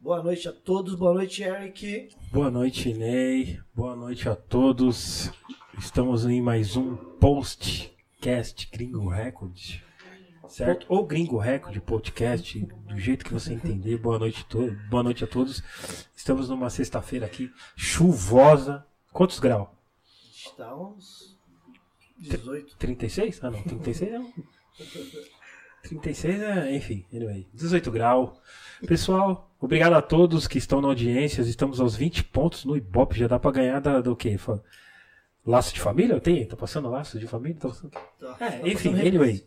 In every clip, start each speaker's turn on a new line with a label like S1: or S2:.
S1: Boa noite a todos. Boa noite, Eric.
S2: Boa noite, Ney. Boa noite a todos. Estamos em mais um postcast Gringo Record. Certo? Ou Gringo Record podcast, do jeito que você entender. Boa noite, to Boa noite a todos. Estamos numa sexta-feira aqui chuvosa. Quantos graus?
S1: Está uns 18.
S2: 36? Ah, não, 36 é. um- 36 é, enfim, anyway, 18 grau. Pessoal, obrigado a todos que estão na audiência. Estamos aos 20 pontos no Ibope. Já dá pra ganhar da, do quê? Fa- Laço de família? Tem? Tá passando laço de família? Tá passando...
S1: Tá.
S2: É,
S1: Tá
S2: enfim,
S1: passando
S2: anyway.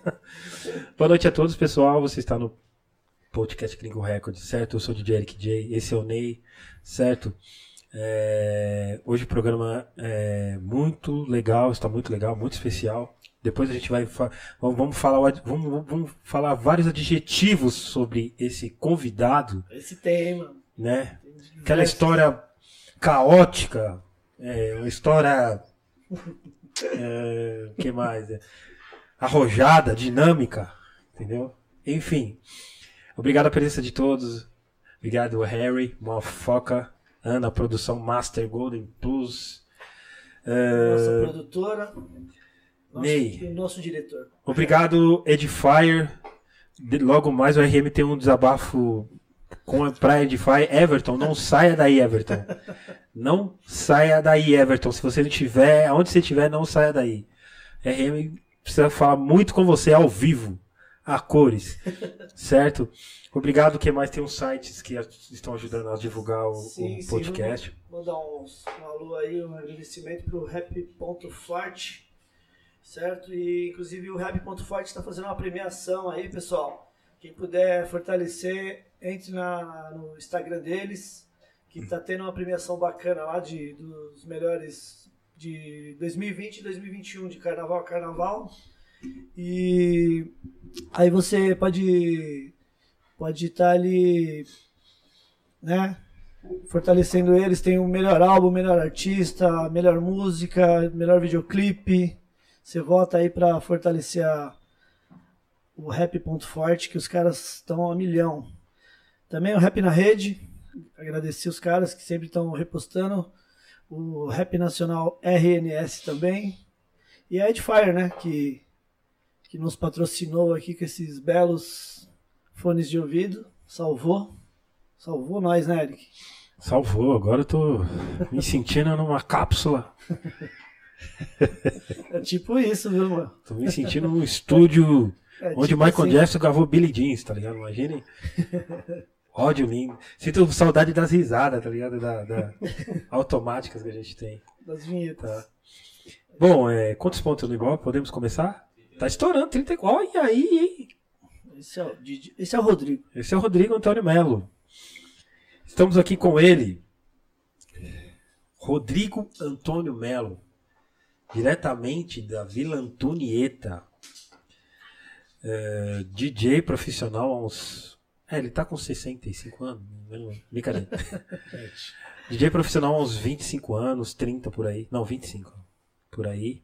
S2: Boa noite a todos, pessoal. Você está no podcast Gringo Record, certo? Eu sou o DJ Eric J, esse é o Ney, certo? É, Hoje o programa é muito legal, está muito legal, muito especial. Depois a gente vai fa- vamos vamos falar o ad- vamos, vamos falar vários adjetivos sobre esse convidado,
S1: Esse tema.
S2: né? Aquela história caótica, é, uma história. é, que mais? É, arrojada, dinâmica, entendeu? Enfim. Obrigado a presença de todos. Obrigado, Harry, Mofoca, Ana, produção Master Golden Plus.
S1: Nossa produtora. Nosso,
S2: Ney.
S1: e o nosso diretor.
S2: Obrigado, Edifier. De- logo mais o RM tem um desabafo com a, pra Edifier. Everton, não saia daí, Everton. Não saia daí, Everton. Se você não tiver, aonde você estiver, não saia daí. RM precisa falar muito com você ao vivo, a cores, certo? Obrigado, que mais tem uns sites que a- estão ajudando a divulgar o, o
S1: Sim, sim,
S2: podcast.
S1: Vou dar uns- um alô aí, um agradecimento pro Rap.Forte, certo? E inclusive o Rap.Forte está fazendo uma premiação aí, pessoal. Quem puder fortalecer, entre na- na- no Instagram deles, que está tendo uma premiação bacana lá de, dos melhores de 2020 e 2021, de carnaval a carnaval. E aí você pode pode estar ali, né? fortalecendo eles. Tem o melhor álbum, melhor artista, melhor música, melhor videoclipe. Você vota aí pra fortalecer a- o Rap Ponto Forte, que os caras estão a milhão. Também o Rap na Rede. Agradecer os caras que sempre estão repostando. O Rap Nacional RNS também. E a Edfire, né? Que, que nos patrocinou aqui com esses belos fones de ouvido. Salvou. Salvou nós, né, Eric?
S2: Salvou, agora eu tô me sentindo numa cápsula.
S1: É tipo isso, viu, mano?
S2: Tô me sentindo num estúdio
S1: É
S2: Onde o
S1: tipo
S2: Michael
S1: assim,
S2: Jackson gravou Billy Jeans, tá ligado? Imagine. Ódio lindo. Sinto saudade das risadas, tá ligado? Da, da- automáticas que a gente tem.
S1: Das vinhetas.
S3: É.
S2: Bom, é, quantos pontos no igual? Podemos começar? Tá estourando, 30 igual. E aí, hein?
S1: Esse, é o, Didi- esse é o Rodrigo.
S2: Esse é o Rodrigo Antônio Melo. Estamos aqui com ele. Rodrigo Antônio Melo. Diretamente da Vila Antonieta. É, DJ profissional há uns. É, ele tá com 65 anos. não- Brincadeira. DJ profissional há uns 25 anos, 30 por aí. Não, 25 por aí.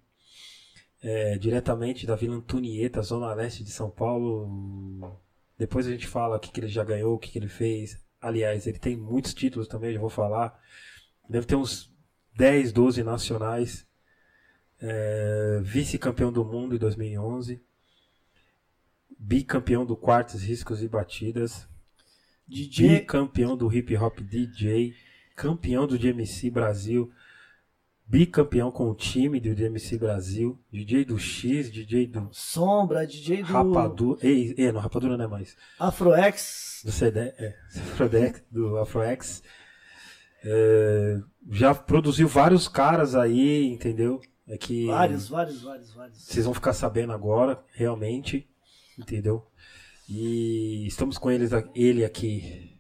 S2: É, diretamente da Vila Antonieta, Zona Leste de São Paulo. Depois a gente fala o que, que ele já ganhou, o que, que ele fez. Aliás, ele tem muitos títulos também, eu já vou falar. Deve ter uns 10, 12 nacionais. É, Vice-campeão do mundo em 2011. Bicampeão do Quartos, Riscos e Batidas.
S1: DJ.
S2: Bicampeão do Hip Hop DJ. Campeão do DMC Brasil. Bicampeão com o time do DMC Brasil. DJ do X, DJ do
S1: Sombra, DJ do
S2: Rapadura. Ei, ei, não, Rapadura não é mais.
S1: Afroex.
S2: do CD, é, Afrodex, do Afroex. É, já produziu vários caras aí, entendeu? É que
S1: Vários, vários, vários, vários.
S2: vocês vão ficar sabendo agora, realmente, entendeu? E estamos com eles, a- ele aqui.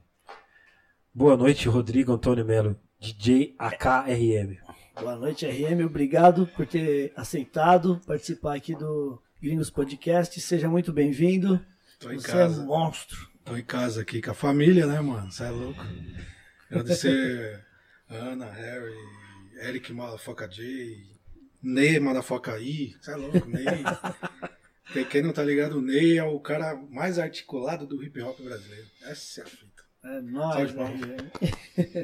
S2: Boa noite, Rodrigo Antônio Melo, DJ AKRM.
S1: Boa noite, RM. Obrigado por ter aceitado participar aqui do Gringos Podcast. Seja muito bem-vindo.
S3: Tô em
S1: Você é um
S3: casa.
S1: monstro.
S3: Tô em casa aqui com a família, né, mano? Você é louco. Agradecer a Ana, Harry, Eric Malafoca J, Ney Malafoca I. Você é louco, Ney. Quem- Quem não tá ligado, o Ney é o cara mais articulado do hip hop brasileiro. Essa é a fita.
S1: É nóis.
S3: Salve de palmas.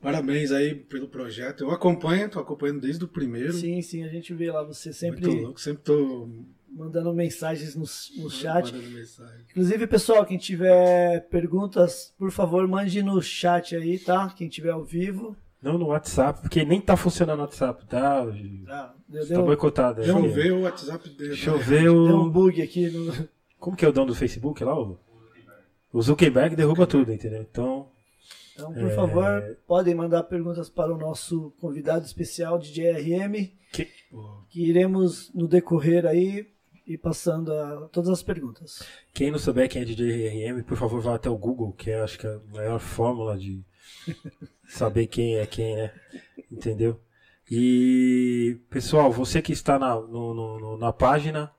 S3: Parabéns aí pelo projeto. Eu acompanho, tô acompanhando desde o primeiro.
S1: Sim, sim, a gente vê lá você sempre
S3: Muito louco, sempre tô
S1: mandando mensagens no, no chat.
S3: mandando mensagem.
S1: Inclusive, pessoal, quem tiver perguntas, por favor, mande no chat aí, tá? Quem tiver ao vivo.
S2: Não no WhatsApp, porque nem tá funcionando o WhatsApp, tá?
S1: Tá, deu,
S2: Você tá
S1: deu,
S2: boicotado. aí.
S3: Choveu o WhatsApp dele.
S1: deu
S2: Choveu.
S1: um bug aqui. No...
S2: Como que é o dono do Facebook lá? O, o Zuckerberg derruba tudo, entendeu? Então,
S1: Então, por favor, podem mandar perguntas para o nosso convidado especial de JRM,
S3: Pô,
S1: que iremos no decorrer aí e passando a todas as perguntas.
S2: quem não souber quem é DJ RM, por favor, vá até o Google, que eu acho que é a maior fórmula de saber quem é quem é, entendeu? E, pessoal, você que está na, no- no- no- na página,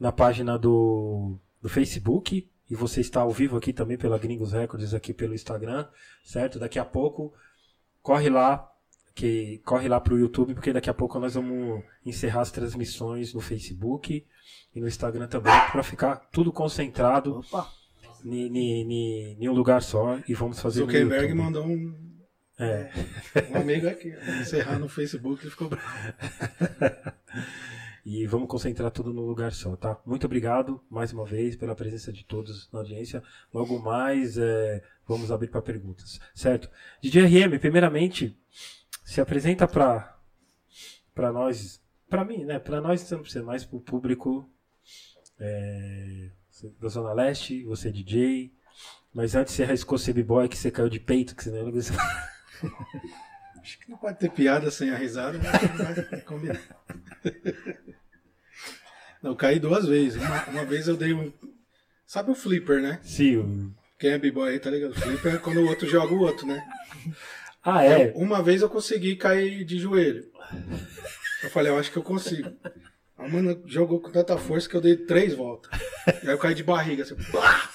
S2: na página do, do Facebook, e você está ao vivo aqui também pela Gringos Records, aqui pelo Instagram, certo? Daqui a pouco, corre lá, que corre lá pro YouTube, porque daqui a pouco nós vamos encerrar as transmissões no Facebook e no Instagram também, para ficar tudo concentrado
S1: Opa,
S2: ni- ni- ni- em um lugar só e vamos fazer no
S3: Zuckerberg
S2: YouTube.
S3: mandou um,
S2: É.
S3: um amigo aqui encerrar no Facebook ele ficou bravo.
S2: E vamos concentrar tudo num lugar só, tá? Muito obrigado mais uma vez pela presença de todos na audiência. Logo mais eh, vamos abrir para perguntas, certo? DJ RM, primeiramente, se apresenta para para nós, para mim, né? Para nós não precisa mais para o público eh, da Zona Leste. Você é DJ, mas antes você arriscou ser b-boy que você caiu de peito, que você não lembra.
S3: Acho que não pode ter piada sem a risada, mas não vai combinar. Não, eu caí duas vezes. Uma, uma vez eu dei um. Sabe o flipper, né?
S2: Sim. o-
S3: Quem é b-boy aí, tá ligado? Flipper é quando o outro joga o outro, né?
S2: Ah é.
S3: Uma vez eu consegui cair de joelho. Eu falei, eu acho que eu consigo. A mana jogou com tanta força que eu dei três voltas. E aí eu caí de barriga, assim. pá!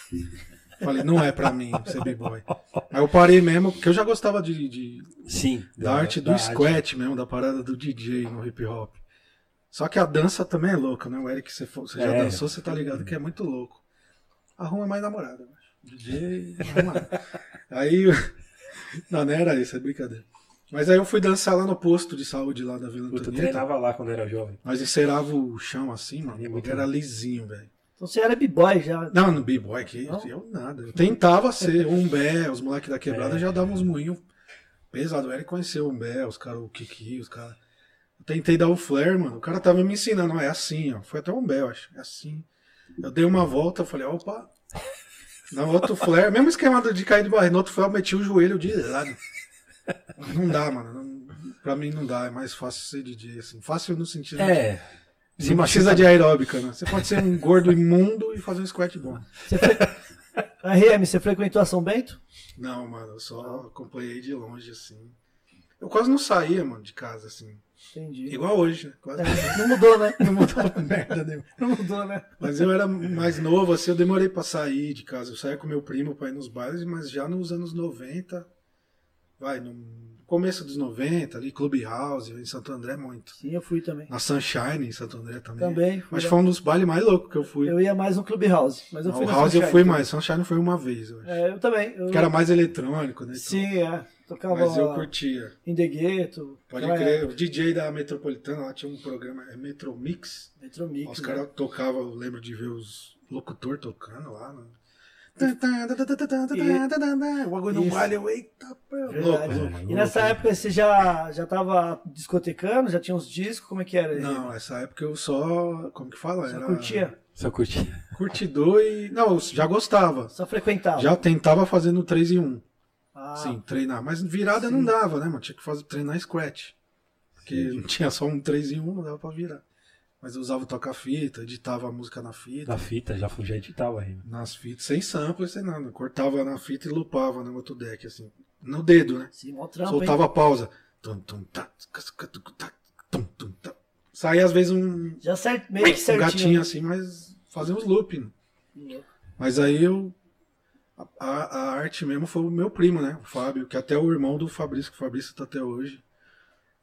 S3: Falei, não é pra mim ser b-boy. Aí eu parei mesmo, porque eu já gostava de, de-
S2: Sim.
S3: da arte do
S2: da
S3: squat mesmo, da parada do DJ no hip hop. Só que a dança também é louca, né? O Eric, você, for- você já
S2: É.
S3: dançou, você tá ligado que é muito louco. Arruma mais namorada, eu acho. DJ, arruma. aí. Não, não era isso, é brincadeira. Mas aí eu fui dançar lá no posto de saúde lá da Vila
S2: Puta, eu
S3: Antonieta.
S2: treinava lá quando era jovem.
S3: Nós encerava o chão assim, mano.
S2: É muito
S3: Era lisinho, velho.
S1: então você era b-boy já.
S3: Não, no b-boy aqui,
S1: Não?
S3: eu nada. Eu tentava ser um bé, os moleques da quebrada já davam uns moinhos pesados. O Eric conheceu um bé, os caras, o Kiki, os caras. Eu tentei dar o flare, mano. O cara tava me ensinando, ó, é assim, ó. Foi até um bé, eu acho. É assim. Eu dei uma volta, eu falei, opa. No outro flare, mesmo esquema do- de cair de barriga, no outro flare eu meti o joelho de lado. Não dá, mano. Não, pra mim não dá, é mais fácil ser DJ, assim. Fácil no sentido de
S2: É.
S3: você não precisa de aeróbica, né? Você pode ser um gordo imundo e fazer um squat bom.
S1: Você fre... RM, você frequentou a São Bento?
S3: Não, mano, eu só acompanhei de longe, assim. Eu quase não saía, mano, de casa, assim.
S1: Entendi.
S3: Igual hoje, né? Quase
S1: Não mudou, né?
S3: não mudava merda nenhuma.
S1: Não mudou, né?
S3: Mas eu era mais novo, assim, eu demorei pra sair de casa. Eu saía com meu primo pra ir nos bailes, mas já nos anos 90, vai, no começo dos 90, ali, Clube House, em Santo André, muito.
S1: Sim, eu fui também.
S3: Na Sunshine, em Santo André também.
S1: Também. fui
S3: Mas
S1: lá.
S3: foi um dos bailes mais loucos que eu fui.
S1: Eu ia mais no Clubhouse, mas eu
S3: Não,
S1: fui
S3: o
S1: na
S3: House eu
S1: Sunshine
S3: fui
S1: também.
S3: mais, Sunshine foi uma vez, eu acho.
S1: É, eu também. Eu...
S3: Que era mais eletrônico, né? Então,
S1: Sim, é. Tocava
S3: mas eu curtia.
S1: em The Ghetto.
S3: Pode
S1: aquela
S3: crer,
S1: época,
S3: Então é o DJ da Metropolitana lá tinha um programa, é Metro Mix.
S1: Metromix.
S3: Os é
S1: né?
S3: caras tocavam, eu lembro de ver os locutor tocando lá. Né? tá, O bagulho no
S1: Isso.
S3: baile, eu, eita, pô, um louco, né,
S1: Verdade.
S3: louco.
S2: É,
S1: E nessa época você já, já tava discotecando, já tinha uns discos, como é que era?
S3: Não, essa época eu só, como que fala?
S1: Só
S3: Era
S1: curtia,
S2: Só curtia.
S3: Curtidor e... Não, eu já gostava.
S1: só frequentava.
S3: Já tentava fazer no 3 em 1,
S1: Ah,
S3: sim, treinar. Mas virada não dava, né, mano? Tinha que fazer, treinar scratch. Porque não tinha só um 3 em 1, não dava pra virar. Mas eu usava o toca-fita, editava a música na fita.
S2: Na fita, já é fugia editava aí.
S3: Nas fitas, sem sample, sem nada. Cortava na fita e lupava no outro deck, assim. No dedo, né?
S1: Sim, mó trampo, hein?
S3: Soltava a pausa. Tum, tum, tá, tcas, tcas, tum, tá, tum, tum, tá. Saía às vezes um,
S1: Já cert... meio que
S3: um
S1: É certinho.
S3: gatinho assim, mas fazia uns looping. Mas aí eu. A, a- a arte mesmo foi o meu primo, né? O Fábio, que até é o irmão do Fabrício, que o Fabrício tá até hoje.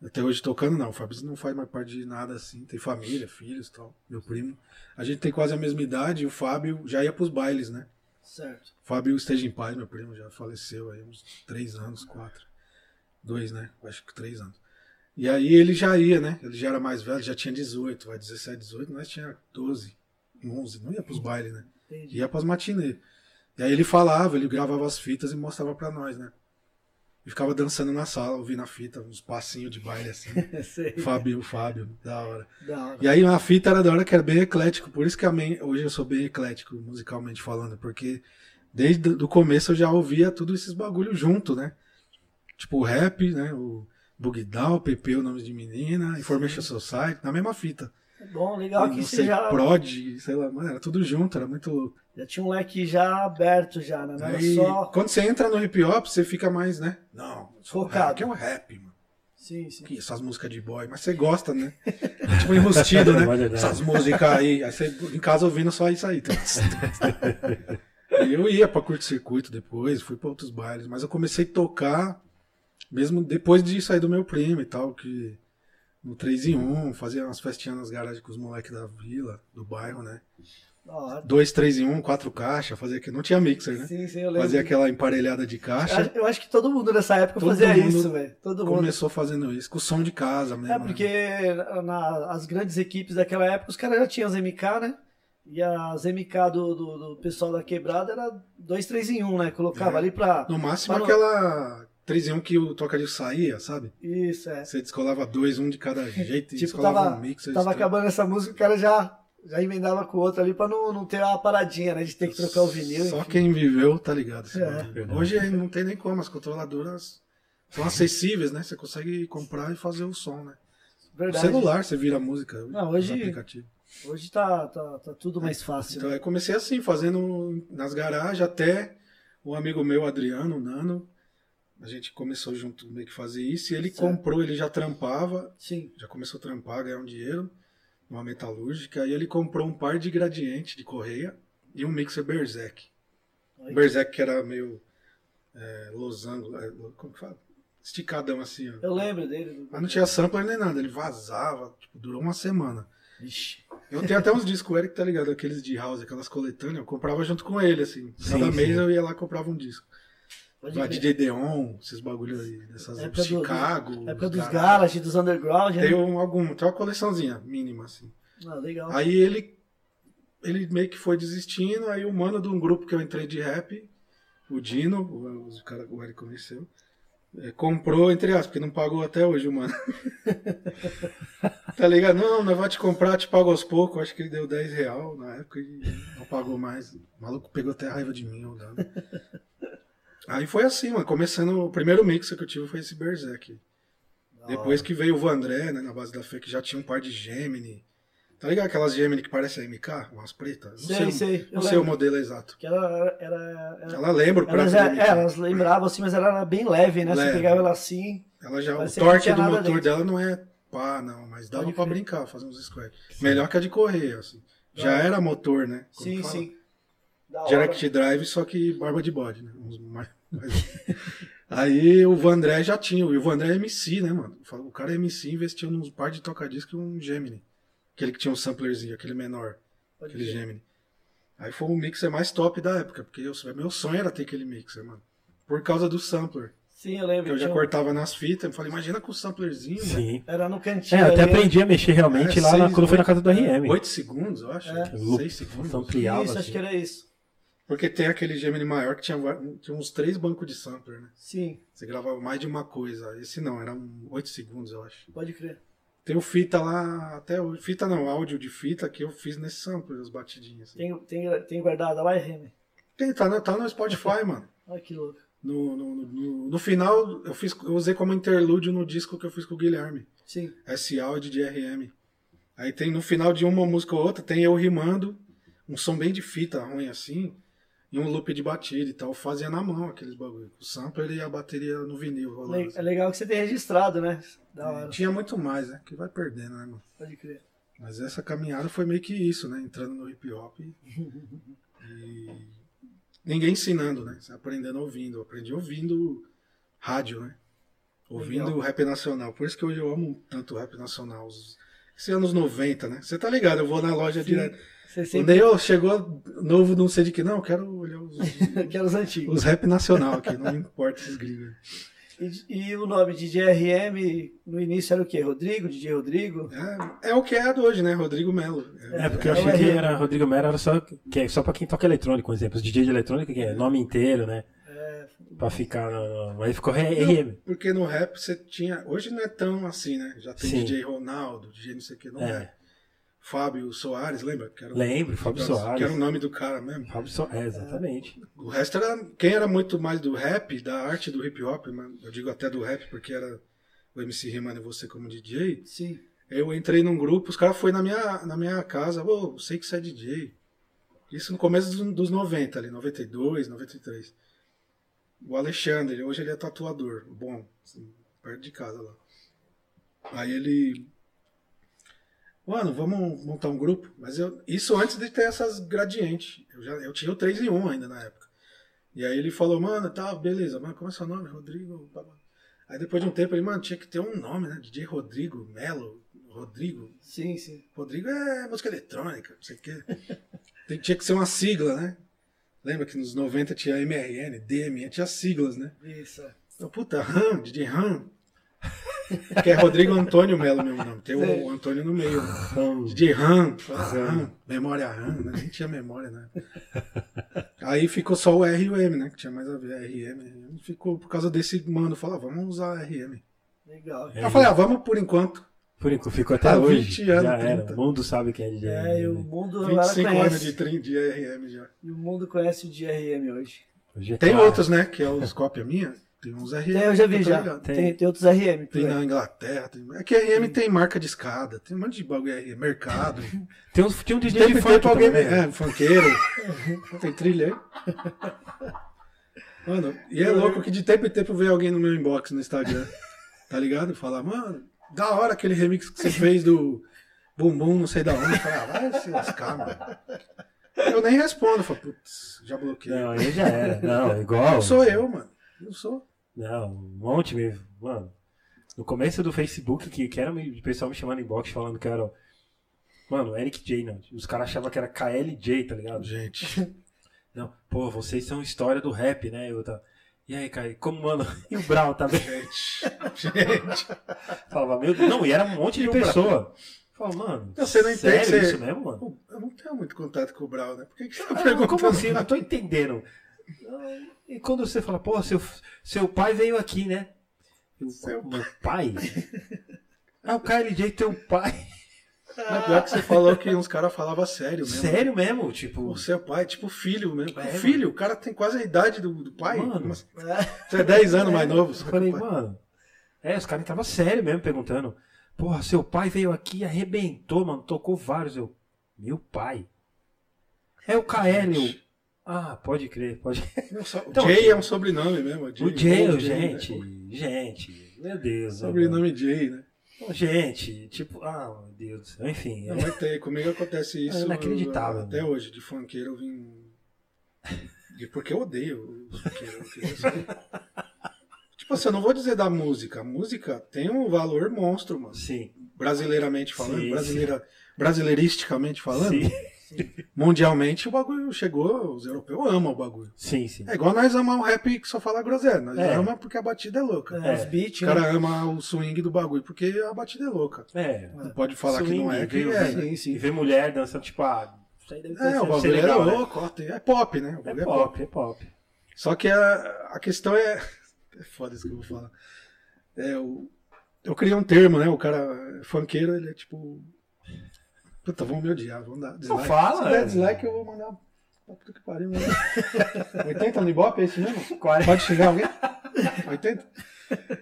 S3: Até hoje tocando, não. O Fabrício não faz mais parte de nada assim. Tem família, filhos e tal. Meu primo. A gente tem quase a mesma idade e o Fábio já ia pros bailes, né?
S1: Certo.
S3: Fábio esteja em paz, meu primo, já faleceu aí uns três anos, quatro. Dois, né? Acho que três anos. E aí ele já ia, né? Ele já era mais velho, já tinha 18, vai 17, 18, nós tinha 12, 11, não ia pros bailes, né?
S1: Entendi.
S3: Ia pras matinês. E aí ele falava, ele gravava as fitas e mostrava pra nós, né? E ficava dançando na sala, ouvindo a fita, uns passinhos de baile assim.
S1: Sei.
S3: Fábio, Fábio, da hora.
S1: Da hora.
S3: E aí a fita era da hora que era bem eclético, por isso que a men- hoje eu sou bem eclético musicalmente falando, porque desde o começo eu já ouvia tudo esses bagulho junto, né? Tipo o rap, né? O Bugdal, PP, o nome de menina, Information Society, na mesma fita.
S1: É Bom, legal que
S3: Não
S1: você
S3: sei,
S1: já,
S3: Prod, sei lá, mano, era tudo junto, era muito louco.
S1: já tinha um leque já aberto já, né? Não era
S3: Aí,
S1: só...
S3: quando você entra no hip hop, você fica mais, né? Não,
S1: Focado.
S3: Que é um rap, mano.
S1: Sim, sim.
S3: Que essas músicas de boy, mas você gosta, né? tipo enrustido, né?
S2: Olha, né?
S3: Essas músicas aí, aí você em casa ouvindo só isso aí. E eu ia pra curto-circuito depois, fui pra outros bailes, mas eu comecei a tocar mesmo depois de sair do meu primo e tal, que no 3 em 1, fazia umas festinhas nas garagens com os moleques da vila, do bairro, né?
S1: Da hora.
S3: 2, 3 em 1, 4 caixas, fazia que não tinha mixer, né?
S1: Sim, sim, eu lembro.
S3: Fazia aquela emparelhada de caixa.
S1: Eu acho que todo mundo nessa época
S3: Todo
S1: fazia
S3: mundo
S1: isso, velho. Todo mundo.
S3: Começou fazendo isso, com som de casa mesmo.
S1: É,
S3: né?
S1: porque na- as grandes equipes daquela época, os caras já tinham as MK, né? E as MK do, do, do pessoal da quebrada era dois, três em um, né? Colocava
S3: É.
S1: ali pra.
S3: No máximo
S1: Mas não-
S3: aquela 3 em 1 que o toca de saía, sabe?
S1: Isso, é.
S3: Você descolava dois, um de cada jeito, e
S1: Tipo,
S3: descolava
S1: tava-
S3: um mixer.
S1: Tava
S3: estranho.
S1: acabando essa música, o cara já, já emendava com o outro ali pra não, não ter uma paradinha, né? De ter que trocar o vinil.
S3: Só
S1: enfim.
S3: quem viveu tá ligado. esse
S1: É.
S3: bagulho. Hoje aí não tem nem como, as controladoras são acessíveis, né? Você consegue comprar e fazer o som, né? No
S1: Verdade.
S3: celular você vira a música.
S1: Não,
S3: nos
S1: hoje-
S3: aplicativos.
S1: Hoje tá, tá, tá tudo mais fácil.
S3: Então
S1: né?
S3: eu comecei assim, fazendo nas garagens até um amigo meu, Adriano, o Nano. A gente começou junto meio que fazer isso. E ele
S1: Certo.
S3: comprou, ele já trampava,
S1: Sim.
S3: já começou a trampar, ganhar um dinheiro numa metalúrgica. E ele comprou um par de gradiente de correia e um mixer Berserk. O Berserk que era meio é, losango, é, lo- como que fala? Esticadão assim, ó.
S1: Eu lembro dele.
S3: Mas não tinha sampler nem nada, ele vazava, tipo, durou uma semana.
S1: Ixi.
S3: Eu tenho até uns discos, o Eric tá ligado, aqueles de house, aquelas coletâneas, eu comprava junto com ele, assim. Cada
S2: Sim,
S3: mês
S2: sim.
S3: eu ia lá e comprava um disco.
S1: Pode
S3: Lá,
S1: crer.
S3: DJ Deon, esses bagulho aí, dessas
S1: Época do-
S3: Chicago.
S1: época É dos
S3: cara.
S1: garage, dos underground, né?
S3: Tem um, algum, tem uma coleçãozinha mínima, assim.
S1: Ah, legal.
S3: Aí ele ele meio que foi desistindo, aí o mano de um grupo que eu entrei de rap, o Dino, o, o cara o Eric conheceu, eh, comprou, entre aspas, porque não pagou até hoje o mano. tá ligado? Não, nós vamos te comprar, te pago aos poucos, acho que ele deu 10 real na época e não pagou mais. O maluco pegou até raiva de mim, eu dava. Aí foi assim, mano, começando, o primeiro mix que eu tive foi esse Berserk. Depois que veio o Vandré, né, na base da fé, que já tinha um par de Gemini. Tá ligado aquelas Gemini que parecem a MK? Umas pretas?
S1: Sei,
S3: Não sei,
S1: sei. Eu
S3: não sei o
S1: lembro.
S3: modelo exato.
S1: Que ela era. era- era-
S3: Ela lembra o prato
S1: elas,
S3: da
S1: é,
S3: MK.
S1: elas lembravam assim, mas ela era bem leve, né? Você
S3: então. Leve.
S1: pegava ela assim.
S3: Ela já, o
S1: parecia que não
S3: torque
S1: tinha
S3: do
S1: nada
S3: motor
S1: dentro.
S3: dela não é pá, não, mas dava
S1: Pode
S3: pra
S1: crer.
S3: brincar, fazer uns squats. Melhor que a de correia, assim. Já era motor, né? Como
S1: sim,
S3: fala?
S1: sim. Da hora.
S3: Direct Drive, só que barba de bode, né? Uns mais- mais- Aí o Vandré já tinha, e o Vandré é MC, né, mano? Fala, O cara é MC investiu num par de tocadiscos e um Gemini. Aquele que tinha um samplerzinho, aquele menor,
S1: Pode
S3: aquele
S1: crer.
S3: Gemini. Aí foi o mixer mais top da época, porque eu, meu sonho era ter aquele mixer, mano. Por causa do sampler.
S1: Sim, eu lembro.
S3: Que eu já
S1: tinha um-
S3: cortava nas fitas, eu falei, imagina com o samplerzinho, né?
S2: Sim.
S1: Era no
S2: É,
S1: cantinho.
S2: eu até
S1: ali, né?
S2: aprendi a mexer realmente
S3: É,
S2: lá na-
S3: seis,
S2: quando eu fui na casa do
S3: oito-
S2: RM.
S3: 8 segundos, eu acho.
S1: É.
S3: 6 segundos.
S2: Ampliava.
S1: Isso, acho
S2: assim.
S1: que era isso.
S3: Porque tem aquele Gemini maior que tinha, va- tinha uns três bancos de sampler, né?
S1: Sim,
S3: Você gravava mais de uma coisa. Esse não, era um 8 segundos, eu acho.
S1: pode crer.
S3: Tem o fita lá, até hoje. Fita não, áudio de fita que eu fiz nesse sample, as batidinhas. assim.
S1: Tem, tem, tem guardada lá, é Remy.
S3: Tem, tá, no, tá no Spotify, mano.
S1: Olha que louco.
S3: No, no, no- no- no final, eu, fiz, eu usei como interlúdio no disco que eu fiz com o Guilherme.
S1: Sim.
S3: Esse áudio de RM. Aí tem no final de uma música ou outra, tem eu rimando, um som bem de fita ruim assim, e um loop de batida e tal. Eu fazia na mão aqueles bagulho. O sampler e a bateria no vinil. rolando,
S1: Le-
S3: assim.
S1: É legal que você tem registrado, né? Da hora.
S3: Tinha muito mais, né? Que vai perdendo, né, mano?
S1: Pode crer.
S3: Mas essa caminhada foi meio que isso, né? Entrando no hip hop. E ninguém ensinando, né? Você aprendendo ouvindo. Eu aprendi ouvindo rádio, né? Ouvindo
S1: Legal.
S3: o rap nacional. Por isso que hoje eu amo tanto o rap nacional. Os- Isso é anos 90, né? Você tá ligado, eu vou na loja
S1: Sim.
S3: direto.
S1: Você
S3: O
S1: sempre
S3: Neil chegou novo, não sei de que. Não, eu quero olhar os,
S1: quer os antigos.
S3: os rap nacional aqui, não importa esses gringos.
S1: E, e o nome de DRM no início era o quê? Rodrigo? DJ Rodrigo?
S3: É, é o que é do hoje, né? Rodrigo Melo.
S2: É, porque eu achei que era Rodrigo Mera, era só, que é só pra quem toca eletrônico, por exemplo. Os DJ de eletrônica, que é nome inteiro, né?
S3: É.
S2: Pra ficar. no- no- Aí ficou RM.
S3: Porque no rap você tinha. Hoje não é tão assim, né? Já tem
S2: Sim.
S3: DJ Ronaldo, DJ não sei o que, não é.
S2: É.
S3: Fábio Soares, lembra? Que era,
S2: Lembro, Fábio
S3: assim, Que
S2: Soares.
S3: era um o nome do cara mesmo.
S2: Fábio Soares, é, exatamente.
S3: O resto era. Quem era muito mais do rap, da arte do hip hop, mas eu digo até do rap, porque era o MC Rimano e você como DJ.
S1: Sim.
S3: Eu entrei num grupo, os caras foram na minha, na minha casa, ô, eu sei que você é DJ. Isso no começo dos- dos 90 ali, 92, 93. O Alexandre, hoje ele é tatuador, bom, assim, perto de casa lá. Aí ele. Mano, vamos montar um grupo? Mas eu. Isso antes de ter essas gradientes. Eu, já, eu tinha o 3 em 1 ainda na época. E aí ele falou, mano, tá, beleza, mano, como é seu nome? Rodrigo. blá, blá. Aí depois de um tempo ele, mano, tinha que ter um nome, né? DJ Rodrigo Melo. Rodrigo.
S1: Sim, sim.
S3: Rodrigo é música eletrônica, não sei o quê. Tem- tinha que ser uma sigla, né? Lembra que nos 90 tinha MRN, DMN, tinha siglas, né?
S1: Isso.
S3: Então, puta, Ram, DJ Ram. Que é Rodrigo Antônio Melo, meu nome. Tem o Antônio no meio. né?
S2: Então,
S3: DJ RAM, RAM, memória RAM, né? nem tinha memória, né? Aí ficou só o R e o M, né? Que tinha mais a ver, RM. RM. Ficou por causa desse mano, falou, ah, vamos usar RM.
S1: Legal.
S2: É.
S3: Eu falei, ah, vamos por enquanto.
S2: por enquanto, ficou até
S3: Há
S2: hoje.
S3: 20 anos,
S2: já era.
S3: 30.
S2: O mundo sabe quem é DJ.
S1: É, e o mundo agora
S3: 25 anos de
S1: conhece.
S3: trem de RM já.
S1: E o mundo conhece o DRM hoje.
S2: Hoje é
S3: Tem
S2: claro.
S3: outros, né? Que é os cópia minha. Tem uns RM.
S1: Tem, eu já vi
S3: tá
S1: já.
S3: ligado?
S2: Tem.
S1: Tem, tem outros RM. por
S3: Tem
S1: aí.
S3: na Inglaterra. Tem... É que RM tem marca de escada. Tem um monte de bagulho aí. Mercado.
S2: Tem, uns, tem um DJ
S3: Teve
S2: de funk
S3: tempo alguém.
S2: também, né?
S3: É, funkeiro. Tem trilha aí. Mano, e é louco que de tempo em tempo vem alguém no meu inbox no Instagram. Tá ligado? Falar, mano, da hora aquele remix que você fez do Bumbum, não sei da onde. Falar, vai se lascar, mano. Eu nem respondo. Falo, putz, já bloqueei.
S2: Não, aí já era. Não, é igual.
S3: Não sou eu, mano. Não sou.
S2: Não, um monte mesmo. Mano, no começo do Facebook, que, que era me- o pessoal me chamando em box falando que era. Mano, Eric J, não. Os caras achavam que era KLJ, tá ligado?
S3: Gente.
S2: Não, pô, vocês são história do rap, né? Eu tá... E aí, cara, como, mano? E o Brau também?
S3: Gente. Gente.
S2: Falava, meu Deus. Não, e era um monte de
S3: E o Brau?
S2: pessoa. Falava, mano,
S3: Não, você não
S2: sério
S3: entende, você-
S2: isso mesmo, mano?
S3: Pô, Eu não tenho muito contato com o Brau, né? Por que, que você tá
S2: Não,
S3: perguntando?
S2: como assim? Eu não tô entendendo. E quando você fala, pô, seu, seu pai veio aqui, né? Eu,
S3: Seu
S2: meu pai? ah, o KLJ teu pai.
S3: Mas pior que você falou que uns caras falavam sério mesmo.
S2: Sério mesmo? Tipo,
S3: O seu pai, tipo filho mesmo.
S2: É, mano.
S3: filho, o cara tem quase a idade do, do pai.
S2: Mano.
S3: Como assim? Você é 10 anos mais novo.
S2: eu
S3: seu
S2: falei,
S3: pai.
S2: mano. É, os caras estavam sério mesmo perguntando. Porra, seu pai veio aqui e arrebentou, mano. Tocou vários. Eu, meu pai. É o KL. Eu, ah, pode crer, pode
S3: Não, só-
S2: Então,
S3: Jay é um sobrenome mesmo. Jay.
S2: O Jay,
S3: Ou
S2: o
S3: Jay, né?
S2: gente. Gente, meu Deus. mano.
S3: Sobrenome Jay, né?
S2: Bom, Gente, tipo, ah, meu Deus. Enfim,
S3: Não,
S2: é,
S3: mas tem, comigo acontece isso.
S2: É inacreditável.
S3: Até hoje, de funkeiro eu vim. E porque eu odeio o funkeiro. eu queria saber. tipo assim, eu não vou dizer da música. A música tem um valor monstro, mano.
S2: sim.
S3: Brasileiramente falando,
S2: Sim,
S3: brasileira, brasileiristicamente falando,
S2: Sim,
S3: mundialmente o bagulho chegou. Os europeus amam o bagulho.
S2: sim. sim.
S3: É igual nós amar o rap que só fala groselha. Nós
S2: É.
S3: amamos porque a batida é louca.
S1: É, Os beats.
S3: O
S1: né?
S3: cara ama o swing do bagulho porque a batida é louca.
S2: É.
S3: Não pode falar que
S2: Swing,
S3: não é, que
S2: veio-
S3: é. né?
S1: Sim,
S2: E
S1: sim.
S2: ver mulher dançando, tipo, ah, isso aí deve ter
S3: É, o
S2: deve ser
S3: bagulho é
S2: legal, né?
S3: louco, ó, tem- é pop, né? O bagulho
S2: É pop, é pop.
S3: Só que a, a questão é. É foda isso que eu vou falar. É, o, eu criei um termo, né? O cara funkeiro, ele é tipo. Puta, vão me odiar, vão dar dislike.
S2: fala,
S3: Se der
S2: é.
S3: dislike, eu vou mandar. pra Puta que pariu, mano. 80 no Ibope, é isso mesmo?
S2: Quarenta-
S3: Pode xingar alguém? 80?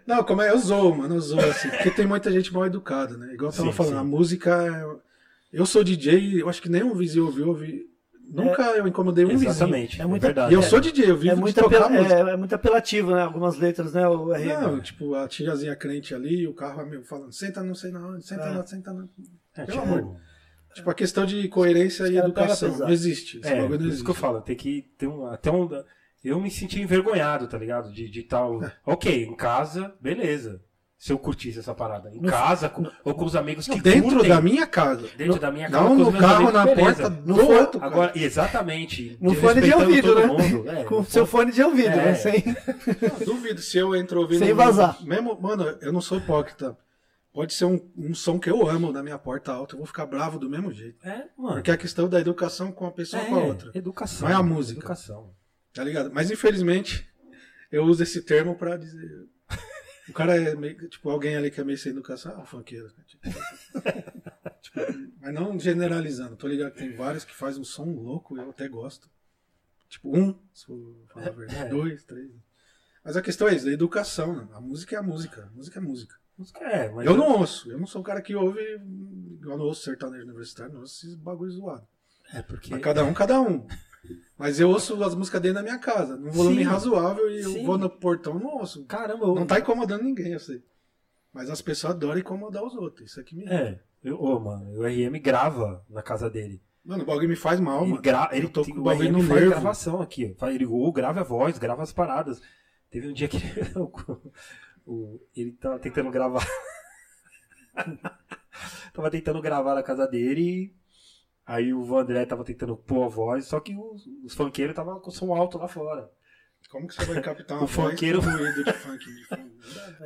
S3: Não, como é? Eu zoo, mano, eu zoo, assim. Porque tem muita gente mal educada, né? Igual eu tava
S2: Sim,
S3: falando,
S2: sim.
S3: a música. é- Eu sou DJ, eu acho que nenhum vizinho ouviu, ouvi. Nunca eu incomodei um
S2: É,
S3: vizinho.
S2: Exatamente.
S1: É
S2: É
S1: muito-
S2: verdade.
S3: E eu sou DJ, eu vivo
S1: É
S3: de
S1: muito,
S3: tocar
S1: apela-
S3: música.
S1: é, é muito apelativo, né? Algumas letras, né? O
S2: é,
S1: RM.
S3: Não, tipo, a tiazinha crente ali, o carro amigo falando, senta não sei na onde, senta
S1: É.
S3: lá, senta lá.
S2: É,
S3: pelo amor. Tipo, a questão de coerência
S1: Os
S3: e
S1: caras pegam
S3: educação não
S1: pesado.
S3: existe. Esse
S2: É,
S3: bagulho
S2: por
S3: não
S2: isso que eu
S3: existe.
S2: falo, tem que ter um. Até um eu me senti envergonhado, tá ligado? De, de tal. Ok, em casa, beleza. se eu curtisse essa parada. Em casa, com- ou com os amigos que
S3: dentro
S2: curtem.
S3: da minha casa.
S2: Dentro da minha casa.
S3: Não
S2: com os
S3: no
S2: meus
S3: carro,
S2: amigos,
S3: na
S2: beleza.
S3: porta do
S2: No fone-
S3: outro, cara.
S2: Agora, exatamente.
S1: No fone de
S2: respeitando
S1: ouvido,
S2: todo
S1: né?
S2: mundo, é,
S1: Com
S2: no
S1: seu
S2: fone-
S1: fone de ouvido,
S2: É.
S1: né? Sem...
S3: Duvido se eu entro ouvindo. um
S1: Sem vazar.
S3: Mesmo, mano, eu não sou hipócrita. Pode ser um, um som que eu amo da minha porta alta, eu vou ficar bravo do mesmo jeito.
S2: É, mano.
S3: Porque é a questão da educação com uma pessoa
S1: É,
S3: com a outra.
S2: Educação.
S3: Não é a música.
S2: Educação.
S3: Tá ligado? Mas infelizmente, eu uso esse termo pra dizer. O cara é meio. Tipo, alguém ali que é meio sem educação. Ah, um funkeiro. Tipo, mas não generalizando. Tô ligado que tem vários que fazem um som louco, eu até gosto. Tipo, um, se for falar a verdade.
S2: É.
S3: Dois, três. Mas a questão é isso, a educação, né? A música é a música. A música é música.
S2: Música é, mas.
S3: eu não ouço. Eu não sou o cara que ouve. Eu não ouço sertanejo universitário, não ouço esses bagulhos zoados.
S2: É porque.
S3: Mas cada um, cada um. Mas eu ouço as músicas dentro da minha casa, num volume
S2: Sim.
S3: razoável, e eu
S2: Sim.
S3: vou no portão e não ouço.
S2: Caramba, eu...
S3: Não tá incomodando ninguém, eu sei. Mas as pessoas adoram incomodar os outros. Isso aqui me.
S2: É. Eu, ô, mano, o RM grava na casa dele.
S3: Mano, o bagulho me faz mal,
S2: ele
S3: mano.
S2: gra... ele
S3: eu tô
S2: tem-
S3: com o
S2: o
S3: bagulho
S2: RM
S3: no
S2: faz
S3: nervo.
S2: gravação aqui. ó. Faz- Ele ou grava a voz, grava as paradas. Teve um dia que o- o- ele tava tentando gravar. tava tentando gravar na casa dele. e Aí o Vandré tava tentando pôr a voz, só que os, os funkeiros tava com som alto lá fora.
S3: Como que você vai captar
S2: O
S3: uma voz
S2: funkeiro-
S3: com ruído de funk de fundo?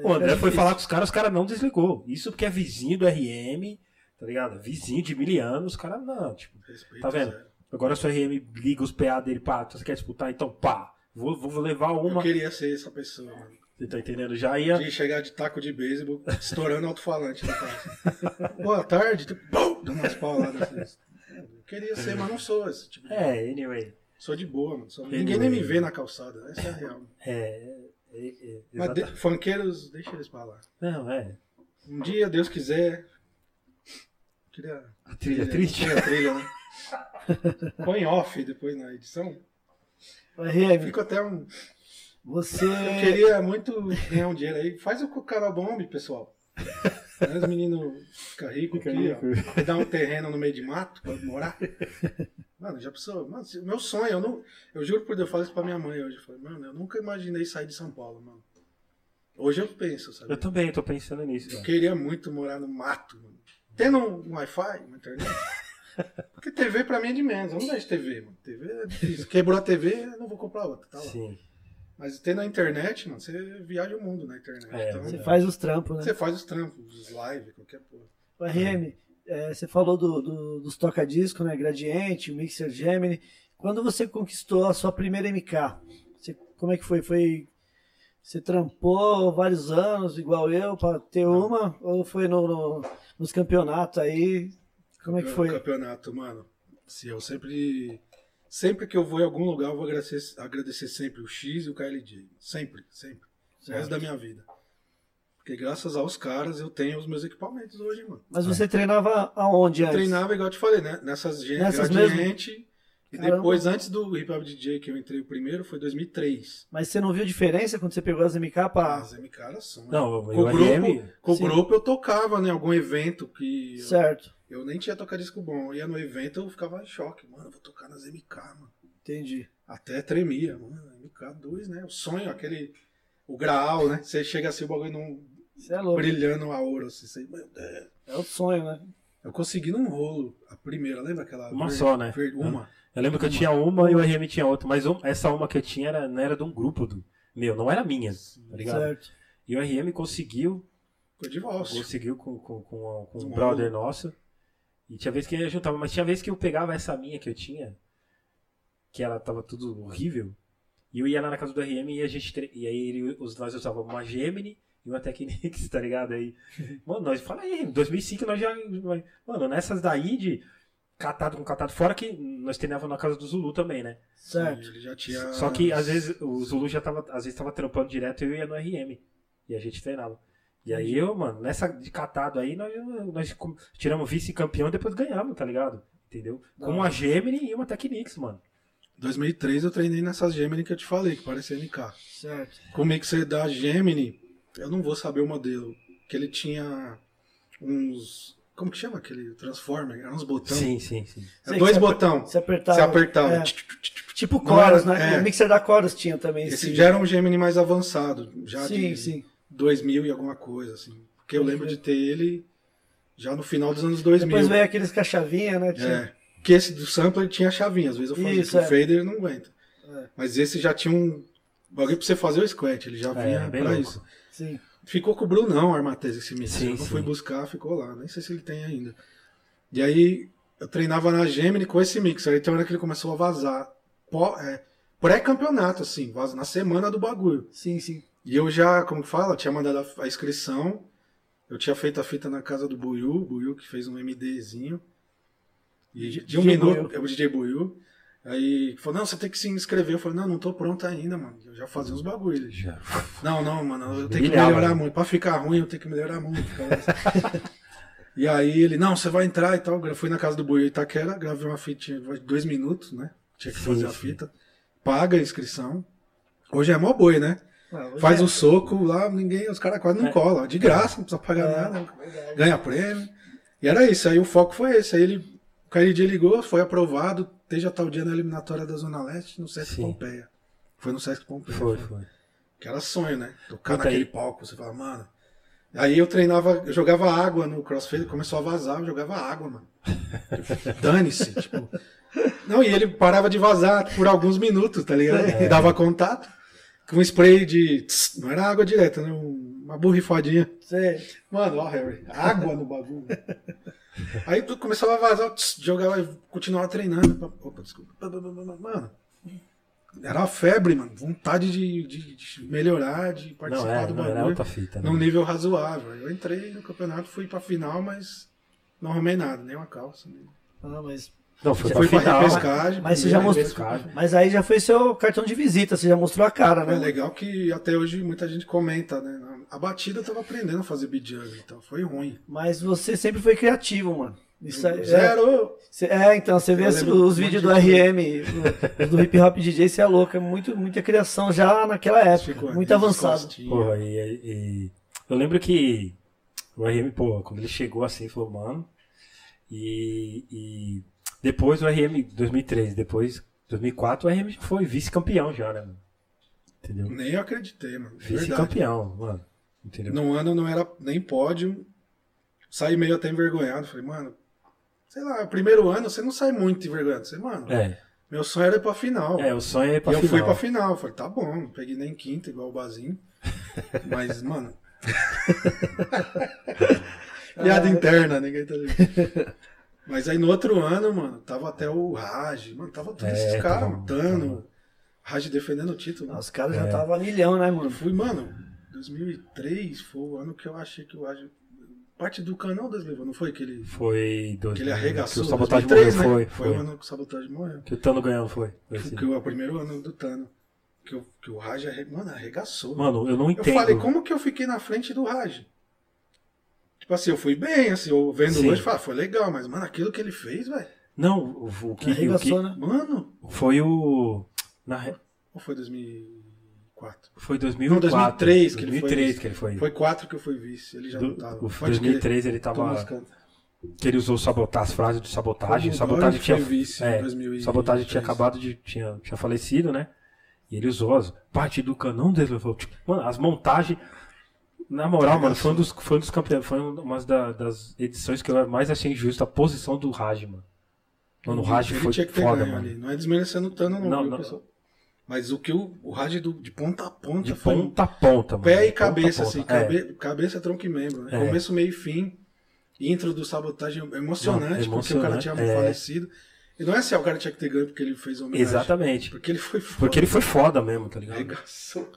S2: O
S3: é
S2: André foi falar com os caras, os caras não desligou. Isso porque é vizinho do RM, tá ligado? Vizinho de mil anos, os caras não, tipo.
S3: Respeito
S2: Tá vendo?
S3: zero.
S2: Agora se o RM liga os PA dele, pá, você quer disputar? Então pá, vou, vou levar
S3: Eu
S2: uma.
S3: queria ser essa pessoa, mano.
S2: Você tá entendendo? Já ia.
S3: De chegar de taco de beisebol, estourando alto-falante na casa. Boa tarde, tipo, bum, dando umas pauladas. assim. Eu queria ser, mas não sou esse tipo de
S2: É, anyway.
S3: Sou de boa, mano. Sou-
S2: Ele-
S3: Ninguém nem me vê na calçada. Essa é a real.
S2: É. é, é,
S3: Mas
S2: exata-
S3: de... funkeiros, deixa eles pra lá.
S2: Não, é.
S3: Um dia, Deus quiser. Tira
S2: A trilha é triste?
S3: Tira a trilha, né? Põe off depois na edição.
S2: É.
S1: RM,
S3: Fico até um.
S1: você...
S3: Eu queria muito ganhar um dinheiro aí. Faz o Cocarol Bomb, pessoal. Aí Os meninos ficam ricos
S2: Fica
S3: aqui,
S2: rico.
S3: ó. Vai dar um terreno no meio de mato pra morar. Mano, já pensou? Mano, se- meu sonho, eu não. Eu juro por Deus, eu falo isso pra minha mãe hoje. Eu falei, mano, eu nunca imaginei sair de São Paulo, mano. Hoje eu penso, sabe?
S2: Eu também tô pensando nisso.
S3: Eu
S2: mano.
S3: queria muito morar no mato, mano. Tendo um Wi-Fi, uma internet. Porque TV pra mim é de menos. Eu não gosto de TV, mano. TV é difícil. Quebrou a TV, eu não vou comprar outra, tá lá.
S2: Sim.
S3: Mas tendo a internet, mano, você viaja o mundo na internet.
S2: É,
S3: então,
S1: Você
S3: você,
S1: faz os trampos, né?
S3: faz os trampos, os live, qualquer porra.
S1: O RM, é, você falou do- do- dos toca-disco, né? Gradiente, Mixer Gemini. Quando você conquistou a sua primeira MK, você- como é que foi? Foi... Você trampou vários anos, igual eu, pra ter uma? Ou foi no, no- nos campeonatos aí? Como é que
S3: Campeon-
S1: foi?
S3: Campeonato, mano. Se eu sempre. Sempre que eu vou em algum lugar, eu vou agradecer, agradecer sempre o X e o KLJ. Sempre, sempre. O resto da é minha vida. Porque graças aos caras eu tenho os meus equipamentos hoje, mano.
S1: Mas você treinava aonde antes?
S3: treinava, igual eu te falei, né? Nessas gente,
S1: Nessas
S3: gradiente. E
S1: Caramba.
S3: depois, antes do Hip Hop DJ que eu entrei o primeiro, foi 2003.
S1: Mas você não viu diferença quando você pegou as MK pra...
S3: As MK era som. né?
S2: Não,
S3: com
S2: o
S3: o grupo,
S2: RM.
S3: com o
S1: Sim.
S3: grupo eu tocava, né? Algum evento que eu-
S1: Certo,
S3: eu, nem tinha tocar disco bom. Eu ia no evento, eu ficava em choque. Mano, eu vou tocar nas MK, mano.
S1: entendi.
S3: Até tremia, mano. MK2, né? O sonho, aquele... O graal, né? Você chega assim, o bagulho não...
S1: Você é louco.
S3: Brilhando a ouro, assim. Você... Meu Deus.
S1: É o sonho, né?
S3: Eu consegui num rolo. A primeira, lembra aquela...
S2: Uma só, né?
S3: verde- uma.
S2: Eu lembro que eu tinha uma e o RM tinha outra, mas um- essa uma que eu tinha era, não era de um grupo do meu, não era minha, tá ligado?
S1: Certo.
S2: E o RM conseguiu,
S3: Ficou de valsa.
S2: conseguiu com, com, com, com um
S3: Mano.
S2: brother nosso. E tinha vez que ele juntava, mas tinha vez que eu pegava essa minha que eu tinha, que ela tava tudo horrível, e eu ia lá na casa do RM e a gente tre- e aí ele- os, nós usávamos uma Gemini e uma Technics, tá ligado? Aí, mano, nós fala aí, em 2005 nós já. nós- Mano, nessas daí de catado com catado, fora que nós treinávamos na casa do Zulu também, né?
S1: Certo.
S3: Ele já tinha...
S2: Só que às vezes o Zulu já tava, às vezes tava trampando direto e eu ia no RM. E a gente treinava. E aí eu, mano, nessa de catado aí, nós, nós com- tiramos vice-campeão e depois ganhamos, tá ligado? Entendeu? Com uma Gemini e uma Technics, mano.
S3: 2003 eu treinei nessas Gemini que eu te falei, que parecia MK.
S1: Certo.
S3: Com o mixer da Gemini, eu não vou saber o modelo. Que ele tinha uns. Como que chama aquele? Transformer? Era uns
S2: Então,
S3: botões.
S2: sim, sim.
S1: Sei
S3: dois
S1: que você
S3: botões.
S1: Se apertava.
S2: tá-
S3: Você apertava.
S1: É.
S3: Tch, tch, tch, tch.
S1: Tipo
S3: Não
S1: Chorus,
S3: era-
S1: né?
S3: é.
S1: O mixer da Chorus tinha também.
S3: Esse
S1: esse-
S3: já era um Gemini mais avançado. Já
S1: sim,
S3: de
S1: sim.
S3: 2000 e alguma coisa, assim. Porque eu lembro de ter ele já no final dos anos 2000.
S1: Depois veio aqueles com a chavinha, né? tio?
S3: É. Que esse do sampler tinha chavinha, às vezes eu fazia,
S1: Isso,
S3: que
S1: é.
S3: o fader não aguenta.
S1: É.
S3: Mas esse já tinha um bagulho pra você fazer o squat, ele já
S2: É,
S3: vinha
S2: bem
S3: pra
S2: louco.
S3: isso.
S1: Sim.
S3: Ficou com o Brunão, Armatez, esse mix.
S2: Sim,
S3: eu
S2: sim.
S3: fui buscar, ficou lá. Nem sei se ele tem ainda. E aí, eu treinava na Gemini com esse mix. Aí tem hora que ele começou a vazar. Pó- é, Pré-campeonato, assim, vaza na semana do bagulho.
S1: Sim, sim.
S3: E eu já, como que fala, tinha mandado a- a inscrição. Eu tinha feito a fita na casa do Buiu, o Buiu que fez um MDzinho. E de, de um
S1: DJ
S3: minuto,
S1: Buiu.
S3: é o DJ Buiu. Aí falou, não, você tem que se inscrever. Eu falei, não, não tô pronto ainda, mano. Eu já fazia uns bagulhos.
S2: Já.
S3: Não, não, mano, eu tenho que
S2: Humilhava. né?
S3: melhorar muito. Pra ficar ruim, eu tenho que melhorar muito. cara. e aí ele, não, você vai entrar e tal. Eu fui na casa do Buiu Itaquera, gravei uma fitinha de dois minutos, né? Tinha que
S2: Sim,
S3: fazer a
S2: sim.
S3: fita. Paga a inscrição. Hoje é mó boi, né?
S1: Ah, hoje
S3: Faz
S1: é-
S3: o soco lá, ninguém, os caras quase não colam. De graça, não precisa pagar
S1: É,
S3: nada. Ganha prêmio. E era isso, aí o foco foi esse. Aí ele, o Caridia ligou, foi aprovado, esteja tal dia na eliminatória da Zona Leste, no Sesc
S2: Sim.
S3: Pompeia. Foi no Sesc Pompeia.
S2: Foi, foi.
S3: Que era sonho, né? Tocar
S2: Puta
S3: naquele
S2: aí.
S3: palco, você fala, mano. Aí eu treinava, eu jogava água no crossfit, começou a vazar, eu jogava água, mano. Dane-se, tipo. Não, e ele parava de vazar por alguns minutos, tá ligado?
S2: É.
S3: E dava contato com um spray de. tss, não era água direta, né? Um- Uma borrifadinha.
S1: Sei.
S3: Mano, ó, Harry, água no bagulho. Aí tu começava a vazar, tss, jogava e continuava treinando. pá, Opa, desculpa. Pá, pá, pá, pá, pá, Mano, era uma febre, mano. Vontade de, de- de melhorar, de participar
S2: Não, é,
S3: do
S2: não, era
S3: bagulho.
S2: outra fita.
S3: Num
S2: né?
S3: nível razoável. Eu entrei no campeonato, fui pra final, mas não arrumei nada, nem uma calça. nem-
S1: Ah, mas...
S2: Não, foi pra
S3: Fui pra
S2: final. é
S3: repescagem.
S1: mas você
S3: primeiro,
S1: já mostrou-
S2: repescagem.
S1: mas aí já foi seu cartão de visita, você já mostrou a cara, né?
S3: É legal que até hoje muita gente comenta, né? A batida eu tava aprendendo a fazer bid-jump, então foi ruim.
S1: Mas você sempre foi criativo, mano. Isso aí- é,
S3: Zero!
S1: cê- é, então, você vê
S3: Eu
S1: os,
S3: lembro
S1: os
S3: muito
S1: vídeos
S3: de
S1: do
S3: tudo.
S1: RM, o- do hip hop DJ, você é louco, é muito, muita criação já naquela época,
S3: Ficou
S1: muito
S3: ali,
S1: avançado.
S3: costinha.
S2: Porra, e, e- eu lembro que o RM, pô, quando ele chegou assim, falou, mano. E, e depois o RM, 2003, depois 2004, o RM já foi vice-campeão já, né, mano? Entendeu?
S3: Nem eu acreditei, mano. É Verdade.
S2: Vice-campeão, mano. Entendeu?
S3: No ano não era nem pódio. Saí meio até envergonhado. Falei, mano, sei lá, é primeiro ano você não sai muito envergonhado. Falei, mano,
S2: É,
S3: meu sonho era ir pra final.
S2: é, o sonho é ir pra
S3: e eu
S2: final.
S3: fui pra final. Falei, tá bom, não peguei nem quinta, igual o Bazinho. Mas, mano. Piada
S2: É.
S3: interna, ninguém tá ligado. Mas aí no outro ano, mano, tava até o Raj, mano, tava todos
S2: É,
S3: esses caras,
S2: tava-
S3: mano, Tano,
S2: tava.
S3: Raj defendendo o título.
S1: Ah, Os caras já
S2: É.
S1: estavam a milhão, né,
S3: Eu
S1: mano?
S3: fui, mano, 2003 foi o ano que eu achei que o Ágil. Parte do canal das levou, não foi? Que ele,
S2: Foi dois,
S3: que ele
S2: né, que
S3: arregaçou.
S2: o sabotagem
S3: 2003,
S2: morreu,
S3: né?
S2: foi,
S3: Foi
S2: foi.
S3: o ano que o sabotagem morreu.
S2: Que o Tano ganhou, não foi? Foi assim.
S3: Que o- é o primeiro ano do Tano. Que, o- que o Raj arre... mano, arregaçou.
S2: Mano, eu não
S3: eu
S2: entendo.
S3: falei, como que eu fiquei na frente do Raj? Tipo assim, eu fui bem, assim, eu vendo
S2: Sim.
S3: hoje, falo, foi legal, mas, mano, aquilo que ele fez, velho.
S2: Não, o, o que, o que
S1: Arregaçou, né?
S3: Mano,
S2: foi o... Na, re-
S3: ou foi 2004?
S2: foi 2004.
S3: Não, 2003 que ele foi
S2: 2003
S3: vice.
S2: que ele foi.
S3: Foi 4 que eu fui vice, ele já
S2: Do-
S3: não tava.
S2: o
S3: Pode crer.
S2: 2003 ele
S3: Tô
S2: tava...
S3: moscando.
S2: que ele usou sabotar as frases de sabotagem.
S3: Como o
S2: sabotagem
S3: Dória
S2: tinha,
S3: foi um vice em
S2: é,
S3: 2003.
S2: sabotagem tinha acabado de tinha, tinha falecido, né? E ele usou as parte do canão dele, falou, tipo, mano, as montagens. Na moral, mano, foi um dos, foi um dos campeões, foi uma da- das edições que eu mais achei injusta a posição do Raj, mano. Mano, o Raj
S3: Ele
S2: foi
S3: tinha que ter
S2: foda,
S3: ganho
S2: mano.
S3: ali. Não é desmerecendo o Tano, não,
S2: Não,
S3: viu,
S2: não.
S3: pessoal? Mas o que o, o Raj do- de ponta a ponta
S2: De
S3: foi um
S2: ponta a ponta, mano.
S3: pé
S2: De
S3: e
S2: ponta
S3: cabeça,
S2: a
S3: assim.
S2: ponta. É.
S3: cabe- cabeça, tronco e membro. Né?
S2: É.
S3: Começo, meio e fim. Intro do sabotagem é emocionante,
S2: Não,
S3: porque o cara
S2: emocionante,
S3: tinha
S2: é.
S3: falecido. E não é assim, ah, o cara tinha que ter ganho porque ele fez homenagem.
S2: Exatamente.
S3: Porque ele foi foda. É
S2: Porque ele foi foda mesmo, tá ligado?
S3: Arregaçou.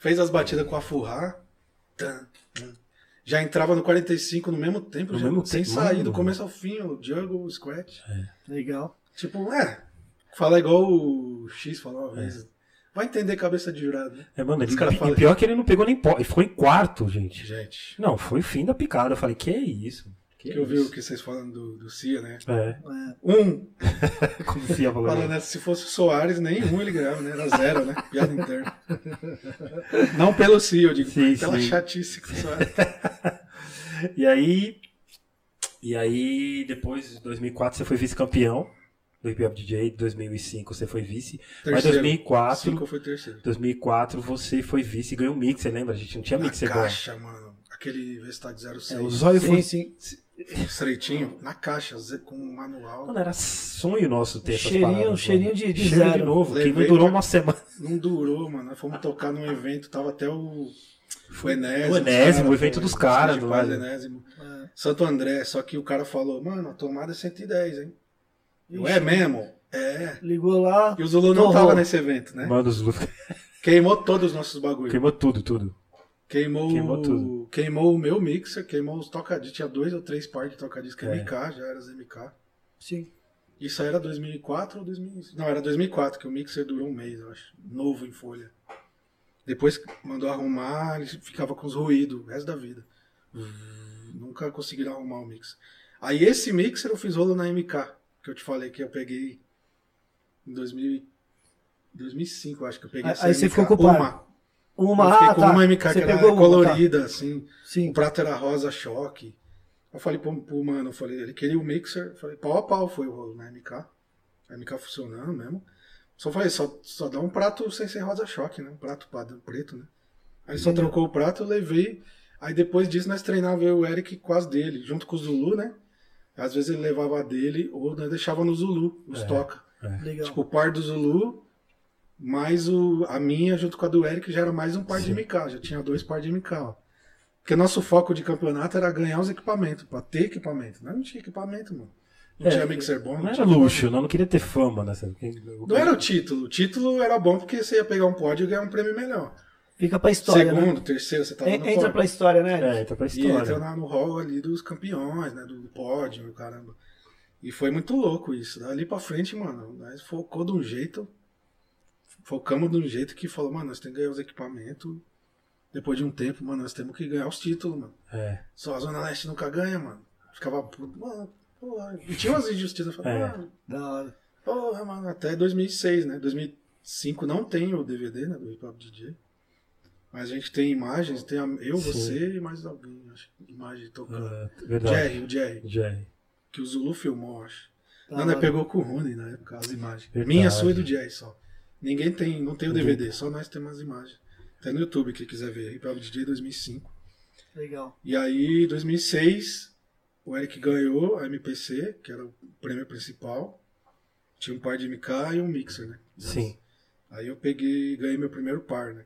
S3: Fez as batidas com a Furrá. Tan, tan. Já entrava no 45 no mesmo tempo,
S2: No
S3: já,
S2: mesmo
S3: sem
S2: tempo,
S3: sair
S2: mano.
S3: do começo ao fim, o Jungle, o Scratch.
S1: Legal.
S3: Tipo, é. Falar igual o X falou uma vez. Vai entender cabeça de jurado, né?
S2: É, mano, ele,
S3: Os caras
S2: e
S3: falam-
S2: pior que ele não pegou nem pó. Ele ficou em quarto, gente.
S3: Gente.
S2: Não, foi o fim da picada. Eu falei, que é isso? Que
S3: Que eu vi
S2: isso?
S3: o que vocês falam do, do Cia, né?
S2: É,
S1: É.
S3: Um,
S2: como se ia falar.
S3: falando assim, se fosse o Soares, nenhum ele ganhava, né? Era zero, né? Piada interna. Não pelo Cia, eu digo,
S2: Sim,
S3: pela
S2: sim.
S3: chatice que o Soares. né?
S2: E aí. E aí, depois, em 2004, você foi vice-campeão. do Hip Hop DJ, 2005 você foi vice, mas
S3: Terceiro.
S2: 2004,
S3: Cinco foi terceiro.
S2: 2004 você não foi vice e ganhou um mixer, lembra? A gente não tinha
S3: Na
S2: mixer é bom.
S3: caixa, mano. Aquele Vestag 06.
S2: É, o zóio foi...
S1: sim.
S3: Estreitinho. Na caixa, Z- com um manual.
S2: Mano, era sonho nosso ter essas
S1: Cheirinho-
S3: né?
S2: paradas. mano.
S1: cheirinho de- de
S2: Cheiro de
S1: zero.
S2: novo, que não
S3: Levei
S2: durou
S3: pra-
S2: uma semana.
S3: Não durou, mano. Nós fomos tocar num evento, tava até o. Foi Enésimo.
S2: O Enésimo,
S3: cara,
S2: o evento
S3: pô,
S2: dos caras,
S3: de paz,
S2: do-
S3: Enésimo.
S1: É,
S3: Santo André, só que o cara falou, mano, a tomada é 110, hein? Eu, é mesmo? É.
S1: Ligou lá.
S3: E o Zulu não
S1: Torrou.
S3: tava nesse evento, né?
S2: Mano, os Lu-
S3: Queimou todos os nossos bagulhos.
S2: queimou tudo, tudo.
S3: Queimou,
S2: Queimou tudo.
S3: queimou o meu mixer, queimou os tocadiscos. Tinha dois ou três pares de tocadiscos
S2: É.
S3: MK, já era as MK.
S1: Sim.
S3: Isso aí era 2004 ou 2005? Não, era 2004, que o mixer durou um mês, eu acho. Novo em folha. Depois mandou arrumar, ele ficava com os ruídos o resto da vida. Nunca conseguiram arrumar o mixer. Aí esse mixer eu fiz rolo na MK, que eu te falei que eu peguei em 2000, 2005, eu acho que eu peguei
S1: Ah, Aí-
S3: essa
S1: aí você
S3: MK.
S1: ficou com o par.
S3: Uma.
S1: Uma,
S3: eu fiquei
S1: ah,
S3: com
S1: tá.
S3: uma MK
S1: Você
S3: que era
S1: pegou uma,
S3: colorida, assim.
S1: tá.
S3: O
S1: Sim.
S3: prato era rosa choque. Eu falei pro, pro mano, eu falei, ele queria o mixer. Eu falei, pau a pau foi o rolo né, na MK. A MK funcionando mesmo. Só falei, só, só dá um prato sem ser rosa choque, né? Um prato padrão preto, né? Aí só
S1: Entendi.
S3: trocou o prato, eu levei. Aí depois disso nós treinava eu e o Eric com as dele, junto com o Zulu, né? Às vezes ele levava a dele ou nós deixava no Zulu, os
S2: É.
S3: toca.
S1: Legal.
S3: Tipo, o par do Zulu, mais o, a minha junto com a do Eric já era mais um par de
S2: Sim.
S3: MK, já tinha dois par de MK. Ó. Porque nosso foco de campeonato era ganhar os equipamentos, pra ter equipamento. Nós não tinha equipamento, mano. Não
S2: É,
S3: tinha mixer bom,
S2: Não era
S3: tinha
S2: luxo, não, não queria ter fama né, nessa.
S3: Não era o título. O título era bom porque você ia pegar um pódio e ganhar um prêmio melhor.
S1: Fica pra história. né?
S3: Segundo, terceiro, você tava
S1: En-
S3: no
S1: Entra
S3: pódio.
S1: pra história, né?
S2: É, entra pra
S3: E entra
S2: história.
S3: na- no hall ali dos campeões, né? Do pódio, caramba. E foi muito louco isso. Dali pra frente, mano, nós focou de um jeito. Focamos de um jeito que falou, mano, nós temos que ganhar os equipamentos. Depois de um tempo, mano, nós temos que ganhar os títulos, mano.
S2: É.
S3: Só a Zona Leste nunca ganha, mano. Ficava puto, mano, porra. E tinha umas injustiças. eu Falava,
S2: É.
S3: mano,
S1: Da hora.
S3: porra, mano, até 2006, né? 2005 não tem o DVD, né? Do Hip Hop DJ. Mas a gente tem imagens, tem a- eu,
S2: Sim.
S3: você e mais alguém, acho. Imagem tocando.
S2: É,
S3: O
S2: verdade.
S3: Jerry, o Jerry,
S2: Jerry.
S3: que o Zulu filmou, acho.
S1: Da
S3: Nada
S1: hora.
S3: pegou com o né, Rooney na época, as imagens.
S2: Verdade. Uhum.
S3: Minha, sua e do Jerry só. Ninguém tem, não tem o
S2: Ninguém.
S3: DVD, só nós temos as imagens. Tá no YouTube, quem quiser ver. Hip Hop DJ 2005.
S1: Legal.
S3: E aí, 2006, o Eric ganhou a MPC, que era o prêmio principal. Tinha um par de MK e um mixer, né?
S2: Sim.
S3: Aí eu peguei, ganhei meu primeiro par, né?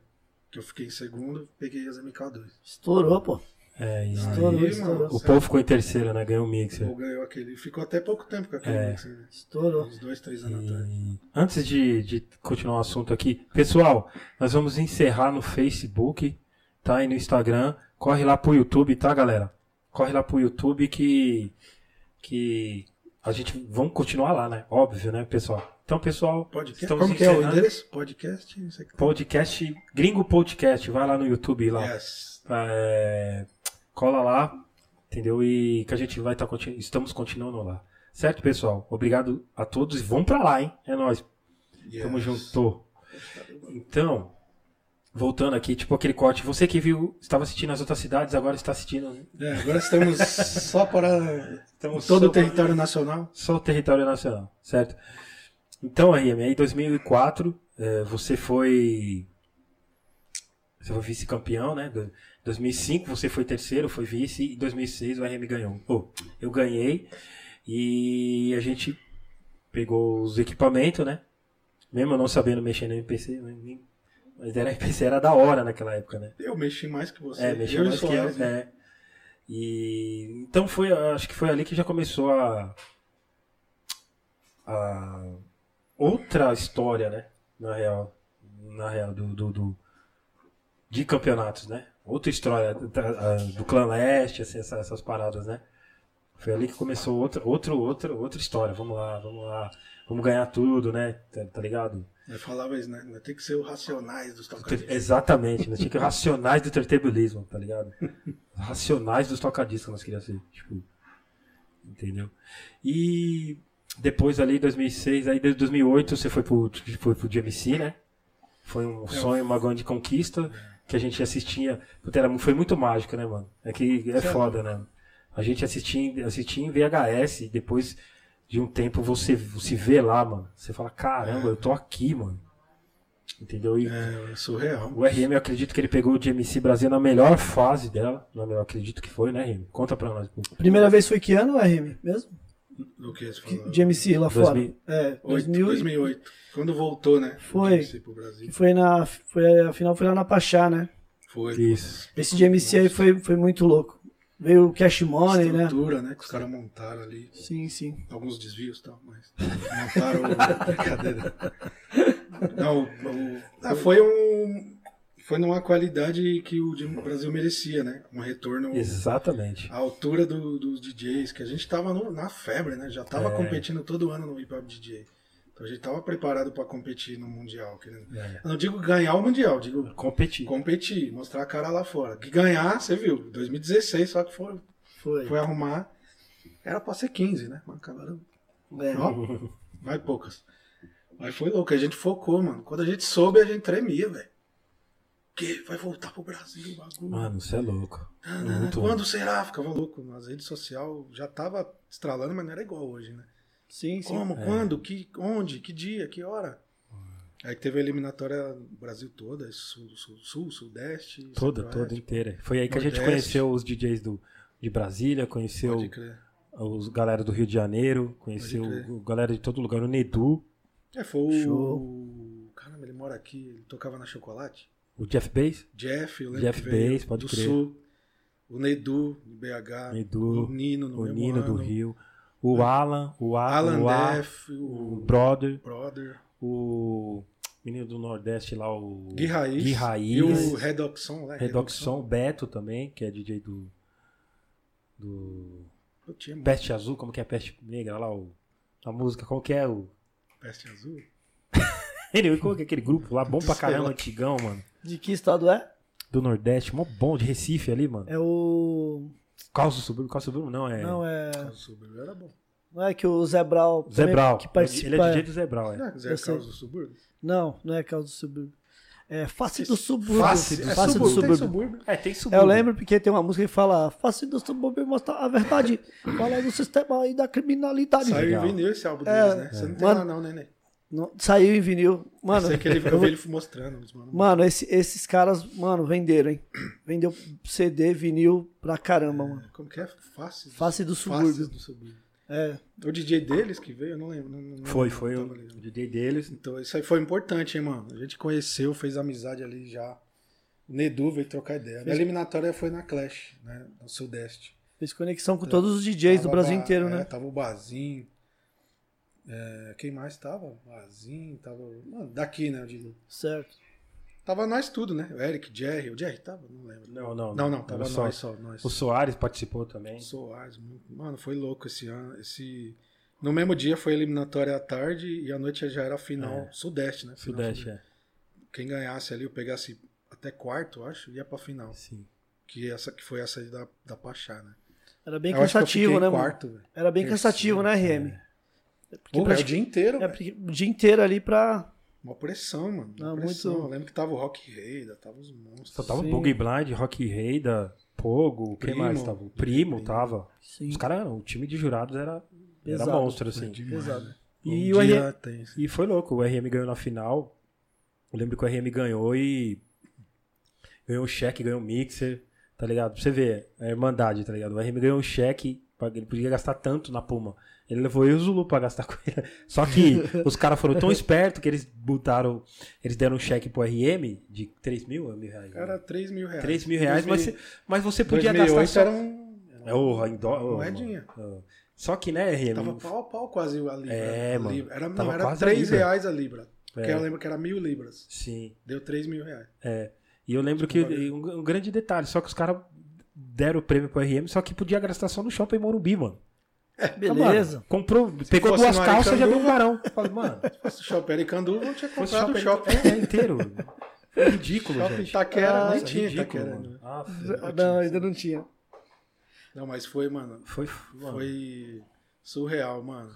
S3: Que eu fiquei em segundo, peguei as MK2.
S1: Estourou, pô.
S2: É, e-
S1: Estourou,
S3: Aí,
S1: estourou.
S3: mano,
S2: O
S3: sério,
S2: povo ficou em terceiro, né? Ganhou o
S3: o
S2: mixer.
S3: povo ganhou aquele. Ficou até pouco tempo com aquele
S2: É.
S3: mixer, né?
S1: Estourou.
S3: Uns dois, três anos atrás.
S2: E antes de, de continuar o assunto aqui, pessoal, nós vamos encerrar no Facebook, tá? E no Instagram. Corre lá pro YouTube, tá, galera? Corre lá pro YouTube que. que a gente. Vamos continuar lá, né? Óbvio, né, pessoal? Então, pessoal,
S3: Podcast?
S2: Estamos
S3: Como que é o
S2: encerrando.
S3: endereço? Podcast? Não sei o que.
S2: podcast. Gringo Podcast, vai lá no YouTube lá.
S3: Yes.
S2: É, cola lá, entendeu? E que a gente vai estar estamos continuando lá. Certo, pessoal? Obrigado a todos e vão pra lá, hein? É nóis.
S3: yes.
S2: Tamo junto. Então, voltando aqui, tipo aquele corte. Você que viu, estava assistindo as outras cidades, agora está assistindo.
S3: É, agora estamos só para
S2: Estamos
S3: todo
S2: só-
S3: o território nacional.
S2: Só o território nacional, certo? Então, RM, aí em 2004, eh, você foi. Você foi vice-campeão, né? Do- 2005 você foi terceiro, foi vice, e em 2006 o RM ganhou. Ô, eu ganhei e a gente pegou os equipamentos, né? Mesmo eu não sabendo mexer no MPC, né, nem- mas era MPC era da hora naquela época, né?
S3: Eu mexi mais que você.
S2: É, mexeu
S3: eu e
S2: mais que
S3: Soares,
S2: eu,
S3: né?
S2: é. E então foi, acho que foi ali que já começou a, a outra história, né? Na real, na real do, do, do- de campeonatos, né? Outra história da- a- do clã leste, assim, essa- essas paradas, né? Foi ali que começou outra, outra, outra, outra história. Vamos lá, vamos lá, vamos ganhar tudo, né? Tá, tá ligado?
S3: Eu falava isso, né? Tem que ser o racionais dos tocadiscos.
S2: Exatamente, nós tinha que racionais do turntablismo, tá ligado? Racionais dos tocadiscos nós queríamos ser, tipo, entendeu? E depois ali, 2006, aí desde 2008 você foi pro, foi pro GMC, né? Foi um sonho, uma grande conquista que a gente assistia, puta, era, mu- foi muito mágico, né, mano? É que é
S3: Certo.
S2: foda, né? A gente assistia, em- assistia em VHS, depois de um tempo você se vê lá, mano. Você fala, caramba, eu tô aqui, mano. Entendeu? E
S3: É, é surreal.
S2: o RM, eu acredito que ele pegou o de MC Brasil na melhor fase dela. Na melhor, acredito que foi, né, RM? Conta pra nós. pô.
S1: Primeira vez foi que ano, RM? Mesmo?
S3: Do que você falou?
S1: De MC lá fora.
S2: 2000.
S1: É,
S3: 8,
S1: 2000
S3: 2008. Quando voltou, né?
S1: Foi.
S3: Esse Pro
S1: que
S3: Brasil.
S1: foi na. Foi, a final foi lá na Pachá, né?
S3: Foi.
S2: Isso.
S1: Esse de MC aí foi, foi muito louco. Veio o Cash Money, né?
S3: Estrutura, né? Que os caras montaram ali.
S1: Sim, sim.
S3: Alguns desvios e tal, mas. Montaram a brincadeira. Não, o- ah, foi um. Foi numa qualidade que o de- o Brasil merecia, né? Um retorno
S2: Exatamente.
S3: à altura do- dos DJs, que a gente tava no- na febre, né? Já tava
S2: É.
S3: competindo todo ano no Hip Hop DJ. Então a gente tava preparado pra competir no Mundial. Querendo...
S2: É.
S3: Eu não digo ganhar o Mundial, digo
S2: Competir.
S3: competir, mostrar a cara lá fora. Que ganhar, você viu, 2016, só que foi,
S1: Foi.
S3: foi arrumar. Era pra ser 15, né? Mas acabaram.
S1: É.
S3: Ó, vai poucas. Mas foi louco, a gente focou, mano. Quando a gente soube, a gente tremia, velho. Que vai voltar pro Brasil o bagulho.
S2: Mano, você é louco.
S3: Ah, né?
S2: muito
S3: Quando será? Ficava louco. Nas redes sociais já tava estralando, mas não era igual hoje, né?
S1: Sim, sim.
S2: É.
S3: Como? Quando? Que, onde? Que dia? Que hora?
S2: Hum.
S3: Aí que teve a eliminatória no Brasil toda, sul, sul, sul sudeste.
S2: Toda,
S3: centro-oeste.
S2: toda inteira. Foi aí que a gente
S3: Nordeste.
S2: conheceu os DJs do, de Brasília, conheceu
S3: Pode crer.
S2: os galera do Rio de Janeiro, conheceu
S3: Pode crer.
S2: o galera de todo lugar, o Nedu,
S3: É, foi o.
S1: Show.
S3: Caramba, ele mora aqui, ele tocava na Chocolate.
S2: o Jeff Bass,
S3: Jeff, eu lembro.
S2: Jeff
S3: que veio
S2: Bass, pode
S3: do
S2: crer.
S3: Sul. O Nedu, do BH.
S2: Nedu,
S3: o Nino, no
S2: o
S3: mesmo
S2: Nino do
S3: ano,
S2: Rio, o Alan, o A,
S3: Alan
S2: o, A
S3: Def,
S2: o
S3: o
S2: Brother,
S3: Brother.
S2: o menino do Nordeste lá, o
S3: Gui Raiz.
S2: Gui Raiz,
S3: E o Redoxon, né?
S2: Redoxon, o Beto também, que é DJ do, do
S3: Eu tinha muito
S2: Peste Azul, como que é Peste Negra lá, o, a música, qual que é o...
S3: peste azul.
S2: Ele, qual que é aquele grupo lá, bom pra
S3: Sei
S2: caramba,
S3: lá.
S2: antigão, mano.
S1: De que estado é?
S2: Do Nordeste, mó bom, de Recife ali, mano.
S1: É o.
S2: Calço Subúrbio, Calço Subúrbio não, é...
S1: Não, é.
S3: Carlos Subúrbio era bom.
S1: Não é que o Zebral.
S2: Zé Brau.
S1: Que participa...
S2: Ele é DJ do Zé Brau, é.
S3: Será que Zé
S1: eu sei.
S3: Carlos do Subúrbio?
S1: Não, não é Caldo do Subúrbio. É Face do Subúrbio.
S3: Face
S2: do
S3: é
S1: Face do
S3: subúrbio, tem
S1: Subúrbio.
S3: subúrbio.
S2: É, tem subúrbio.
S1: Eu lembro porque tem uma música que fala Face do Subúrbio mostra a verdade. fala do sistema e da criminalidade.
S3: Saiu
S2: Legal.
S3: em vinil esse álbum
S1: É,
S3: deles, né? Você não tem
S1: Mano-
S3: lá não, né, né?
S1: Não, saiu em vinil. Mano,
S3: Sei que ele,
S1: eu
S3: eu
S1: vou-
S3: vi ele mostrando. Os mano.
S1: Mano, esse- esses caras, mano, venderam, hein? Vendeu CD, vinil pra caramba, mano.
S3: Como que é? Face
S1: Face do
S3: Faces
S1: subúrbio.
S3: do subúrbio.
S1: É,
S3: O DJ deles que veio, eu não lembro. não- não-
S2: Foi,
S3: não
S2: foi
S3: tava
S2: o
S3: ligado.
S2: DJ deles.
S3: Então, isso aí foi importante, hein, mano? A gente conheceu, fez amizade ali já. O Nedu veio trocar ideia. A eliminatória foi na Clash, né? No Sudeste.
S1: fez conexão com todos os DJs do
S3: Tava
S1: Brasil
S3: Ba-
S1: inteiro,
S3: é,
S1: né?
S3: Tava o Bazin. é, quem mais tava? Bazin, tava. Mano, daqui, né? Eu digo.
S1: Certo.
S3: Tava nós tudo, né? O Eric, Jerry. O Jerry tava? Não lembro.
S2: Não, não.
S3: Não, não, tava
S2: Era só-
S3: nós só. Nós.
S2: O Soares participou também.
S3: Soares, muito- mano, foi louco esse ano. Esse... No mesmo dia foi a eliminatória à tarde e à noite já era a final Sudeste, né? Final
S2: É. Sudeste, é.
S3: Quem ganhasse ali, eu pegasse até quarto, eu acho, ia pra final.
S2: Sim.
S3: Que, essa, que foi essa aí da, da Pachá, né?
S1: Era bem
S3: Eu acho que eu
S1: cansativo,
S3: fiquei
S1: né,
S3: em
S1: mano?
S3: quarto, velho.
S1: Era bem
S3: Terceiro,
S1: cansativo, né, RM? É porque
S3: Pô, velho, o
S1: pratica-
S3: dia inteiro,
S1: é
S3: velho.
S1: porque o dia inteiro ali pra.
S3: Uma pressão, mano. Uma
S2: Ah,
S1: Não,
S3: pressão.
S1: muito-
S3: Eu lembro que tava o Rock Raider, tava os monstros.
S2: Só tava
S1: Sim.
S2: Boogie Blind, Rock Rei da Pogo, quem
S3: Primo.
S2: mais tava? O Primo tava.
S1: Sim.
S2: Os caras, o time de jurados era, era
S1: Pesado.
S2: monstro, assim.
S1: Pesado.
S2: E
S3: um
S2: o
S3: dia
S2: RM
S3: tem, assim.
S2: E foi louco, o RM ganhou na final. Eu lembro que o RM ganhou e ganhou um cheque, ganhou um mixer, tá ligado? Pra você ver, a irmandade, tá ligado? O RM ganhou um cheque, pra- ele podia gastar tanto na Puma. Ele levou eu e o Zulu pra gastar com ele. Só que os caras foram tão espertos que eles botaram. Eles deram um cheque pro RM de 3 mil ou mil reais?
S3: Era 3 É, mil reais.
S2: 3 mil reais, mas, você- mas você podia
S3: 2008
S2: gastar. Só...
S3: era um...
S2: É o em dó- ô,
S3: Moedinha.
S2: mano. Só que, né, RM?
S3: Tava pau a pau quase a Libra.
S2: É,
S3: A
S2: mano.
S3: Libra. Era,
S2: Tava
S3: não, era
S2: quase a
S3: 3
S2: Libra.
S3: reais a Libra. Porque
S2: É.
S3: eu lembro que era mil Libras.
S2: Sim.
S3: Deu 3 mil reais.
S2: E eu lembro que e um, um grande detalhe, só que os caras deram o prêmio pro RM, só que podia gastar só no shopping Morumbi, mano. Ah,
S1: Beleza.
S2: Mano, comprou, pegou
S3: fosse
S2: duas
S3: no
S2: calças e já deu um varão.
S3: Aricanduva-
S2: Falei, mano,
S3: Se fosse o shopping Ericanduva, eu tinha
S2: fosse
S3: comprado o shopping.
S2: É, é inteiro. Foi ridículo,
S3: Shopping
S2: gente. Ah,
S3: Itaquera,
S2: Nossa,
S3: nem tinha
S2: ridículo,
S3: Itaquera.
S2: mano.
S3: né?
S2: Ah,
S1: Não, ainda não tinha.
S3: Não, mas foi, mano.
S2: foi, mano,
S3: Foi surreal, mano.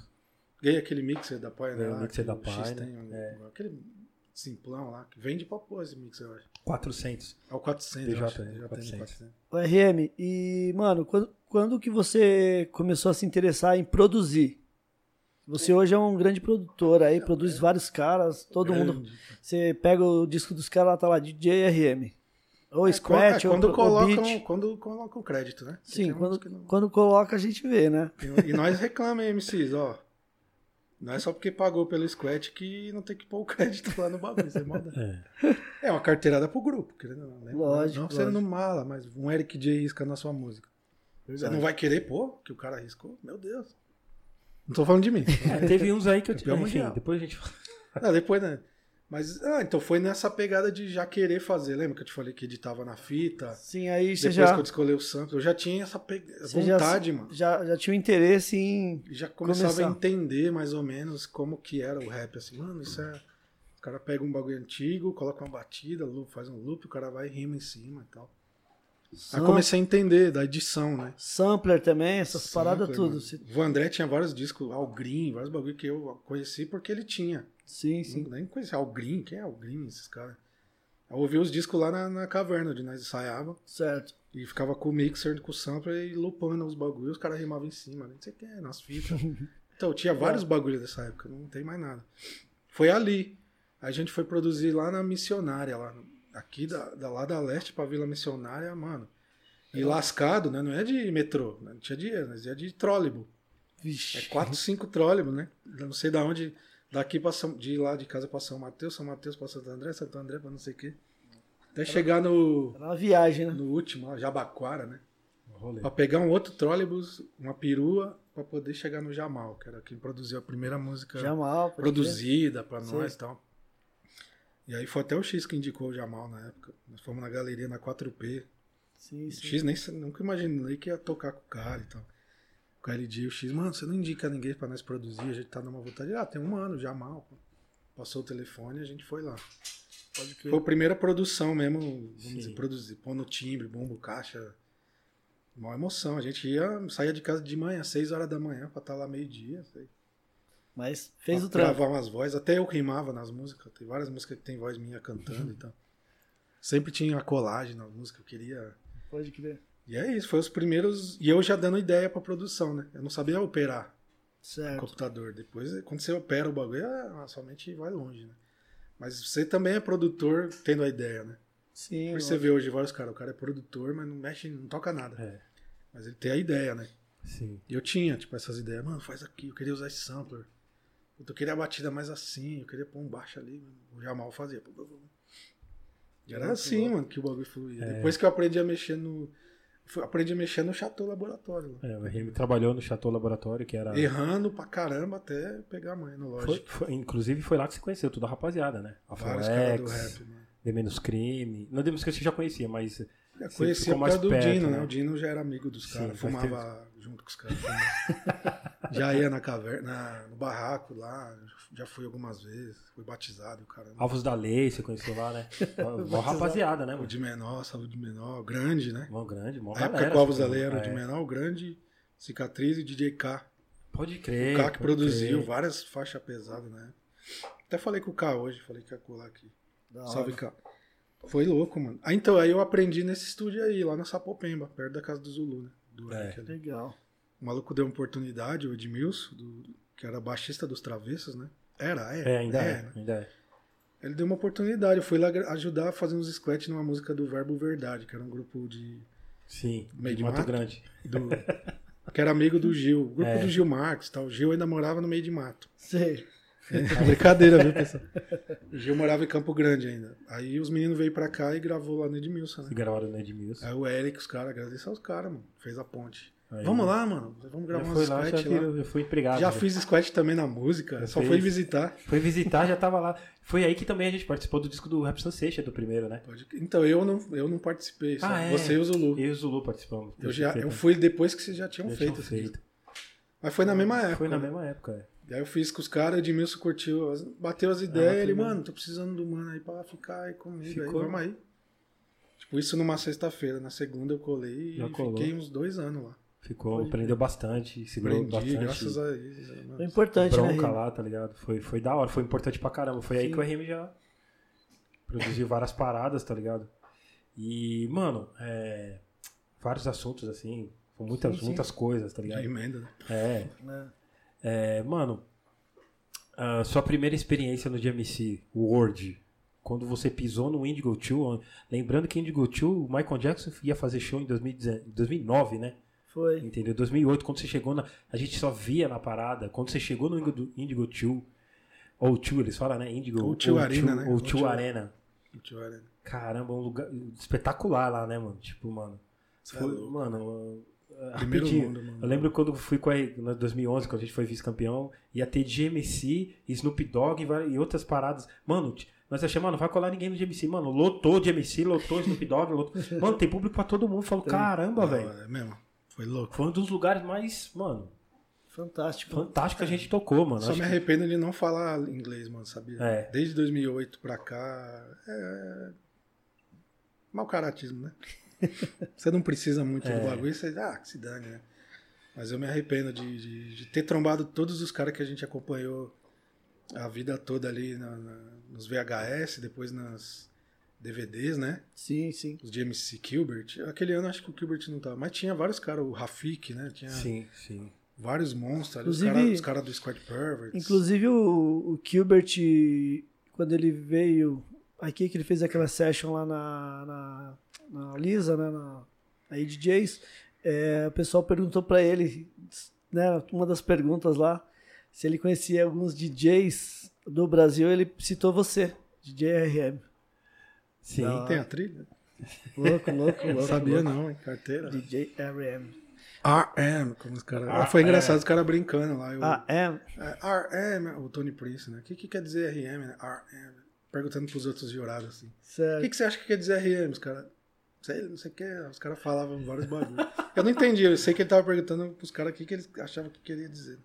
S3: Ganhei aquele mixer da Pioneer.
S2: Ganhei o
S3: lá,
S2: mixer
S3: aquele
S2: da
S3: X
S2: Pioneer, é.
S3: tem um- Aquele simplão lá. Que vende pra pôr esse mixer, eu acho.
S2: 400.
S3: É o 400, eu
S2: PJ,
S3: acho.
S2: né?
S3: Já tem
S2: 400.
S3: 400.
S1: O RM, e, mano, quando, quando que você começou a se interessar em produzir? Você hoje é um grande produtor aí, produz vários caras, todo mundo.
S3: É,
S1: Você pega o disco dos caras, tá lá, DJ RM. Ou
S3: É,
S1: Scratch,
S3: é,
S1: ou,
S3: quando
S1: ou
S3: colocam,
S1: Beat.
S3: quando colocam o crédito, né? Porque
S1: Sim,
S3: tem
S1: quando,
S3: uns que não-
S1: quando coloca a gente vê, né?
S3: E nós reclamamos, MCs, ó. Não é só porque pagou pelo Scratch que não tem que pôr o crédito lá no bagulho, isso é maldade.
S2: É.
S3: É uma carteirada pro grupo, querendo ou não, né?
S1: Lógico,
S3: Não que você
S1: lógico.
S3: não mala, mas um Eric J risca na sua música. Você não vai querer pôr que o cara riscou? Meu Deus. Não tô falando de mim.
S2: É, teve uns aí que eu
S3: Campeão
S2: tive. Enfim,
S3: mundial.
S2: depois a gente fala.
S3: Ah, depois, né? Mas, ah, então foi nessa pegada de já querer fazer. Lembra que eu te falei que editava na fita?
S1: Sim, aí você
S3: Depois
S1: já,
S3: que eu descolei o sample, eu já tinha essa pe-
S1: Você já-
S3: vontade, mano.
S1: já, já tinha um interesse em.
S3: E já começava
S1: Começar.
S3: a entender mais ou menos como que era o rap. Assim, mano, isso é. O cara pega um bagulho antigo, coloca uma batida, loop, faz um loop, o cara vai e rima em cima e tal. Aí
S1: sam-
S3: comecei a entender da edição, né?
S1: Sampler também, essas paradas
S3: Sampler,
S1: tudo.
S3: mano.
S1: Você-
S3: O André tinha vários discos, Algrim, vários bagulho que eu conheci porque ele tinha.
S1: Sim, sim.
S3: Não- Nem conhecia Algrim, quem é Algrim, esses caras? Eu ouvi os discos lá na, na caverna, onde nós ensaiava
S1: Certo.
S3: e ficava com o mixer, com o sampler e loopando os bagulhos, os caras rimavam em cima, né? não sei o que, nas fitas. Então, tinha vários bagulhos dessa época, não tem mais nada. Foi ali. A gente foi produzir lá na Missionária, lá, no- aqui da, da lá da leste pra Vila Missionária, mano. E lascado, né? Não é de metrô, né? não tinha dinheiro, mas é de trólebo. É
S1: Vixe.
S3: 4, 5 trólebo, né? Eu não sei da onde, daqui pra São, de lá de casa pra São Mateus, São Mateus pra Santo André, Santo André pra não sei o quê. Até chegar no,
S1: Era uma viagem, né?
S3: no último, lá, Jabaquara, né?
S2: Rolê.
S3: Pra pegar um outro trólebus, uma perua, pra poder chegar no Jamal, que era quem produziu a primeira música
S1: Jamal. pode
S3: produzida pra
S1: Sim.
S3: nós e tal. E aí foi até o X que indicou o Jamal na época. Nós fomos na galeria na 4P.
S1: crer. Sim,
S3: O
S1: sim.
S3: X nem nunca imaginei que ia tocar com o cara e tal. Com o LD e o X, mano, você não indica ninguém pra nós produzir, a gente tá numa vontade. Ah, tem um ano, Jamal. pô. Passou o telefone e a gente foi lá.
S1: Pode crer.
S3: Foi a primeira produção mesmo, vamos
S2: Sim.
S3: dizer, produzir, pondo timbre, bombo, caixa. Mó emoção. A gente ia, saía de casa de manhã, 6 horas da manhã, pra estar lá meio-dia. sei.
S1: Mas fez
S3: Pra
S1: o trampo.
S3: Gravar umas vozes. Até eu rimava nas músicas. Tem várias músicas que tem voz minha cantando e tal. Sempre tinha a colagem nas músicas, eu queria.
S1: Pode crer.
S3: E é isso, foi os primeiros. E eu já dando ideia pra produção, né? Eu não sabia operar o
S1: Certo.
S3: computador. Depois, quando você opera o bagulho, ah, somente vai longe, né? Mas você também é produtor tendo a ideia, né?
S1: Sim.
S3: Por isso você vê hoje vários caras, o cara é produtor, mas não mexe, não toca nada.
S2: É.
S3: Mas ele tem a ideia, né?
S2: Sim.
S3: E eu tinha, tipo, essas ideias, mano, faz aqui, eu queria usar esse sampler. Puta, Eu queria a batida mais assim, eu queria pôr um baixo ali, mano. o Jamal fazia. pum, pum, pum. E era assim, mano, que o bagulho fluía. Depois que eu aprendi a mexer no. fui- Aprendi a mexer no Chateau Laboratório, mano.
S2: É, o RM trabalhou no Chateau Laboratório, que era.
S3: Errando pra caramba até pegar a manha no
S2: Ah. Foi-
S3: lógico.
S2: foi- inclusive foi lá que se conheceu toda a rapaziada, né?
S3: Vários caras do
S2: Afrolex,
S3: rap, mano.
S2: D Menos Crime. Não, D Menos Crime você já conhecia, mas.
S3: Eu
S2: Você
S3: conhecia
S2: ficou
S3: É, por causa
S2: mais
S3: do
S2: perto,
S3: Dino, né?
S2: né?
S3: O Dino já era amigo dos
S2: Sim,
S3: caras,
S2: faz
S3: fumava junto com os caras. fumava. já ia na caverna, na- no barraco lá, já fui algumas vezes, fui batizado, e o caramba.
S2: Alvos da Lei, você conheceu lá, né? Mó- Mó rapaziada, né,
S3: O
S2: mano?
S3: de menor, saúde de menor, grande, né?
S2: Mó grande, mó
S3: é. Na época
S2: galera,
S3: que o Alves da
S2: assim,
S3: Lei era o
S2: é.
S3: de menor, o grande, cicatriz e DJ K.
S2: Pode
S3: O
S2: crer.
S3: K
S2: pode
S3: que produziu
S2: crer.
S3: várias faixas pesadas na época. Até falei com o K hoje, falei que ia colar aqui.
S1: Da
S3: Salve,
S1: hora.
S3: K. Foi louco, mano. Ah, então, aí eu aprendi nesse estúdio aí, lá na Sapopemba, perto da casa do Zulu, né? Do
S2: É.
S3: Eric ali.
S1: Legal.
S3: O maluco deu uma oportunidade, o Edmilson, do- do- que era baixista dos Travessos, né? Era, é.
S2: É, ainda é.
S3: né?
S2: ainda é.
S3: Ele deu uma oportunidade. Eu fui lá gra- ajudar a fazer uns squats numa música do Verbo Verdade, que era um grupo de.
S2: Sim,
S3: Meio
S2: meio
S3: de
S2: de Mato
S3: mato?
S2: Grande.
S3: do- que era amigo do Gil. O grupo
S2: É.
S3: do Gil Marques e tal. O Gil ainda morava no meio de mato.
S1: Sei.
S3: É brincadeira, viu, pessoal? O Gil morava em Campo Grande ainda. Aí os meninos veio pra cá e gravou lá no Edmilson, né?
S2: E gravaram no Edmilson.
S3: Aí o Eric, os caras, agradeço aos caras, mano. Fez a ponte.
S2: Aí-
S3: Vamos lá, mano.
S2: Eu
S3: Vamos gravar
S2: fui
S3: uns
S2: lá, já
S3: squats lá.
S2: virou- eu fui empregado.
S3: Já
S2: né?
S3: fiz squat também na música,
S2: Já
S3: só
S2: fez?
S3: fui visitar.
S2: Foi visitar, já tava lá. Foi aí que também a gente participou do disco do Rap Sensation, do primeiro, né?
S3: Pode- Então eu não, eu não participei, só
S2: Ah, é.
S3: você e o Zulu.
S2: Eu e o Zulu participamos.
S3: Eu, já, eu
S2: Já
S3: fui depois que vocês já tinham
S2: né? tinham
S3: feito. esse disco. Mas foi na mesma época.
S2: Foi na
S3: né?
S2: mesma época.
S3: E aí eu fiz com os caras, o Edmilson curtiu, as- bateu as ideias,
S2: bacana.
S3: ele, mano, tô precisando do mano aí pra ficar aí comigo,
S2: Ficou.
S3: aí, vamos aí. Tipo, isso numa sexta-feira, na segunda eu colei
S2: Já
S3: e
S2: colou.
S3: fiquei uns dois anos lá.
S2: Ficou, aprendeu bastante, segurou
S3: Aprendi, graças
S2: bastante.
S3: a isso.
S1: Foi importante, né?
S2: Bronca
S1: Henrique?
S2: lá, tá ligado? Foi, foi da hora, foi importante pra caramba. Foi aí que o RM já produziu várias paradas, tá ligado? E, mano, é, vários assuntos, assim, com muitas,
S1: Sim, sim.
S2: muitas coisas, tá
S3: Já
S2: ligado?
S3: emenda, né?
S2: É,
S1: É.
S2: é, mano, ah, sua primeira experiência no GMC World, quando você pisou no Indigo 2, lembrando que Indigo 2, o Michael Jackson ia fazer show em 2019, 2009, né?
S1: Foi.
S2: Entendeu? 2008, quando você chegou na. A gente só via na parada. Quando você chegou no Indigo- Indigo 2, ou 2, eles falam, né? Indigo.
S3: Ou 2 Arena, né?
S2: Ou
S3: Ou
S2: 2
S3: 2
S2: Arena.
S3: Tijuana.
S2: Caramba, um lugar espetacular lá, né, mano? Tipo, mano.
S3: Cê é
S2: foi-
S3: louco.
S2: mano, ah,
S3: Primeiro
S2: rapidinho.
S3: mundo, mano.
S2: Eu lembro quando eu fui com a. né, Em 2011, quando a gente foi vice-campeão, ia ter GMC, Snoop Dogg e várias- e outras paradas. Mano, t- nós achamos, mano, não vai colar ninguém no GMC. Mano, lotou GMC, lotou Snoop Dogg. Lotou... Mano, tem público pra todo mundo. Falou, caramba,
S3: Da
S2: velho.
S3: hora, É mesmo. Foi louco.
S2: Foi um dos lugares mais, mano,
S1: Fantástico.
S2: fantástico que a gente tocou, mano.
S3: Só
S2: Acho
S3: me
S2: que-
S3: arrependo de não falar inglês, mano, sabia?
S2: É.
S3: Desde 2008 pra cá. É... Mal caratismo, né? você não precisa muito
S2: É.
S3: do bagulho, você. Ah, que se dane, né? Mas eu me arrependo de, de- de ter trombado todos os caras que a gente acompanhou a vida toda ali na- na- nos VHS, depois nas DVDs, né?
S1: Sim, sim.
S3: Os James Gilbert. Aquele ano acho que o Gilbert não tava, mas tinha vários caras, o Rafik, né? Tinha
S2: Sim, sim.
S3: vários monstros, ali, os
S1: Inclusive-
S3: caras cara do Squad Perverts.
S1: Inclusive o, o Gilbert, quando ele veio aqui, que ele fez aquela session lá na, na, na Lisa, né, na, na ADJs, é, o pessoal perguntou pra ele, né, uma das perguntas lá, se ele conhecia alguns DJs do Brasil, ele citou você, DJ RM.
S2: Sim.
S1: Da-
S3: Tem a trilha?
S1: Louco, louco, louco.
S3: Não sabia né?
S1: louco.
S3: não, hein? Carteira.
S1: DJ RM.
S3: RM, como os caras... Ah, foi engraçado os caras brincando lá. Eu,
S1: Ah, é?
S3: é, RM, o Tony Prince, né? O que, que quer dizer RM, né? RM. Perguntando pros outros jurados, assim. O que,
S1: Sério.
S3: que você acha que quer dizer RM, os caras? Sei, não sei o que, os caras falavam vários bagulhos. Eu não entendi, eu sei que ele tava perguntando pros caras o que, que eles achavam que queria dizer.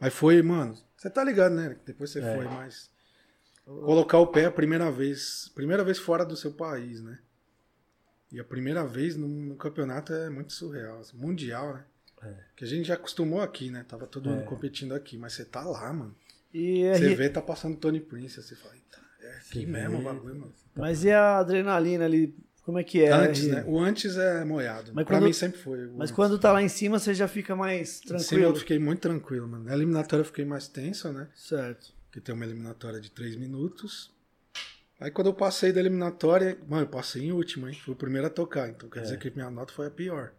S3: Mas foi, mano, você tá ligado, né? Depois você foi, mas. Colocar o pé a primeira vez, primeira vez fora do seu país, né? E a primeira vez num, num campeonato é muito surreal, assim, mundial, né? Que a gente já acostumou aqui, né? Tava todo mundo competindo aqui, mas você tá lá, mano.
S1: E
S3: Você
S1: R-
S3: vê, tá passando Tony Prince, você fala, eita, é aqui mesmo o bagulho, mano.
S1: Mas e a adrenalina ali? Como é que é?
S3: Antes,
S1: R-
S3: né? O antes é moiado.
S1: Mas
S3: pra
S1: quando-
S3: mim sempre foi. o
S1: Mas
S3: antes.
S1: quando tá lá em cima, você já fica mais
S3: Em cima eu
S1: tranquilo.
S3: fiquei muito tranquilo, mano. Na eliminatória eu fiquei mais tenso, né?
S1: Certo.
S3: Porque tem uma eliminatória de 3 minutos. Aí quando eu passei da eliminatória, mano, eu passei em último, hein? Fui o primeiro a tocar, então
S1: É.
S3: quer dizer que minha nota foi a pior.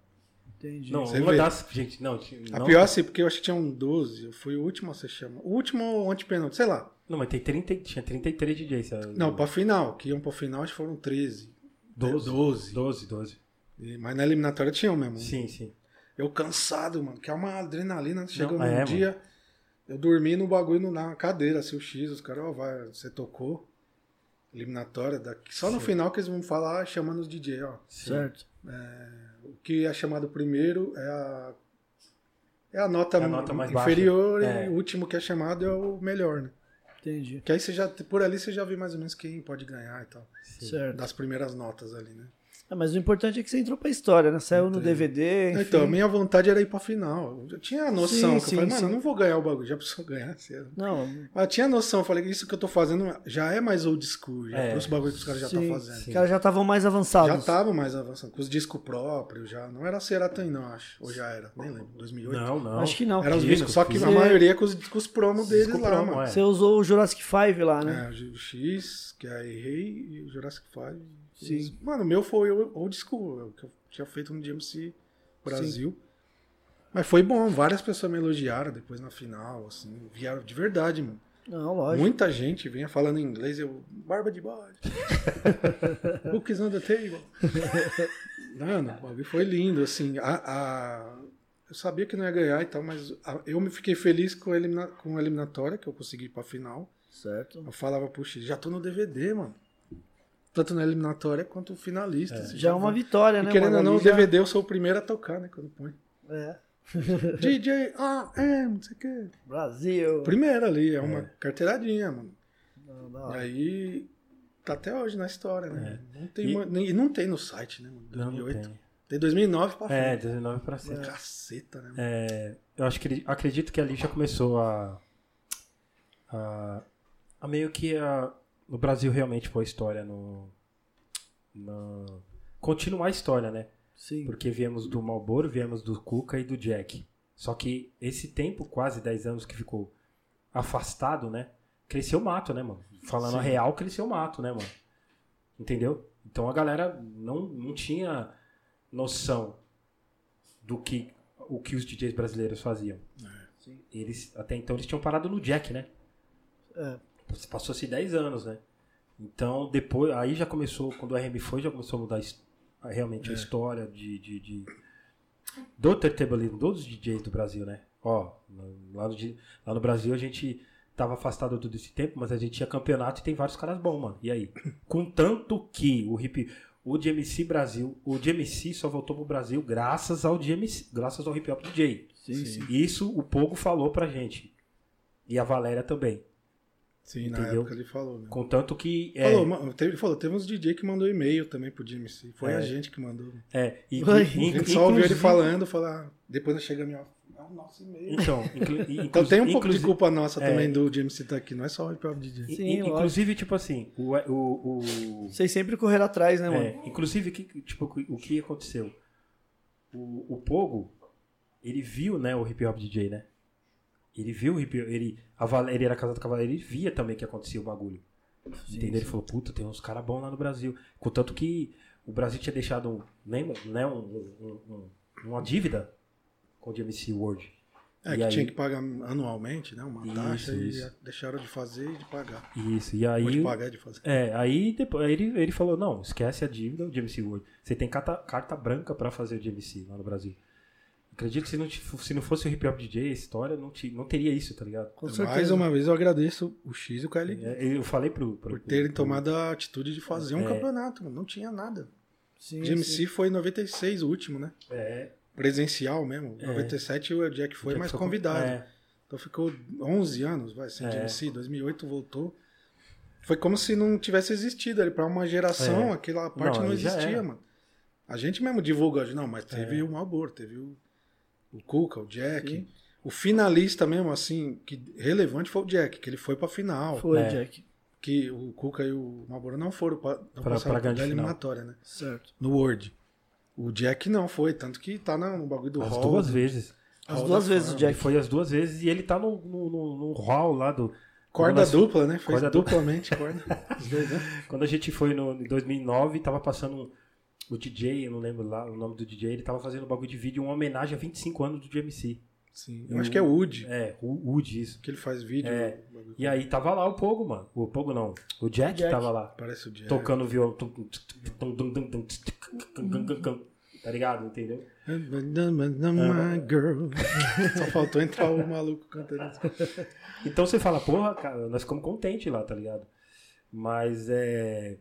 S1: Entendi.
S2: Não,
S3: Você
S2: uma
S3: vê.
S2: das. Gente, não, ti-
S3: A
S2: não,
S3: pior sim, porque eu acho que tinha um 12, eu fui o último a ser chamado. O último ou antepenúltimo, sei lá.
S2: Não, mas tem 30, e- tinha 33 DJs. sabe?
S3: Não, pra final, que iam pra final acho que foram 13.
S2: 12.
S3: 12.
S2: 12, 12.
S3: E- Mas na eliminatória tinha o mesmo. né?
S2: Sim, sim.
S3: Eu cansado, mano, que é uma adrenalina. Chegou
S2: Não, é,
S3: um
S2: mano.
S3: dia, eu dormi no bagulho no- na cadeira, assim, o X, os caras, ó, vai, você tocou. Eliminatória daqui. Só no final que eles vão falar chamando os DJ, ó.
S1: Certo.
S3: O que é chamado primeiro é a. É a nota,
S2: É a nota mais
S3: inferior
S2: baixa.
S3: e
S2: É.
S3: o último que é chamado é o melhor, né?
S1: Entendi.
S3: Que aí você já. Por ali você já vê mais ou menos quem pode ganhar e tal.
S1: Certo.
S3: Das primeiras notas ali, né?
S1: Ah, mas o importante é que você entrou pra história, né? Saiu no DVD. Enfim.
S3: Então, a minha vontade era ir pra final. Eu tinha a
S1: Sim,
S3: noção. que
S1: sim,
S3: eu falei, mano,
S1: sim.
S3: eu não vou ganhar o bagulho, já preciso ganhar. Assim,
S1: Não,
S3: Mas eu tinha noção, eu falei, isso que eu tô fazendo já é mais old school, já
S2: É.
S3: trouxe o bagulho que os caras já estão
S1: sim,
S3: fazendo.
S1: os caras já estavam mais avançados.
S3: Já tava mais avançado, com os discos próprios, já. Não era Seratin, não, acho. Ou já era, nem lembro, 2008.
S2: Não, não.
S1: Acho que não.
S3: Era os
S2: disco,
S3: discos, só que a
S1: disco.
S3: maioria é com os, com os promos deles
S2: Disco
S3: lá,
S2: promo,
S3: mano.
S2: é.
S1: Você usou o Jurassic 5 lá, né?
S3: É, o X, que é a Rei e o Jurassic 5.
S1: Sim.
S3: Eles- Mano, o meu foi o old school, é o que eu tinha feito no DMC Brasil. Mas foi bom, várias pessoas me elogiaram depois na final, assim, vieram de verdade, mano.
S1: Não, lógico.
S3: Muita gente vinha falando em inglês, eu, barba de bode. Cookies on the table. Mano, o bagulho foi lindo, assim. A, a- Eu sabia que não ia ganhar e tal, mas a- eu me fiquei feliz com a, elimina... com a eliminatória, que eu consegui ir pra final.
S1: Certo.
S3: Eu falava pro X, já tô no DVD, mano. Tanto na eliminatória quanto finalista. assim,
S1: Já é uma
S3: vou-
S1: vitória,
S3: E
S1: né?
S3: querendo
S1: mano?
S3: ou não, o
S1: Ali já-
S3: DVD eu sou o primeiro a tocar, né? Quando põe.
S1: É.
S3: DJ, ah, é, não sei o quê.
S1: Brasil.
S3: Primeiro ali, é uma carteiradinha, mano.
S1: Não, não.
S3: E aí tá até hoje na história, né? Não tem,
S2: É. E-
S3: ma- nem- e... não tem no site, né, mano?
S2: Não, não
S3: 2008.
S2: tem.
S3: Tem 2009 pra
S2: É,
S3: frente.
S2: 19 pra cima.
S3: Caceta, né? mano?
S2: É, eu acho que acredito que ali já começou a, a, a meio que a, no Brasil realmente foi a história no, no- continuar a história, né?
S1: Sim.
S2: Porque viemos do Malboro, viemos do Cuca e do Jack. Só que esse tempo, quase 10 anos que ficou afastado, né? Cresceu mato, né, mano? Falando a real, cresceu mato, né, mano? Entendeu? Então a galera não, não tinha noção do que o que os DJs brasileiros faziam. Eles, até então eles tinham parado no Jack, né?
S1: É.
S2: Passou-se 10 anos, né? Então depois, aí já começou, quando o RM foi, já começou a mudar his- a- realmente a história de, de, de- do turntablismo, dos DJs do Brasil, né? Ó, no- lá no, di- lá no Brasil a gente tava afastado todo esse tempo, mas a gente tinha campeonato e tem vários caras bons, mano. E aí? Contanto que o hip o DMC Brasil, o DMC só voltou pro Brasil graças ao DMC, graças ao hip hop DJ.
S1: Sim, sim.
S2: Isso o Pogo falou pra gente. E a Valéria também.
S3: Sim, na
S2: Entendeu?
S3: época ele falou. Né?
S2: Contanto que. É,
S3: Falou, ma- teve, falou, teve uns DJ que mandou e-mail também pro DMC. Foi
S2: É.
S3: a gente que mandou.
S2: é, e,
S1: Oi.
S3: A
S2: in-
S3: gente só ouviu ele
S2: inclusive-
S3: falando, falar, "Ah, depois eu chego a minha. É o nosso e-mail.
S2: Então, inclu, inclu,
S3: Então tem um pouco de
S2: inclusive-
S3: culpa nossa
S2: é.
S3: também do DMC estar aqui, não é só o hip hop DJ.
S2: in-
S1: Sim, lógico.
S2: inclusive, tipo assim, o. o, o
S1: Vocês sempre correram atrás, né, mano?
S2: é, inclusive, que, tipo, o que aconteceu? O, o Pogo, ele viu, né, o hip hop DJ, né? Ele viu o hip ele A Valéria era casada com a Valéria, ele via também que acontecia o bagulho. Entendeu? Ele falou, puta, tem uns caras bons lá no Brasil. Contanto que o Brasil tinha deixado um, lembra, né, um, um- um- uma dívida com o DMC World.
S3: É,
S2: E
S3: que
S2: aí-
S3: tinha que pagar anualmente, né? Uma
S2: Isso,
S3: taxa
S2: isso.
S3: e deixaram de fazer e de pagar.
S2: Isso, e
S3: Ou
S2: aí.
S3: de pagar e de fazer.
S2: É, aí depois aí ele, ele falou, não, esquece a dívida do DMC World. Você tem carta, carta branca pra fazer o DMC lá no Brasil. Acredito que se não, te- se não fosse o hip hop DJ, a história não, te, não teria isso, tá ligado?
S1: Com
S3: Mais
S1: certeza.
S3: uma vez eu agradeço o X e o KLG
S2: É, Eu falei pro. pro
S3: por terem
S2: pro-
S3: tomado a atitude de fazer um
S2: É.
S3: campeonato, mano. Não tinha nada.
S1: Sim,
S3: O
S1: sim.
S3: DMC foi em 96 o último, né?
S2: É,
S3: Presencial mesmo.
S2: É.
S3: 97 o Jack foi mais
S2: só-
S3: convidado.
S2: É,
S3: Então ficou 11 anos, vai, sem
S2: É.
S3: DMC, 2008 voltou. Foi como se não tivesse existido ali, pra uma geração,
S2: É.
S3: aquela parte
S2: Não,
S3: não,
S2: aí já
S3: existia,
S2: era.
S3: mano. A gente mesmo divulga, não, mas teve
S2: É.
S3: o Malboro, teve o, o Cuca, o Jack.
S1: Sim.
S3: O finalista mesmo, assim, que relevante foi o Jack, que ele foi pra final.
S1: Foi,
S2: É.
S1: Jack.
S3: Que o Cuca e o Malboro não foram pra, não
S2: Pra-
S3: passaram
S2: pra grande
S3: da
S2: final.
S3: eliminatória, né?
S1: Certo.
S3: No Word. O Jack não foi, tanto que tá na- no bagulho do
S2: as
S3: hall. né?
S2: duas
S3: do-
S2: vezes.
S1: As
S3: Hall
S1: duas
S3: da
S1: vezes o
S3: Fama.
S2: Ele
S1: Jack.
S2: foi as duas vezes e ele tá no, no, no, no hall lá do.
S3: Corda
S2: Nossa.
S3: dupla, né? Fez
S2: Corda dupla.
S3: duplamente corda. Os dois, né?
S2: Quando a gente foi no, em 2009, tava passando um- o DJ, eu não lembro lá o nome do DJ, ele tava fazendo um bagulho de vídeo, uma homenagem a 25 anos do DMC.
S3: Sim. Eu acho que é o Woody,
S2: É, o Wood, isso.
S3: que ele faz vídeo.
S2: É.
S3: bagulho.
S2: E aí tava lá o Pogo, mano. O Pogo não. O Jack,
S1: Jack.
S2: tava lá.
S3: Parece o Jack.
S2: Tocando violão. Tá ligado? Entendeu? Ah.
S3: My girl. Só faltou entrar o maluco cantando.
S2: Então você fala, porra, cara, nós ficamos contentes lá, tá ligado? Mas é.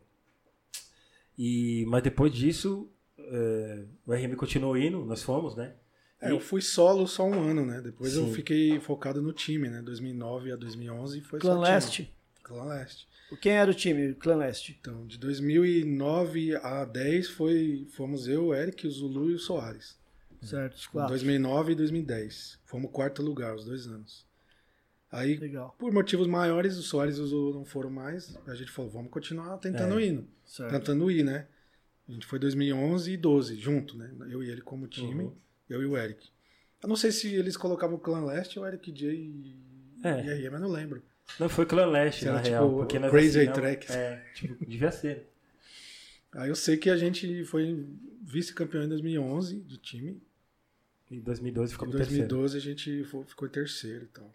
S2: E, mas depois disso, é, o RM continuou indo, nós fomos, né?
S3: É, eu fui solo só um ano, né? Depois eu
S2: Sim.
S3: fiquei focado no time, né? 2009 a 2011 foi
S1: Clã
S3: só time.
S1: Leste.
S3: Clã Leste.
S1: Quem era o time? Clã Leste.
S3: Então, de 2009 a 10 foi, fomos eu, o Eric, o Zulu e o Soares.
S1: Certo, os
S3: Em
S1: quatro.
S3: 2009 e 2010. Fomos quarto lugar, os dois anos. Aí
S1: Legal.
S3: Por motivos maiores, os Soares e o Zulu não foram mais. A gente falou, vamos continuar
S2: É.
S3: tentando ir,
S1: Certo. É,
S3: Tentando ir, né? A gente foi 2011 e 12 junto, né? Eu e ele como time,
S2: Uhum.
S3: eu e o Eric. Eu não sei se eles colocavam o Clã Leste ou Eric J e,
S2: É.
S3: e aí, mas não lembro.
S2: Não, foi Clan Leste,
S3: Será
S2: na
S3: tipo
S2: real. Porque nós
S3: Crazy
S2: assinamos-
S3: Tracks.
S2: É, tipo, devia ser.
S3: Aí eu sei que a gente foi vice-campeão em 2011 de time.
S2: Em 2012 ficou
S3: Em
S2: em terceiro. É.
S3: 2012 a gente fo- ficou em terceiro e tal.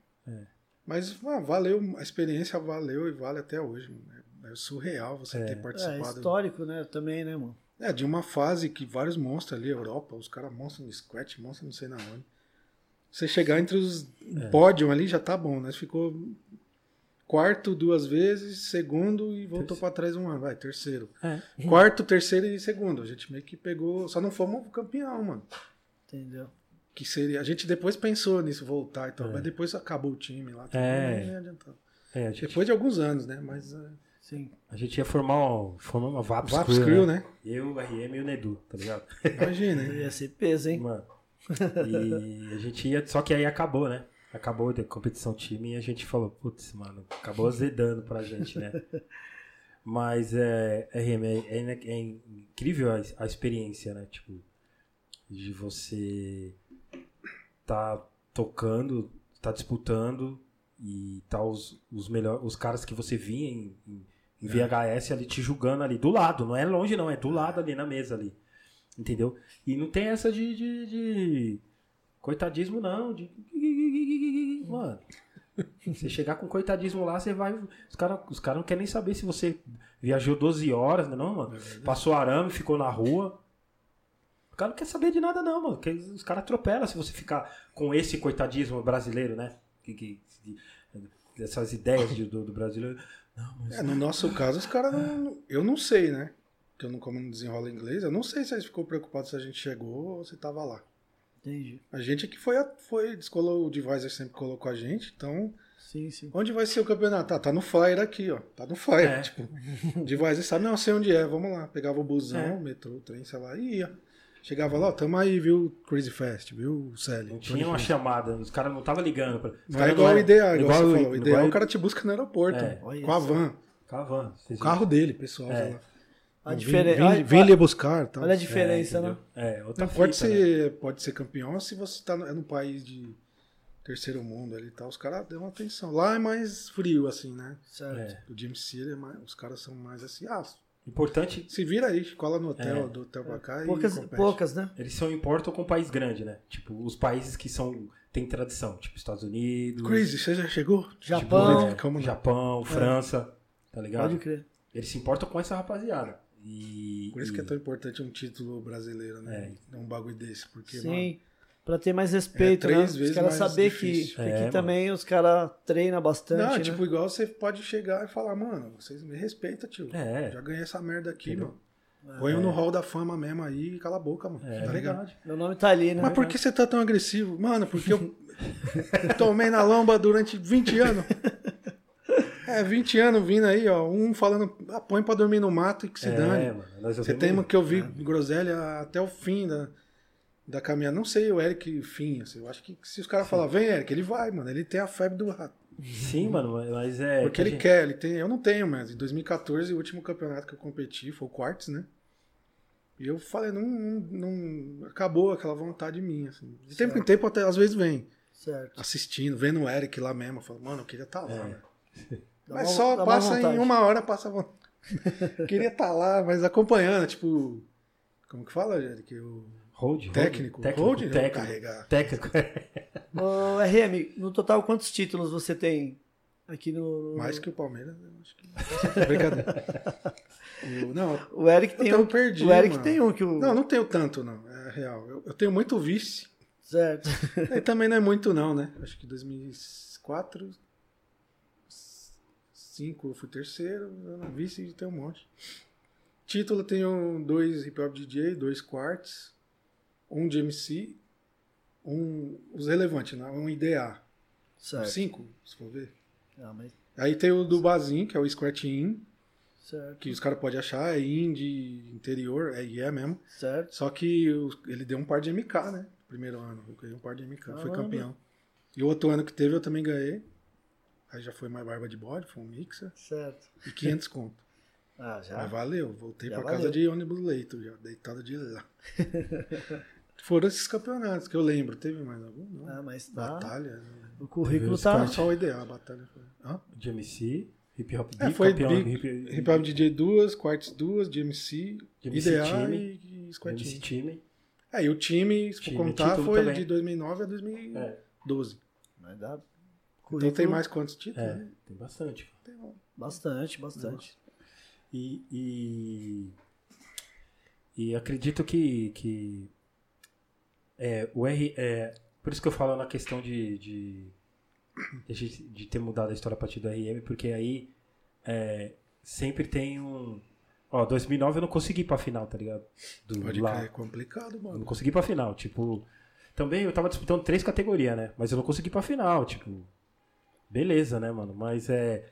S3: Mas ah, valeu, a experiência valeu e vale até hoje. né? É surreal você
S2: É.
S3: ter
S1: É,
S3: participado
S1: histórico, né? Também, né, mano?
S3: É, de uma fase que vários monstros ali, Europa, os caras monstros no Scratch, monstros não sei na onde. Você chegar entre os
S2: É.
S3: pódio ali já tá bom, né? Ficou quarto duas vezes, segundo e voltou
S2: Terceiro.
S3: pra trás um ano, vai, terceiro.
S2: É.
S3: Quarto, terceiro e segundo. A gente meio que pegou, só não fomos campeão, mano.
S1: Entendeu?
S3: Que seria, a gente depois pensou nisso voltar e tal,
S2: É.
S3: mas depois acabou o time lá, tudo,
S2: É.
S3: nem adiantou.
S2: É, a gente,
S3: Depois de alguns anos, né? Mas é,
S1: Sim.
S2: a gente ia formar, um- formar uma VAPS,
S3: Vaps
S2: Crew,
S3: Crew,
S2: né?
S3: né?
S2: Eu, o RM e o Nedu, tá ligado?
S3: Imagina, hein?
S1: Ia ser peso, hein?
S2: Mano. E a gente ia. Só que aí acabou, né? Acabou a competição time e a gente falou, putz, mano, acabou azedando pra gente, né? Mas é, RM, é, é, é incrível a, a experiência, né? Tipo, de você tá tocando, tá disputando E tá os, os, melhor, os caras que você vinha em, em- em VHS ali te julgando ali, do lado, não é longe não, é do lado ali na mesa ali. Entendeu? E não tem essa de. de- de- coitadismo não. de- Mano. Você chegar com coitadismo lá, você vai. Os caras os cara não querem nem saber se você viajou 12 horas, né, não, mano? Passou arame, ficou na rua. O cara não quer saber de nada, não, mano. porque os caras atropelam se você ficar com esse coitadismo brasileiro, né? Que, que- que- essas ideias de- do, do brasileiro. Não, mas.
S3: É, no nosso caso, os caras não. Eu não sei, né? Porque eu não, como eu não desenrolo inglês, eu não sei se eles ficou preocupados se a gente chegou ou se tava lá.
S1: Entendi.
S3: A gente é que foi, a- foi descolou, o Divisor sempre colocou a gente, então.
S1: Sim, sim.
S3: Onde vai ser o campeonato? Tá, tá no Fire aqui, ó. Tá no Fire.
S2: É.
S3: Tipo, o Divisor sabe, não, sei onde é, vamos lá. Pegava o busão,
S2: É.
S3: metrô, trem, sei lá, e ia. Chegava lá, ó, tamo aí, viu? Crazy Fest, viu? Sally.
S2: Não tinha uma chamada, os caras não estavam ligando. Pra... os
S3: Não
S2: cara
S3: é igual
S2: era-
S3: o ideal, igual,
S2: igual
S3: você falou. é O ideal
S2: igual
S3: o cara te busca no aeroporto,
S2: É.
S3: com
S1: Olha
S3: a
S1: só.
S3: van,
S2: Cavan,
S3: o carro dele, pessoal.
S2: É.
S3: sei lá.
S1: A
S3: Vem-
S1: diferença.
S3: Vem,
S1: olha-
S3: vem
S1: olha-
S3: lhe buscar. Tal.
S1: Olha a diferença, né?
S2: É, outra
S3: Não, pode,
S2: fita, né?
S3: ser, pode ser campeão se você está no, é num país de terceiro mundo ali e tal. Os caras dão atenção. Lá é mais frio, assim, né?
S1: Certo.
S2: É.
S3: O James City é mais, os caras são mais assim, ah,
S2: Importante,
S3: se vira aí, cola no hotel,
S2: É.
S3: do hotel pra cá
S1: Poucas,
S3: e compete.
S1: poucas, né?
S2: eles são importam com um país grande, né? Tipo, os países que são têm tradição, tipo Estados Unidos, é,
S3: Crazy, você já chegou?
S1: Japão.
S3: Tipo, calma, não.
S2: Japão, França, tá ligado?
S1: Pode crer.
S2: Eles se importam com essa rapaziada. E,
S3: Por isso
S2: e-
S3: que é tão importante um título brasileiro, né? É. Um bagulho desse, porque, mano,
S1: Sim. Pra ter mais respeito,
S3: É,
S1: né?
S3: três
S1: Os
S3: vezes
S1: caras
S3: mais
S1: saber
S3: difícil.
S1: que,
S2: É,
S1: que
S2: mano.
S1: aqui também os caras treinam bastante.
S3: Não,
S1: né?
S3: tipo, igual você pode chegar e falar, mano, vocês me respeitam, tio.
S2: É.
S3: Já ganhei essa merda aqui,
S2: Entendeu?
S3: mano. Põe eu no hall da fama mesmo aí e cala a boca, mano.
S2: É,
S3: tá ligado?
S2: verdade.
S1: Meu nome tá ali, né?
S3: Mas por que você tá tão agressivo? Mano, porque eu tomei na lomba durante 20 anos. É, 20 anos vindo aí, ó. Um falando, ah, põe pra dormir no mato e que se
S2: é,
S3: dane.
S2: mano, nós
S3: Você tem uma que eu vi groselha até o fim da, da caminhada. Não sei o Eric fim, assim, eu acho que se os caras falar vem Eric, ele vai, mano. Ele tem a febre do rato.
S2: Sim, mano, mas é.
S3: Porque
S2: que a
S3: ele
S2: gente-
S3: quer, ele tem. Eu não tenho, mas em 2014, o último campeonato que eu competi foi o Quartz, né? E eu falei, não, não, não- acabou aquela vontade minha. assim. De tempo em tempo, até às vezes vem
S1: Certo.
S3: assistindo, vendo o Eric lá mesmo. Eu falo, mano, eu queria estar lá. né?
S1: Dá
S3: Mas
S1: uma-
S3: só
S1: dá uma
S3: passa
S1: vontade.
S3: em uma hora, passa a vontade. queria estar lá, mas acompanhando, tipo. Como que fala, Eric? O
S2: Hold, hold,
S3: técnico.
S2: técnico,
S3: Hold, né?
S2: técnico,
S3: carregar.
S2: técnico. é.
S1: Ô, RM, no total, quantos títulos você tem aqui no.
S3: Mais que o Palmeiras, eu acho que. Brincadeira. O- não,
S1: O Eric tem
S3: Eu
S1: um.
S3: tava perdido,
S1: o Eric
S3: mano.
S1: tem um que o.
S3: Não, não tenho tanto, não. É real. Eu, eu tenho muito vice.
S1: Certo.
S3: E também não é muito, não, né? Acho que 2004, 5 eu fui terceiro. eu não Vice tem um monte. Título eu tenho dois hip hop DJ, dois quarts, um de MC, um. Os relevantes, né? Um IDA.
S1: Certo.
S3: Cinco, se for ver.
S1: Ah, mas-
S3: Aí tem o do Bazin, que é o Scratch In,
S1: Certo.
S3: que os caras podem achar, é indie interior, é IE mesmo.
S1: Certo.
S3: Só que o- ele deu um par de MK, né? No Primeiro ano, eu ganhei um par de MK, foi
S1: Caramba.
S3: campeão. E o outro ano que teve eu também ganhei. Aí já foi mais barba de bode, foi um mixer.
S1: Certo.
S3: E 500 conto.
S1: Ah, já.
S3: Mas valeu, voltei
S1: Já
S3: pra casa
S1: valeu.
S3: de ônibus leito, já, deitado de lá. Foram esses campeonatos que eu lembro. Teve mais algum? Não.
S1: Ah, mas tá.
S3: Batalha? né?
S1: O currículo
S2: Teve
S1: tá.
S3: Não, só o IDA, a batalha foi. Hã?
S2: De MC, hip hop
S3: É,
S2: beat,
S3: foi
S2: campeão
S3: big-
S2: hip,
S3: Hip Hop DJ duas, Quartz duas, DMC,
S2: DMC
S3: IDA
S2: time,
S3: e, e Squad
S2: MC
S3: Team.
S2: time.
S3: É, e o time, se for
S2: Time,
S3: contar,
S2: título
S3: foi
S2: também.
S3: de 2009 a
S1: É.
S3: 2012.
S1: Mas dá.
S3: Então tem
S1: Currículo-
S3: mais quantos títulos?
S2: É,
S3: né?
S2: tem bastante.
S3: Tem um.
S1: Bastante, bastante.
S2: E, e, e acredito que, que é, o R, é, por isso que eu falo na questão de, de, de a gente- de ter mudado a história a partir do RM, porque aí é, sempre tem um... Ó, 2009 eu não consegui ir pra final, tá ligado? Do,
S3: Pode
S2: lá.
S3: crer, é complicado,
S2: Eu não
S3: mano.
S2: consegui ir pra final, tipo... Também eu tava disputando três categorias, né? Mas eu não consegui ir pra final, tipo... Beleza, né, mano? Mas é...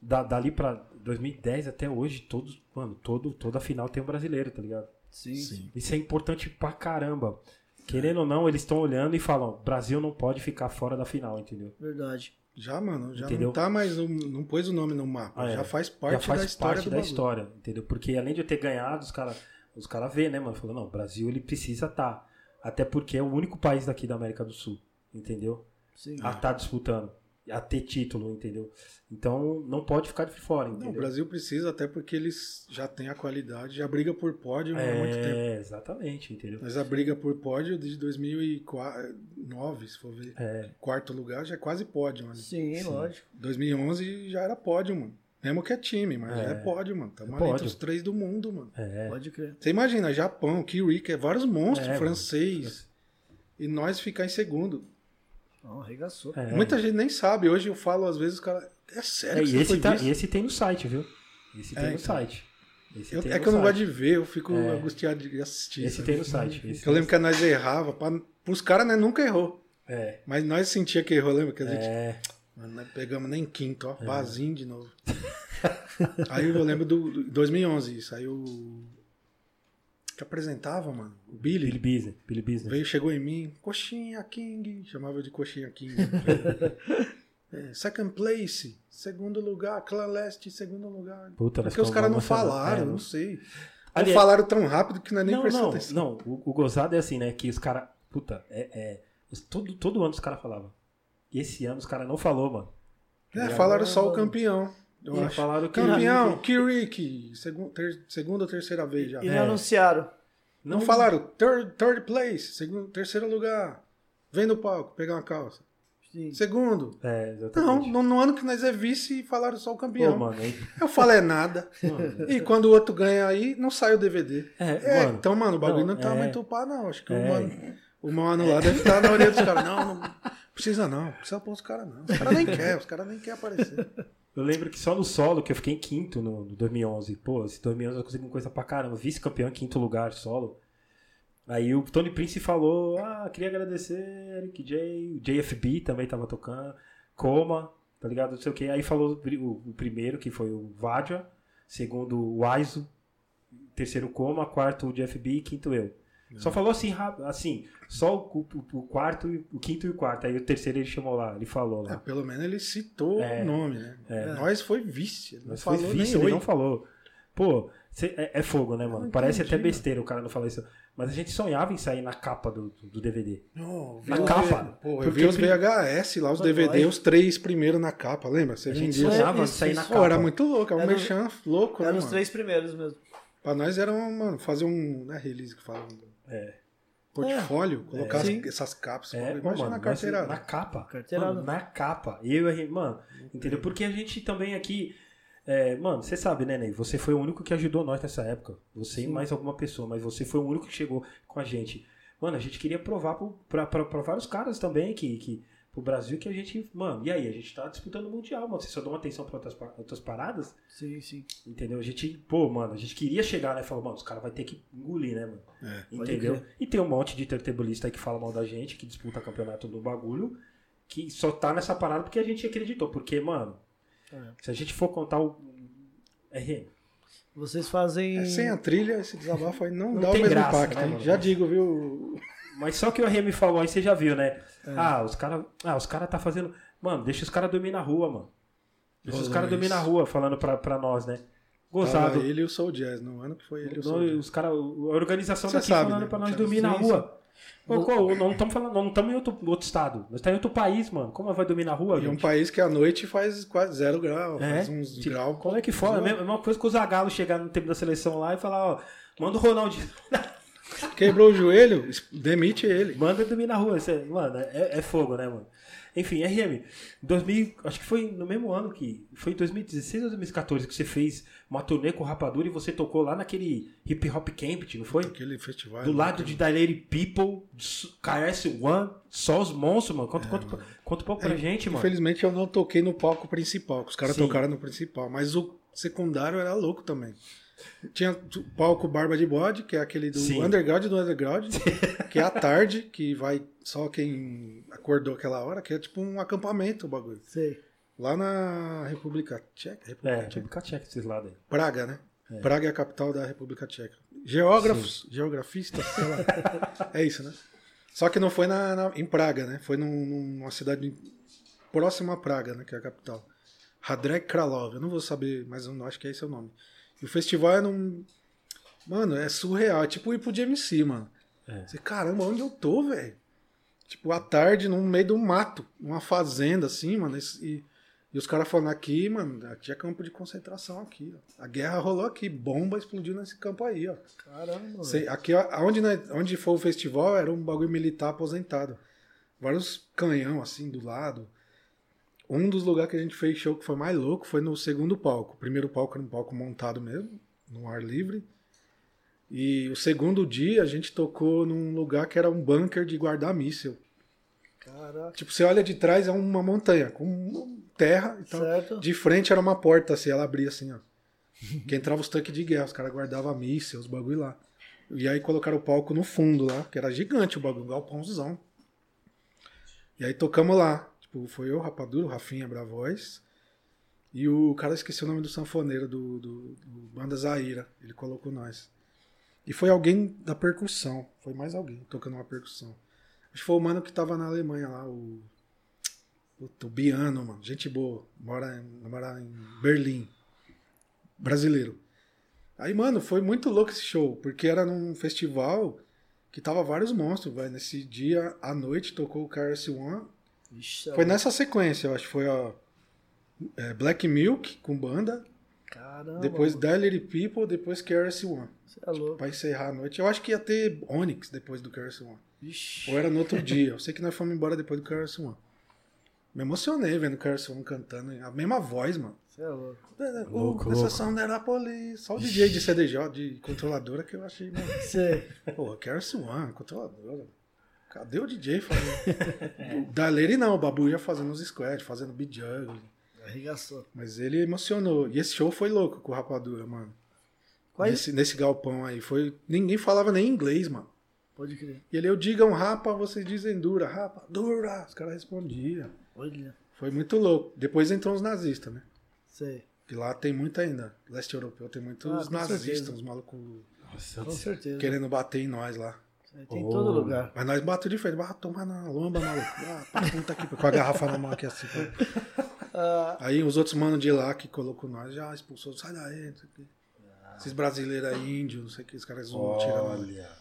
S2: da- dali pra 2010 até hoje, todos... Mano, todo, toda final tem um brasileiro, tá ligado?
S1: Sim.
S3: Sim.
S2: Isso é importante pra caramba. Querendo ou não, eles estão olhando e falam... Brasil não pode ficar fora da final, entendeu?
S1: Verdade.
S3: Já, mano, já
S2: Entendeu?
S3: não tá mais. um- não pôs o nome no mapa.
S2: Ah, é.
S3: Já faz
S2: Já
S3: parte
S2: faz
S3: da história
S2: parte
S3: do
S2: da
S3: bagulho.
S2: história, entendeu? Porque além de eu ter ganhado, os caras os cara vê, né, mano? Falando, não, o Brasil ele precisa tá. estar. Até porque é o único país daqui da América do Sul, entendeu?
S1: Sim.
S3: Ah,
S2: a tá disputando. a ter título, entendeu? Então não pode ficar de fora,
S3: Não,
S2: entendeu?
S3: o Brasil precisa, até porque eles já têm a qualidade, já briga por pódio né, há muito tempo. É
S2: é, exatamente, entendeu?
S3: Mas a briga por pódio desde 2009, se for ver.
S2: É,
S3: Quarto lugar já é quase pódio, mano.
S1: Sim,
S2: Sim.
S1: lógico.
S3: 2011 já era pódio, mano. Mesmo que é time, mas já
S2: É.
S3: é pódio, mano. Tamo ali
S2: Pódio.
S3: entre os três do mundo, mano.
S2: é.
S1: Pode crer.
S3: Você imagina, Japão, Kirick, é vários monstros
S2: É,
S3: francês. E nós ficar em segundo.
S1: Não, arregaçou.
S2: É.
S3: Muita gente nem sabe. Hoje eu falo, às vezes, o cara. É
S2: É,
S3: sério que
S2: e
S3: você foi
S2: esse, tá-
S3: visto?
S2: esse tem no site, viu? Esse
S3: É,
S2: tem no
S3: então.
S2: site. Esse
S3: Eu-
S2: tem
S3: é
S2: no
S3: que eu não
S2: site.
S3: gosto de ver, eu fico
S2: É.
S3: angustiado de assistir.
S2: Esse
S3: sabe?
S2: tem no site. esse é
S3: Eu
S2: tem
S3: lembro que nós errava. Pra... Pros caras, né, nunca errou.
S2: no- É.
S3: Mas nós sentia que errou, lembra? Que a gente.
S2: É.
S3: Mano, nós pegamos nem quinto, ó. Vazinho de novo. Aí eu lembro do, do 2011, saiu. o- Que apresentava, mano. O Billy. né?
S2: Billy Business. Billy Business.
S3: Veio, chegou em mim, coxinha King, chamava eu de coxinha King. É, second place, segundo lugar, Clã Leste, segundo lugar.
S2: Puta, nós
S3: Porque os
S2: ficamos
S3: caras não
S2: emocionados.
S3: falaram,
S2: É,
S3: não
S2: não-
S3: sei.
S2: Ali-
S3: não falaram tão rápido que nós nem
S2: não,
S3: prestamos
S2: não,
S3: atenção.
S2: não. O, o gozado é assim, né? Que os caras. Puta, é. é os- todo, todo ano os caras falavam. E esse ano os caras não falou, mano.
S3: É,
S2: Não,
S3: falaram só
S2: não.
S3: o campeão. Eu
S2: Eles
S3: acho.
S2: falaram que-
S3: Campeão, Kirik, segun- ter- segunda ou terceira vez já.
S1: E não anunciaram.
S3: Não falaram third, third place, segundo, terceiro lugar. Vem no palco, pegar uma calça.
S1: Sim.
S3: Segundo.
S2: É,
S3: Não,
S2: exatamente.
S3: no, no ano que nós é vice, falaram só o campeão.
S2: Pô, mano, aí,
S3: Eu falo é nada.
S2: mano,
S3: E quando o outro ganha aí, não sai o DVD.
S2: É,
S3: É,
S2: mano.
S3: então, mano, o bagulho não,
S2: Não,
S3: tá
S2: é.
S3: muito pá, não. Acho que
S2: É.
S3: o, mano, o mano lá deve estar na orelha dos caras. Não, não precisa não. Precisa pôr os caras não. Os caras nem querem, os caras nem querem aparecer.
S2: Eu lembro que só no solo, que eu fiquei em quinto no, no 2011. Pô, esse 2011 eu consegui uma coisa pra caramba. Vice-campeão em quinto lugar, solo. Aí o Tony Prince falou, ah, queria agradecer Eric J, o JFB também tava tocando, Coma, tá ligado, não sei o que. Aí falou o, pri- o- o primeiro, que foi o Vadja, segundo o Aizo, terceiro Coma, quarto o JFB e quinto eu. Só falou assim, rap- assim, só o, o- o quarto, e- o quinto e o quarto. Aí o terceiro ele chamou lá, ele falou
S3: É,
S2: lá.
S3: pelo menos ele citou o nome, né? Nós foi vice. Ele não
S2: Mas É. foi
S3: falou
S2: vice,
S3: nem
S2: ele
S3: oi.
S2: não falou. Pô, cê- é, é fogo, né, mano?
S3: não
S2: Parece
S3: entendi,
S2: até besteira o cara não falar isso. Mas a gente sonhava em sair na capa do, do DVD.
S3: Não,
S2: Na
S3: viu-
S2: capa.
S3: Pô, eu
S2: Porque
S3: vi os
S2: pri-
S3: VHS lá, os DVD, os três primeiros na capa, lembra? Você
S2: A gente
S3: vendia.
S2: sonhava em
S1: isso,
S2: sair na
S1: isso.
S2: capa.
S3: assim. Pô, era muito louco, era um
S1: Era os-
S3: merchan louco, né,
S1: Eram os
S3: mano?
S1: Tá três primeiros mesmo.
S3: Pra nós era, mano, fazer um né, release que fala. um
S2: É.
S3: Portfólio, colocar as-
S1: Sim.
S3: essas capas.
S2: É,
S3: Imagina
S2: pô, mano,
S3: a
S2: nós-
S3: carteirada.
S2: na capa.
S1: Carteirada.
S2: Mano, na capa. Eu e a gente- mano, entendeu? Porque a gente também aqui. é, mano, você sabe, né, Ney? Você foi o único que ajudou nós nessa época. Você e mais alguma pessoa, mas você foi o único que chegou com a gente. Mano, a gente queria provar pro, pra, pra, pra vários caras também que, que. Pro Brasil que a gente. Mano, e aí? A gente tá disputando o Mundial, mano. Você só dá uma atenção pra outras, pa- outras paradas?
S1: Sim, sim.
S2: Entendeu? A gente, pô, mano, a gente queria chegar, né? Falou, mano, os caras vão ter que engolir, né, mano?
S3: É,
S2: Entendeu? E tem um monte de tertebulista aí que fala mal da gente, que disputa campeonato do bagulho, que só tá nessa parada porque a gente acreditou. Porque, mano,
S1: É.
S2: se a gente for contar o. É, remo.
S1: Vocês fazem.
S3: É, sem a trilha, esse desabafo aí não,
S2: Não
S3: dá o
S2: tem
S3: mesmo
S2: graça,
S3: impacto.
S2: né,
S3: hein?
S2: mano?
S3: Já digo, viu?
S2: Mas só que o RM falou aí, você já viu, né? Ah, os caras. Ah, os caras tá fazendo. Mano, deixa os caras dormir na rua, mano. Deixa os
S3: Rolou
S2: caras dormir
S3: isso.
S2: na rua, falando pra, pra nós, né?
S3: Tava
S2: Gozado.
S3: ele e o Soul Jazz, no ano que foi ele e o Soul
S2: Não,
S3: Jazz.
S2: os cara, a organização
S3: Cê
S2: daqui
S3: sabe,
S2: falando
S3: né?
S2: pra nós
S3: Cê-
S2: dormir na
S3: sim,
S2: rua. Ô, qual- não estamos falando, não estamos em outro, outro estado. Nós estamos em outro país, mano. Como vai dormir na rua,
S3: E é um
S2: gente?
S3: país que à noite faz quase zero grau,
S2: É,
S3: faz uns
S2: tipo,
S3: grau.
S2: Como é que fora? É a mesma- a mesma coisa que o Zagallo chegar no tempo da seleção lá e falar, ó, manda o Ronaldinho,
S3: Quebrou o joelho, es- demite ele.
S2: manda ele dormir na rua. Cê- mano, é, é fogo, né, mano? Enfim, RM, 2000, acho que foi no mesmo ano que. Foi em 2016 ou 2014 que você fez uma turnê com o Rapadura e você tocou lá naquele hip hop camp, não foi?
S3: Aquele festival.
S2: Do
S3: né,
S2: lado
S3: que-
S2: de Daily People, KS One, só os monstros, mano.
S3: É,
S2: Conta, conta, conta um pouco pra gente, mano.
S3: Infelizmente eu não toquei no palco principal, que os caras
S2: Sim.
S3: tocaram no principal, mas o secundário era louco também. Tinha o palco Barba de Bode, que é aquele do
S2: Sim.
S3: underground do underground, que é à tarde, que vai só quem acordou aquela hora, que é tipo um acampamento o bagulho.
S1: Sei.
S3: Lá na República Tcheca, República
S2: É,
S3: Tcheca.
S2: tipo, cacheca esses lados aí.
S3: Praga, né? Praga é a capital da República Tcheca. Geógrafos, geografistas, sei lá. é isso, né? Só que não foi na, na- em Praga, né? Foi num- numa cidade próxima a Praga, né? Que é a capital. Radrek Kralov. Eu não vou saber, mas eu não acho que é esse o nome. E o festival é num... Mano, é surreal. É tipo ir pro GMC, mano.
S2: É.
S3: Você, caramba, onde eu tô, velho? Tipo, à tarde, no meio do mato, numa fazenda, assim, mano. E, e os caras falando aqui, mano, aqui é campo de concentração aqui, ó. A guerra rolou aqui, bomba explodiu nesse campo aí, ó.
S1: Caramba.
S3: Sei, aqui, ó, onde, né, onde foi o festival, era um bagulho militar aposentado. Vários canhão, assim, do lado. Um dos lugares que a gente fez show que foi mais louco foi no segundo palco. O primeiro palco era um palco montado mesmo, no ar livre. E o segundo dia a gente tocou num lugar que era um bunker de guardar míssil.
S1: Caraca.
S3: Tipo, você olha de trás, é uma montanha com terra e tal.
S1: Certo?
S3: De frente era uma porta, assim, ela abria assim, ó. Que entrava os tanques de guerra, os caras guardavam míssil, os bagulho lá. E aí colocaram o palco no fundo lá, que era gigante o bagulho, um galpãozão. E aí tocamos lá. Tipo, foi eu, Rapadura, o Rafinha Bravoz. E o cara esqueceu o nome do sanfoneiro do, do, do Banda Zaira. Ele colocou nós. E foi alguém da percussão. Foi mais alguém tocando uma percussão. Acho que foi o mano que tava na Alemanha lá, o. Puta, o Biano, mano. Gente boa. Mora em, mora em Berlim. Brasileiro. Aí, mano, foi muito louco esse show, porque era num festival que tava vários monstros, velho. Nesse dia, à noite, tocou o KRS-One.
S1: Ixi,
S3: Foi nessa sequência, eu acho que foi, ó. é, Black Milk com banda,
S1: Caramba.
S3: depois Diary People, depois KRS-One.
S1: Você é louco.
S3: Pra encerrar a noite. Eu acho que ia ter Onyx depois do KRS-One.
S1: Vixe.
S3: Ou era no outro dia. Eu sei que nós fomos embora depois do Carson One. Me emocionei vendo o Carson One cantando. A mesma voz, mano.
S1: Você é louco.
S2: Louco,
S3: essa
S2: louco.
S3: sound era police. Só o DJ de CDJ, de controladora, que eu achei. Mano,
S1: Você.
S3: pô, Carson One, controladora. Cadê o DJ fazendo? O Daleri não, o Babu já fazendo os squads, fazendo beat juggle.
S1: Arregaçou.
S3: Mas ele emocionou. E esse show foi louco com o Rapadura, mano.
S1: Quais-
S3: Nesse, nesse galpão aí. Foi... Ninguém falava nem inglês, mano.
S1: Pode crer.
S3: E ele, eu digam rapa, vocês dizem dura, rapa, dura. Os caras respondiam.
S1: Olha.
S3: Foi muito louco. Depois entrou os nazistas, né?
S1: Sei.
S3: Que lá tem muito ainda. Leste europeu tem muito
S1: Ah,
S3: os
S1: com
S3: nazistas,
S1: certeza.
S3: uns malucos
S2: Nossa,
S1: Com certeza. É,
S3: querendo bater em nós lá.
S1: Tem em
S2: Oh.
S1: todo lugar.
S3: Mas nós bateu de frente, ah, toma na lomba, maluco. Ah, pra puta aqui, com a garrafa na mão aqui assim. pô.
S1: Ah,
S3: Aí os outros manos de lá que colocou nós já expulsou, sai daí, não sei o quê. Esses brasileiros aí, índios, não sei o que, os caras zoam, tiram lá.
S2: Olha.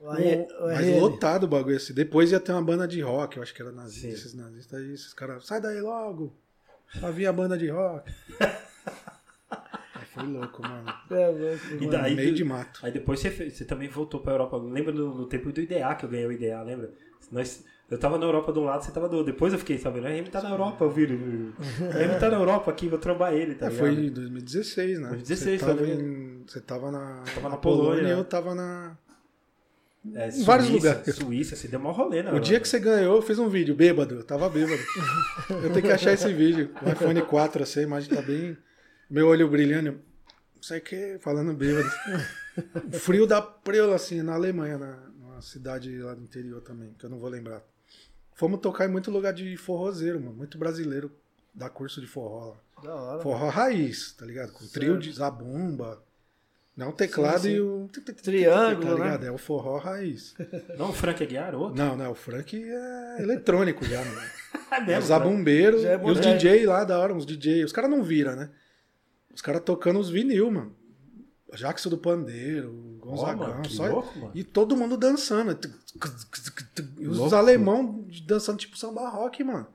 S1: o
S2: é-
S1: R- o
S3: Mas
S1: RL.
S3: lotado o bagulho assim. Depois ia ter uma banda de rock, eu acho que era nazista,
S2: Sim.
S3: esses nazistas aí, esses caras, sai daí logo! Lá vinha a banda de rock. Aí Foi louco, mano.
S1: Você é louco.
S2: E
S1: mano.
S2: daí,
S3: no meio
S2: tu-
S3: de mato.
S2: Aí depois você, fez- você também voltou pra Europa. Lembra no, no tempo do IDA que eu ganhei o IDA, lembra? Nós, eu tava na Europa de um lado, você tava do outro. Depois eu fiquei sabendo, a Remy tá na Europa, eu vi. A Remy tá na Europa aqui, vou trombar ele, tá
S3: É,
S2: ligado?
S3: foi em 2016, né?
S2: 2016,
S3: você tava,
S2: foi, né?
S3: em, você tava na,
S2: Tava na
S3: na Polônia,
S2: Polônia.
S3: e eu tava na.
S2: É,
S3: em vários
S2: Suíça,
S3: lugares.
S2: Suíça, você deu mó rolê na
S3: O
S2: Europa.
S3: dia que você ganhou, eu fiz um vídeo bêbado. Eu tava bêbado. eu tenho que achar esse vídeo. O iPhone 4, assim, a imagem tá bem. Meu olho brilhando. Não sei o que, falando bêbado. Frio da preula, assim, na Alemanha, na, numa cidade lá do interior também, que eu não vou lembrar. Fomos tocar em muito lugar de forrozeiro, mano. Muito brasileiro dá curso de forró lá.
S1: Da hora.
S3: Forró raiz, tá ligado? Com trio de zabumba. Não, o teclado
S1: Sim, sim.
S3: e um o.
S1: Triângulo, né?
S3: tá ligado? É o forró raiz.
S2: Não, o Frank Aguiar, outro.
S3: Não, não, o Frank é eletrônico já, mano.
S2: É
S3: É,
S2: mesmo,
S3: os
S2: cara.
S3: zabumbeiros
S1: Já é
S3: e os
S1: moderno.
S3: DJ lá da hora, uns DJ. Os caras não viram, né? Os caras tocando os vinil, mano. Jackson do Pandeiro,
S2: Ó,
S3: Gonzagão,
S2: mano, que
S3: só.
S2: louco, mano.
S3: E todo mundo dançando. Tuc, tuc, tuc, tuc. E os
S2: Louco.
S3: alemão dançando tipo samba rock, mano.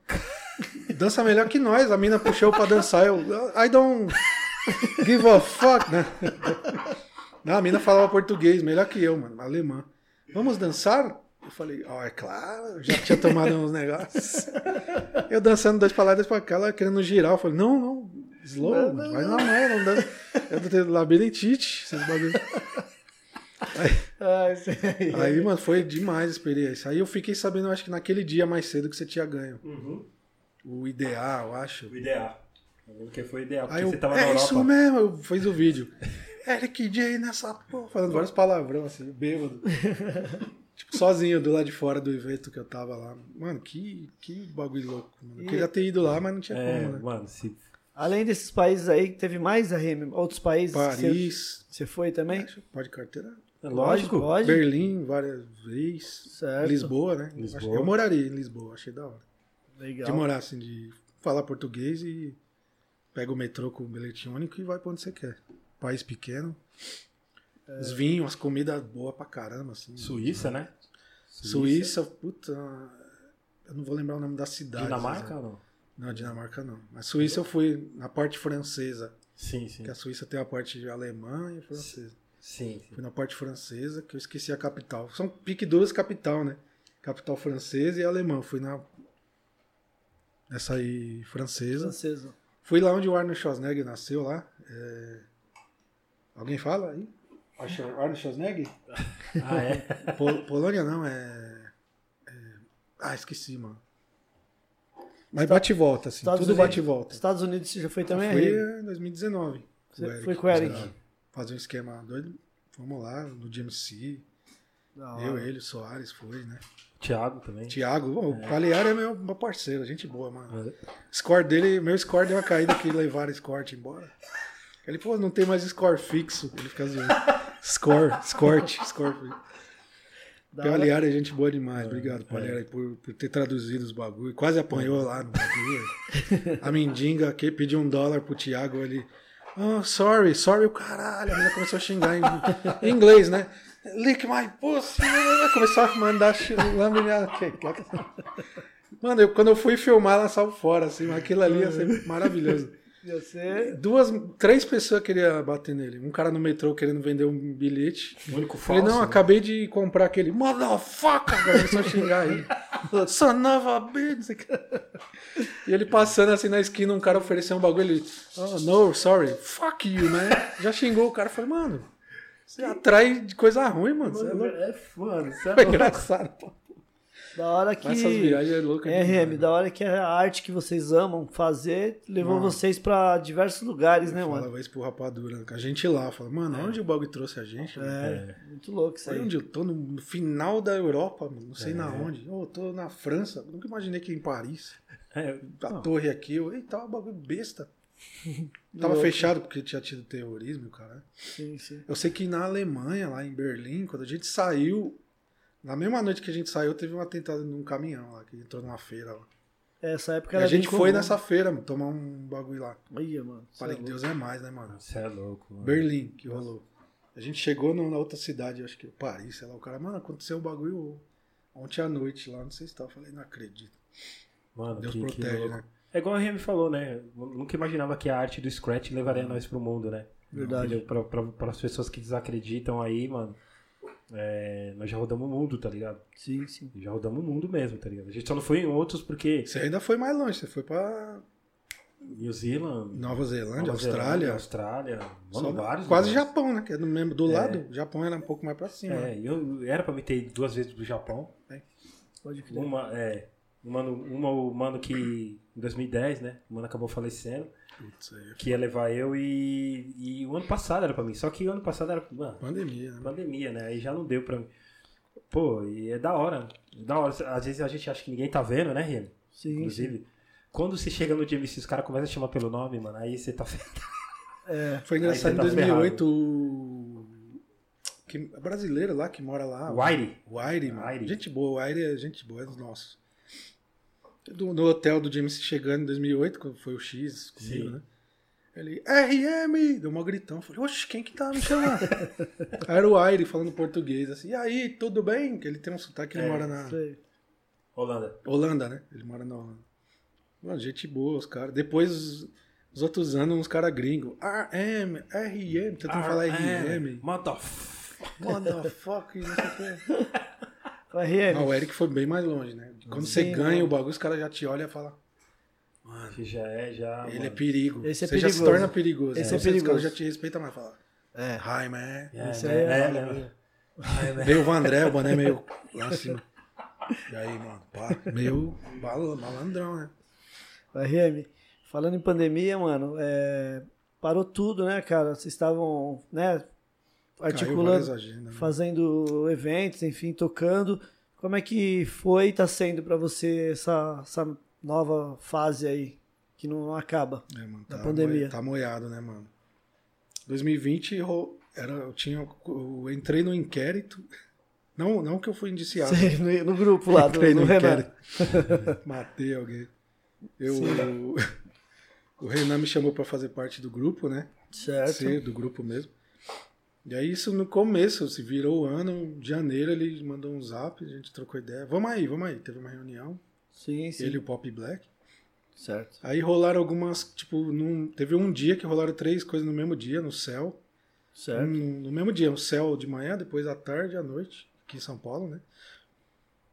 S3: Dança melhor que nós. A mina puxou pra dançar. Eu, I don't give a fuck, né? Não, a mina falava português melhor que eu, mano. Alemã. Vamos dançar? Eu falei, ó, é claro. eu Já tinha tomado uns negócios. Eu dançando dois pra lá, dois pra cá. Ela querendo girar. Eu falei, não, não. Slow,
S1: Não,
S3: mano.
S1: não,
S3: Vai na mãe, não dança. Eu tô tendo labirintite, esses bagulhos.
S1: Ah, isso aí.
S3: Aí, mano, foi demais a experiência. Aí eu fiquei sabendo, eu acho que naquele dia mais cedo que você tinha ganho.
S2: Uhum.
S3: O IDA, eu acho.
S2: O IDA. Eu lembro que foi o IDA, porque
S3: Aí eu,
S2: você tava
S3: é
S2: na Europa.
S3: isso mesmo, eu fiz o vídeo. Eric J nessa porra, falando vários palavrão, assim, bêbado. tipo, sozinho, do lado de fora do evento que eu tava lá. Mano, que, que bagulho louco. Mano. Eu
S1: E-
S3: queria ter ido lá, mas não tinha
S2: É,
S3: como, né?
S2: mano, se...
S1: Além desses países aí, teve mais a Remy? Outros países? que
S3: Paris,
S1: Você você foi também?
S3: acho, pode carteira.
S2: é lógico.
S1: Pode? pode.
S3: Berlim, várias vezes.
S1: Certo.
S3: Lisboa, né?
S2: Lisboa.
S3: Acho que Eu moraria em Lisboa, achei da hora.
S1: Legal.
S3: De morar assim, de falar português e pega o metrô com o bilhete único e vai pra onde você quer. País
S2: É.
S3: pequeno. Os vinhos, as comidas boas pra caramba, assim.
S2: Suíça, né?
S3: Suíça, puta. Eu não vou lembrar o nome da cidade.
S2: Dinamarca
S3: né?
S2: ou não?
S3: Não, Dinamarca não. Mas Suíça eu fui na parte francesa.
S2: Sim, sim.
S3: Que a Suíça tem a parte alemã e francesa.
S2: Sim, sim.
S3: Fui na parte francesa, que eu esqueci a capital. São pique duas capital, né? Capital francesa e alemã. Fui na. Essa aí francesa.
S1: Francesa.
S3: Fui lá onde o Arnold Schwarzenegger nasceu lá. É, Alguém fala aí?
S1: é
S3: Arnold Arnold Schwarzenegger?
S2: Ah, é?
S3: Pol- Polônia não, é... é- Ah, esqueci, mano. Mas bate e volta, assim.
S1: Estados
S3: tudo
S1: Unidos.
S3: bate e volta.
S1: Estados Unidos você já foi também?
S3: Foi
S1: Henrique?
S3: em 2019.
S1: Você foi com o Eric.
S3: Fizeram- Fazer um esquema doido. Fomos lá, no GMC.
S1: Da hora.
S3: Eu, ele, o Soares, foi, né?
S2: Thiago também.
S3: Tiago, bom, o Palear é meu, meu parceiro, gente boa, mano.
S2: Ah,
S3: Score dele, meu score deu uma caída que levaram o score embora. Ele, pô, não tem mais score fixo. Ele fica zoando. Score, scorch, score fixo.
S1: Da hora.
S3: Palear é gente boa demais. Obrigado, Palear, aí, por, por ter traduzido os bagulho. Quase apanhou lá no bagulho. A mendiga que pediu um dólar pro Thiago, ele. Oh, sorry, sorry o caralho. A menina começou a xingar em, em inglês, né? Lick my pussy. Começou a mandar lâmina. Mano, eu, quando eu fui filmar, ela saiu fora, assim. mas Aquilo ali ia
S1: Uhum.
S3: ser maravilhoso.
S1: Ia ser.
S3: Duas, três pessoas queriam bater nele. Um cara no metrô querendo vender um bilhete.
S2: O único
S3: Falei,
S2: falso.
S3: não,
S2: né?
S3: acabei de comprar aquele motherfucker, agora começou a xingar ele. Sonava bem, não sei o que. E ele passando assim na esquina, um cara ofereceu um bagulho, ele, oh, no, sorry, fuck you, né? Já xingou o cara, falei, mano, você atrai de coisa ruim, mano. Você é louco.
S1: É foda. isso é
S3: Foi
S1: louco.
S3: engraçado, pô.
S1: Da hora
S3: Mas essas
S1: que.
S3: viagens é louca
S1: É,
S3: demais,
S1: RM,
S3: né?
S1: da hora que a arte que vocês amam fazer levou
S3: Mano.
S1: vocês pra diversos lugares, né, mano?
S3: Falava isso pro rapadura, né? a gente lá, fala, mano, onde o bagulho trouxe a gente? mano?
S1: É, muito louco isso
S3: Olha
S1: aí.
S3: onde eu tô, no- no final da Europa, mano, não sei na onde. Oh, eu tô na França, nunca imaginei que em Paris.
S2: É,
S3: a
S2: não,
S3: torre aqui, eu, eita, um bagulho besta. Tava fechado porque tinha tido terrorismo, cara.
S1: Sim, sim.
S3: Eu sei que na Alemanha, lá em Berlim, quando a gente saiu, na mesma noite que a gente saiu, teve um atentado num caminhão lá, que entrou numa feira lá.
S1: Essa época
S3: E
S1: era
S3: a gente
S1: bem
S3: foi
S1: comum.
S3: nessa feira, mano, tomar um bagulho lá.
S1: Ia, mano. isso
S3: Falei
S1: é
S3: que
S1: louco.
S3: Deus é mais, né, mano?
S2: Você é louco. mano.
S3: Berlim, que rolou. A gente chegou no- na outra cidade, eu acho que é Paris, sei lá, o cara, mano, aconteceu um bagulho ontem à noite lá, não sei se tava. Eu Falei, não acredito.
S2: Mano,
S3: Deus
S2: que, que
S3: protege,
S2: louco.
S3: né?
S2: É igual a Remy falou, né? Nunca imaginava que a arte do Scratch levaria nós pro mundo, né?
S1: Verdade.
S2: Entendeu? Pra, pra, pras pessoas que desacreditam aí, mano. é, nós já rodamos o mundo, tá ligado?
S1: Sim, sim.
S2: Já rodamos o mundo mesmo, tá ligado? A gente só não foi em outros porque
S3: Você ainda foi mais longe, você foi pra
S2: New Zealand,
S3: Nova Zelândia,
S2: Nova Zelândia,
S3: Austrália.
S2: Austrália,
S3: Só
S2: mano,
S3: no-
S2: vários.
S3: quase
S2: lugares.
S3: Japão, né? Que é do mesmo do lado. Japão era um pouco mais pra cima. né?
S2: É, eu era pra me ter ido duas vezes pro Japão.
S1: Pode crer.
S2: Uma, é, um mano, uma, o mano que em 2010, né? O mano acabou falecendo.
S3: Putz, aí.
S2: Que ia levar eu e, e o ano passado era pra mim. Só que o ano passado era. Mano,
S3: Pandemia, né?
S2: pandemia, né? Aí já não deu pra mim. Pô, e é da hora. É da hora. Às vezes a gente acha que ninguém tá vendo, né, Remy?
S1: Sim, sim.
S2: Inclusive. Quando você chega no GMC, os caras começam a chamar pelo nome, mano. Aí você tá.
S3: Foi
S2: Aí
S3: engraçado
S2: você
S3: em
S2: tá
S3: 2008. O que, a brasileira lá que mora
S2: Ah,
S3: lá. o-
S2: Wiley.
S3: O Aire, mano.
S2: Aire.
S3: Gente boa, o Aire é gente boa, é dos nossos. Do- no hotel do James chegando em 2008, quando foi o X comigo,
S2: Sim.
S3: né? Ele, RM! Deu um gritão. Falei, oxe, quem que tá me chamando? Aí Era o Aire falando português, assim, e aí, tudo bem? Que Ele tem um sotaque, ele
S2: É,
S3: mora na,
S1: Sei.
S2: Holanda.
S3: Holanda, né? Ele mora na Holanda. Mano, gente boa, os caras. Depois, os, os outros anos, uns caras gringos. RM, RM, tentando falar RM.
S2: Ah, é. Motherfucker.
S3: Motherfucker, não sei o
S1: Vai,
S3: quê.
S1: RM.
S3: Não, o Eric foi bem mais longe, né? Quando você
S1: Sim,
S3: ganha
S1: mano.
S3: o bagulho, os caras já te olham e falam.
S2: Que já é, já.
S3: Ele é
S2: mano.
S3: perigo.
S1: Ah, Esse é
S3: você já se
S1: perigoso.
S3: torna perigoso.
S1: Esse
S3: Então,
S1: é
S3: você- Os caras
S1: perigoso.
S3: já te respeitam mais. Fala,
S1: É.
S3: hi, man.
S2: É,
S1: Isso
S2: né?
S1: aí é-
S2: É, né? Ai, né?
S3: Veio o Vandré, o Vandré meio lá em cima. E aí, mano, pá, meio bala- malandrão, né?
S1: Vai, RM. Falando em pandemia, mano, é, parou tudo, né, cara? Vocês estavam, né,
S3: Caiu várias
S1: articulando,
S3: agendas, né?
S1: fazendo eventos, enfim, tocando. Como é que foi e tá sendo pra você essa, essa nova fase aí, que não, não acaba?
S3: É, mano,
S1: da
S3: tá
S1: pandemia.
S3: moe- Tá moiado, né, mano? 2020 eu, era, eu tinha, eu entrei no inquérito. Não, não que eu fui indiciado.
S1: Sei, no, no grupo lá, do,
S3: Entrei
S1: do
S3: no
S1: Renan.
S3: inquérito. Matei alguém. Eu, o Renan me chamou pra fazer parte do grupo, né?
S1: Certo.
S3: Ser do grupo mesmo. E aí isso no começo, se virou o ano, de janeiro ele mandou um zap, a gente trocou ideia. Vamos aí, vamos aí. Teve uma reunião,
S1: Sim, sim.
S3: ele e o Pop Black.
S1: Certo.
S3: Aí rolaram algumas, tipo, num, teve um dia que rolaram três coisas no mesmo dia, no céu. Um
S1: Certo.
S3: No, no mesmo dia, o céu de manhã, depois à tarde, à noite, aqui em São Paulo, né?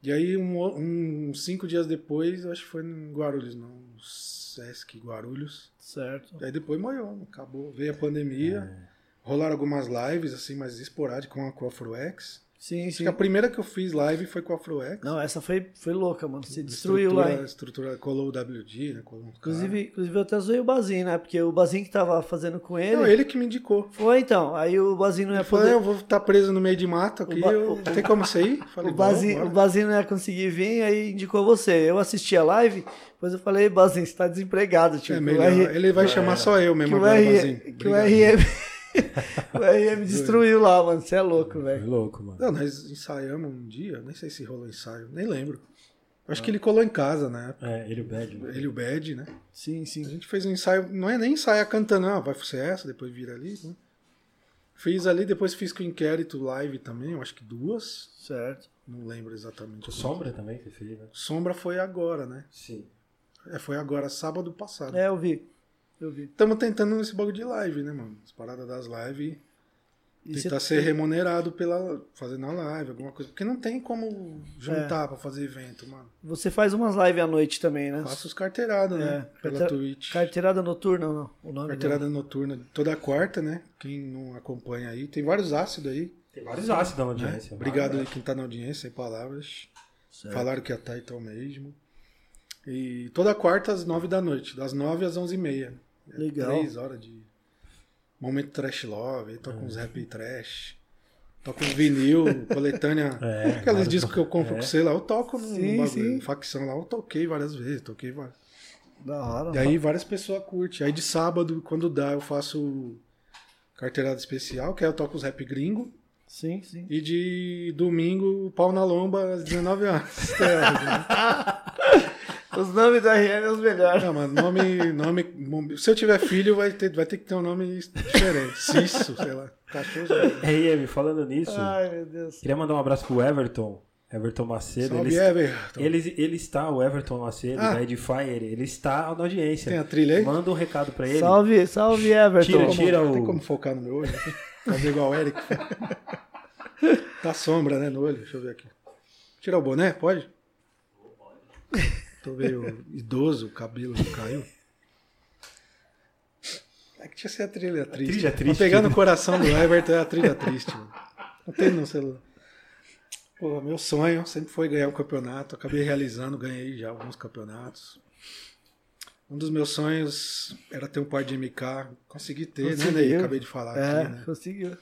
S3: E aí, um, o- um- cinco dias depois, eu acho que foi em Guarulhos, não, no Sesc Guarulhos.
S1: Certo.
S3: Aí depois moiou, acabou. Veio a
S1: É.
S3: pandemia,
S2: É.
S3: rolaram algumas lives, assim, mais esporádicas com a, com a Afroex.
S1: Sim,
S3: Acho
S1: sim.
S3: que a primeira que eu fiz live foi com a Afroex.
S1: Não, essa foi, foi louca, mano. Você destruiu lá, hein?
S3: Estrutura, colou o WD, né? Colou um
S1: Inclusive, inclusive eu até zoei o Bazin, né? Porque o Bazin que tava fazendo com ele.
S3: cara. Não, ele que me indicou.
S1: Foi então. Aí o Bazin não ia
S3: Ele falou, "É,
S1: poder.
S3: eu vou estar preso no meio de mato aqui,
S1: O ba-
S3: eu...
S1: o-
S3: tem como sair? Falei,
S1: O Bazin,
S3: "Bora,
S1: o
S3: bora."
S1: Bazin não ia conseguir vir, aí indicou você. Eu assisti a live, depois eu falei, Bazin, você tá desempregado, tipo.
S3: É
S1: o
S3: melhor.
S1: R-
S3: Ele vai chamar só eu
S1: que
S3: mesmo
S1: o,
S3: agora, Bazinho.
S1: R, é- que o
S3: Obrigado.
S1: RM. o RM destruiu lá, mano. Você é louco, velho.
S2: louco, mano.
S3: Não, nós ensaiamos um dia, nem sei se rolou ensaio, nem lembro. Acho que ele colou em casa, né?
S2: É, ele o bad. né?
S3: Ele e o Bad, né?
S1: Sim,
S3: A
S1: sim.
S3: gente fez um ensaio, não é nem ensaiar cantando, não, vai ser essa, depois vira ali. né? Fiz ali, depois fiz com o inquérito live também, eu acho que duas,
S1: Certo.
S3: não lembro exatamente.
S2: O Sombra também que fez, né?
S3: Sombra foi agora, né?
S2: Sim.
S3: É, foi agora, sábado passado.
S1: É, eu vi. Eu vi.
S3: Estamos tentando esse bagulho de live, né, mano? As paradas das lives.
S1: E
S3: Tentar
S1: cê-
S3: ser remunerado pela fazendo a live, alguma coisa. Porque não tem como
S1: É.
S3: juntar pra fazer evento, mano.
S1: você faz umas lives à noite também, né?
S3: Faço os carteirados, né?
S1: É,
S3: Pela
S1: carteira-
S3: Twitch.
S1: Carteirada noturna, ou não? O nome
S3: Carteirada noturna toda quarta, né? Quem não acompanha aí. Tem vários ácidos aí.
S2: Tem vários ácidos na
S3: né?
S2: audiência.
S3: Obrigado aí
S2: vários.
S3: quem tá na audiência, sem palavras.
S1: Certo.
S3: Falaram que a Titan mesmo. E toda quarta às nove da noite. Das nove às onze e meia. É
S1: Legal.
S3: Três horas de momento trash love. Aí toca uns rap trash. Toca uns vinil, coletânea.
S2: É,
S3: Aqueles
S2: vários-
S3: discos que eu compro
S2: é.
S3: com você lá, eu toco num
S1: Sim,
S3: bagulho,
S1: sim.
S3: facção lá, eu toquei várias vezes, toquei várias.
S1: Da hora.
S3: E aí várias pessoas curtem. Aí de sábado, quando dá, eu faço carteirada especial, que aí eu toco os rap gringo.
S1: Sim, sim.
S3: E de domingo, pau na lomba, às 19 horas.
S1: Os nomes do RM são os melhores.
S3: É, Não, mano, nome, nome. Se eu tiver filho, vai ter, vai ter que ter um nome diferente. Cício, sei lá. Cachorro.
S2: Ei, Emi, falando nisso,
S3: Ah.
S1: Ai, meu Deus.
S2: queria mandar um abraço pro Everton. Everton Macedo.
S3: Salve,
S2: ele,
S3: Everton.
S2: ele, ele está, o Everton Macedo,
S3: Ah.
S2: da Edifier, ele está na audiência.
S3: Tem a trilha aí?
S2: Manda um recado pra ele.
S1: Salve, salve,
S3: Tem
S1: Everton.
S2: Tira,
S3: como-
S2: tira
S3: Tem
S2: o.
S3: como focar no meu olho? Fazer igual o Eric. tá sombra, né, no olho? Deixa eu ver aqui. Tirar o boné, pode? Tô meio idoso, o cabelo caiu. É que tinha que ser a trilha triste.
S2: trilha
S3: Pra
S2: triste,
S3: pegar
S2: né?
S3: no coração do Everton é a trilha triste, mano. Não tem no celular. Pô, meu sonho sempre foi ganhar um campeonato. Acabei realizando, ganhei já alguns campeonatos. Um dos meus sonhos era ter um par de MK. Consegui ter,
S1: Conseguiu.
S3: né, Ney? Acabei de falar
S1: É,
S3: aqui, né?
S1: conseguiu.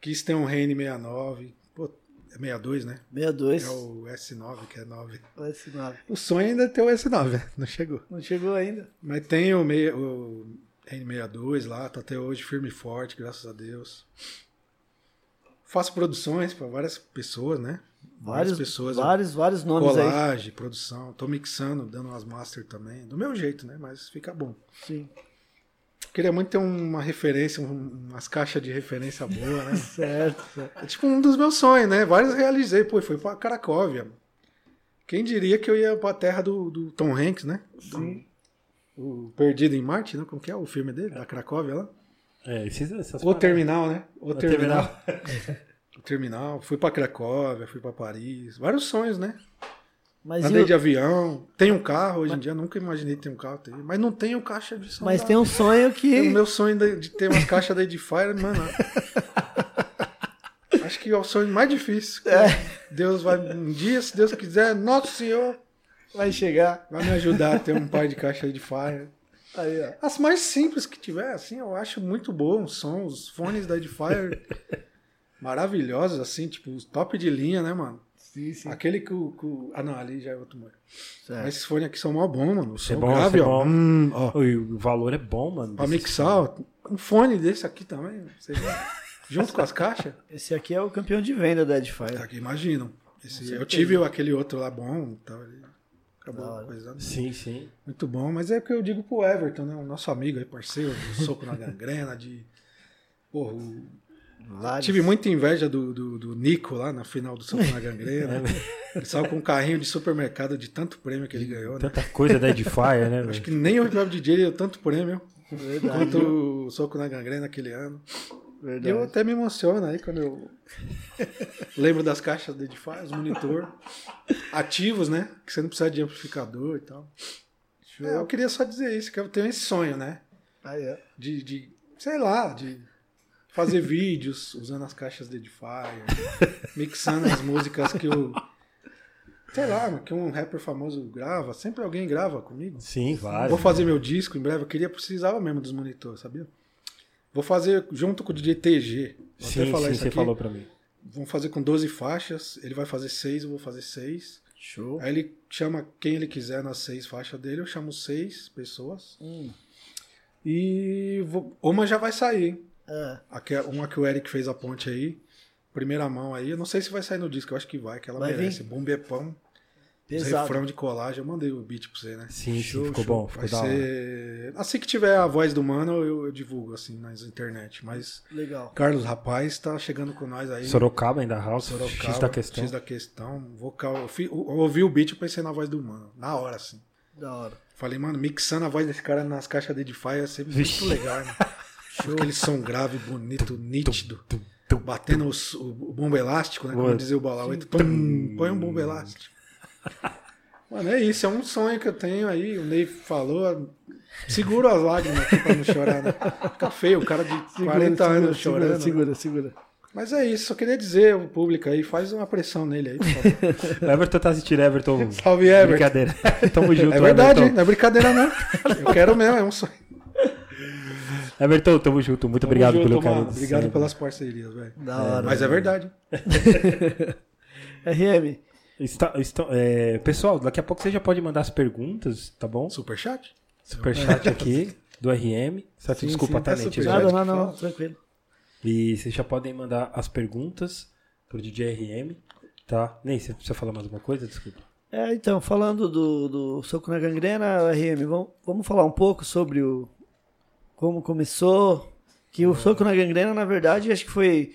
S3: Quis ter um Rene 69. Pô, é 62, né?
S1: 62.
S3: É o S9, que é 9.
S1: Esse nome.
S3: O sonho ainda é ter o S9, né? não chegou.
S1: Não chegou ainda.
S3: Mas tem o, meia- o N62 lá, tá até hoje firme e forte, graças a Deus. Faço produções para várias pessoas, né?
S1: Vários,
S3: pessoas.
S1: vários, vários nomes aí.
S3: colagem, produção. Tô mixando, dando umas master também. Do meu jeito, né? Mas fica bom.
S1: Sim.
S3: Queria muito ter uma referência, um- umas caixas de referência boa, né?
S1: Certo. certo.
S3: É tipo um dos meus sonhos, né? Vários realizei. Pô, foi pra Cracóvia. mano. Quem diria que eu ia pra terra do, do Tom Hanks, né?
S1: Sim.
S3: O Perdido em Marte, né? Como que é o filme dele? Da Cracóvia lá.
S2: É, esses, essas
S3: O
S2: paradas.
S3: Terminal, né? O
S2: O terminal.
S3: Terminal. O Terminal. Fui pra Cracóvia, fui pra Paris. Vários sonhos, né?
S1: Mas, e
S3: Andei
S1: o-
S3: de avião. Tenho um carro hoje em dia. Nunca imaginei ter um carro. Ter, mas não tenho caixa de som.
S1: mas
S3: da-
S1: tem um sonho
S3: tem É o
S1: que.
S3: meu sonho de, de ter uma caixa da Edifier, mano. Acho que é o sonho mais difícil.
S2: É.
S3: Deus vai, um dia, se Deus quiser, Nosso Senhor
S1: Vai chegar.
S3: vai me ajudar a ter um par de caixa de Edifier.
S1: Aí, ó.
S3: As mais simples que tiver, assim, eu acho muito bom. São os fones da Edifier maravilhosos, assim, tipo, os top de linha, né, mano?
S1: Sim, sim.
S3: Aquele que o. que o- Ah, não, ali já é outro mano.
S1: Certo.
S3: Mas esses fones aqui são mó bom, mano. O som
S2: É bom,
S3: grave,
S2: é
S3: ó.
S2: bom.
S3: Hum, ó.
S2: Oi, o valor é bom, mano.
S3: Pra
S2: desses-
S3: mixar, ó, um fone desse aqui também, sei lá, junto com as caixas.
S1: Esse aqui é o campeão de venda da Edifier.
S3: É, Aqui, imaginam. Esse- eu tive aquele outro lá bom, tal, ele acabou
S1: Da hora.
S3: coisando.
S2: Sim, sim.
S3: Muito bom, mas é o que eu digo pro Everton, né? O nosso amigo aí, parceiro, do soco na gangrena, de. Porra, o Vários. Tive muita inveja do, do, do, Nico lá na final do São na Gangrena. né? Ele saiu com um carrinho de supermercado de tanto prêmio que ele ganhou.
S2: Tanta né? coisa da Edifier, né?
S3: Acho que nem o Hip Hop DJ deu tanto prêmio Verdade. quanto o Soco na Gangrena naquele ano. Verdade. Eu até me emociono aí quando eu lembro das caixas da Edifier, os monitor ativos, né? Que você não precisa de amplificador e tal. É, eu queria só dizer isso, que eu tenho esse sonho, né?
S1: Ah, é.
S3: de, de sei lá, de fazer vídeos usando as caixas de Edifier, mixando as músicas que eu. Sei lá, que um rapper famoso grava, sempre alguém grava comigo.
S2: Sim, vários.
S3: Vou fazer meu disco em breve, eu queria, precisava mesmo dos monitores, sabia? Vou fazer junto com o DJ TG.
S2: Vou sim, falar sim, isso você aqui. falou pra mim.
S3: Vamos fazer com 12 faixas, ele vai fazer 6, eu vou fazer 6.
S2: Show.
S3: Aí ele chama quem ele quiser nas 6 faixas dele, eu chamo 6 pessoas. Hum. E vou... uma já vai sair, hein?
S1: É.
S3: Uma que o Eric fez a ponte aí. Primeira mão aí. Eu não sei se vai sair no disco, eu acho que vai, que ela vai merece. Bombepão. Pesado. Refrão de colagem, eu mandei o beat pra você, né?
S2: Sim, show, sim, ficou show. bom. Ficou
S3: vai ser... Assim que tiver a voz do mano, eu, eu divulgo, assim, nas internet. Mas.
S1: Legal.
S3: Carlos Rapaz tá chegando com nós aí.
S2: Sorocaba ainda house.
S3: Sorocaba,
S2: X da questão.
S3: X da questão. Vocal. Eu, fi... eu ouvi o beat e pensei na voz do mano. Na hora, assim.
S1: Da hora.
S3: Falei, mano, mixando a voz desse cara nas caixas de Edify é sempre Vixe. muito legal, né? Show. Aquele som grave, bonito, nítido. Tum, tum, tum, batendo os, o, o bomba elástico, né? Como dizia o Balau. Põe um bomba elástico. Mano, é isso, é um sonho que eu tenho aí. O Ney falou. Segura as lágrimas aqui pra não chorar, né? Fica feio, o cara de 40 segura, anos
S1: segura,
S3: chorando.
S1: Segura, né? segura, segura.
S3: Mas é isso, só queria dizer ao público aí, faz uma pressão nele aí, por favor.
S2: Everton tá assistindo, Everton.
S3: Salve, Everton.
S2: Brincadeira. Tamo junto,
S3: É verdade, Everton. não é brincadeira não. Eu quero mesmo, é um sonho.
S2: Everton, tamo junto. Muito tamo obrigado junto, pelo carinho.
S3: Obrigado pelas parcerias, velho.
S1: Da hora.
S3: Mas é verdade.
S1: RM.
S2: Está, está, é, pessoal, daqui a pouco você já pode mandar as perguntas, tá bom?
S3: Superchat?
S2: Superchat aqui, do RM. Só sim, desculpa, sim, tá, Nete?
S1: É nada, não, não, tranquilo.
S2: E vocês já podem mandar as perguntas pro DJ RM, tá? Nem, você precisa falar mais alguma coisa? Desculpa.
S1: É, então, falando do, do Soco na Gangrena, RM, vamos, vamos falar um pouco sobre o, como começou, que o soco na gangrena, na verdade, acho que foi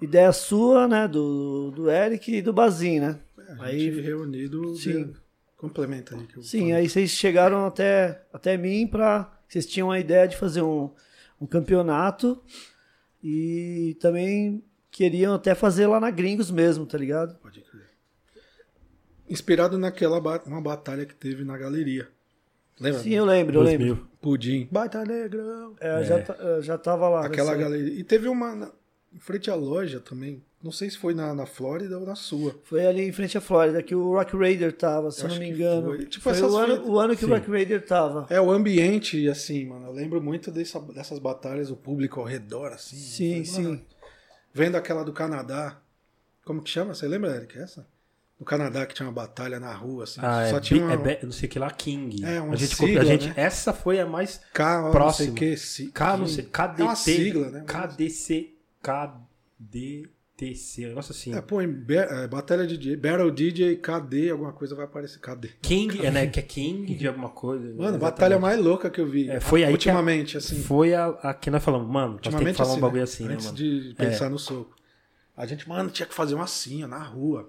S1: ideia sua, né, do, do Eric e do Bazin, né?
S3: É, a aí, gente reunido, sim. complementa aí. Que
S1: sim, aí vocês chegaram até, até mim para vocês tinham a ideia de fazer um, um campeonato e também queriam até fazer lá na Gringos mesmo, tá ligado?
S3: Pode crer. Inspirado naquela uma batalha que teve na galeria. Lembra?
S1: Sim, eu lembro, 2000. eu lembro.
S3: Pudim. Baita Negrão.
S1: É, é. Já, já tava lá.
S3: Aquela galeria. E teve uma na, em frente à loja também. Não sei se foi na, na Flórida ou na sua.
S1: Foi ali em frente à Flórida que o Rock Raider tava, se eu não me engano. Foi, tipo, foi o, ano, o, ano, que Sim. o Rock Raider tava.
S3: É, o ambiente, assim, mano. Eu lembro muito dessa, dessas batalhas, o público ao redor, assim.
S1: Sim, foi, sim. Mano,
S3: vendo aquela do Canadá. Como que chama? Você lembra, Eric? Essa? no Canadá que tinha uma batalha na rua, assim.
S2: Ah, só é, tinha uma... é, não sei que lá, King.
S3: É, uma
S2: a gente,
S3: sigla, a
S2: gente,
S3: né?
S2: Essa foi a mais
S3: K,
S2: próxima.
S3: Não sei que,
S2: K, não sei, KDT,
S3: é uma sigla, né?
S2: KDC, KDTC, um negócio assim.
S3: É, põe é, Batalha DJ, Battle DJ, KD, alguma coisa vai aparecer, KD.
S2: King, é, né? Que é King de alguma coisa. né?
S3: Mano, exatamente. batalha mais louca que eu vi.
S2: É, foi aí
S3: Ultimamente,
S2: a,
S3: assim.
S2: Foi a, a que nós falamos, mano, ultimamente, tem que falar assim, um bagulho assim, né,
S3: antes
S2: mano?
S3: de pensar no soco. A gente, mano, tinha que fazer uma assim, na rua.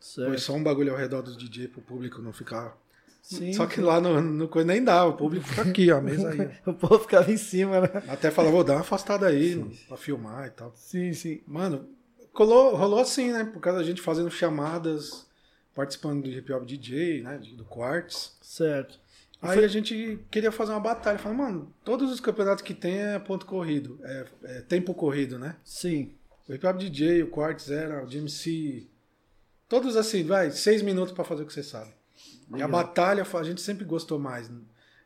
S3: Certo. Foi só um bagulho ao redor do DJ pro público não ficar. Sim, só que sim. lá no, no coisa nem dá, o público fica aqui, ó, a mesa aí.
S1: o povo ficava em cima, né?
S3: Até falava, vou dar uma afastada aí sim. pra filmar e tal.
S1: Sim, sim.
S3: Mano, colou, rolou assim, né? Por causa da gente fazendo chamadas, participando do hip hop DJ, né? Do Quartz.
S1: Certo.
S3: Aí foi... a gente queria fazer uma batalha. Falei, mano, todos os campeonatos que tem é ponto corrido, é, é tempo corrido, né?
S1: Sim.
S3: O hip hop DJ, o Quartz era, o DMC, Todos assim, vai, seis minutos para fazer o que você sabe. E a batalha, a gente sempre gostou mais.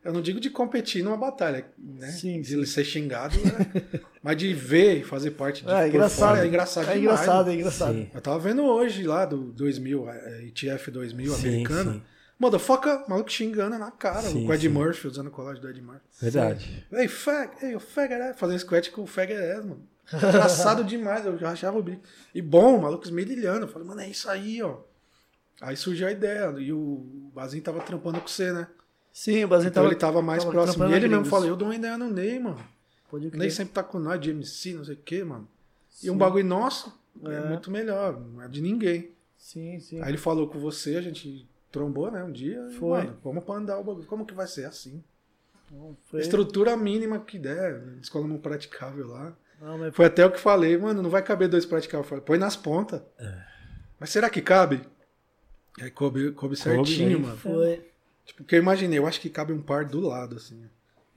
S3: Eu não digo de competir numa batalha, né?
S1: Sim,
S3: de sim. ser xingado, né? mas de ver, fazer parte de.
S1: É, engraçado. Fora,
S3: é engraçado.
S1: É engraçado, demais, é engraçado. Né? É
S3: engraçado. Eu tava vendo hoje lá do é, 2000, ETF 2000 sim, americano. Sim. Mano, foca maluco xingando na cara, sim, o Ed Murphy usando colagem do Ed Murphy.
S2: Verdade.
S3: Ei, fag, ei, o Fagger, é. fazendo squat com o Fagger, é, mano. Engraçado demais, eu já achava o bico. E bom, malucos esmerilhando. Eu falei, mano, é isso aí, ó. Aí surgiu a ideia. E o Bazinho tava trampando com você, né?
S1: Sim, o Bazinho
S3: então
S1: tava.
S3: ele tava mais
S1: tava
S3: próximo. E ele mesmo falou, eu dou uma ideia no Ney, mano. O Ney sempre tá com nós de MC, não sei o quê, mano. E um bagulho nosso é. muito melhor, não é de ninguém.
S1: Sim, sim.
S3: Aí ele falou com você, a gente trombou, né, um dia. e,
S1: Foi.
S3: mano, vamos pra andar o bagulho. Como que vai ser assim?
S1: Não, foi,
S3: Estrutura mínima que der, né, escola não praticável lá.
S1: não, mas
S3: Foi até o que falei, mano, não vai caber dois praticáveis. Eu falei, Põe nas pontas.
S2: É.
S3: Mas será que cabe? Aí coube, coube certinho,
S2: né?
S3: mano.
S1: foi.
S3: Tipo, porque eu imaginei, eu acho que cabe um par do lado, assim.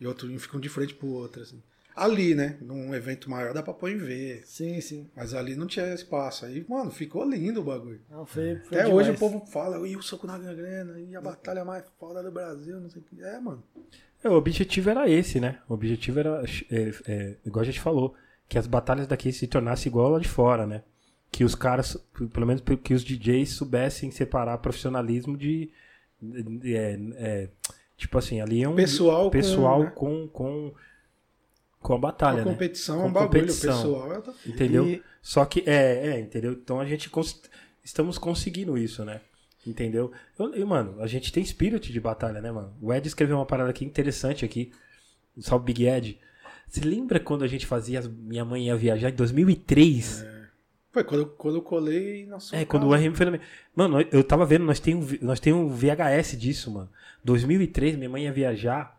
S3: E outro, e fica um de frente pro outro, assim. Ali, né? Num evento maior dá pra pôr em V.
S1: Sim, sim.
S3: Mas ali não tinha espaço. Aí, mano, ficou lindo o bagulho.
S1: Não, foi, foi
S3: Até hoje o
S1: demais.
S3: povo fala, e o soco na gangrena, e a batalha mais foda do Brasil, não sei o que. É, mano.
S2: É, o objetivo era esse, né? O objetivo era, é, é, igual a gente falou, que as batalhas daqui se tornassem igual lá de fora, né? Que os caras, pelo menos que os DJs soubessem separar profissionalismo de. de- é, é, tipo assim, ali é um.
S3: Pessoal com,
S2: pessoal
S3: né?
S2: com, com, com a
S3: A
S2: batalha, né?
S3: competição é
S2: Com
S3: um bagulho.
S2: competição.
S3: Pessoal é outra fita.
S2: Entendeu?
S1: E-
S2: Só que, é, é, entendeu? Então a gente cons- estamos conseguindo isso, né? Entendeu? Eu- e, mano, a gente tem spirit de batalha, né, mano? O Ed escreveu uma parada aqui interessante aqui. Salve Big Ed. Se lembra quando a gente fazia as- Minha Mãe Ia Viajar em 2003?
S3: Foi quando eu, quando eu colei na sua
S2: É, quando o
S3: casa.
S2: RM fez. Mano, eu tava vendo, nós tem, um, vi- nós tem um VHS disso, mano. 2003, minha mãe ia viajar.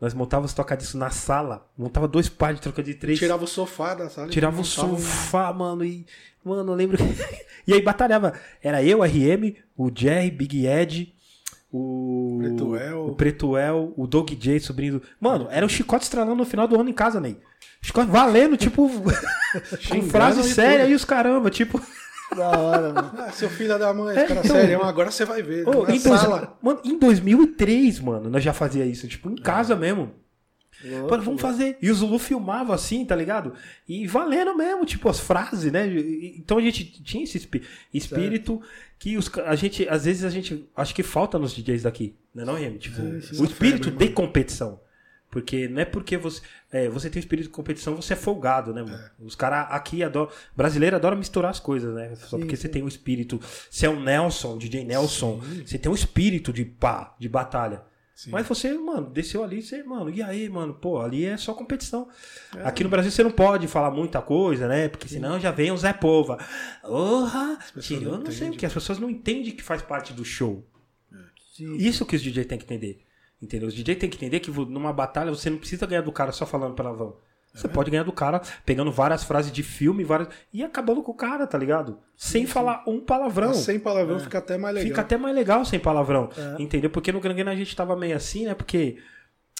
S2: Nós montava os toca disso na sala. Montava dois pares de troca de três.
S3: Tirava o sofá da sala. e
S2: Tirava o
S3: montava um-
S2: sofá, mano, e. Mano, eu lembro. que- e aí batalhava. Era eu, RM, o Jerry, Big Ed, o.
S3: Preto El.
S2: O Pretuel, o Doug J, sobrinho do. Mano, era o chicote estralando no final do ano em casa, Ney. Chicote valendo, tipo. com
S3: Xingando
S2: frase
S3: e
S2: séria
S3: tudo.
S2: e os caramba, tipo.
S1: Da hora, mano.
S3: Ah, seu filho da mãe,
S2: É,
S3: cara
S2: então-
S3: sério, agora você vai ver.
S2: Ô, então,
S3: na
S2: em, dois-
S3: sala.
S2: mano, em 2003, mano, nós já fazia isso, tipo,
S3: É.
S2: em casa mesmo.
S1: Louco,
S2: Mano, vamos fazer. E o Zulu filmava assim, tá ligado? E valendo mesmo, tipo, as frases, né? E- Então a gente tinha esse espí- espírito que os, ca- a gente, às vezes, a gente. Acho que falta nos DJs daqui, né, não, Remy? Tipo,
S3: sim.
S2: o espírito
S3: Febre,
S2: de competição. Porque não é porque você. é, você tem o espírito de competição, você é folgado, né, mano? Os caras aqui adoram. Brasileiro adora misturar as coisas, né? Só porque você tem um espírito. Você é um Nelson, DJ Nelson. Você tem um espírito de pá, de batalha.
S3: Sim.
S2: Mas você, mano, desceu ali, você, mano, e aí, mano, pô, ali é só competição.
S3: É.
S2: Aqui no Brasil você não pode falar muita coisa, né? Porque senão já vem o Zé Pova. Porra!
S3: pessoas
S2: Tirou,
S3: não
S2: não, sei o
S3: entendem.
S2: que. As pessoas não entendem que faz parte do show.
S1: Sim.
S2: Isso que os DJ tem que entender. Entendeu? Os DJ tem que entender que vo- numa batalha você não precisa ganhar do cara só falando palavrão.
S3: É
S2: Você pode ganhar do cara pegando várias frases de filme, várias. E acabando com o cara, tá ligado? Sem falar um palavrão.
S3: Mas sem palavrão fica até mais é legal.
S2: é. Fica até mais legal sem palavrão,
S1: Ah,
S2: entendeu? Porque no Granguena a gente tava meio assim, né? Porque,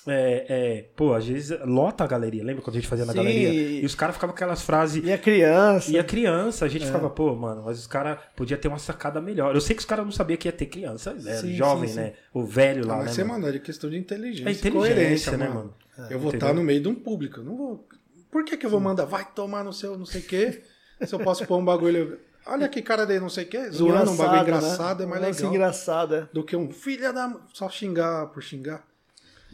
S2: é, é, pô, às vezes lota a galeria. Lembra quando a gente fazia na
S1: Sim.
S2: galeria? E os caras ficavam com aquelas frases...
S1: E a criança.
S2: E a criança, a gente ficava, pô, mano, mas os caras podia ter uma sacada melhor. Eu sei que os caras não sabiam que ia ter criança, né?
S1: Sim,
S2: jovem,
S1: sim, sim.
S2: né? O velho lá,
S3: Ah, mas
S2: né?
S3: você,
S2: mano?
S3: mano, é de questão de inteligência.
S2: É
S3: e
S2: inteligência,
S3: coerência,
S2: né, mano?
S3: mano? eu vou
S2: entendeu?
S3: estar no meio de um público. eu Não vou. Por que, que eu vou mandar? Vai tomar no seu não sei o quê. Se eu posso pôr um bagulho. Olha que cara dele, não sei o quê. Zoando um bagulho engraçado
S2: né?
S3: é mais legal.
S1: né? engraçado, é.
S3: Do que um filha da. m-", Só xingar por xingar.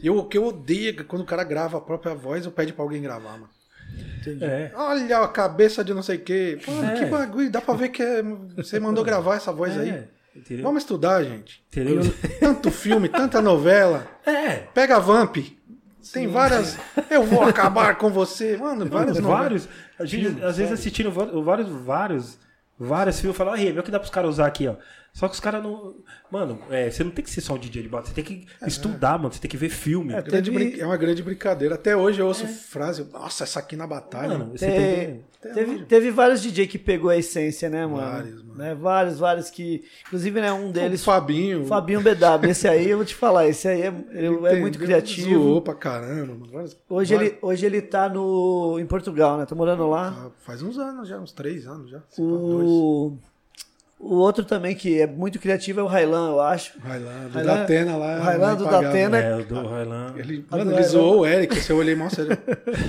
S3: Eu, o que eu odeio é que quando o cara grava a própria voz ou pede pra alguém gravar, mano.
S2: É.
S3: Olha a cabeça de não sei o quê. Mano,
S2: É.
S3: que bagulho. Dá pra ver que é- você mandou gravar essa voz aí.
S2: É, entendeu?
S3: Vamos estudar, gente.
S2: Entendeu?
S3: Tanto filme, tanta novela.
S2: É,
S3: Pega a Vamp. Tem várias. Eu vou acabar com você. Mano, várias
S2: vários,
S3: novelas.
S2: vários. A gente, às vezes assistindo va- vários, vários, vários filmes, falar, aí, meu que dá pros caras usar aqui, ó. Só que os caras não. Mano, é, você não tem que ser só um DJ de bota, você tem que estudar, mano, você tem que ver filme.
S1: É,
S3: Grande
S1: Teve-
S3: brin- É uma grande brincadeira. Até hoje eu ouço
S1: É.
S3: frase. Nossa, essa aqui na batalha.
S2: mano, você
S1: Te-
S2: tem
S1: teve, teve vários DJ que pegou a essência, né, mano?
S3: Vários, mano.
S1: Né, vários, vários que. Inclusive, né, um
S3: Eles...
S1: deles.
S3: O Fabinho.
S1: Fabinho BW. Esse aí eu vou te falar, esse aí é, ele é
S3: entendeu?
S1: muito criativo.
S3: Zoou pra caramba. Mano. Várias-
S1: Hoje
S3: várias-
S1: ele, hoje ele tá no, em Portugal, né? Tá morando lá.
S3: Ah, Faz uns anos já, uns três anos já. se pá, dois.
S1: O, o outro também que é muito criativo é o Railan, eu acho.
S3: Vai lá, do
S1: Railan-
S3: Datena lá.
S1: o Railan
S3: lá
S1: do
S3: impagável.
S1: Datena.
S2: que. É, o do Raylan.
S3: Ele,
S1: A
S3: mano,
S1: do Railan.
S3: ele zoou o Eric, se eu olhei mal, sério.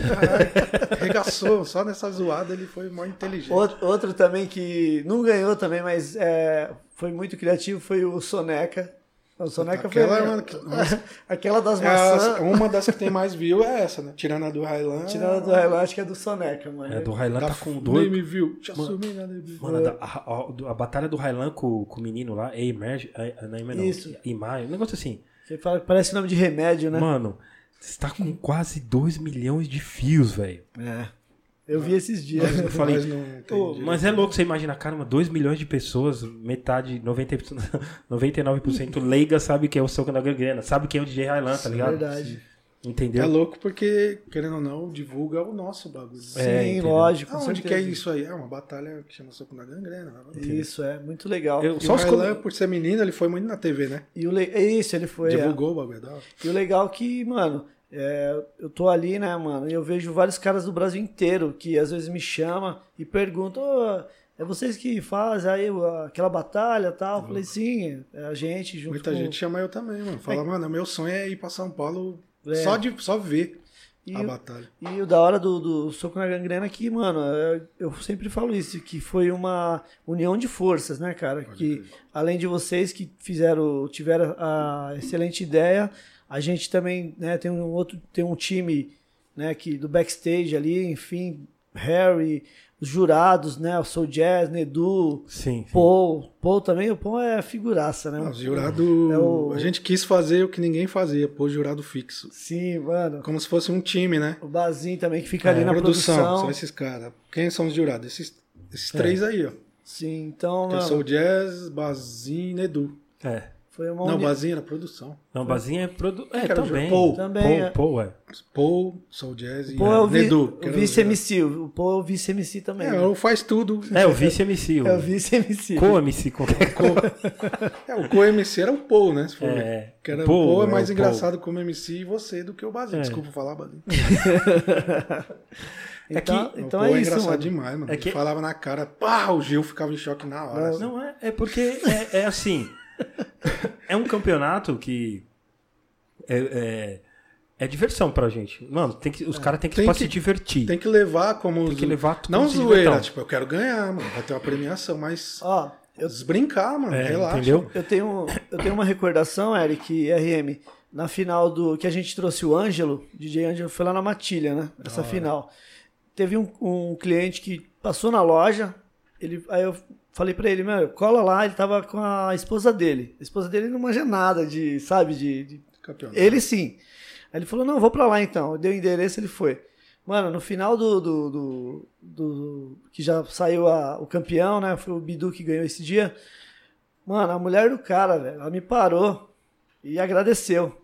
S3: Caralho, Arregaçou, só nessa zoada ele foi mó inteligente.
S1: Outro, outro também que não ganhou também, mas é, foi muito criativo foi o Soneca. O Soneca
S3: Aquela,
S1: foi
S3: mano, que- nossa.
S1: aquela das
S3: É a-
S1: maçãs.
S3: uma das que tem mais view é essa, né? Tirando a do Railan.
S1: Tirada do Railan, acho que é do Soneca, mano.
S2: É, do Raylan tá com
S3: Nem
S2: dois.
S3: me viu. Te assumi na DB.
S2: Mano, a, a- a- a batalha do Raylan com, com o menino lá, é Emerge, é, não, Emerge não,
S1: Isso.
S2: Imagem, um negócio assim.
S1: Você fala que parece nome de remédio, né?
S2: Mano, você tá com quase 2 milhões de fios, velho.
S1: É. Eu vi esses dias.
S2: Eu falei,
S3: Mas não
S2: Pô,
S3: entendi.
S2: mas é louco você imaginar, caramba, 2 milhões de pessoas, metade, 90%, 99% leiga sabe quem é o Soca da Gangrena, sabe quem é o DJ Raylan, tá
S1: É
S2: ligado?
S1: verdade.
S2: Entendeu?
S3: É louco porque, querendo ou não, divulga o nosso bagulho.
S2: É,
S1: Sim,
S2: entendeu?
S1: lógico. com
S3: Aonde que é
S1: certeza.
S3: isso aí? É uma batalha que chama Soco na Gangrena. né? blá, blá, blá.
S1: Isso, é. Muito legal.
S2: Eu-
S3: E
S2: Só
S3: o
S2: os
S3: Raylan,
S2: com-
S3: por ser menino, ele foi muito na TV, né?
S1: E o le... é Isso, ele foi. é.
S3: Divulgou o bagulho. é da hora.
S1: E o legal é que, mano, é, eu tô ali, né, mano, e eu vejo vários caras do Brasil inteiro que às vezes me chamam e perguntam, "Ô, é vocês que fazem aí o- aquela batalha e tal? Eu falei, sim, é a gente junto
S3: Muita
S1: com...
S3: gente chama eu também, mano. Fala, mano, meu sonho é ir pra São Paulo
S1: É.
S3: só, de, só ver
S1: E,
S3: a
S1: o-
S3: batalha.
S1: e o da hora do, do Soco na Gangrena é que, mano, é, eu sempre falo isso, que foi uma união de forças, né, cara? que além de vocês que fizeram, tiveram a excelente ideia, a gente também né, tem um outro, tem um time né, que, do backstage ali, enfim, Harry, os jurados, né? O Soul Jazz, Nedu,
S2: Sim. sim.
S1: Paul. Paul também, o Paul é figuraça, né?
S3: Ah, o jurado.
S1: É o-
S3: A gente quis fazer o que ninguém fazia, pôr jurado fixo.
S1: Sim, mano.
S3: Como se fosse um time, né?
S1: O Bazin também que fica ali na
S3: Ah, é produção,
S1: produção.
S3: são esses caras. Quem são os jurados? Esses, esses três aí, ó.
S1: Sim, então,
S3: Eu
S1: mano,
S3: sou o Jazz, Bazin e Nedu.
S2: É.
S1: foi uma
S3: Não,
S1: união.
S3: Bazin era produção.
S2: Não, Bazinha é produ... É,
S3: Quero
S2: também.
S3: ver. Paul.
S1: Também, é.
S2: Paul, Paul, é.
S3: Paul, Soul Jazz e
S1: O Paul é o, vi,
S3: Nedu. que
S1: o
S3: era
S1: vice-MC, o Paul é o vice-MC
S3: jurado.
S1: também.
S3: É, o faz tudo.
S2: É, o vice-MC.
S1: É o
S2: O...
S1: vice-MC.
S2: Co-MC. Co...
S3: É, o co-MC era o Paul, né? Se for ver.
S2: É,
S3: Que era,
S2: o
S3: o
S2: Paul,
S3: Paul,
S2: é
S3: é
S2: o
S3: mais
S2: Paul.
S3: engraçado como MC e você do que o Bazin.
S2: É.
S3: Desculpa falar, Bazin.
S1: Então,
S3: O
S1: então
S3: Paul
S1: é isso,
S3: engraçado
S1: mano.
S3: demais, mano.
S2: É que-
S3: Ele falava na cara, pá, o Gil ficava em choque na hora. assim.
S2: Não é, é porque é, é assim. É um campeonato que é, é, é diversão pra gente. Mano, tem que, os caras têm que,
S3: É. Tem
S2: pra
S3: que-
S2: se divertir.
S3: Tem que levar como...
S2: Tem que
S3: zo-
S2: levar tudo
S3: Não
S2: como se então.
S3: zoeira,
S2: divertão.
S3: tipo, eu quero ganhar, mano. Vai ter uma premiação, mas...
S1: Ó, Ah, eu
S3: Desbrincar, mano.
S2: É,
S3: relaxa.
S2: entendeu?
S1: Eu tenho, eu tenho uma recordação, Eric e RM, na final do que a gente trouxe o Ângelo, DJ Ângelo foi lá na Matilha, né?
S3: Ah,
S1: Essa
S3: é.
S1: final. Teve um, um cliente que passou na loja, ele, aí eu falei pra ele, meu, cola lá, ele tava com a esposa dele. A esposa dele não manja nada de, sabe, de- de
S3: Campeonato.
S1: ele sim. Aí ele falou, não, vou pra lá então. Deu o endereço, ele foi. Mano, no final do. do, do- do- que já saiu a- o campeão, né? Foi o Bidu que ganhou esse dia. Mano, a mulher do cara, velho, ela me parou e agradeceu.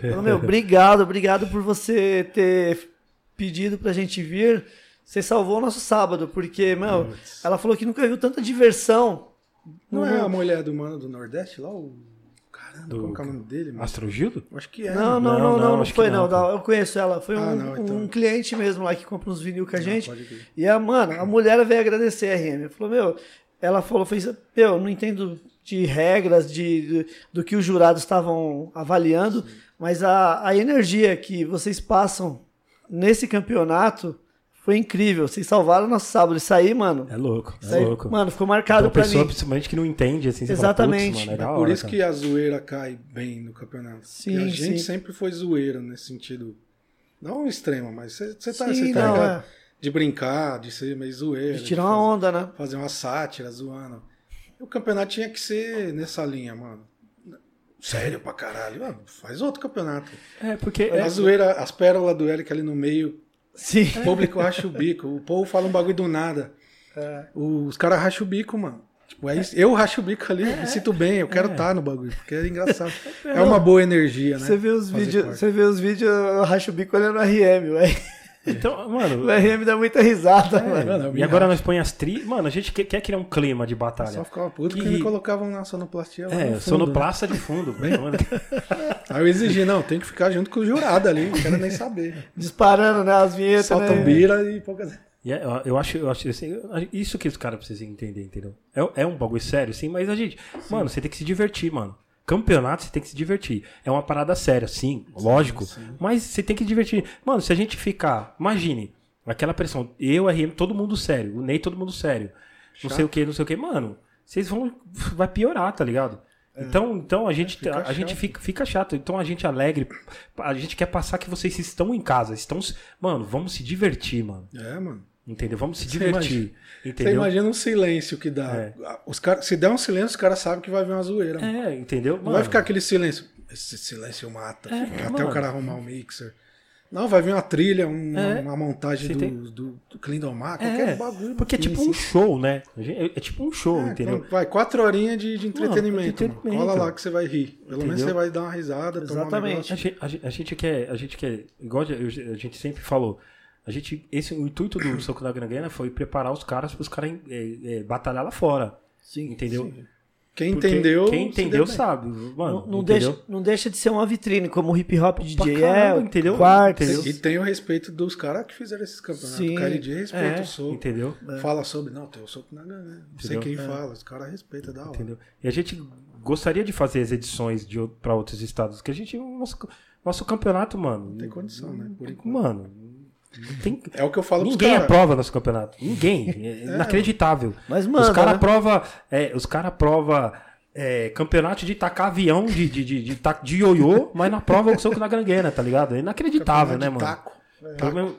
S1: Falou, meu, obrigado, obrigado por você ter pedido pra gente vir. Você salvou o nosso sábado, porque, meu,
S3: Putz.
S1: ela falou que nunca viu tanta diversão.
S3: Não é a mulher do mano do Nordeste lá? O... Caramba,
S2: Do-
S3: como que é o nome dele, mano?
S2: Astrogildo?
S3: Acho que é.
S1: Não, não, não, não, não,
S2: acho que
S1: foi não.
S2: não, cara.
S1: não. Eu conheço ela. Foi
S3: Ah,
S1: um,
S3: não, então.
S1: um cliente mesmo lá que compra uns vinil com a gente.
S3: pode crer.
S1: E a, mano, a mulher veio agradecer a RM. Falou, meu, ela falou, fez, meu, não entendo de regras, de, de- do que os jurados estavam avaliando, mas a, a energia que vocês passam nesse campeonato foi incrível. Vocês salvaram o nosso sábado. Isso aí, mano.
S2: É louco, é
S1: isso aí,
S2: louco.
S1: Mano, ficou marcado
S2: Uma
S1: pra
S2: pessoa,
S1: mim.
S2: principalmente, que não entende, assim, você fala,
S1: Exatamente.
S2: "Putz, mano, é
S3: É
S2: da
S3: por
S2: hora,
S3: isso
S2: cara."
S3: que a zoeira cai bem no campeonato.
S1: Sim,
S3: Porque a gente
S1: sim.
S3: sempre foi zoeiro nesse sentido. Não extremo, mas você você tá,
S1: Sim,
S3: você tá
S1: não,
S3: ligado?
S1: é.
S3: de brincar, de ser meio zoeiro.
S1: De tirar uma
S3: fazer,
S1: onda, né?
S3: fazer uma sátira zoando. O campeonato tinha que ser nessa linha, mano. Sério pra caralho. Ah, faz outro campeonato.
S2: É, porque...
S3: A zoeira, as pérolas do Eric ali no meio,
S1: Sim.
S2: É,
S3: O público racha o bico. O povo fala um bagulho do nada. Os caras racham o bico, mano. Tipo, é isso. Eu racho o bico ali, me sinto bem, eu quero estar no bagulho, porque é engraçado. É uma boa energia, né?
S1: Você vê os
S3: Fazer
S1: vídeos,
S3: parte.
S1: você vê os vídeos, eu racho o bico olhando o RM, velho.
S2: Então,
S1: O
S2: mano...
S1: RM dá muita risada,
S2: é,
S1: mano.
S3: é. mano, eu me
S2: e agora
S3: racho.
S2: nós põe as tri... Mano, a gente quer, quer criar um clima de batalha.
S3: Só ficava puto porque
S2: E-
S3: me colocavam na sonoplastia. Lá
S2: É,
S3: no fundo,
S2: sonoplaça de fundo. mano.
S3: né? Aí eu exigi, não, tem que ficar junto com o jurado ali, não quero nem saber.
S1: Disparando, né? As vinhetas,
S3: Soltam
S1: né?
S3: bira e poucas.
S2: E é, eu- eu acho, eu acho assim, eu- isso que os caras precisam entender, entendeu? É, é um bagulho sério, sim, mas a gente, mano, você tem que se divertir, mano. Campeonato você tem que se divertir. É uma parada séria, sim, lógico, mas você tem que divertir. Mano, se a gente ficar, imagine, aquela pressão, eu, RM, todo mundo sério, o Ney, todo mundo sério. Não sei o que, não sei o que, mano, vocês vão vai piorar, tá ligado? Então, então a gente,
S3: fica
S2: a, a gente
S3: chato.
S2: fica, fica chato. Então a gente alegre, a gente quer passar que vocês estão em casa, estão, mano, vamos se divertir, mano.
S3: É, mano.
S2: Entendeu? Vamos se
S3: Você
S2: divertir.
S3: Você
S2: Entendeu?
S3: imagina um silêncio que dá.
S2: É.
S3: Os cara, se der um silêncio, os caras sabem que vai vir uma zoeira. mano.
S2: É, entendeu?
S3: Não vai ficar aquele silêncio. Esse silêncio mata.
S2: É,
S3: até
S2: mano.
S3: o cara arrumar um mixer. Não, vai vir uma trilha, um-
S2: É.
S3: uma montagem
S2: Você
S3: do,
S2: tem-
S3: do, do Clindomar, qualquer
S2: É,
S3: bagulho.
S2: porque é tipo
S3: assim.
S2: um show, né? É, é tipo um show,
S3: É,
S2: entendeu?
S3: então, Vai, quatro horinhas de, de entretenimento.
S2: Não,
S3: mano.
S2: entretenimento.
S3: Cola lá que você vai rir. Pelo menos
S2: Entendeu?
S3: você vai dar uma risada, tomar um
S1: Exatamente.
S3: negócio.
S2: A gente, a gente- a gente quer, a gente quer, igual eu- a gente sempre falou, a gente, esse, o intuito do Soco da Grangana foi preparar os caras para os caras é, é, batalhar lá fora,
S1: Sim.
S2: entendeu?
S3: Quem
S2: Porque
S3: entendeu.
S2: Quem
S3: se deu
S2: entendeu
S3: bem.
S2: sabe, mano,
S1: Não, não
S2: entendeu?
S1: deixa, não deixa de ser uma vitrine, como o hip hop DJ
S2: caramba,
S1: é,
S2: entendeu?
S1: entendeu? Quartz.
S2: Entendeu?
S3: E tem o respeito dos caras que fizeram esses campeonatos.
S1: Sim.
S3: O cara de respeita
S2: É,
S3: o soco.
S2: entendeu?
S3: Fala sobre. Não, tem o soco na né? Não sei
S2: Entendeu? É.
S3: quem fala. Os caras respeitam, é da hora.
S2: Entendeu? E a gente gostaria de fazer as edições de para outros estados, que a gente o nosso, nosso campeonato, mano, é,
S3: Não tem condição, né? Por enquanto.
S2: mano, não tem
S3: É o que eu falo pros
S2: Ninguém
S3: caras.
S2: aprova nosso campeonato. Ninguém. É inacreditável.
S1: Mas manda,
S2: Os caras
S1: né?
S2: aprova, é, os cara aprova é, campeonato de tacar avião de, de, de, de, ta- de ioiô, mas não aprova o soco na grangueira, tá ligado? É inacreditável, né,
S3: Campeonato
S2: mano?
S3: de Taco. É.
S2: Pelo menos-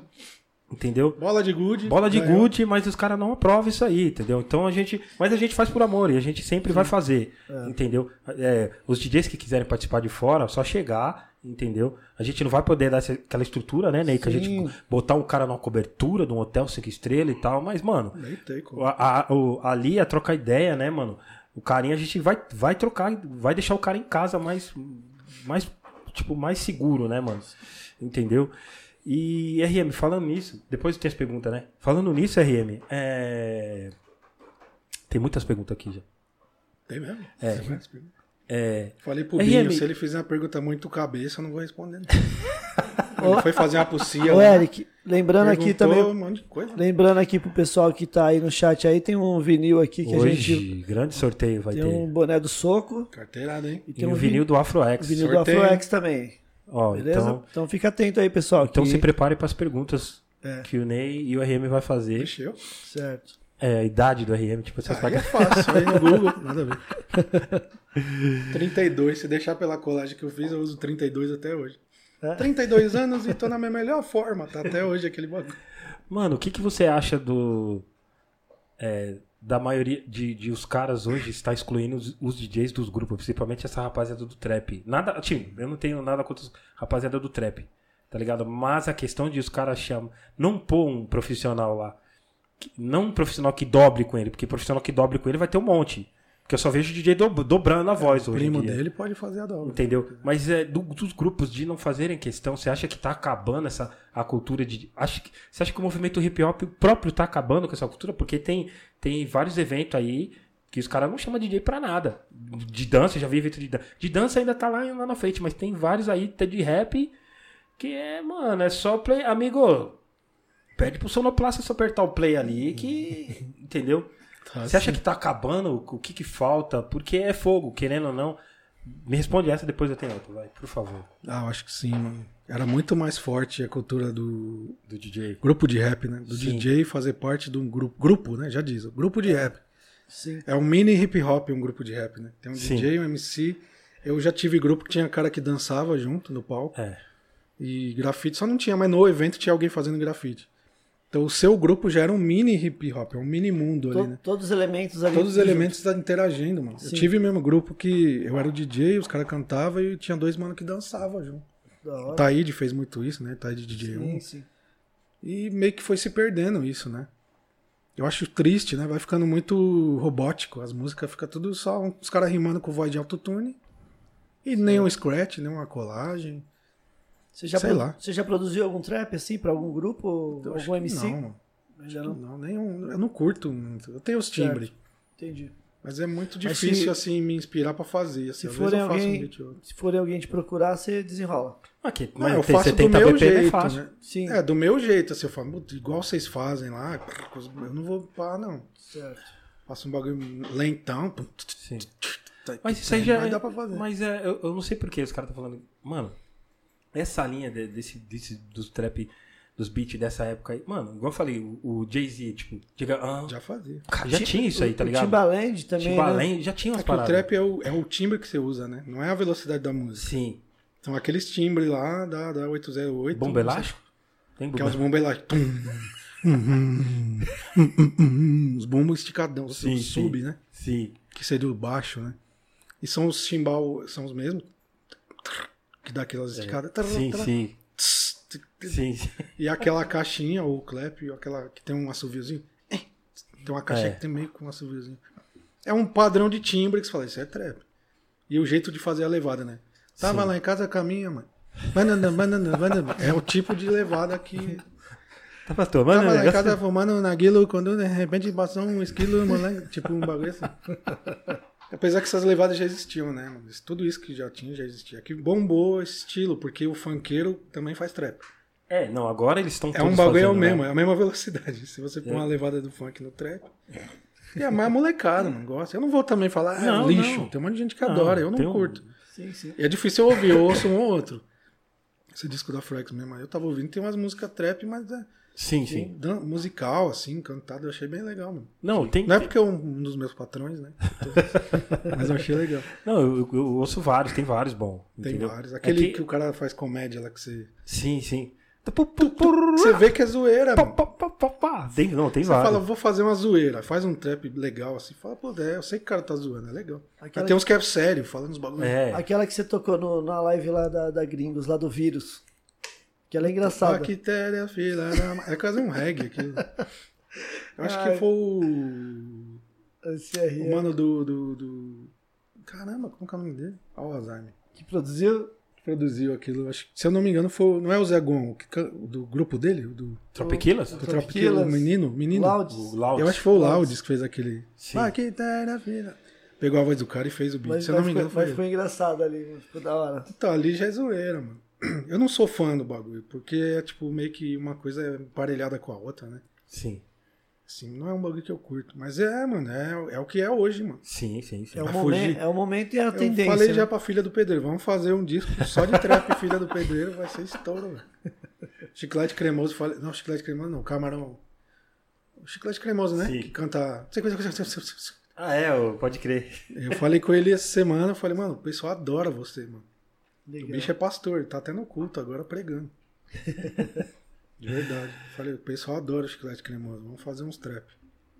S2: entendeu?
S3: Bola de gude.
S2: Bola de
S3: ganhou.
S2: gude, mas os caras não aprovam isso aí, entendeu? Então a gente. Mas a gente faz por amor e a gente sempre vai fazer, entendeu? É, os DJs que quiserem participar de fora, só chegar, entendeu? A gente não vai poder dar essa- aquela estrutura, né, Ney? Que a gente botar um cara numa cobertura de um hotel cinco estrelas e tal, mas, mano,
S3: Nem tem como.
S2: a- a- o- ali é trocar ideia, né, mano? O carinha a gente vai, vai trocar, vai deixar o cara em casa mais, mais, tipo, mais seguro, né, mano? Entendeu? E, RM, falando nisso, depois tem as perguntas, né? Falando nisso, RM, é... tem muitas perguntas aqui já.
S3: Tem mesmo?
S2: É.
S3: Tem mais pergunta? Falei pro
S2: RM.
S3: Binho, se ele fizer uma pergunta muito cabeça, eu não vou responder. não. ele foi fazer uma pocia.
S1: Ô,
S3: lá,
S2: né?
S1: Eric, lembrando aqui
S3: perguntou
S1: também.
S3: Um monte de coisa.
S1: Lembrando aqui pro pessoal que tá aí no chat aí, tem um vinil aqui que a
S2: Hoje,
S1: gente.
S2: grande sorteio vai
S1: Tem
S2: ter.
S1: um boné do soco
S3: Carteirada, hein?
S1: e
S2: E
S1: tem
S2: o
S1: um
S2: vinil do
S1: vi-
S2: AfroX.
S1: vinil do
S3: Sorteio.
S1: Afroex também.
S2: Ó,
S1: Beleza?
S2: então,
S1: Então, fica atento aí, pessoal.
S2: então
S1: que-
S2: se prepare para as perguntas
S1: É.
S2: que o Ney e o RM vai fazer.
S3: Mexeu.
S1: Certo.
S2: É, a idade do RM, tipo, essas
S1: Ah,
S3: Aí é
S2: vagas.
S3: fácil, aí no Google, nada a ver. 32, se deixar pela colagem que eu fiz, eu uso 32 até hoje. É. 32 anos e tô na minha melhor forma, tá até hoje aquele bagulho.
S2: Mano, o que, que você acha do. é, da maioria de, de os caras hoje está excluindo os, os DJs dos grupos, principalmente essa rapaziada do trap. Nada, time, eu não tenho nada contra os rapaziada do trap, tá ligado? Mas a questão de os caras chamam, não pôr um profissional lá, que- não um profissional que dobre com ele, porque profissional que dobre com ele vai ter um monte. Porque eu só vejo o DJ do- dobrando a voz hoje. em
S3: primo
S2: dia.
S3: dele pode fazer a dobra.
S2: Entendeu? Mas é, do- dos grupos de não fazerem questão, você acha que tá acabando essa a cultura de. Acha que, você acha que o movimento hip hop próprio tá acabando com essa cultura? Porque tem, tem vários eventos aí que os caras não chamam DJ pra nada. De dança, eu já vi evento de dança. De dança ainda tá lá, lá na frente, mas tem vários aí até de rap que é, mano, é só play. Amigo, pede pro sonoplasta só apertar o play ali que. Entendeu? Você acha que tá acabando? O que que falta? Porque é fogo, querendo ou não. Me responde essa, depois eu tenho outra, vai, por favor.
S3: Ah, eu acho que sim, mano. Era muito mais forte a cultura do
S2: Do DJ.
S3: grupo de rap, né? Do
S2: Sim.
S3: DJ fazer parte de um grupo. Grupo, né? Já diz. o Grupo de rap.
S1: Sim.
S3: É um mini hip hop, um grupo de rap, né? Tem um
S2: Sim.
S3: DJ, um MC. Eu já tive grupo que tinha cara que dançava junto no palco.
S2: É.
S3: E grafite só não tinha, mas no evento tinha alguém fazendo grafite. Então o seu grupo já era um mini hip hop, é um mini mundo
S1: To-
S3: ali, né?
S1: Todos os elementos ali.
S3: Todos os
S1: juntos.
S3: elementos estão interagindo, mano. Eu
S1: Sim.
S3: tive mesmo grupo que eu era o DJ, os caras cantavam e tinha dois mano que dançavam junto.
S1: Da
S3: O
S1: hora.
S3: Taíde fez muito isso, né? Taíde DJ 1.
S1: Sim, sim.
S3: E meio que foi se perdendo isso, né? Eu acho triste, né? Vai ficando muito robótico. As músicas ficam tudo só um- os caras rimando com voz de autotune. E nem um scratch, nem uma colagem.
S1: Você já
S3: Sei
S1: pro-
S3: lá.
S1: Você já produziu algum trap assim pra algum grupo?
S3: Eu acho
S1: algum
S3: que
S1: MC?
S3: Não, mano.
S1: Ainda não.
S3: não nenhum, eu não curto muito. Eu tenho os
S1: Certo.
S3: timbres.
S1: Entendi.
S3: Mas é muito
S1: Mas
S3: difícil,
S1: se-
S3: assim, me inspirar pra fazer.
S1: Se
S3: Assim, Às vezes
S1: forem
S3: eu faço
S1: alguém-
S3: um beat ou outro.
S1: Se for alguém te procurar, você desenrola.
S2: Aqui,
S3: Não,
S2: mas
S3: eu
S2: tem
S3: faço do
S2: 70
S3: meu
S2: BPM é
S3: jeito,
S2: fácil.
S3: né?
S1: Sim.
S3: É, do meu jeito, assim, eu falo, "Puta, igual vocês fazem lá, eu não vou pá, não.
S1: Certo.
S3: Faço um bagulho lentão. pum, tch, tch,
S2: Sim.
S3: tch,
S2: Mas isso aí já.
S3: Tá né? Mas
S2: é-
S3: dá pra fazer.
S2: Mas é, eu, eu não sei por que os caras estão falando. Mano, essa linha de- desse, desse, dos trap, dos beats dessa época aí. Mano, igual eu falei, o, o Jay-Z, tipo, diga. ah, já,
S3: Já fazia.
S2: já tinha isso aí, tá ligado?
S1: O Timbaland também. né?
S2: Timbaland, já tinha umas
S3: É que o
S2: paradas.
S3: trap é o, é o timbre que você usa, né? Não é a velocidade da música.
S2: Sim.
S3: São aqueles timbres lá da, da 808.
S2: Bomba elástico? Tem
S3: Que é
S2: bomba.
S3: os bombas elásticos. Tum, hum, hum, hum, hum, hum, Os bombas esticadão, os
S2: Sim,
S3: os sub,
S2: sim.
S3: né?
S2: Sim.
S3: Que seria o baixo, né? E são os timbal, são os mesmos. Que dá aquelas esticadas.
S2: Sim, sim.
S3: Tss, tss,
S2: Sim, sim.
S3: E aquela caixinha, ou clap, aquela que tem um assoviozinho. Tem uma caixinha
S2: É.
S3: que tem meio com um assoviozinho. É um padrão de timbre que você fala, isso é trap. E o jeito de fazer a levada, né? Tava
S2: Sim.
S3: lá em casa com a minha, mano. Banana, banana, banana. É o tipo de levada que.
S2: Tava tomando
S3: Tava
S2: um
S3: lá em
S2: negócio.
S3: casa fumando naguilo quando de repente passou um esquilo, moleque. Tipo um bagulho assim. Apesar que essas levadas já existiam, né, mano? Isso- Tudo isso que já tinha já existia. Que bombou esse estilo, porque o funkeiro também faz trap.
S2: É, não, agora eles estão
S3: É um bagulho
S2: né?
S3: é o mesmo, é a mesma velocidade. Se você pôr
S2: É.
S3: uma levada do funk no trap. E é mais molecada, não gosta. Eu não vou também falar, ah,
S2: Não,
S3: lixo.
S2: não.
S3: Tem um monte de gente que
S2: Não,
S3: adora, eu
S2: tem
S3: não
S2: um-
S3: curto.
S1: Sim, sim.
S3: E é difícil eu ouvir, eu ouço um ou outro. Esse disco da Flex mesmo, aí eu tava ouvindo, tem umas músicas trap, mas é
S2: Sim, sim.
S3: dan- musical, assim, cantado, eu achei bem legal, mano.
S2: Não, tem.
S3: Não é porque é um um dos meus patrões, né? Mas eu achei legal.
S2: Não, eu, eu ouço vários, tem vários bom.
S3: Tem
S2: entendeu?
S3: vários.
S2: É
S3: Aquele
S2: que-
S3: que... o cara faz comédia lá que você.
S2: Sim, sim.
S3: Você vê que é zoeira, mano.
S2: Tem, não, tem
S3: Você
S2: vários.
S3: fala, vou fazer uma zoeira, faz um trap legal assim, fala, pô, é, eu sei que o cara tá zoando, é legal.
S1: Aquela-
S3: Mas tem uns que é sério, falando uns bagulho.
S2: É.
S1: Aquela que você tocou no- na live lá da, da Gringos, lá do vírus. Que ela é engraçada.
S3: Ah, Bactéria, filha, da ma- é quase um reggae aquilo. Eu acho que
S1: Ai.
S3: foi o,
S1: Esse aí
S3: o
S1: é-
S3: mano do, do, do- Caramba, como que é o nome dele? Alzheimer.
S1: que produziu.
S3: Que produziu aquilo, eu acho que- se eu não me engano, foi. Não é o Zé Gon, o que can- do grupo dele? O Do,
S2: Tropiquilas?
S3: do Tropiquilo, o menino? menino?
S1: Laudes.
S2: O Loud.
S3: Eu acho que foi o Laudes que fez aquele.
S2: Sim.
S3: Bactéria, filha. Pegou a voz do cara e fez o beat.
S1: Mas,
S3: se eu não
S1: mas
S3: me engano,
S1: ficou,
S3: foi
S1: mas
S3: ele.
S1: ficou engraçado ali, ficou da hora.
S3: Então, ali já é zoeira, mano. Eu não sou fã do bagulho, porque é tipo meio que uma coisa é emparelhada com a outra, né?
S2: Sim,
S3: Assim, não é um bagulho que eu curto. Mas é, mano, é, é o que é hoje, mano.
S2: sim, sim. sim.
S1: É o,
S3: Vai
S1: momento,
S3: fugir.
S1: é o momento e a
S3: Eu
S1: tendência.
S3: falei
S1: né?
S3: já pra filha do pedreiro, vamos fazer um disco só de trap filha do pedreiro, vai ser estouro, velho. Chiclete cremoso, falei. Não, chiclete cremoso não, camarão. O chiclete cremoso, né?
S2: Sim.
S3: Que canta.
S2: Ah, é, ô, pode crer.
S3: Eu falei com ele essa semana, eu falei, mano, o pessoal adora você, mano. O
S1: Legal.
S3: bicho é pastor, ele tá até no culto agora pregando. De verdade. Falei, o pessoal adora chiclete cremoso, vamos fazer uns trap.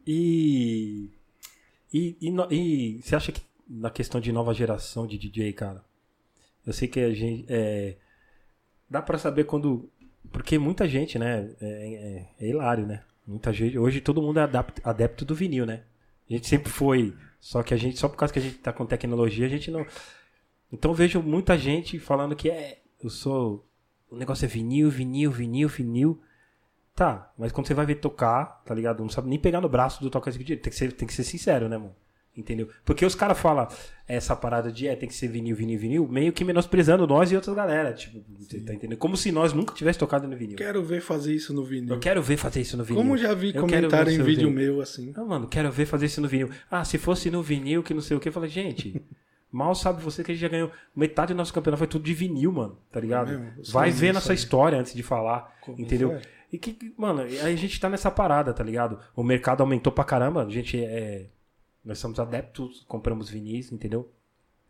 S2: E. E, e, no- e você acha que na questão de nova geração de DJ, cara? Eu sei que a gente. é, dá pra saber quando. Porque muita gente, né? É, é- é hilário, né? Muita gente. Hoje todo mundo é adapto- adepto do vinil, né? A gente sempre foi. Só que a gente, só por causa que a gente tá com tecnologia, a gente não. Então eu vejo muita gente falando que é. Eu sou. O negócio é vinil, vinil, vinil, vinil. Tá, mas quando você vai ver tocar, tá ligado? Não sabe nem pegar no braço do tocar esse direito. Tem que ser, tem que ser sincero, né, mano? Entendeu? Porque os caras falam essa parada de é, tem que ser vinil, vinil, vinil, meio que menosprezando nós e outras galera. Tipo, você tá entendendo? Como se nós nunca tivesse tocado no vinil.
S3: Quero ver fazer isso no
S2: Eu
S3: vinil.
S2: quero ver fazer isso no vinil.
S3: Como já vi
S2: Eu quero
S3: comentário
S2: ver
S3: em
S2: seu
S3: vídeo
S2: vinil.
S3: meu, assim.
S2: Ah, mano, quero ver fazer isso no vinil. Ah, se fosse no vinil, que não sei o que, eu falei, gente, mal sabe você que a gente já ganhou metade do nosso campeonato, foi tudo de vinil, mano, tá ligado?
S3: É mesmo, eu
S2: Vai
S3: sou
S2: vendo
S3: isso
S2: essa
S3: aí.
S2: história antes de falar,
S3: Como é?
S2: entendeu?
S3: foi?
S2: E que, que- mano, aí a gente tá nessa parada, tá ligado? O mercado aumentou pra caramba, a gente é. Nós somos adeptos, compramos vinis, entendeu?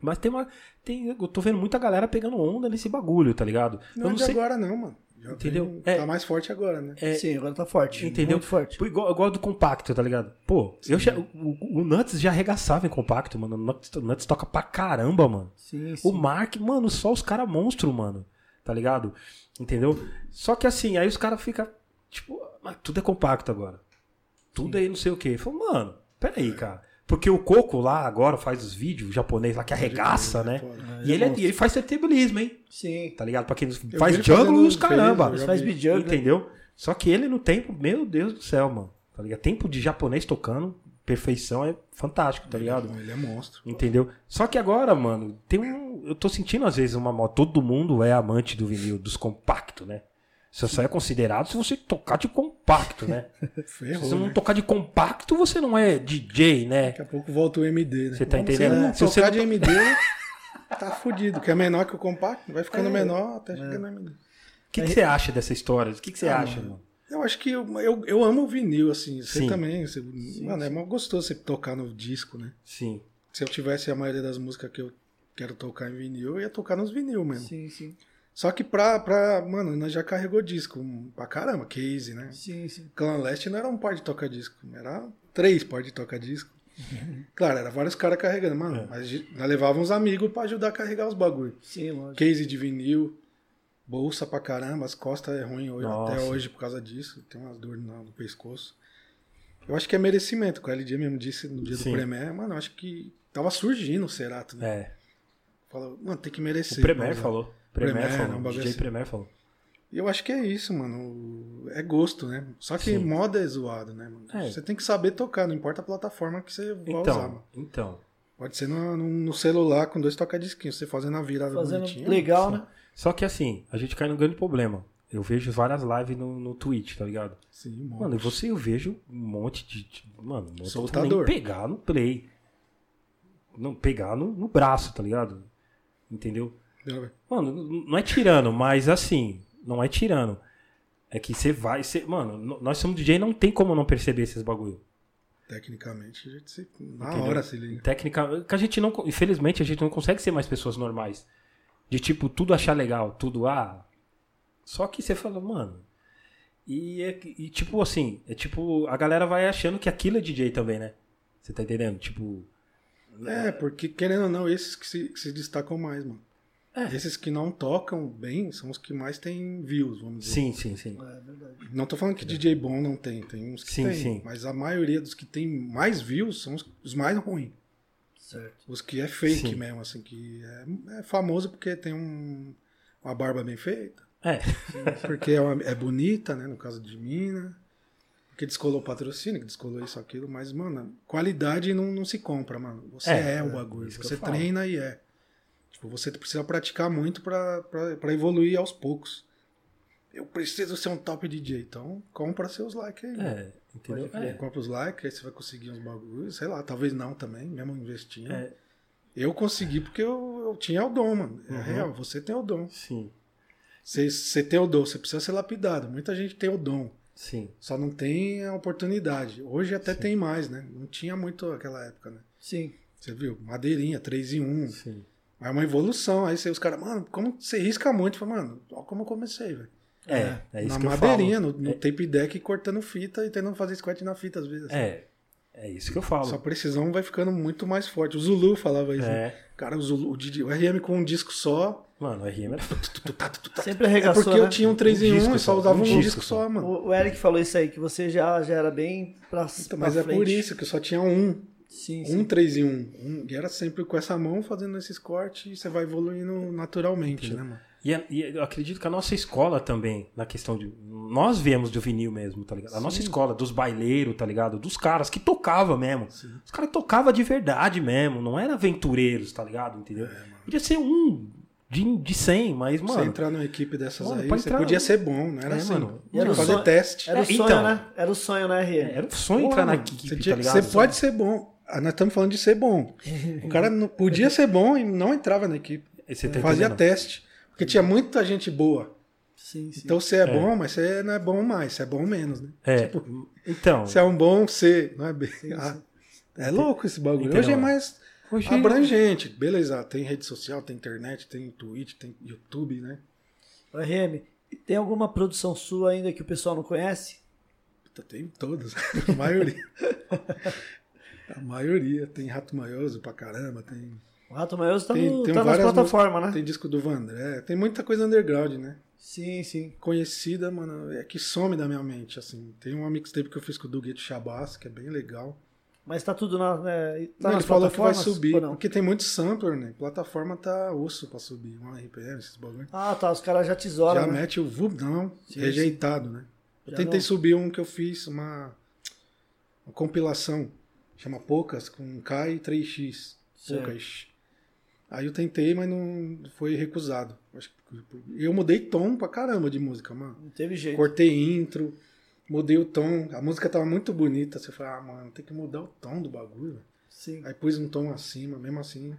S2: Mas tem uma. Tem, eu tô vendo muita galera pegando onda nesse bagulho, tá ligado?
S3: Não,
S2: eu
S3: é
S2: não
S3: de
S2: sei.
S3: agora não, mano. Já
S2: Entendeu?
S3: tem-
S2: É.
S3: Tá mais forte agora, né?
S2: é-
S1: Sim, agora tá forte.
S2: Entendeu?
S1: Muito forte.
S2: Pô, igual, igual do compacto, tá ligado? Pô, eu já- o, o Nuts já arregaçava em compacto, mano. O Nuts, o Nuts toca pra caramba, mano.
S1: Sim, sim.
S2: O Mark, mano, só os caras monstro, mano. Tá ligado? Entendeu? Só que assim, aí os caras ficam, tipo, mas tudo é compacto agora. Tudo aí não sei o quê. Falei, mano, peraí, cara. Porque o Coco lá agora faz os vídeos, o japonês lá que arregaça, né?
S3: Foda.
S2: E ele, é- ele faz setembrismo, hein?
S1: Ah,
S3: tipo
S1: Sim.
S2: Tá ligado? Pra quem
S3: vi
S2: faz
S3: ele
S2: jungle
S3: fazendo
S2: e os caramba.
S3: frevo, já
S1: Faz
S3: vi.
S1: bijão, né?
S2: Entendeu? Só que ele no tempo, meu Deus do céu, mano. Tá ligado? Tempo de japonês tocando, perfeição é fantástico, tá ligado?
S3: Ele é monstro.
S2: Entendeu? Só que agora, mano, tem um. Eu tô sentindo às vezes uma moda. Todo mundo é amante do vinil, dos compactos, né? Você só é considerado se você tocar de compacto, né? se
S3: Ferrou,
S2: você não
S3: né?
S2: tocar de compacto, você não é DJ, né?
S3: Daqui a pouco volta o MD, né?
S2: Você tá
S3: Como
S2: entendendo?
S3: Se, não
S2: Se você
S3: tocar
S2: não-
S3: de MD, tá fudido. Que é menor que o compacto, vai
S2: É.
S3: ficando menor até chegar no MD.
S2: O que, que você acha dessa história? O que, que você
S3: Ah,
S2: acha,
S3: mano.
S2: mano?
S3: Eu acho que eu, eu, eu amo o vinil, assim. Você
S2: Sim.
S3: também. Você, mano, é mó gostoso você tocar no disco, né?
S2: Sim.
S3: Se eu tivesse a maioria das músicas que eu quero tocar em vinil, eu ia tocar nos vinil mesmo.
S1: Sim, sim.
S3: Só que pra, pra. Mano, nós já carregou disco hum, pra caramba, case, né?
S1: Sim, sim.
S3: Clan Leste não era um par de toca-disco, era três par de toca-disco. Claro, era vários caras carregando,
S2: É.
S3: mano. Mas nós levava uns amigos pra ajudar a carregar os bagulho.
S1: Sim, lógico.
S3: Case de vinil. Bolsa pra caramba, as costas é ruim hoje,
S2: Nossa.
S3: até hoje por causa disso. Tem umas dores no, no pescoço. Eu acho que é merecimento, que o LG mesmo disse no dia
S2: Sim.
S3: do Premier. Mano, eu acho que tava surgindo o Cerato, né?
S2: É.
S3: Fala, mano, tem que
S2: O
S3: merecer.
S2: Premier
S3: mano.
S2: falou. Premier
S3: é. Premier,
S2: falou.
S3: um
S2: O
S3: bagulho
S2: DJ
S3: assim.
S2: Premier falou.
S3: E eu acho que é isso, mano. É gosto, né? Só que
S2: Sim.
S3: moda é zoado, né, mano?
S2: É.
S3: Você tem que saber tocar, não importa a plataforma que você vai usar, mano.
S2: Então, então.
S3: Pode ser no, no- no celular com dois tocadisquinhos, você fazendo a virada
S1: Fazendo
S3: bonitinha.
S1: legal,
S2: Sim.
S1: né?
S2: Só que assim, a gente cai num grande problema. Eu vejo várias lives no, no Twitch, tá ligado?
S3: Sim, mano.
S2: Mano, e você eu vejo um monte de. de- mano, não tenta nem
S3: Soltador.
S2: pegar no play. Não, pegar no, no braço, tá ligado? Entendeu? Mano, n- não é tirando, mas assim, não é tirando. É que você vai. Cê, mano, n- nós somos DJ não tem como não perceber esses bagulho.
S3: Tecnicamente, a gente se... na
S2: Entendeu?
S3: hora se liga.
S2: Técnica. Que a gente não. co- Infelizmente, a gente não consegue ser mais pessoas normais. De tipo, tudo achar legal, tudo. Ah. Só que você fala, mano. E, é, que- e tipo assim, é tipo, a galera vai achando que aquilo é DJ também, né? Você tá entendendo? Tipo.
S3: É, porque querendo ou não, esses que se, que se destacam mais, mano.
S2: É.
S3: Esses que não tocam bem são os que mais têm views, vamos dizer.
S2: Sim, sim, sim.
S1: É verdade.
S3: Não tô falando que DJ bom não tem, tem uns que
S2: Sim,
S3: tem,
S2: sim.
S3: mas a maioria dos que tem mais views são os, os mais ruins.
S1: Certo.
S3: Os que é fake
S2: Sim.
S3: mesmo, assim, que é, é famoso porque tem um, uma barba bem feita.
S2: É.
S3: Porque é, uma- é bonita, né? No caso de mina. Porque descolou patrocínio, que descolou isso, aquilo. Mas, mano, qualidade não, não se compra, mano. Você
S2: É,
S3: é, o bagulho.
S2: isso que eu
S3: Você
S2: falo.
S3: treina e é. Tipo, você precisa praticar muito pra, pra, pra evoluir aos poucos. Eu preciso ser um top DJ. Então, compra seus likes aí. mano.
S2: É, entendeu?
S3: Pode
S2: É.
S3: crer. Compra os likes, aí você vai conseguir uns bagulhos, sei lá, talvez não também, mesmo investindo.
S2: É.
S3: Eu consegui porque eu, eu tinha o dom, mano. É
S2: Uhum.
S3: real, você tem o dom.
S2: É, Sim,
S3: Você, você tem o dom, você precisa ser lapidado. Muita gente tem o dom,
S2: sim.
S3: só não tem a oportunidade. Hoje até
S2: Sim.
S3: tem mais, né? Não tinha muito aquela época, né?
S1: Sim.
S3: Você viu? Madeirinha, 3 em 1.
S2: Sim.
S3: É uma evolução. Aí você, os caras, mano, como você risca muito? Eu falei, mano, olha como eu comecei, velho.
S2: É, é isso
S3: na
S2: que eu
S3: madeirinha,
S2: falo. É.
S3: no, no tape deck, cortando fita e tentando fazer squat na fita às vezes. assim.
S2: É, é isso que eu falo.
S3: Sua precisão vai ficando muito mais forte. O Zulu falava isso. né?
S2: É,
S3: Cara, o, Zulu, o, DJ, o RM com um disco só.
S2: mano, é o RM era
S3: tu, tu, tá, tu, tu, tá.
S1: Sempre
S3: É
S1: arregaçou,
S3: porque eu
S1: né?
S3: tinha um 3
S2: Um
S3: em 1
S2: disco
S3: e só
S2: só,
S3: usava
S2: um
S3: um,
S2: disco
S3: disco,
S2: só.
S3: só, mano.
S1: O, o Eric falou isso aí, que você já, já era bem pra,
S3: Então,
S1: pra
S3: mas é
S1: frente.
S3: por isso que eu só tinha um.
S1: Sim, sim.
S3: Um 3 em 1. Um, e era sempre com essa mão fazendo esses cortes e você vai evoluindo naturalmente, né, mano?
S2: E, a- e é, eu acredito que a nossa escola também, na questão de. Nós viemos do vinil mesmo, tá ligado? A nossa escola, dos baileiros, tá ligado? Dos caras que tocava mesmo. Os caras tocavam de verdade mesmo, não eram aventureiros, tá ligado? Entendeu? Podia ser um de, de 100, mas,
S3: Pra É, você
S2: mano.
S3: entrar numa equipe dessas
S2: mano,
S3: aí,
S2: pra
S3: você
S2: entrar-
S3: podia ser bom, não era
S2: É,
S3: assim.
S2: mano.
S3: Tinha
S1: Era
S3: que fazer
S1: só-
S3: teste.
S1: Era o
S2: É,
S1: sonho,
S2: então.
S1: né? Era o sonho, né, Rê?
S2: Era um sonho
S3: Pô,
S2: entrar na
S3: mano,
S2: equipe,
S3: você,
S2: tá
S3: tinha-
S2: ligado?
S3: você pode ser bom. Ah, Nós estamos falando de ser bom. O cara não, podia ser bom e não entrava na equipe.
S2: Você tá
S3: fazia
S2: entendendo?
S3: teste. Porque tinha muita gente boa.
S1: Sim, sim.
S3: Então você é, bom, mas você não é bom mais, você é bom menos, né?
S2: É, então.
S3: Você é um bom C, não é B. Ah, é louco esse bagulho.
S2: Entendeu?
S3: Hoje é mais
S2: Hoje-
S3: abrangente. Beleza, tem rede social, tem internet, tem Twitch, tem YouTube, né?
S1: Ô, RM, tem alguma produção sua ainda que o pessoal não conhece?
S3: Puta, Tem todas, a maioria. A maioria. Tem Rato Maioso pra caramba, tem,
S1: O Rato Maioso tá,
S3: tem,
S1: no,
S3: tem
S1: tá nas
S3: várias
S1: plataformas,
S3: músicas,
S1: né?
S3: Tem disco do Vandré, tem muita coisa underground, né?
S1: Sim, sim.
S3: conhecida, mano, é que some da minha mente, assim. Tem uma mixtape que eu fiz com o Dugueto Chabas, que é bem legal.
S1: Mas tá tudo na. né, tá
S3: ele
S1: nas
S3: falou que vai
S1: plataformas
S3: subir,
S1: ou não?
S3: porque tem muito sampler, né? Plataforma tá osso pra subir, uma RPM, esses bagulho.
S1: Ah, tá. Os caras já tesouram.
S3: Já
S1: né?
S3: mete o VUB, não,
S1: Sim,
S3: rejeitado, né? Eu
S1: Já
S3: tentei
S1: não.
S3: subir um que eu fiz, uma, uma compilação, chama Poucas, com K e 3X.
S1: Certo.
S3: Poucas. Aí eu tentei, mas não foi recusado. Acho que- Eu mudei tom pra caramba de música, mano.
S1: Não teve jeito.
S3: Cortei intro, mudei o tom. A música tava muito bonita. Você fala, ah, mano, tem que mudar o tom do bagulho. velho."
S1: Sim.
S3: Aí pus um tom acima, mesmo assim.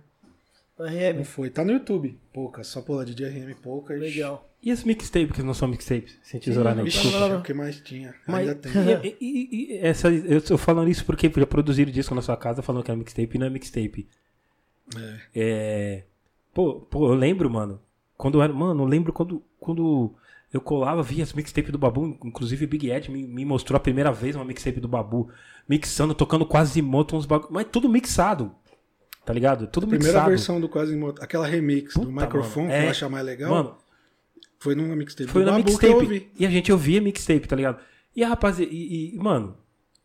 S1: Ô,
S3: Não
S1: RM,
S3: foi. Tá no YouTube. Pouca, só pula de DRM pouca.
S1: legal.
S2: E as mixtapes, que não são mixtapes, sem tesourar na
S3: Ixi,
S2: equipe?
S3: o que mais tinha?
S2: Mas,
S3: Ainda tem.
S2: e, e- e- e essa, eu tô falando isso porque já produziram disco na sua casa falando que era mixtape e não é mixtape.
S3: É.
S2: Pô, pô, eu lembro, mano. Quando eu era. Mano, eu lembro quando, quando eu colava, via as mixtapes do Babu. Inclusive o Big Ed me, me mostrou a primeira vez uma mixtape do Babu. Mixando, tocando quase moto, uns bagulho. Mas tudo mixado. Tá ligado? Tudo
S3: Primeira
S2: mixado.
S3: versão do Quase Morto, aquela remix
S2: Puta,
S3: do
S2: mano,
S3: microfone, que
S2: é.
S3: eu acho a mais legal.
S2: Mano,
S3: Foi numa mixtape.
S2: Foi
S3: do
S2: na
S3: Babu que eu
S2: mixtape.
S3: ouvi.
S2: E a gente ouvia mixtape, tá ligado? E a rapaziada. E, e- mano,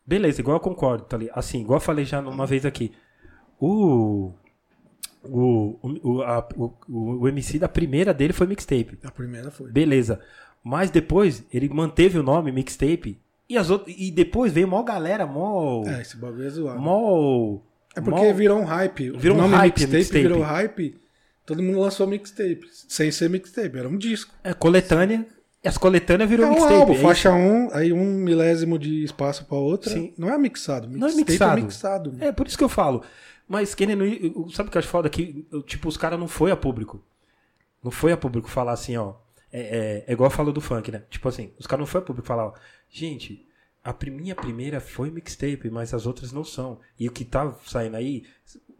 S2: beleza, igual eu concordo, tá ligado? Assim, igual eu falei já uma vez aqui. O. O, o, a- o, o MC da primeira dele foi mixtape.
S3: A primeira foi.
S2: Beleza. Mas depois ele manteve o nome mixtape. E, as outras, e depois veio mó galera, mó.
S3: É, esse bagulho é zoado.
S2: mó.
S3: É porque
S2: mó-
S3: virou um hype. O
S2: Virou um
S3: nome
S2: hype,
S3: mixtape,
S2: mixtape.
S3: virou hype. Todo mundo lançou mixtape. Sem ser mixtape, era um disco.
S2: É, coletânea. E as coletâneas virou
S3: é um
S2: mixtape.
S3: álbum,
S2: é isso.
S3: faixa 1, um, aí um milésimo de espaço pra outra.
S2: Sim.
S3: Não é mixado.
S2: Não é
S3: Mixtape
S2: mixado.
S3: É mixado.
S2: É, por isso que eu falo. Mas, Kenny, não- eu- sabe o que eu acho foda? Que, eu, tipo, os caras não foi a público. Não foi a público falar assim, ó. É, é- é igual eu falo do funk, né? Tipo assim, os caras não foi a público falar, ó. Gente, a pri- minha primeira foi mixtape, mas as outras não são. E o que tá saindo aí,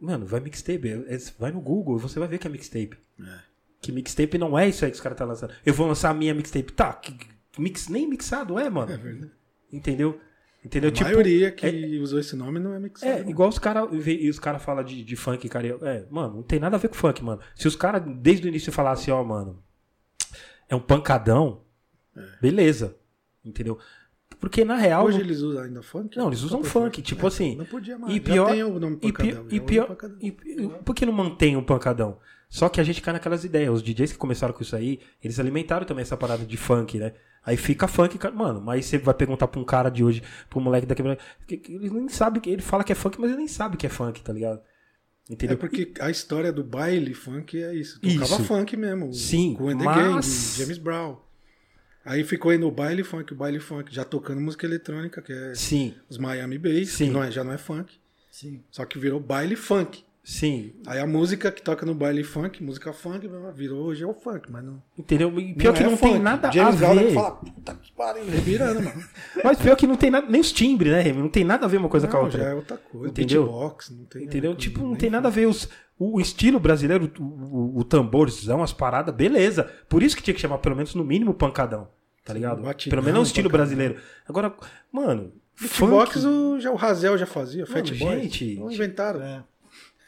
S2: mano, vai mixtape. é- é- vai no Google, você vai ver que é mixtape. Que mixtape não é isso aí que os caras tá lançando. Eu vou lançar a minha mixtape. Tá, que, que mix, nem mixado é, mano.
S3: É verdade.
S2: Entendeu? Entendeu?
S3: a maioria que usou esse nome não é mixado.
S2: tipo, É, igual os caras os cara falam de, de funk carioca. É, mano, não tem nada a ver com funk, mano. Se os caras desde o início falassem, ó, mano, é um pancadão, beleza. Entendeu? Porque na real.
S3: É. Hoje eles usam ainda funk?
S2: Não, eles usam
S3: Só pra É,
S2: funk, tipo assim,
S3: Não podia mais.
S2: e
S3: Já
S2: pior-
S3: tem o nome um,
S2: e, pi-
S3: pancadão.
S2: e
S3: já
S2: pior.
S3: usa pancadão.
S2: E, e- por que não mantém o pancadão? Só que a gente cai naquelas ideias. Os DJs que começaram com isso aí, eles alimentaram também essa parada de funk, né? Aí fica funk, cara- mano. Mas aí você vai perguntar pra um cara de hoje, pro moleque daqui pra. que- que Ele nem sabe, que ele fala que é funk, mas ele nem sabe que é funk, tá ligado? Entendeu?
S3: É porque a história do baile funk é isso. Tocava
S2: Isso.
S3: funk mesmo.
S2: Sim,
S3: Com o The
S2: mas-
S3: Gang, James Brown. Aí ficou indo o baile funk, o baile funk, já tocando música eletrônica, que é
S2: Sim,
S3: os Miami Bass,
S2: Sim.
S3: que não é- já não é funk.
S1: Sim.
S3: Só que virou baile funk.
S2: sim.
S3: Aí a música que toca no baile funk, música funk, virou hoje é o funk, mas não.
S2: Entendeu? E pior
S3: não
S2: que
S3: é
S2: não
S3: funk.
S2: tem nada
S3: James
S2: a
S3: Brown
S2: ver.
S3: deve falar, puta que pariu, revirando, tá mano.
S2: Mas pior que não tem nada. Nem os timbres, né, Remy? Não tem nada a ver uma coisa com a
S3: Não,
S2: outra.
S3: já é outra coisa.
S2: Entendeu?
S3: Beatbox, não tem.
S2: Entendeu?
S3: nada com-
S2: Tipo, não
S3: nem
S2: tem nada a ver. Os, o o estilo brasileiro, o, o, o tamborzão, as paradas, beleza. Por isso que tinha que chamar, pelo menos, no mínimo, pancadão. Tá ligado?
S3: batidão,
S2: pelo menos é um estilo
S3: pancadão.
S2: brasileiro. Agora, mano.
S3: Beatbox
S2: funk-
S3: o, já, o Razel já fazia,
S2: Mano,
S3: Fat Boy.
S2: gente.
S3: não inventaram.
S1: é.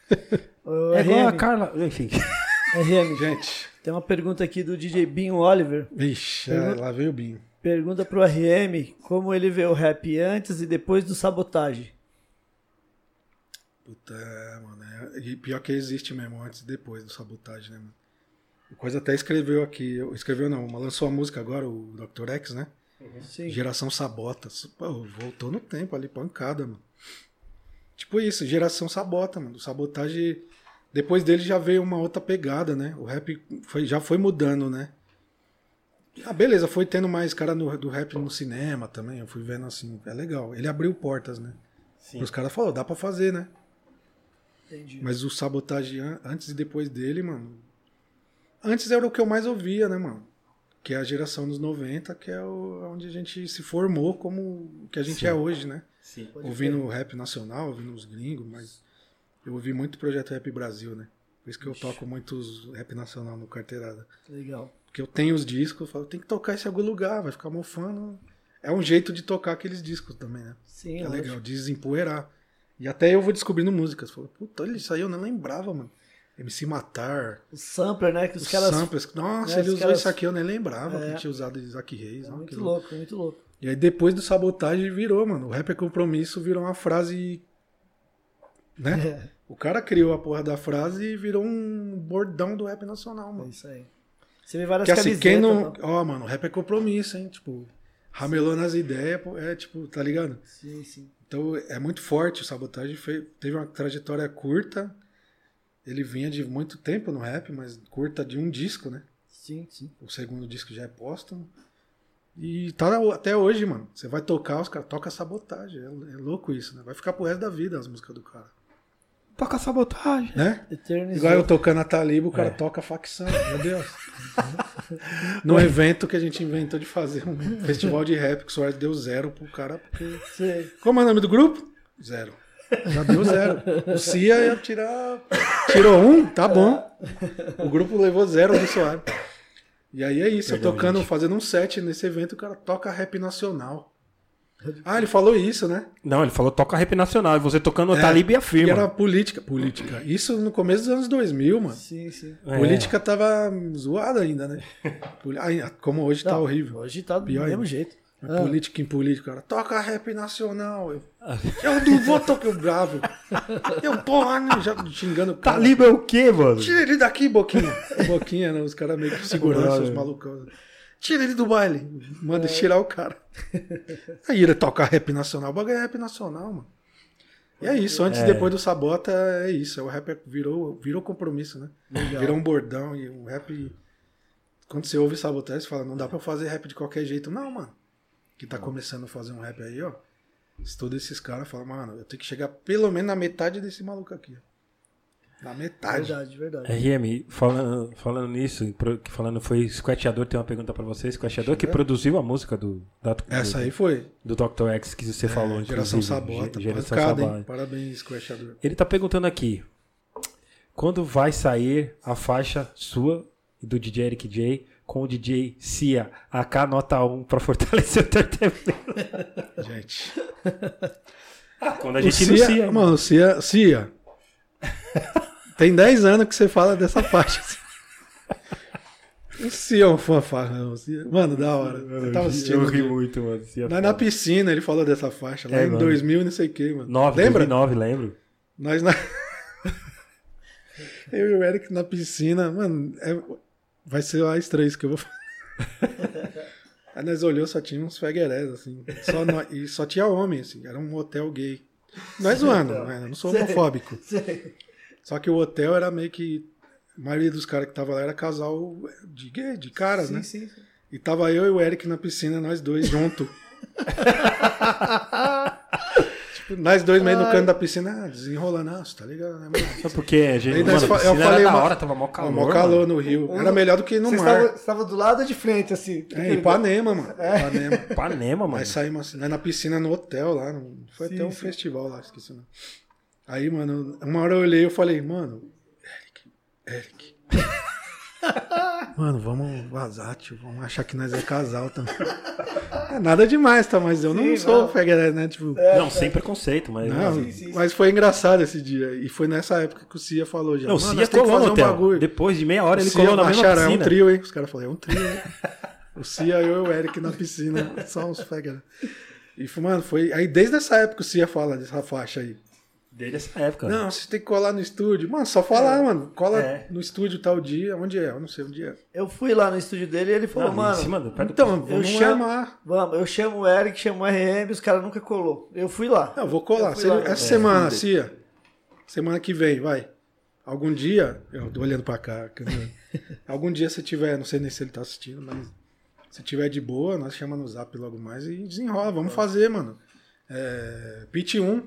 S1: Ô,
S2: É igual a
S1: RM,
S2: Carla. Enfim.
S1: RM,
S3: Gente.
S1: tem uma pergunta aqui do DJ Binho Oliver.
S3: Vixe, é, lá veio o Binho.
S1: Pergunta pro RM como ele vê o rap antes e depois do sabotagem.
S3: Puta, é, mano. é- e pior que existe mesmo, antes e depois do sabotagem, né, mano? O Coisa até escreveu aqui. eu- Escreveu não, mas lançou a música agora, o Dr. X, né?
S1: Sim.
S3: Geração Sabota. Pô, voltou no tempo ali, pancada, mano. Tipo isso, geração sabota, mano. Sabotagem. Depois dele já veio uma outra pegada, né? O rap foi- já foi mudando, né? Ah, beleza, foi tendo mais cara no- do rap no cinema também. Eu fui vendo assim, é legal. Ele abriu portas, né? Os caras falaram, dá pra fazer, né?
S1: Entendi.
S3: Mas o sabotagem an- antes e depois dele, mano. Antes era o que eu mais ouvia, né, mano? Que é a geração dos 90, que é o, onde a gente se formou como o que a gente
S2: Sim.
S3: é hoje, né?
S2: Sim.
S3: ouvindo o rap nacional, ouvindo os gringos, mas eu ouvi muito projeto Rap Brasil, né? Por isso que eu toco muitos rap nacional no carteirada.
S1: Legal.
S3: Porque eu tenho os discos, eu falo, tem que tocar isso em algum lugar, vai ficar mofando. É um jeito de tocar aqueles discos também, né?
S1: Sim,
S3: É
S1: lógico.
S3: legal, desempoeirar. E até eu vou descobrindo músicas. Falo, puta, olha isso aí, eu não lembrava, mano. MC Matar,
S1: O sampler, né? Que
S3: os,
S1: os caras.
S3: samplers. Nossa,
S1: né,
S3: ele
S1: os
S3: usou
S1: caras-
S3: isso aqui, eu nem lembrava
S1: É.
S3: que tinha usado Isaac Reis.
S1: É
S3: ó, que
S1: muito
S3: louco.
S1: louco, é muito louco.
S3: E aí depois do sabotagem virou, mano. O rap é compromisso virou uma frase. Né?
S1: É,
S3: O cara criou a porra da frase e virou um bordão do rap nacional,
S1: é
S3: mano.
S1: isso aí. Você vê várias
S3: Que assim,
S1: camisetas.
S3: quem não.
S1: tá?
S3: Ó, mano, rap é compromisso, hein? Tipo, ramelou nas ideias, pô, é tipo, tá ligado?
S1: Sim, sim.
S3: Então é muito forte. O Sabotagem foi- teve uma trajetória curta. Ele vinha de muito tempo no rap, mas curta de um disco, né?
S1: Sim, sim.
S3: O segundo disco já é póstumo. E tá o- até hoje, mano. Você vai tocar, os caras tocam sabotagem. É, é louco isso, né? Vai ficar pro resto da vida as músicas do cara.
S2: Toca sabotagem.
S3: Né?
S1: Eternizou.
S3: Igual eu tocando a Taliba, o cara
S2: É.
S3: toca facção. Meu Deus. no evento que a gente inventou de fazer um festival de rap, que o Soares deu zero pro cara
S1: Sei.
S3: Como é o nome do grupo? Zero. Já deu zero. O Cia ia tirar. Tirou um? Tá bom. O grupo levou zero do Soares. E aí é isso, eu
S2: Legal,
S3: tocando,
S2: gente.
S3: fazendo um set nesse evento, o cara toca rap nacional. Ah, ele falou isso, né?
S2: Não, ele falou toca rap nacional. E você tocando o
S3: É,
S2: Talib e
S3: Que
S2: afirma.
S3: era política. Política. Isso no começo dos anos 2000, mano.
S1: Sim, sim.
S2: É.
S3: Política tava zoada ainda, né? Poli- Ai, Como hoje tá
S1: Não,
S3: horrível.
S1: Hoje tá do
S3: Pior
S1: mesmo
S3: ainda.
S1: jeito.
S3: É
S1: Ah.
S3: Política em política, cara. Toca rap nacional. Eu, eu não vou tocar o bravo. Eu, porra, né? já xingando o cara.
S2: Talib é o quê, mano?
S3: Tira ele daqui, Boquinha. Boquinha, né? Os caras meio que segurança, os malucão. Tira ele do baile. Manda tirar o cara. É. Aí ele toca rap nacional. O bagulho é rap nacional, mano. E é isso. Antes e
S2: É.
S3: depois do Sabota, é isso. O rap virou, virou compromisso, né? Virou um bordão e um rap... Quando você ouve Sabota, você fala, não dá pra eu fazer rap de qualquer jeito. Não, mano. Que tá começando a fazer um rap aí, ó. Estuda esses caras e fala, mano, eu tenho que chegar pelo menos na metade desse maluco aqui. ó. Na metade.
S1: Verdade, é verdade.
S2: RM, falando, falando nisso, pro- que falando foi Squatchador, tem uma pergunta pra você. Squatchador que produziu a música do, da-
S3: Essa
S2: do,
S3: aí foi. É,
S2: do Dr. X que você falou,
S3: Geração
S2: inclusive.
S3: Sabota.
S2: Ge- Geração
S3: pancada,
S2: Sabota.
S3: hein? Parabéns, Crashador.
S2: Ele tá perguntando aqui: quando vai sair a faixa sua e do DJ Eric J com o DJ Cia AK nota 1 pra fortalecer o entretenimento?
S3: Gente.
S2: Quando a
S3: O
S2: gente né? inicia.
S3: Cia, mano, o Cia, Cia. Tem 10 anos que você fala dessa faixa. O Cia é um fanfarrão. o Cia- Mano, da hora. Eu tava assistindo.
S2: eu ri
S3: um dia.
S2: muito, mano. Cia
S3: Nós na piscina ele falou dessa faixa, lá
S2: É,
S3: em
S2: mano.
S3: 2000 e não sei o que, mano.
S2: 9,
S3: Lembra?
S2: 2009, lembro.
S3: Nós na. eu e o Eric na piscina, mano, é- vai ser as três que eu vou falar. Aí nós olhou, só tinha uns feguerés, assim. Só nó- E só tinha homem, assim. Era um hotel gay. Nós zoando,
S1: Então.
S3: né? Eu não sou homofóbico. Só que o hotel era meio que. A maioria dos caras que tava lá era casal de gay, de caras, né?
S1: Sim, sim.
S3: E tava eu e o Eric na piscina, nós dois junto. Ah, tipo, nós dois meio no canto da piscina, ah, desenrolando, ah, você tá ligado, né, mano?
S2: Só porque a gente.
S3: Aí nós
S2: Mano,
S3: fa-
S2: piscina era da
S3: uma-
S2: hora, tava mó calor.
S3: Ó, mó calor
S2: mano.
S3: no Rio. Era melhor do que no
S1: Um Vocês
S3: mar.
S1: estavam- estavam do lado ou de frente, assim?
S3: É, Ipanema, mano.
S1: É.
S3: Ipanema.
S2: Ipanema, mano.
S3: Aí saímos assim, né, na piscina, no hotel lá. no- Foi até um
S1: sim.
S3: festival lá, esqueci o nome. Aí, mano, uma hora eu olhei e falei, mano, Eric, Eric. mano, vamos vazar, tio. Vamos achar que nós é casal também. É nada demais, tá? Mas eu não
S1: Sim,
S3: sou
S1: não. É,
S3: fegueré, né? Tipo,
S2: Não, sem preconceito, mas.
S3: não,
S2: Não,
S1: sim, sim.
S3: mas foi engraçado esse dia. E foi nessa época que o Cia falou já.
S2: não, o
S3: mano,
S2: Cia
S3: nós tem que
S2: colou no
S3: fazer um
S2: hotel.
S3: bagulho.
S2: Depois de meia hora ele
S3: O Cia
S2: colou na mesma
S3: acharam, é um
S2: piscina.
S3: trio, hein? Os caras falaram, é um trio, hein? o Cia, eu e o Eric na piscina, só uns fega. né? E, foi, mano, foi... Aí desde essa época o Cia fala dessa faixa aí.
S2: Desde é essa época. né?
S3: Não, você tem que colar no estúdio. Mano, só falar, mano. Cola
S2: Tá. É.
S3: no estúdio tal dia. Onde é? Eu não sei onde é.
S1: Eu fui lá no estúdio dele e ele
S2: Não,
S1: falou,
S2: em
S1: mano,
S2: cima do- perto do-
S3: Então, vamos
S2: é
S1: chamo-
S3: chamar.
S1: vamos, eu chamo o Eric, chamo o RM, os caras nunca colou. Eu fui lá.
S3: Não, eu vou colar.
S1: Eu fui
S3: Se ele-
S1: lá.
S3: essa
S1: É,
S3: semana, Cia. Semana que vem, vai. Algum dia, eu tô olhando pra cá, que eu não- algum dia se tiver, não sei nem se ele tá assistindo, mas se tiver de boa, nós chama no zap logo mais e desenrola. Vamos fazer, mano. É, pit 1.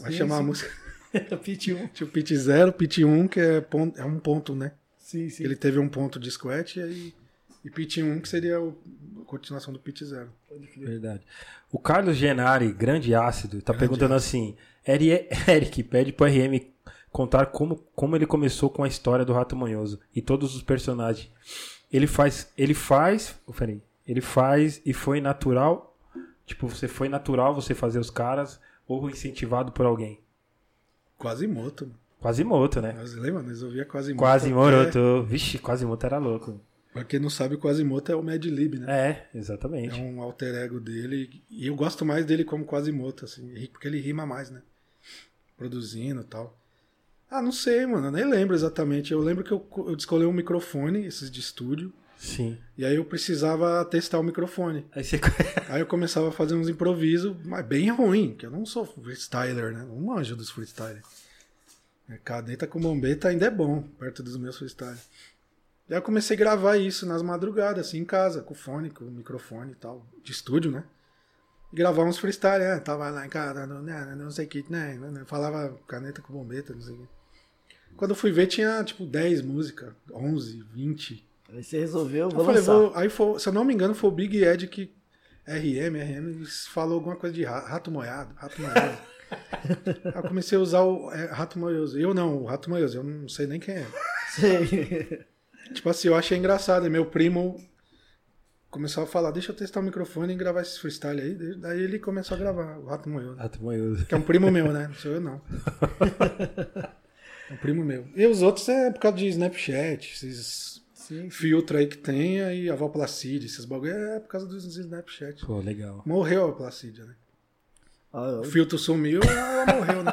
S3: Vai
S1: Sim,
S3: chamar a
S1: sim.
S3: música.
S1: Pit 1.
S3: Tipo, pit 0, pit 1, que é, pon- é um ponto, né?
S1: Sim, sim.
S3: Ele teve um ponto de squat e, aí- e pit 1, que seria o- a continuação do pit 0.
S2: Verdade. O Carlos Genari, grande ácido, tá perguntando assim: "Eri- Eric, pede pro RM contar como, como ele começou com a história do Rato Manhoso e todos os personagens. Ele faz. Ele faz. oh, Peraí. Ele faz e foi natural. Tipo, você foi natural você fazer os caras ou incentivado por alguém.
S3: Quase moto, mano.
S2: Quase moto, né?
S3: Nós lembra? Nós ouvia quase moto.
S2: Quase
S3: até-
S2: moroto. Vixe, quase moto era louco.
S3: Pra quem não sabe, o Quasimoto é o Mad Lib, né?
S2: É,
S3: É,
S2: exatamente.
S3: um alter ego dele. E eu gosto mais dele como Quasimoto, assim, ri- porque ele rima mais, né? Produzindo e tal. Ah, não sei, mano, eu nem lembro exatamente. Eu lembro que eu, co- eu descolei um microfone, esses de estúdio,
S2: Sim.
S3: e aí eu precisava testar o microfone.
S2: Aí você.
S3: Aí eu começava a fazer uns improvisos, mas bem ruim, que eu não sou freestyler, né? Não manjo dos freestylers. É, Cadeta com bombeta ainda é bom, perto dos meus freestylers. Aí eu comecei a gravar isso nas madrugadas, assim, em casa, com fone, com microfone e tal, de estúdio, né? E gravar uns freestyle, né? Tava lá em casa, não, né, não sei o que, né? né, Falava caneta com bombeta, não sei o que. Quando eu fui ver, tinha, tipo, 10 músicas, 11, 20.
S1: Aí você resolveu,
S3: Eu
S1: vou
S3: falei,
S1: lançar.
S3: vou- aí foi- se eu não me engano, foi o Big Ed que RM, RM falou alguma coisa de ra- rato moiado, rato moiado. aí eu comecei a usar o é, rato moioso. Eu não, o rato moioso, eu não sei nem quem é.
S1: Sei.
S3: Tipo assim, eu achei engraçado. e Meu primo né? começou a falar, deixa eu testar o microfone e gravar esse freestyle aí. Daí ele começou a gravar, o Rato Moioso.
S2: Rato Moioso.
S3: Que é um primo meu, né? Não sou eu, não. é um primo meu. E os outros é por causa de Snapchat, esses filtros aí que tem, aí a Valplacid, esses bagulho é por causa dos Snapchat.
S2: Pô, legal.
S3: Morreu a Valplacid, né?
S1: Ah, eu-
S3: O filtro sumiu, ela morreu, né?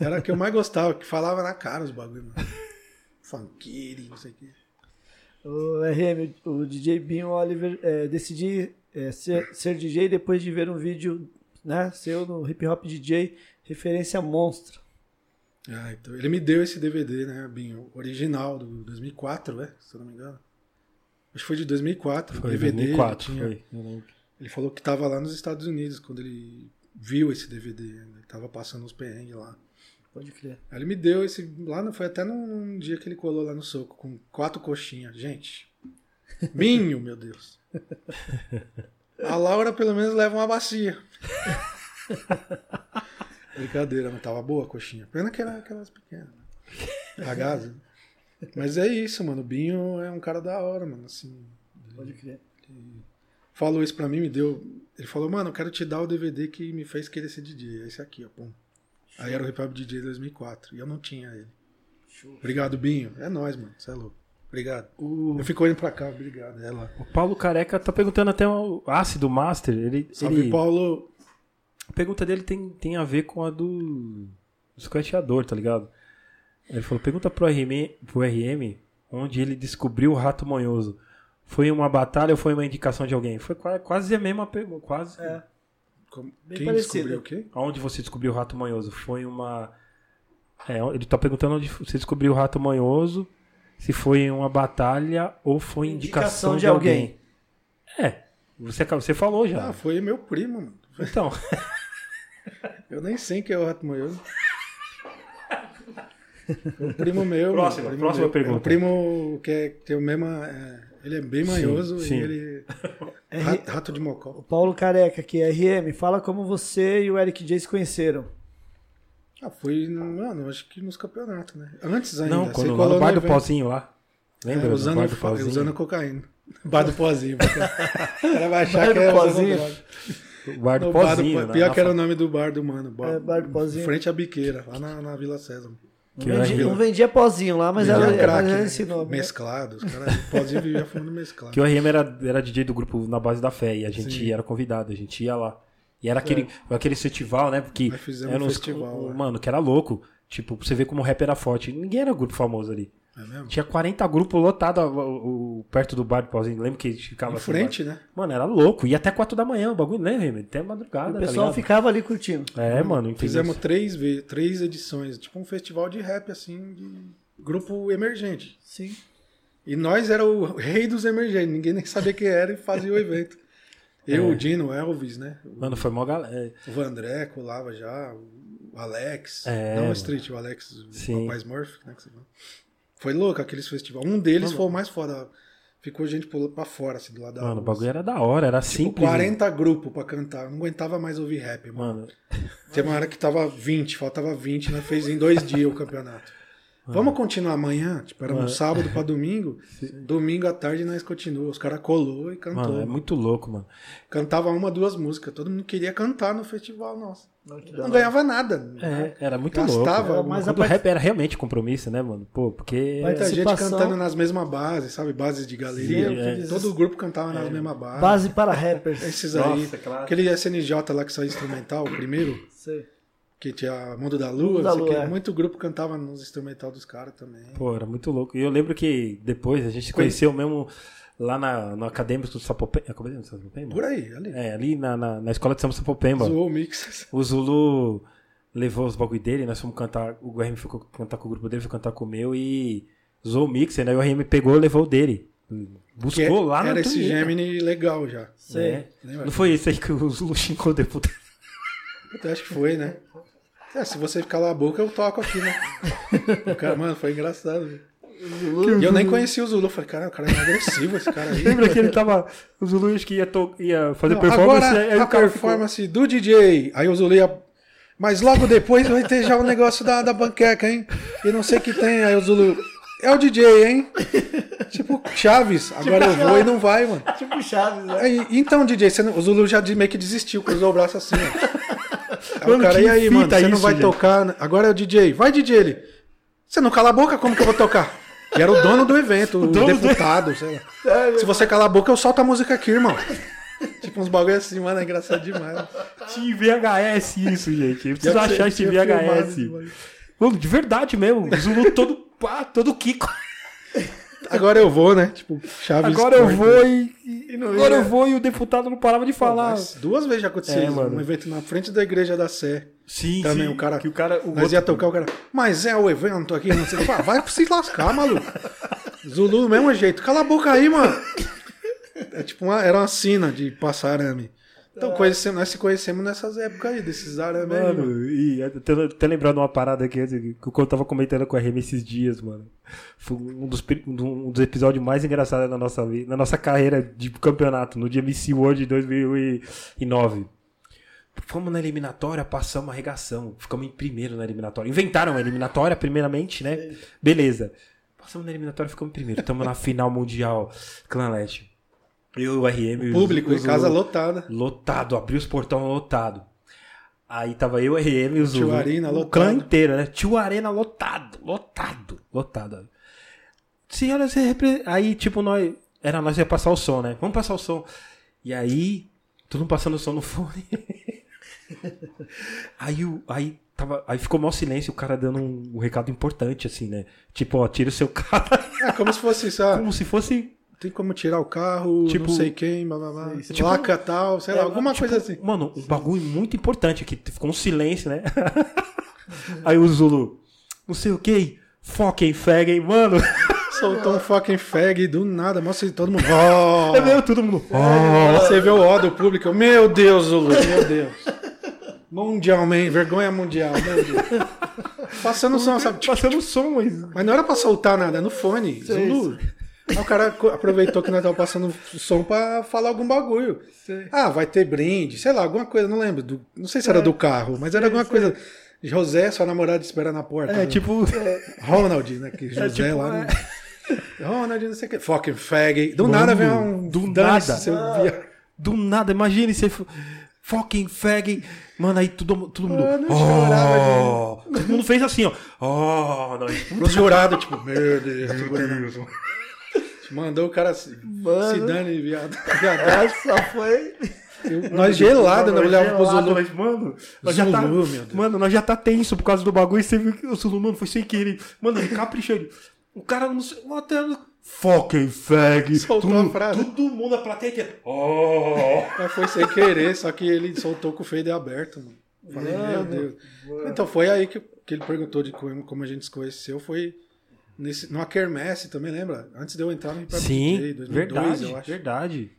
S3: Era a que eu mais gostava, que falava na cara os bagulho, mano. Funkeiro, não sei o quê.
S1: O RM, o DJ Binho Oliver, é, decidi é, ser, ser DJ depois de ver um vídeo né, seu no Hip Hop DJ, referência monstro.
S3: Ah, então, ele me deu esse DVD, né, Binho? Original, do 2004, é? Se eu não me engano. Acho que foi de 2004.
S2: Foi
S3: DVD,
S2: 2004,
S3: ele tinha.
S2: foi. Eu lembro.
S3: Ele falou que tava lá nos Estados Unidos quando ele viu esse DVD. Ele tava passando uns perrengues lá.
S1: Pode crer.
S3: Aí ele me deu esse. Lá no- foi até num, num dia que ele colou lá no soco, com quatro coxinhas. Gente. Minho, meu Deus. A Laura pelo menos leva uma bacia. Brincadeira, mas tava boa a coxinha. Pena que era aquelas pequenas. Né? A gás. Mas é isso, mano. O Binho é um cara da hora, mano. Assim,
S1: Pode crer.
S3: falou isso pra mim, me deu. Ele falou, mano, eu quero te dar o DVD que me fez querer ser DJ. É esse aqui, ó, pum. Aí era o Hip Hop DJ 2004. E eu não tinha ele.
S1: Show.
S3: Obrigado, Binho. É nóis, mano. Você é louco. Obrigado.
S2: O,
S3: Eu fico indo pra cá, obrigado. É lá.
S2: o Paulo Careca tá perguntando até o ácido master. Ele,
S3: Salve,
S2: ele-
S3: Paulo.
S2: A pergunta dele tem, tem a ver com a do, do esqueteador, tá ligado? Ele falou: pergunta pro RM, pro RM onde ele descobriu o rato manhoso. Foi uma batalha ou foi uma indicação de alguém? Foi qua- quase a mesma pergunta, quase.
S3: É. Como-
S1: Bem
S3: Quem
S1: parecido.
S3: descobriu o quê?
S2: Onde você descobriu o rato manhoso? Foi uma. É, ele tá perguntando onde você descobriu o rato manhoso, se foi em uma batalha ou foi
S1: Indicação
S2: indicação, de,
S1: de
S2: alguém. É, você, acabou- você falou já.
S3: Ah, foi meu primo, mano.
S2: Então,
S3: Eu nem sei quem é o Rato Moioso. Foi um primo meu. mano.
S2: Próxima,
S3: primo
S2: próxima
S3: meu.
S2: pergunta.
S3: É um primo que, é, que tem o mesmo. é, ele é bem
S2: Sim,
S3: manhoso
S2: sim. É
S3: e ele. Ra- Rato de mocó.
S1: O Paulo Careca aqui, RM, fala como você e o Eric J se conheceram.
S3: Ah, foi, no- mano, acho que nos campeonatos, né? Antes ainda.
S2: não,
S3: você
S2: quando lá
S3: colou
S2: no bar do
S3: evento.
S2: Pozinho lá. Lembra?
S3: É,
S2: do
S3: usando,
S2: bar do Pozinho?
S3: usando cocaína. Bar do pozinho. Era vai achar
S1: Bar
S3: que
S1: do
S3: era
S1: Pozinho.
S3: Usando...
S2: O bar do
S3: No bar do
S2: Pozinho,
S3: Po-
S2: né?
S3: Pior
S2: Na
S3: que era o nome do bar do mano. Bar,
S1: É, bar do Pozinho.
S3: Frente à biqueira, lá na, na Vila Sésamo.
S2: Que é
S1: não,
S2: era
S1: vendia,
S2: horrível.
S1: não vendia pozinho lá, mas ela,
S2: um
S3: Vendia
S1: ela
S3: crack,
S1: já
S3: né?
S1: ensinou. né?
S3: Mesclado. Os caras, o pozinho vivia falando mesclado.
S2: Que o RM era, era DJ do grupo na base da fé e a gente
S3: Sim. É.
S2: era convidado, a gente ia lá. E era aquele, aquele festival, né? Porque
S3: Nós fizemos
S2: era
S3: um
S2: uns-
S3: festival,
S2: um-
S3: é.
S2: mano, que era louco. Tipo, pra você ver como o rap era forte. Ninguém era grupo famoso ali.
S3: É mesmo?
S2: Tinha 40 grupos lotados perto do bar do Pauzinho. Lembra que a gente ficava
S3: Em
S2: assim,
S3: frente, né?
S2: lá? Mano, era louco. E até 4 da manhã o bagulho, né, RM? Até madrugada.
S1: O
S2: tá
S1: pessoal
S2: ligado?
S1: ficava ali curtindo.
S2: É, mano, entendeu?
S3: Fizemos três, ve- três edições. Tipo um festival de rap, assim, de grupo emergente.
S1: Sim.
S3: E nós era o rei dos emergentes. Ninguém nem sabia quem era e fazia o evento. Eu,
S2: É.
S3: o Dino, o Elvis, né? O-
S2: Mano, foi mó é, galera.
S3: O Vandré colava já, o Alex.
S2: É,
S3: não o
S2: mano.
S3: Street, o Alex, o
S2: Sim.
S3: rapaz Murphy, né? que você fala. Foi louco aqueles festivais. Um deles foi o mais foda. Ficou gente pulando pra fora, assim, do lado da
S2: Mano, o
S3: rua,
S2: bagulho era da hora, era
S3: assim.
S2: simples.
S3: 40 grupos pra cantar. Eu não aguentava mais ouvir rap, mano.
S2: Mano,
S3: Tem uma hora que tava 20, faltava 20, nós fez em dois dias o campeonato. Vamos continuar amanhã? Tipo, era um
S2: Mano.
S3: sábado pra domingo. Domingo à tarde nós continuamos. Os caras colou e cantou.
S2: mano, é muito louco, mano.
S3: Cantava uma, duas músicas. Todo mundo queria cantar no festival, nossa.
S1: Olha que da
S3: Não
S1: hora.
S3: ganhava nada.
S2: É, era muito
S3: Gastava
S2: louco.
S3: alguma
S2: Era, mas
S1: coisa.
S2: a parte... rap era realmente compromisso, né, mano? Pô, porque.
S3: Muita gente
S1: Participação.
S3: cantando nas mesmas bases, sabe? Bases de galeria.
S2: Sim, é.
S3: Todo o grupo cantava nas mesmas bases.
S1: Base para rappers.
S3: É Esses
S2: Nossa,
S3: aí.
S2: claro.
S3: Aquele SNJ lá que saiu instrumental, o primeiro,
S1: Sei.
S3: que tinha Mundo da Lua.
S1: Mundo da
S3: não sei o
S1: Lua,
S3: quê.
S1: é.
S3: Muito grupo cantava nos instrumental dos caras também.
S2: Pô, era muito louco. E eu lembro que depois a gente se conheceu mesmo lá na, no Acadêmico do Sapopemba. É Acadêmico do Sapopemba?
S3: Por aí, ali.
S2: É, ali na, na, na escola de samba Sapopemba.
S3: Zoou o mix.
S2: O Zulu levou os bagulho dele, nós fomos cantar. O RM foi cantar com o grupo dele, foi cantar com o meu e zoou o mixer, né? O RM pegou e levou o dele.
S3: Que
S2: Buscou lá na
S3: era esse
S2: Tunita.
S3: Gemini legal já. né,
S1: Sei.
S2: É.
S3: Lembra?
S2: Não foi esse aí que o Zulu xingou o deputado.
S3: Puta, acho que foi, né? É, se você ficar lá a boca, eu toco aqui, né? O cara, mano, foi engraçado. viu? E eu nem conhecia o Zulu. Eu falei, cara, o cara é agressivo esse cara aí.
S2: Lembra que ele tava. O Zulu acho que ia, to- ia fazer
S3: Não,
S2: performance. é
S3: agora
S2: aí aí
S3: a
S2: o cara
S3: performance do DJ. Aí eu zulei a... Mas logo depois vai ter já o negócio da, da banqueca, hein? E não sei o que tem. Aí o Zulu. É o DJ, hein? Tipo, Chaves, agora eu vou e não vai, mano.
S1: Tipo Chaves, né?
S3: Aí, então, DJ, você não- o Zulu já de- meio que desistiu, cruzou o braço assim, ó. Aí o
S2: Mano,
S3: cara,
S2: que
S3: e aí, mano,
S2: fita
S3: você não
S2: isso,
S3: vai
S2: gente?"
S3: tocar. né? Agora é o DJ. Vai, DJ, ele. Você não cala a boca, como que eu vou tocar? E era o dono do evento, o,
S2: dono do-
S3: deputado, sei lá. Se você calar a boca, eu solto a música aqui, irmão. tipo uns bagulho assim, mano, é engraçado demais.
S2: Tinha em VHS isso, gente. Eu preciso
S3: Já que
S2: achar
S3: você
S2: esse
S3: tinha filmado
S2: VHS.
S3: esse bagulho.
S2: Mano, de verdade mesmo. Zulu todo, pá, todo Kiko.
S3: Agora eu vou, né? Tipo, Chaves.
S2: Agora eu
S3: corta.
S2: vou e. e-
S3: não
S2: Agora
S3: ia.
S2: eu vou e o deputado não parava de falar.
S3: Mas duas vezes já aconteceu
S2: É,
S3: isso,
S2: mano.
S3: um evento na frente da igreja da Sé.
S2: Sim,
S3: Também o cara.
S2: Que o cara. O
S3: nós
S2: outro-
S3: ia tocar o cara. Mas é o evento aqui, não sei. o que. Fala, Vai se lascar, maluco. Zulu do mesmo jeito. Cala a boca aí, mano. É tipo uma, era uma sina de passar arame. Então conhecemos, nós se conhecemos nessas épocas aí, desses arame aí, mano.
S2: É. Mano, e é, até, até lembrando uma parada aqui antes, que eu tava comentando com a RM esses dias, mano. Foi um dos, pri- um do- um dos episódios mais engraçados na nossa, vi- na nossa carreira de campeonato, no dia MC World de 2009. Fomos na eliminatória, passamos a regação. Ficamos em primeiro na eliminatória. Inventaram a eliminatória, primeiramente, né? Beleza. Passamos na eliminatória, ficamos em primeiro. Estamos na final mundial, Clanlete. Eu, o RM. os-
S3: Público, em
S2: os-
S3: casa lotada.
S2: Lotado, abriu os portão lotado. Aí tava eu, RM e o Zulu.
S3: Tio Arena
S2: o
S3: lotado.
S2: clã inteiro, né? Tio Arena lotado, lotado, lotado. Senhora, você repre... Aí, tipo, nós... Era nós ia passar o som, né? Vamos passar o som. E aí, todo mundo passando o som no fone. aí, o... aí, tava... aí ficou maior silêncio, o cara dando um, um recado importante, assim, né? Tipo, ó, tira o seu cara.
S3: É como se fosse isso, ah,
S2: Como se fosse
S3: tem como tirar o carro,
S2: Tipo-
S3: não sei quem, blá blá blá.
S2: Tipo-
S3: placa tal, sei lá, alguma
S2: tipo,
S3: coisa assim.
S2: Mano, um bagulho muito importante aqui. Ficou um silêncio, né? Aí o Zulu, não sei o que, foquem, feguem, mano.
S3: Soltou um fucking fag do nada, mostra todo mundo. "Oh!"
S2: É mesmo, todo mundo. "Ah,
S3: Ó, Você vê o ó do público. Meu Deus, Zulu, meu Deus. Mundialmente, vergonha mundial, meu Deus. Passando som, sabe? Tipo,
S2: Passando som, mas.
S3: Mas não era pra soltar nada, é no fone. Zulu. Aí o cara co- aproveitou que nós tava passando o som pra falar algum bagulho. Ah, vai ter brinde, sei lá, alguma coisa, não lembro. do- não sei se
S2: É.
S3: era do carro, mas era alguma coisa. José, sua namorada espera na porta.
S2: É
S3: né?
S2: tipo.
S3: Ronald, né? Que José
S2: tipo,
S3: lá. né?
S2: é.
S3: Ronald, não sei o que. Fucking fag. Do
S2: Mano,
S3: nada vem um.
S2: do
S3: dane-se,
S2: nada.
S3: seu viado.
S2: Do nada, imagine você. fo- Fucking feguem. Mano, aí todo, todo mundo.
S3: Ah, não
S2: "Oh!" Todo mundo fez assim, ó. Oh, nós.
S3: Pro jurado, tipo, meu Deus, segurando. Mandou o cara se, se dane, viado. Viado.
S1: Essa É, foi.
S3: Eu- Nós gelado, né?
S2: Mano,
S3: Olhava pro
S2: gelado,
S3: Zulu.
S2: mas, mano, nós já tá,
S3: Zulu, meu Deus.
S2: mano, nós já tá tenso por causa do bagulho. e Você viu que o Zulu, mano, foi sem querer. Mano, ele caprichou. Ele, o cara não sei. o Até, fucking fag.
S3: Soltou
S2: todo,
S3: a frase.
S2: Todo mundo, a plateia aqui. Oh.
S3: Mas foi sem querer, só que ele soltou com o fader aberto, mano. Falei, meu Deus. Então foi aí que, que ele perguntou de como, como a gente se conheceu. Foi nesse, numa quermesse também, lembra? Antes de eu entrar no
S2: Sim,
S3: DJ, 2002,
S2: verdade,
S3: eu acho.
S2: verdade.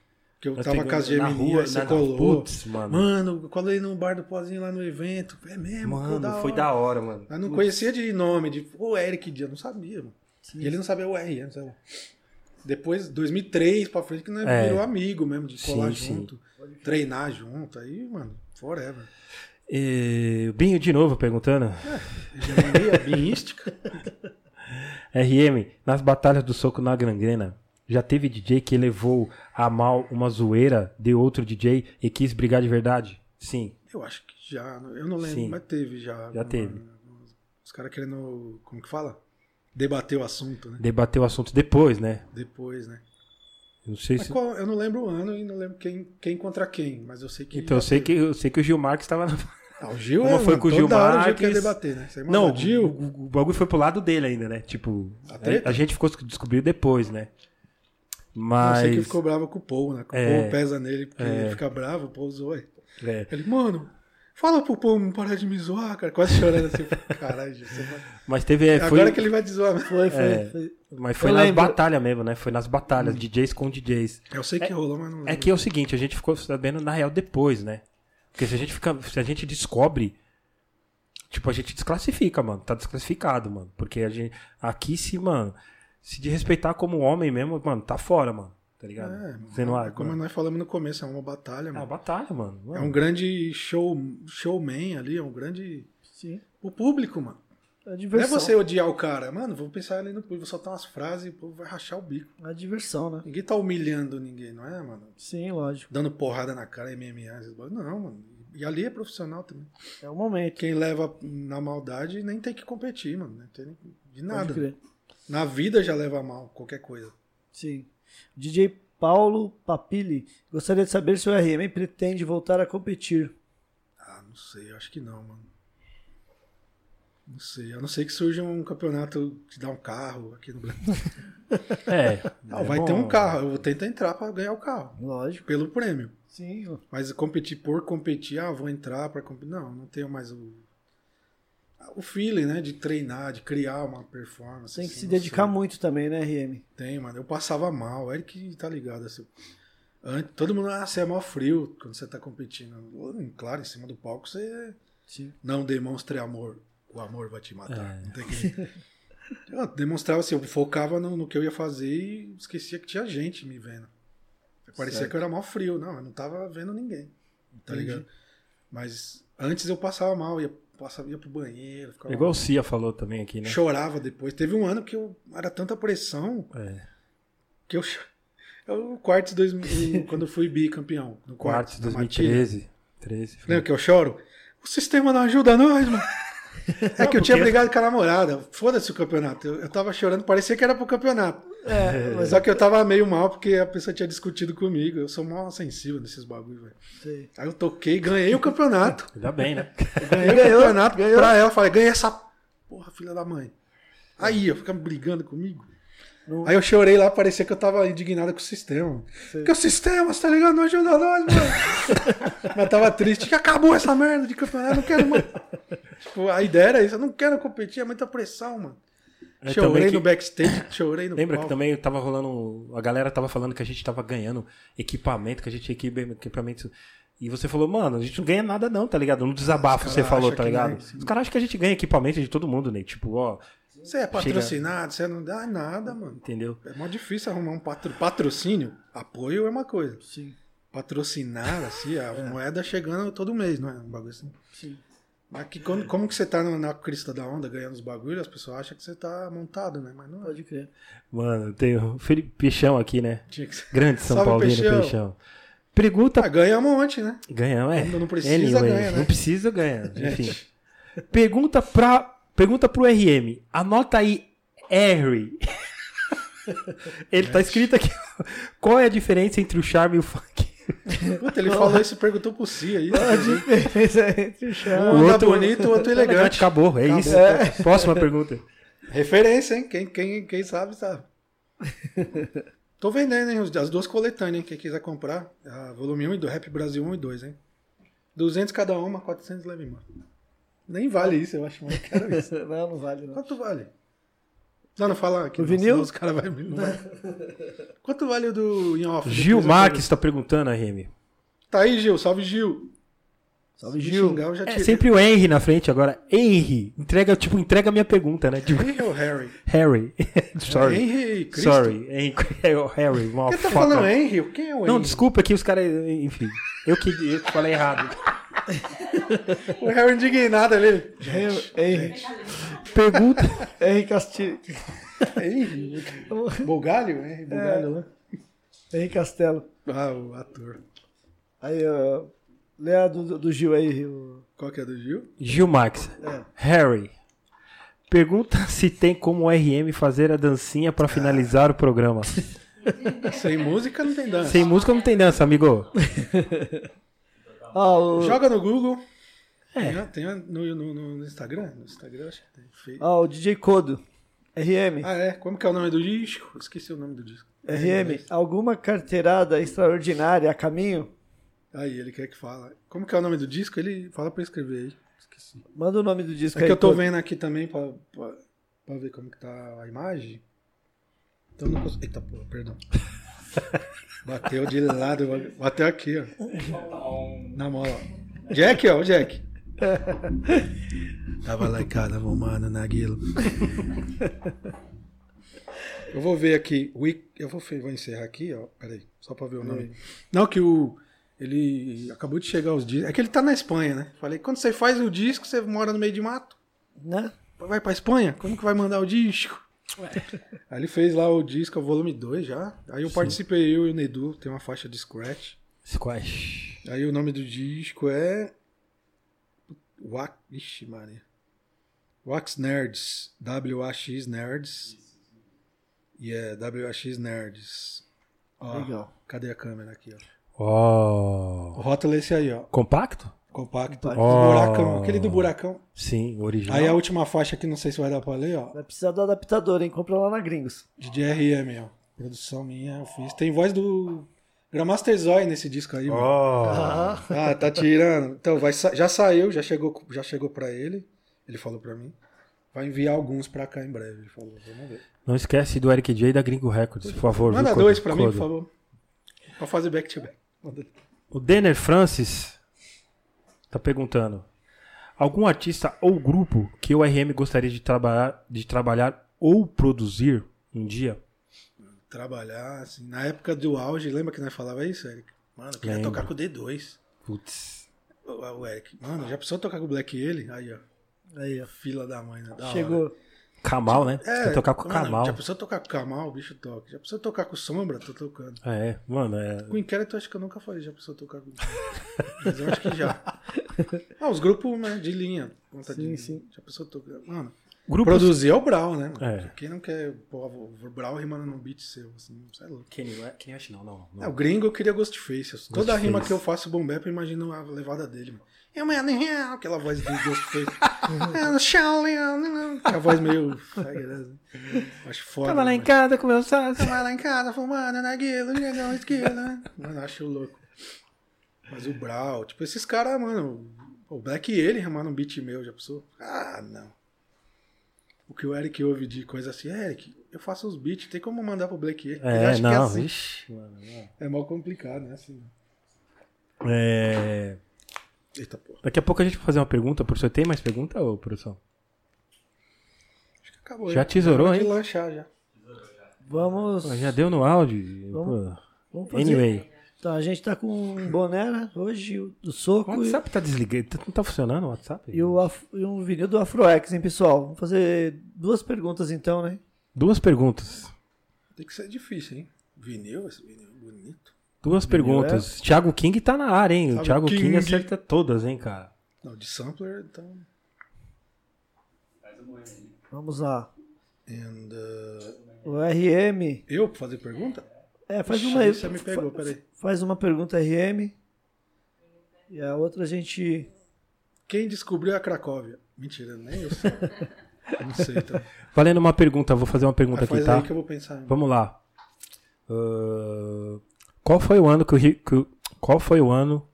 S3: Que eu
S2: Nós
S3: tava com
S2: pegamos
S3: as
S2: na
S3: gemininhas,
S2: rua,
S3: aí você
S2: na- na-
S3: colou.
S2: putz, mano.
S3: Mano, eu colei no bar do pozinho lá no evento. É mesmo? pô,
S2: Mano, foi
S3: hora.
S2: da hora, mano.
S3: Eu não conhecia de nome, de o Eric Dias, não sabia, mano. E ele não sabia o R, não sei lá. Depois, 2003 pra frente, que nós
S2: É.
S3: virou amigo mesmo, de colar
S2: Sim, sim.
S3: junto, treinar junto, aí, mano, forever.
S2: Eh, Binho, de novo, perguntando.
S3: Hegemonia binística.
S2: RM, nas batalhas do soco na gangrena, já teve DJ que levou a mal uma zoeira de outro DJ e quis brigar de verdade? Sim.
S3: Eu acho que já, eu não lembro,
S2: Sim.
S3: mas teve já.
S2: Já teve.
S3: Os caras querendo, como que fala? Debater o assunto, né?
S2: Debater o assunto depois, né?
S3: Depois, né?
S2: Eu não sei
S3: Mas
S2: se.
S3: qual- eu não lembro o ano e não lembro quem, quem contra quem, mas eu sei que.
S2: Então, eu
S3: já
S2: sei
S3: teve.
S2: que, eu sei que o Gil Marques estava na.
S3: Ah, o Gil,
S2: Uma
S3: é,
S2: foi
S3: mano,
S2: com o Gil
S3: toda hora o Gil quer
S2: Marques.
S3: debater, né? Você manda
S2: Não,
S3: o Gil,
S2: o, o bagulho foi pro lado dele ainda, né? Tipo,
S3: A treta?
S2: a, a gente ficou descobriu depois, né?
S3: Eu sei que
S2: Mas.
S3: ele ficou bravo com o Paul, né? Que
S2: É.
S3: o Paul pesa nele, porque ele fica bravo, o Paul zoa. ele.
S2: é.
S3: Ele, mano, fala pro Paul não parar de me zoar, cara. Quase chorando assim. eu falei, Caralho, Gil, você vai...
S2: Mas teve. é, foi,
S3: Agora que ele vai te zoar. mesmo."
S1: Foi, foi.
S2: É.
S1: foi.
S2: Mas foi
S1: Eu
S2: nas
S1: lembro.
S2: batalhas mesmo, né? Foi nas batalhas, DJs com DJs.
S3: Eu sei que rolou, mas não lembro.
S2: É que é o seguinte, a gente ficou sabendo na real depois, né? Porque se a gente fica, se a gente descobre, tipo a gente desclassifica, mano, tá desclassificado, mano, porque a gente aqui se, mano, se de respeitar como homem mesmo, mano, tá fora, mano. Tá ligado?
S3: É,
S2: Você não acha?
S3: como
S2: mano?
S3: nós falamos no começo, é uma batalha,
S2: É uma
S3: mano.
S2: batalha, mano.
S3: É um grande show, showman ali, é um grande...
S1: Sim.
S3: O público, mano.
S1: É
S3: Não é
S1: diversão.
S3: você odiar o cara. Mano, vou pensar ali no povo, vou soltar umas frases e o povo vai rachar o bico.
S1: É diversão, né?
S3: Ninguém tá humilhando ninguém, não é, mano?
S1: Sim, lógico.
S3: Dando porrada na cara, MMA, esses bagulho. Não, mano. E ali é profissional também.
S1: É o momento.
S3: Quem leva na maldade nem tem que competir, mano. Não tem nem- de
S1: pode
S3: nada.
S1: crer.
S3: Na vida já leva mal qualquer coisa.
S1: Sim. DJ Paulo Papilli. Gostaria de saber se o RM pretende voltar a competir.
S3: Ah, não sei, eu acho que não, mano. Não sei, a não ser que surja um campeonato que dá um carro aqui no Brasil.
S2: É.
S3: Não,
S2: é
S3: vai
S2: bom.
S3: ter um carro, eu vou tentar entrar pra ganhar o carro,
S1: Lógico.
S3: pelo prêmio.
S1: Sim.
S3: Mas competir por competir, ah, vou entrar pra competir. Não, não tenho mais o. O feeling, né? De treinar, de criar uma performance.
S1: Tem que
S3: assim,
S1: se
S3: não sei.
S1: dedicar muito também, né, RM?
S3: Tem, mano. Eu passava mal. O Eric tá ligado. Assim. Antes, todo mundo, ah, você é mal frio quando você tá competindo. Hum, Claro, em cima do palco você
S1: Sim.
S3: não demonstre amor. O amor vai te matar.
S2: É.
S3: Não tem que... Eu demonstrava assim, eu focava no, no que eu ia fazer e esquecia que tinha gente me vendo. Parecia
S1: Certo.
S3: que eu era mal frio. Não, eu não tava vendo ninguém. Tá ligado? Mas antes eu passava mal, ia, passava, ia pro banheiro,
S2: É
S3: ficava,
S2: igual o Cia falou também aqui, né?
S3: chorava depois. Teve um ano que eu era tanta pressão
S2: É.
S3: que eu, eu o Quartz 2000, quando eu fui bicampeão. No
S2: Quartos
S3: Quartz, na Matilha.
S2: 2013. 13, foi.
S3: Lembra que eu choro? O sistema não ajuda nós, mano. É que eu tinha brigado com a namorada. Foda-se o campeonato. Eu, eu tava chorando, parecia que era pro campeonato.
S1: É,
S3: Só que eu tava meio mal porque a pessoa tinha discutido comigo. Eu sou mó sensível nesses bagulho, velho.
S1: sei.
S3: Aí eu toquei, ganhei o campeonato.
S2: Ainda bem, né?
S3: Ganhei o campeonato pra ela. Falei, ganhei essa porra, filha da mãe. Aí, eu ficava brigando comigo.
S1: Não-
S3: Aí eu chorei lá, parecia que eu tava indignado com o sistema. Porque o sistema, você tá ligado? Não ajuda nós, mano. Mas tava triste, que acabou essa merda de campeonato, eu não quero mais. Tipo, a ideia era isso, eu não quero competir, é muita pressão, mano.
S2: É,
S3: chorei
S2: também que-
S3: no backstage, chorei no
S2: Lembra que
S3: palco.
S2: também tava rolando. um, A galera tava falando que a gente tava ganhando equipamento, que a gente tinha equipe- equipamento. E você falou, mano, a gente não ganha nada, não, tá ligado? No desabafo
S3: Os
S2: você
S3: cara
S2: falou,
S3: acha
S2: tá
S3: que é
S2: ligado?
S3: ganha, sim.
S2: Os caras acham que a gente ganha equipamento de todo mundo, né? Tipo, ó,
S3: Você é patrocinado, você não dá nada, mano.
S2: entendeu?
S3: É mó difícil arrumar um patro... patrocínio. Apoio é uma coisa.
S1: Sim,
S3: Patrocinar, assim, a moeda chegando todo mês, não é? Um bagulho assim.
S1: sim.
S3: Mas que quando, como que você tá na, na crista da onda ganhando os bagulhos, as pessoas acham que você tá montado, né? Mas não é.
S1: Pode crer.
S2: Mano, tem o Felipe Peixão aqui, né?
S3: Tinha que ser.
S2: Grande São
S3: Salve,
S2: Paulino Peixão.
S3: Peixão.
S2: Pergunta.
S3: Ah, ganha um monte, né?
S2: Ganha, é.
S3: Quando não precisa, ganha, né? É.
S2: Não precisa, ganha. Enfim. Pergunta pra. Pergunta pro RM. Anota aí, R. Ele tá escrito aqui. Qual é a diferença entre o charme e o funk?
S3: Puta, ele falou isso e perguntou pro Si aí. né?
S1: Pode
S3: Um anda bonito, o outro elegante.
S2: Acabou, é
S3: Acabou.
S2: isso. Próxima pergunta.
S3: Referência, hein? Quem, quem, quem sabe, sabe. Tô vendendo, hein? As duas coletâneas, hein? Quem quiser comprar. A volume 1 e do Rap Brasil 1 e 2, hein? 200 cada uma, 400 leve mano. Nem vale isso, eu acho. Mas eu quero isso.
S1: Não, não vale, né? não.
S3: Quanto vale? Não, não fala aqui.
S1: O
S3: não,
S1: vinil?
S3: senão Os cara vai, não vai. Quanto vale o do In Off?
S2: Gil
S3: Depois eu
S2: Marques está perguntando, RM.
S3: pergunto. Tá aí, Gil. Salve, Gil.
S1: Salve,
S3: Se
S1: Gil.
S3: xingar, eu já
S2: É
S3: tirei.
S2: sempre o Henry na frente agora. Henry. Entrega, tipo, entrega a minha pergunta, né? Tipo,
S3: Henry ou Harry?
S2: Harry. Sorry.
S3: Henry e Cristo.
S2: Sorry. Henry. é Harry. Uma
S3: Quem tá
S2: foca.
S3: falando Henry? Quem é o Henry?
S2: Não, desculpa que os caras. Enfim. Eu que, eu que falei errado.
S3: O Harry indignado ali.
S1: Henrique
S2: Pergunta.
S1: Henrique Castilho.
S3: Henry. Bugalho?
S2: É.
S3: Henry Bugalho, né?
S1: Henrique É. Castelo.
S3: Ah, o ator.
S1: Aí, ó. Lê a do, do Gil aí. O...
S3: Qual que é do Gil?
S2: Gil Max.
S3: É.
S2: Harry. Pergunta se tem como o RM fazer a dancinha pra finalizar o programa.
S3: Sem música não tem dança.
S2: Sem música não tem dança, amigo.
S1: Ah, o,
S3: Joga no Google. É. Tem no, no- no- no Instagram? No Instagram eu acho que tem. Fe-
S1: ah, o DJ Codo. RM.
S3: Ah, é? Como que é o nome do disco? Esqueci o nome do disco.
S1: RM. Alguma carteirada extraordinária a caminho?
S3: Aí, ele quer que fala. Como que é o nome do disco? Ele fala pra eu escrever aí. Esqueci.
S1: Manda o nome do disco
S3: É
S1: aí.
S3: que eu tô
S1: Codo.
S3: vendo aqui também pra, pra, pra ver como que tá a imagem. Então eu não consigo. Eita porra, perdão. Bateu de lado, bateu aqui, ó. Na mola. Jack, ó, o Jack. Tava lá em casa, arrumando na guila. Eu vou ver aqui. o i- Eu vou, fe- vou encerrar aqui, ó. Peraí, só pra ver o nome. Não, que o. Ele acabou de chegar os discos. É que ele tá na Espanha, né? Falei, quando você faz o disco, você mora no meio de mato.
S1: Né?
S3: vai pra Espanha? Como que vai mandar o disco? Aí ele fez lá o disco, o volume 2 já. Aí eu
S2: Sim.
S3: participei, eu e o Nedu, tem uma faixa de scratch.
S2: Squash.
S3: Aí o nome do disco é. Wax. Ixi, Maria. Wax Nerds. W-A-X Nerds. E é W-A-X Nerds. Ó,
S1: Legal.
S3: Cadê a câmera aqui, ó?
S2: Ó.
S3: O rótulo é esse aí, ó.
S2: Oh. Compacto?
S3: Compacto.
S1: Compacto.
S3: Do
S2: Ó.
S3: buracão. Aquele do buracão.
S2: Sim, o original.
S3: Aí é a última faixa aqui, não sei se vai dar pra ler, ó.
S1: Vai precisar do adaptador, hein? Compra lá na Gringos.
S3: De DRM, ó. Produção minha, eu fiz. Tem voz do Gramaster Zoy nesse disco aí, mano.
S2: Ó.
S3: Ah, tá tirando. Então, vai sa- já saiu, já chegou, já chegou para ele. Ele falou pra mim. Vai enviar alguns pra cá em breve. Ele falou, vamos ver.
S2: Não esquece do Eric J e da Gringo Records, por favor.
S3: Manda
S2: viu,
S3: dois
S2: Codro?
S3: pra mim, por
S2: Codro.
S3: favor. Pra fazer back to back. Manda-
S2: O Denner Francis tá perguntando: algum artista ou grupo que o RM gostaria de trabalhar, de trabalhar ou produzir um dia?
S3: Trabalhar, assim. Na época do auge, lembra que nós falava isso, Eric? Mano, eu queria
S2: Lembro.
S3: tocar com o D2.
S2: Putz.
S3: O, o Eric. Mano, já precisou tocar com o Black ele? Aí, ó.
S1: Aí, ó.
S3: Fila da mãe, né? Da hora.
S1: Chegou.
S2: Kamal, né? Você
S3: É,
S2: quer tocar com o
S3: mano, tipo-
S2: Kamal.
S3: Já precisou tocar com o Kamal, o bicho toca. Já precisou tocar com o Sombra, tô tocando.
S2: Ah, É, mano, é.
S3: Com inquérito, acho que eu nunca falei, já precisou tocar com Mas eu acho que já. Ah, os grupos né, de linha. Conta de
S1: Sim,
S3: linha.
S1: sim.
S3: Já precisou tocar. Mano,
S2: Grupos.
S3: produzir é o Brau, né? mano?
S2: É.
S3: Quem não quer, pô, o Brau rimando num beat seu, assim, sai louco.
S2: Kenny West, não, não.
S3: É, o gringo queria Ghostface. Toda
S2: Ghostface.
S3: rima que eu faço bom bap, eu imagino a levada dele, mano. Eu, mano, é, aquela voz do Ghostface. É, Shaolin, é, é, é, a voz meio. né? Acho foda. mano.
S2: casa com meu sas.
S3: Você vai lá em casa fumando né, na guila, negão esquilo, né? Mano, acho louco. Mas o Brau, tipo, esses caras, mano. O Black e ele remaram um beat meu, já pensou? Ah, não. O que o Eric ouve de coisa assim, Eric, eu faço os beats, tem como mandar pro Black e ele? Ele
S2: É,
S3: acha que é
S2: não,
S3: assim.
S2: ixi, mano. não.
S3: É mal complicado, né? Assim.
S2: É,
S3: Eita porra.
S2: Daqui a pouco a gente vai fazer uma pergunta, professor. Tem mais pergunta, ô, produção?
S3: Acho que acabou.
S2: Já
S3: hein?
S2: tesourou,
S3: Acabou
S2: hein?
S3: de lanchar já.
S1: Vamos.
S2: Pô, Já deu no áudio.
S1: Vamos-
S2: pô.
S1: vamos fazer.
S2: Anyway.
S1: Então, a gente tá com
S3: Hum.
S1: um boné, né? Hoje, o do soco
S2: O WhatsApp tá desligado. Não tá funcionando o WhatsApp?
S1: e, e o af- e um vinil do Afroex, hein, pessoal? Vamos fazer duas perguntas então, né?
S2: Duas perguntas.
S3: Tem que ser difícil, hein? Vinil, esse vinil é bonito.
S2: Duas perguntas. Thiago King tá na área, hein? O Thiago
S3: Thiago
S2: King.
S3: King.
S2: acerta todas, hein, cara?
S3: Não, de sampler, então.
S1: Vamos lá.
S3: And, uh,
S1: O RM.
S3: eu pra fazer pergunta?
S1: É, faz
S3: Ixi,
S1: uma aí.
S3: Você me pegou, peraí.
S1: Faz uma pergunta RM. E a outra a gente.
S3: Quem descobriu é a Cracóvia? Mentira, nem eu sei. Eu não sei, então.
S2: Valendo uma pergunta, vou fazer uma pergunta
S3: Mas
S2: aqui,
S3: faz
S2: tá?
S3: aí que eu vou pensar.
S2: Vamos lá. Ahn, qual foi o ano que o, Ri- que o- Qual foi o ano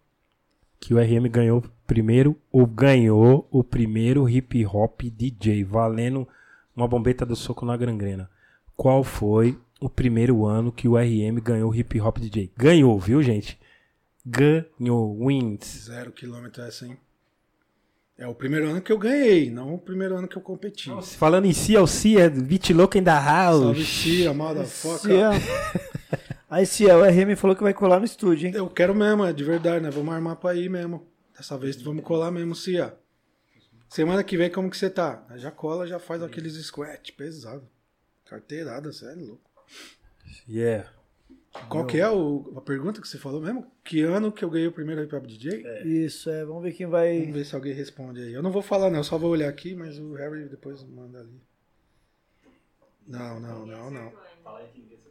S2: que o RM ganhou primeiro ou ganhou o primeiro hip hop DJ, valendo uma bombeta do soco na gangrena? Qual foi o primeiro ano que o RM ganhou o hip hop DJ? Ganhou, viu, gente? Ganhou, wins.
S3: Zero quilômetro é essa, hein? É o primeiro ano que eu ganhei, não o primeiro ano que eu competi.
S2: Falando em si, é o si, é Bitloca in the
S3: Salve,
S2: house.
S3: Cia, motherfucker.
S1: Se a... Aí se a- o RM falou que vai colar no estúdio, hein?
S3: Eu quero mesmo, é de verdade, né? Vamos armar pra ir mesmo. Dessa vez vamos colar mesmo, Cia. Semana que vem, como que você tá? Já cola, já faz aqueles scratch pesado. Carteirada, você é louco.
S2: Yeah.
S3: Qual que é o- a pergunta que você falou mesmo? Que ano que eu ganhei o primeiro hip hop DJ?
S1: Isso, é. Vamos ver quem vai.
S3: Vamos ver se alguém responde aí. Eu não vou falar, não, eu só vou olhar aqui, mas o Harry depois manda ali. Não, não, não, não.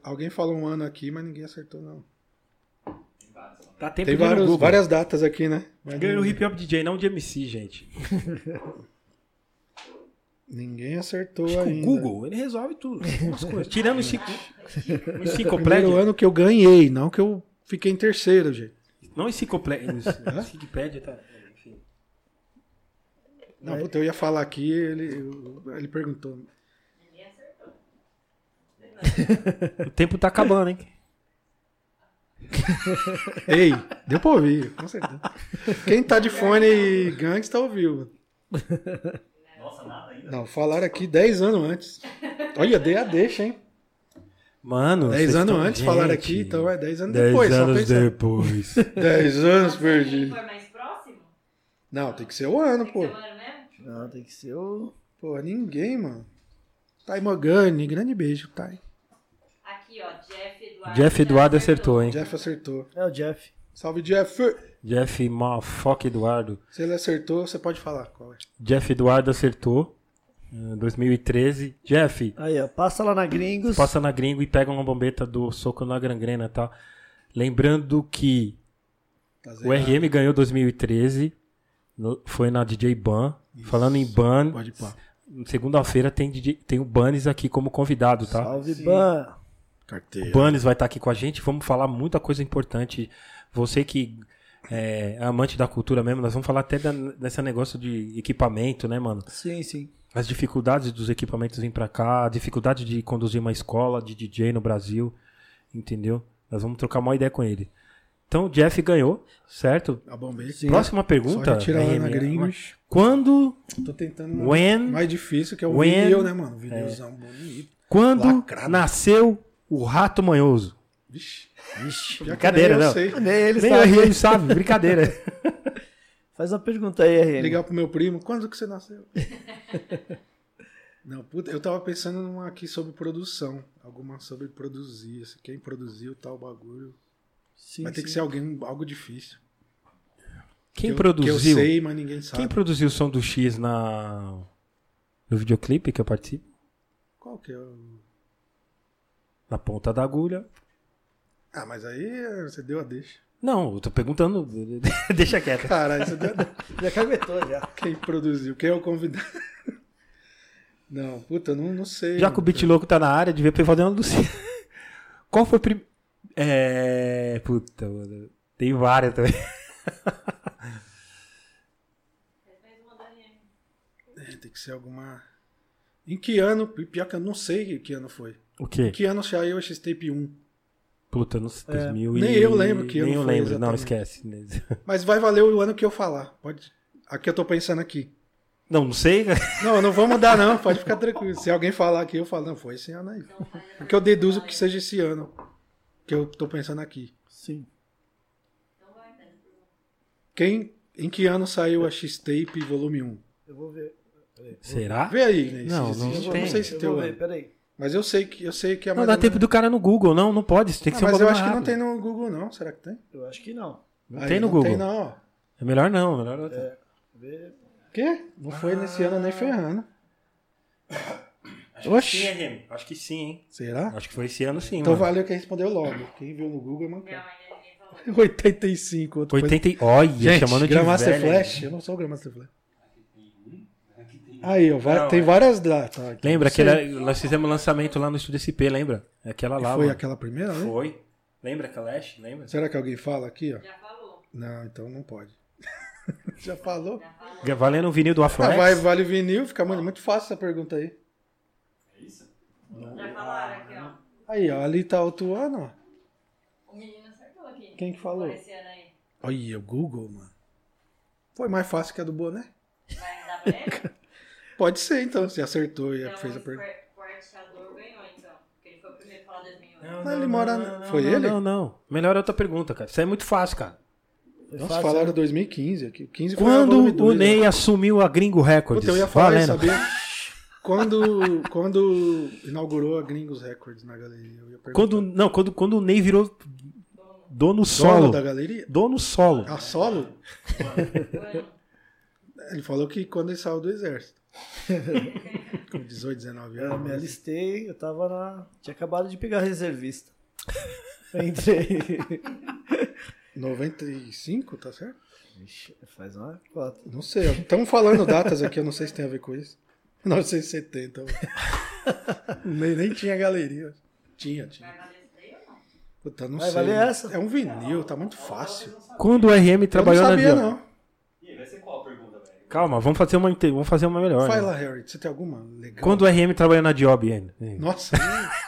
S3: Alguém falou um ano aqui, mas ninguém acertou, não.
S2: Tá tempo
S3: Tem
S2: de ir no
S3: vários,
S2: Google.
S3: várias datas aqui, né? Mas
S2: Ganhou o
S3: ninguém,
S2: hip hop DJ, não de MC, gente.
S3: ninguém acertou
S2: O
S3: ainda.
S2: Google, ele resolve tudo. as coisas. Tirando o cinco, o
S3: Primeiro
S2: enciclopédia.
S3: ano que eu ganhei, não que eu fiquei em terceiro, gente.
S2: Não enciclopédia. Enciclopédia tá. enfim.
S3: Não, puta, eu ia falar aqui, ele, eu- ele perguntou.
S2: O tempo tá acabando, hein?
S3: Ei, deu pra ouvir, com certeza. Quem tá de fone e gangsta ouviu. Nossa, nada ainda. Não, falaram aqui 10 anos antes. Olha, dei a deixa, hein?
S2: Mano.
S3: 10
S2: vocês
S3: anos
S2: tão-
S3: antes falaram
S2: gente,
S3: aqui, então é 10 anos
S2: 10
S3: depois, só
S2: anos
S3: pensando.
S2: depois.
S3: 10 anos perdido.
S4: for mais próximo?
S3: Não, tem que ser o ano,
S4: Tem que
S3: Ah, pô.
S4: ser o ano mesmo?
S1: Não, tem que ser o.
S3: Porra, ninguém, mano. Thay Mogani, grande beijo, Thay.
S4: Aqui, ó, Jeff Eduardo.
S2: Jeff
S4: já
S2: Eduardo acertou, hein?
S3: Jeff acertou.
S1: É o Jeff.
S3: Salve, Jeff!
S2: Jeff Mafoca Eduardo.
S3: Se ele acertou, você pode falar qual é.
S2: Jeff Eduardo acertou. eh, 2013. Jeff,
S1: Aí, ó. Passa lá na Gringos.
S2: passa na gringo e pega uma bombeta do soco na grangrena, tá? Lembrando que
S3: Tá
S2: o
S3: zerado.
S2: RM ganhou 2013. no- Foi na DJ Ban. Falando em Ban,
S3: Pode pá.
S2: segunda-feira tem, DJ tem o Banes aqui como convidado, tá?
S1: Salve,
S3: Sim.
S1: Ban.
S3: Carteira.
S2: Banes vai estar aqui com a gente. Vamos falar muita coisa importante. Você que é amante da cultura mesmo, nós vamos falar até da, desse negócio de equipamento, né, mano?
S1: Sim, sim.
S2: As dificuldades dos equipamentos vir pra cá, a dificuldade de conduzir uma escola de DJ no Brasil, entendeu? Nós vamos trocar uma ideia com ele. Então, o Jeff ganhou, certo?
S3: A bombeira.
S2: Próxima
S3: Só
S2: pergunta.
S3: retirar lá na
S2: RM.
S3: gringa.
S2: Quando,
S3: Tô tentando. uma
S2: when,
S3: Mais difícil que é o
S2: When-
S3: vinil, né, mano? Vinilzão bonito.
S2: quando
S3: Lacrado.
S2: nasceu o rato manhoso?
S3: Vixe.
S1: Vixe.
S3: Pior que
S2: Brincadeira,
S3: nem eu
S2: não.
S3: sei.
S1: Nem ele
S2: Nem o
S1: sabe.
S2: RM sabe, brincadeira.
S1: Faz uma pergunta aí, RM.
S3: Ligar pro meu primo, quando que você nasceu? Não, puta, eu tava pensando numa aqui sobre produção. Alguma sobre produzir, assim, quem produziu tal bagulho.
S1: Sim,
S3: Vai ter
S1: sim.
S3: que ser alguém, algo difícil.
S2: Quem
S3: Que eu-
S2: produziu?
S3: Que eu sei, mas ninguém sabe.
S2: Quem produziu o som do X na no videoclipe que eu participo?
S3: Qual que é o...
S2: Na ponta da agulha?
S3: Ah, mas aí é, você deu a deixa.
S2: Não, eu tô perguntando. Deixa quieto.
S3: Caralho, você deu a deixa.
S1: Já caguetou, já.
S3: Quem produziu? Quem é o convidado? Não, puta, eu não, não sei.
S2: Já que o
S3: mano.
S2: Beat Louco tá na área, devia ter falado do Ciro. Qual foi o primeiro. É. Puta, mano. Tem várias também.
S3: É, tem que ser alguma... Em que ano? Pior que eu não sei que ano foi.
S2: O
S3: Em
S2: quê?
S3: que ano saiu um? o X-Tape 1?
S2: Puta, não sei. 2000 e...
S3: É, nem eu lembro que
S2: Nem
S3: ano
S2: eu
S3: foi
S2: lembro, não,
S3: exatamente.
S2: esquece.
S3: Mas vai valer o ano que eu falar. Pode. Aqui eu tô pensando aqui.
S2: Não, não sei. né?
S3: Não, eu não vou mudar, não. Pode ficar tranquilo. Se alguém falar aqui, eu falo, não, foi esse ano aí.
S1: Então né?
S3: Porque eu deduzo que seja esse ano. Que eu tô pensando aqui.
S1: Sim.
S3: Quem. Em que ano saiu a X-Tape volume 1?
S1: Eu vou ver.
S2: Será?
S3: Vê aí, né?
S2: Não, não
S3: eu
S2: tem.
S3: não sei se
S1: eu
S3: tem o
S1: vou
S3: ano.
S1: ver, peraí.
S3: Mas eu sei que eu sei que é
S2: Não
S3: mais
S2: dá
S3: ou
S2: tempo
S3: menos-
S2: do cara no Google, não. Não pode. Isso tem que
S3: Ah,
S2: ser um
S3: mas eu
S2: bagulho
S3: acho que não
S2: rápido.
S3: tem no Google, não. Será que tem?
S1: Eu acho que não.
S2: Não
S3: Aí,
S2: tem no Google.
S3: Não É. tem, não.
S2: É melhor não. Melhor não.
S1: Vê.
S3: Quê? Não
S2: Ah.
S3: foi nesse ano nem ferrando.
S2: Acho
S3: Oxi.
S2: que sim, RM. Acho que Ah, sim, hein?
S3: Será?
S2: Acho que foi esse ano sim,
S3: Então
S2: mano.
S3: valeu quem respondeu logo. Quem viu no Google é mancado.
S4: Não, ainda ninguém falou.
S3: 85. Outra coisa.
S2: 80 e... Olha, chamando de
S3: Grandmaster
S2: velho. né?
S3: Flash? Eu não sou o Grandmaster Flash.
S2: um,
S3: Aí, ó, vai-
S2: Não,
S3: tem
S2: é.
S3: várias datas. Tá,
S2: Lembra?
S3: não sei.
S2: Aquela, nós fizemos lançamento lá no Estúdio SP, lembra? Aquela lá,
S3: Foi
S2: mano.
S3: aquela primeira, né?
S2: Foi. Lembra Clash? Lembra?
S3: Será que alguém fala aqui, ó?
S4: Já falou.
S3: Não, então não pode. Já falou?
S4: Já falou.
S2: Valendo um vinil do Afro
S3: Ah,
S2: X?
S3: vai, vale o vinil, fica muito, muito fácil essa pergunta aí.
S4: Já falaram aqui, ó.
S3: Aí, ó, ali tá outro ano, ó.
S4: O menino acertou aqui.
S3: Quem que falou?
S4: Foi Esse ano aí.
S3: Olha, o Google, mano. Foi mais fácil que a do boné?
S4: Vai dar pra ele?
S3: Pode ser, então, você acertou e
S4: Então,
S3: fez a
S4: o
S3: pergunta.
S4: Quar- Quarteador ganhou, então. Porque ele foi o primeiro a falar 2008.
S2: Não,
S3: Mas ele mora- foi
S2: não,
S3: ele?
S2: Não, não. Melhor é outra pergunta, cara. Isso é muito fácil, cara.
S3: Nossa, falaram 2015 aqui. 15 foi a
S2: Quando
S3: volume
S2: o
S3: dois, né?
S2: Ney assumiu a Gringo Records?
S3: Puta, eu ia falar né? isso,
S2: Valendo.
S3: sabia? Quando, quando inaugurou a Gringos Records na galeria, eu ia perguntar.
S2: Quando, não, quando, quando o Ney virou dono
S3: Dono
S2: solo.
S3: da galeria?
S2: Dono solo.
S3: A solo?
S4: Foi.
S3: Ele falou que quando ele saiu do exército. Com 18, 19
S1: Eu né? me
S3: anos.
S1: alistei, eu tava na. Tinha acabado de pegar reservista. Eu Entrei.
S3: 95, tá certo?
S1: Ixi, faz uma cota.
S3: Não sei. Estamos falando datas aqui, eu não sei se tem a ver com isso. 1970. nem, nem tinha galeria. Tinha, tinha.
S4: Vai valer esse daí ou não?
S3: Puta, não
S1: Vai
S3: sei.
S1: valer
S3: mano.
S1: essa?
S3: É um vinil, tá muito fácil.
S2: Quando o RM trabalhou
S3: eu não sabia,
S2: na Viola.
S3: não.
S2: Calma, vamos fazer uma, inte- vamos fazer uma melhor.
S3: Vai
S2: né?
S3: lá, Harry. Você tem alguma legal?
S2: Quando o RM trabalhou na Diob ainda.
S3: Nossa.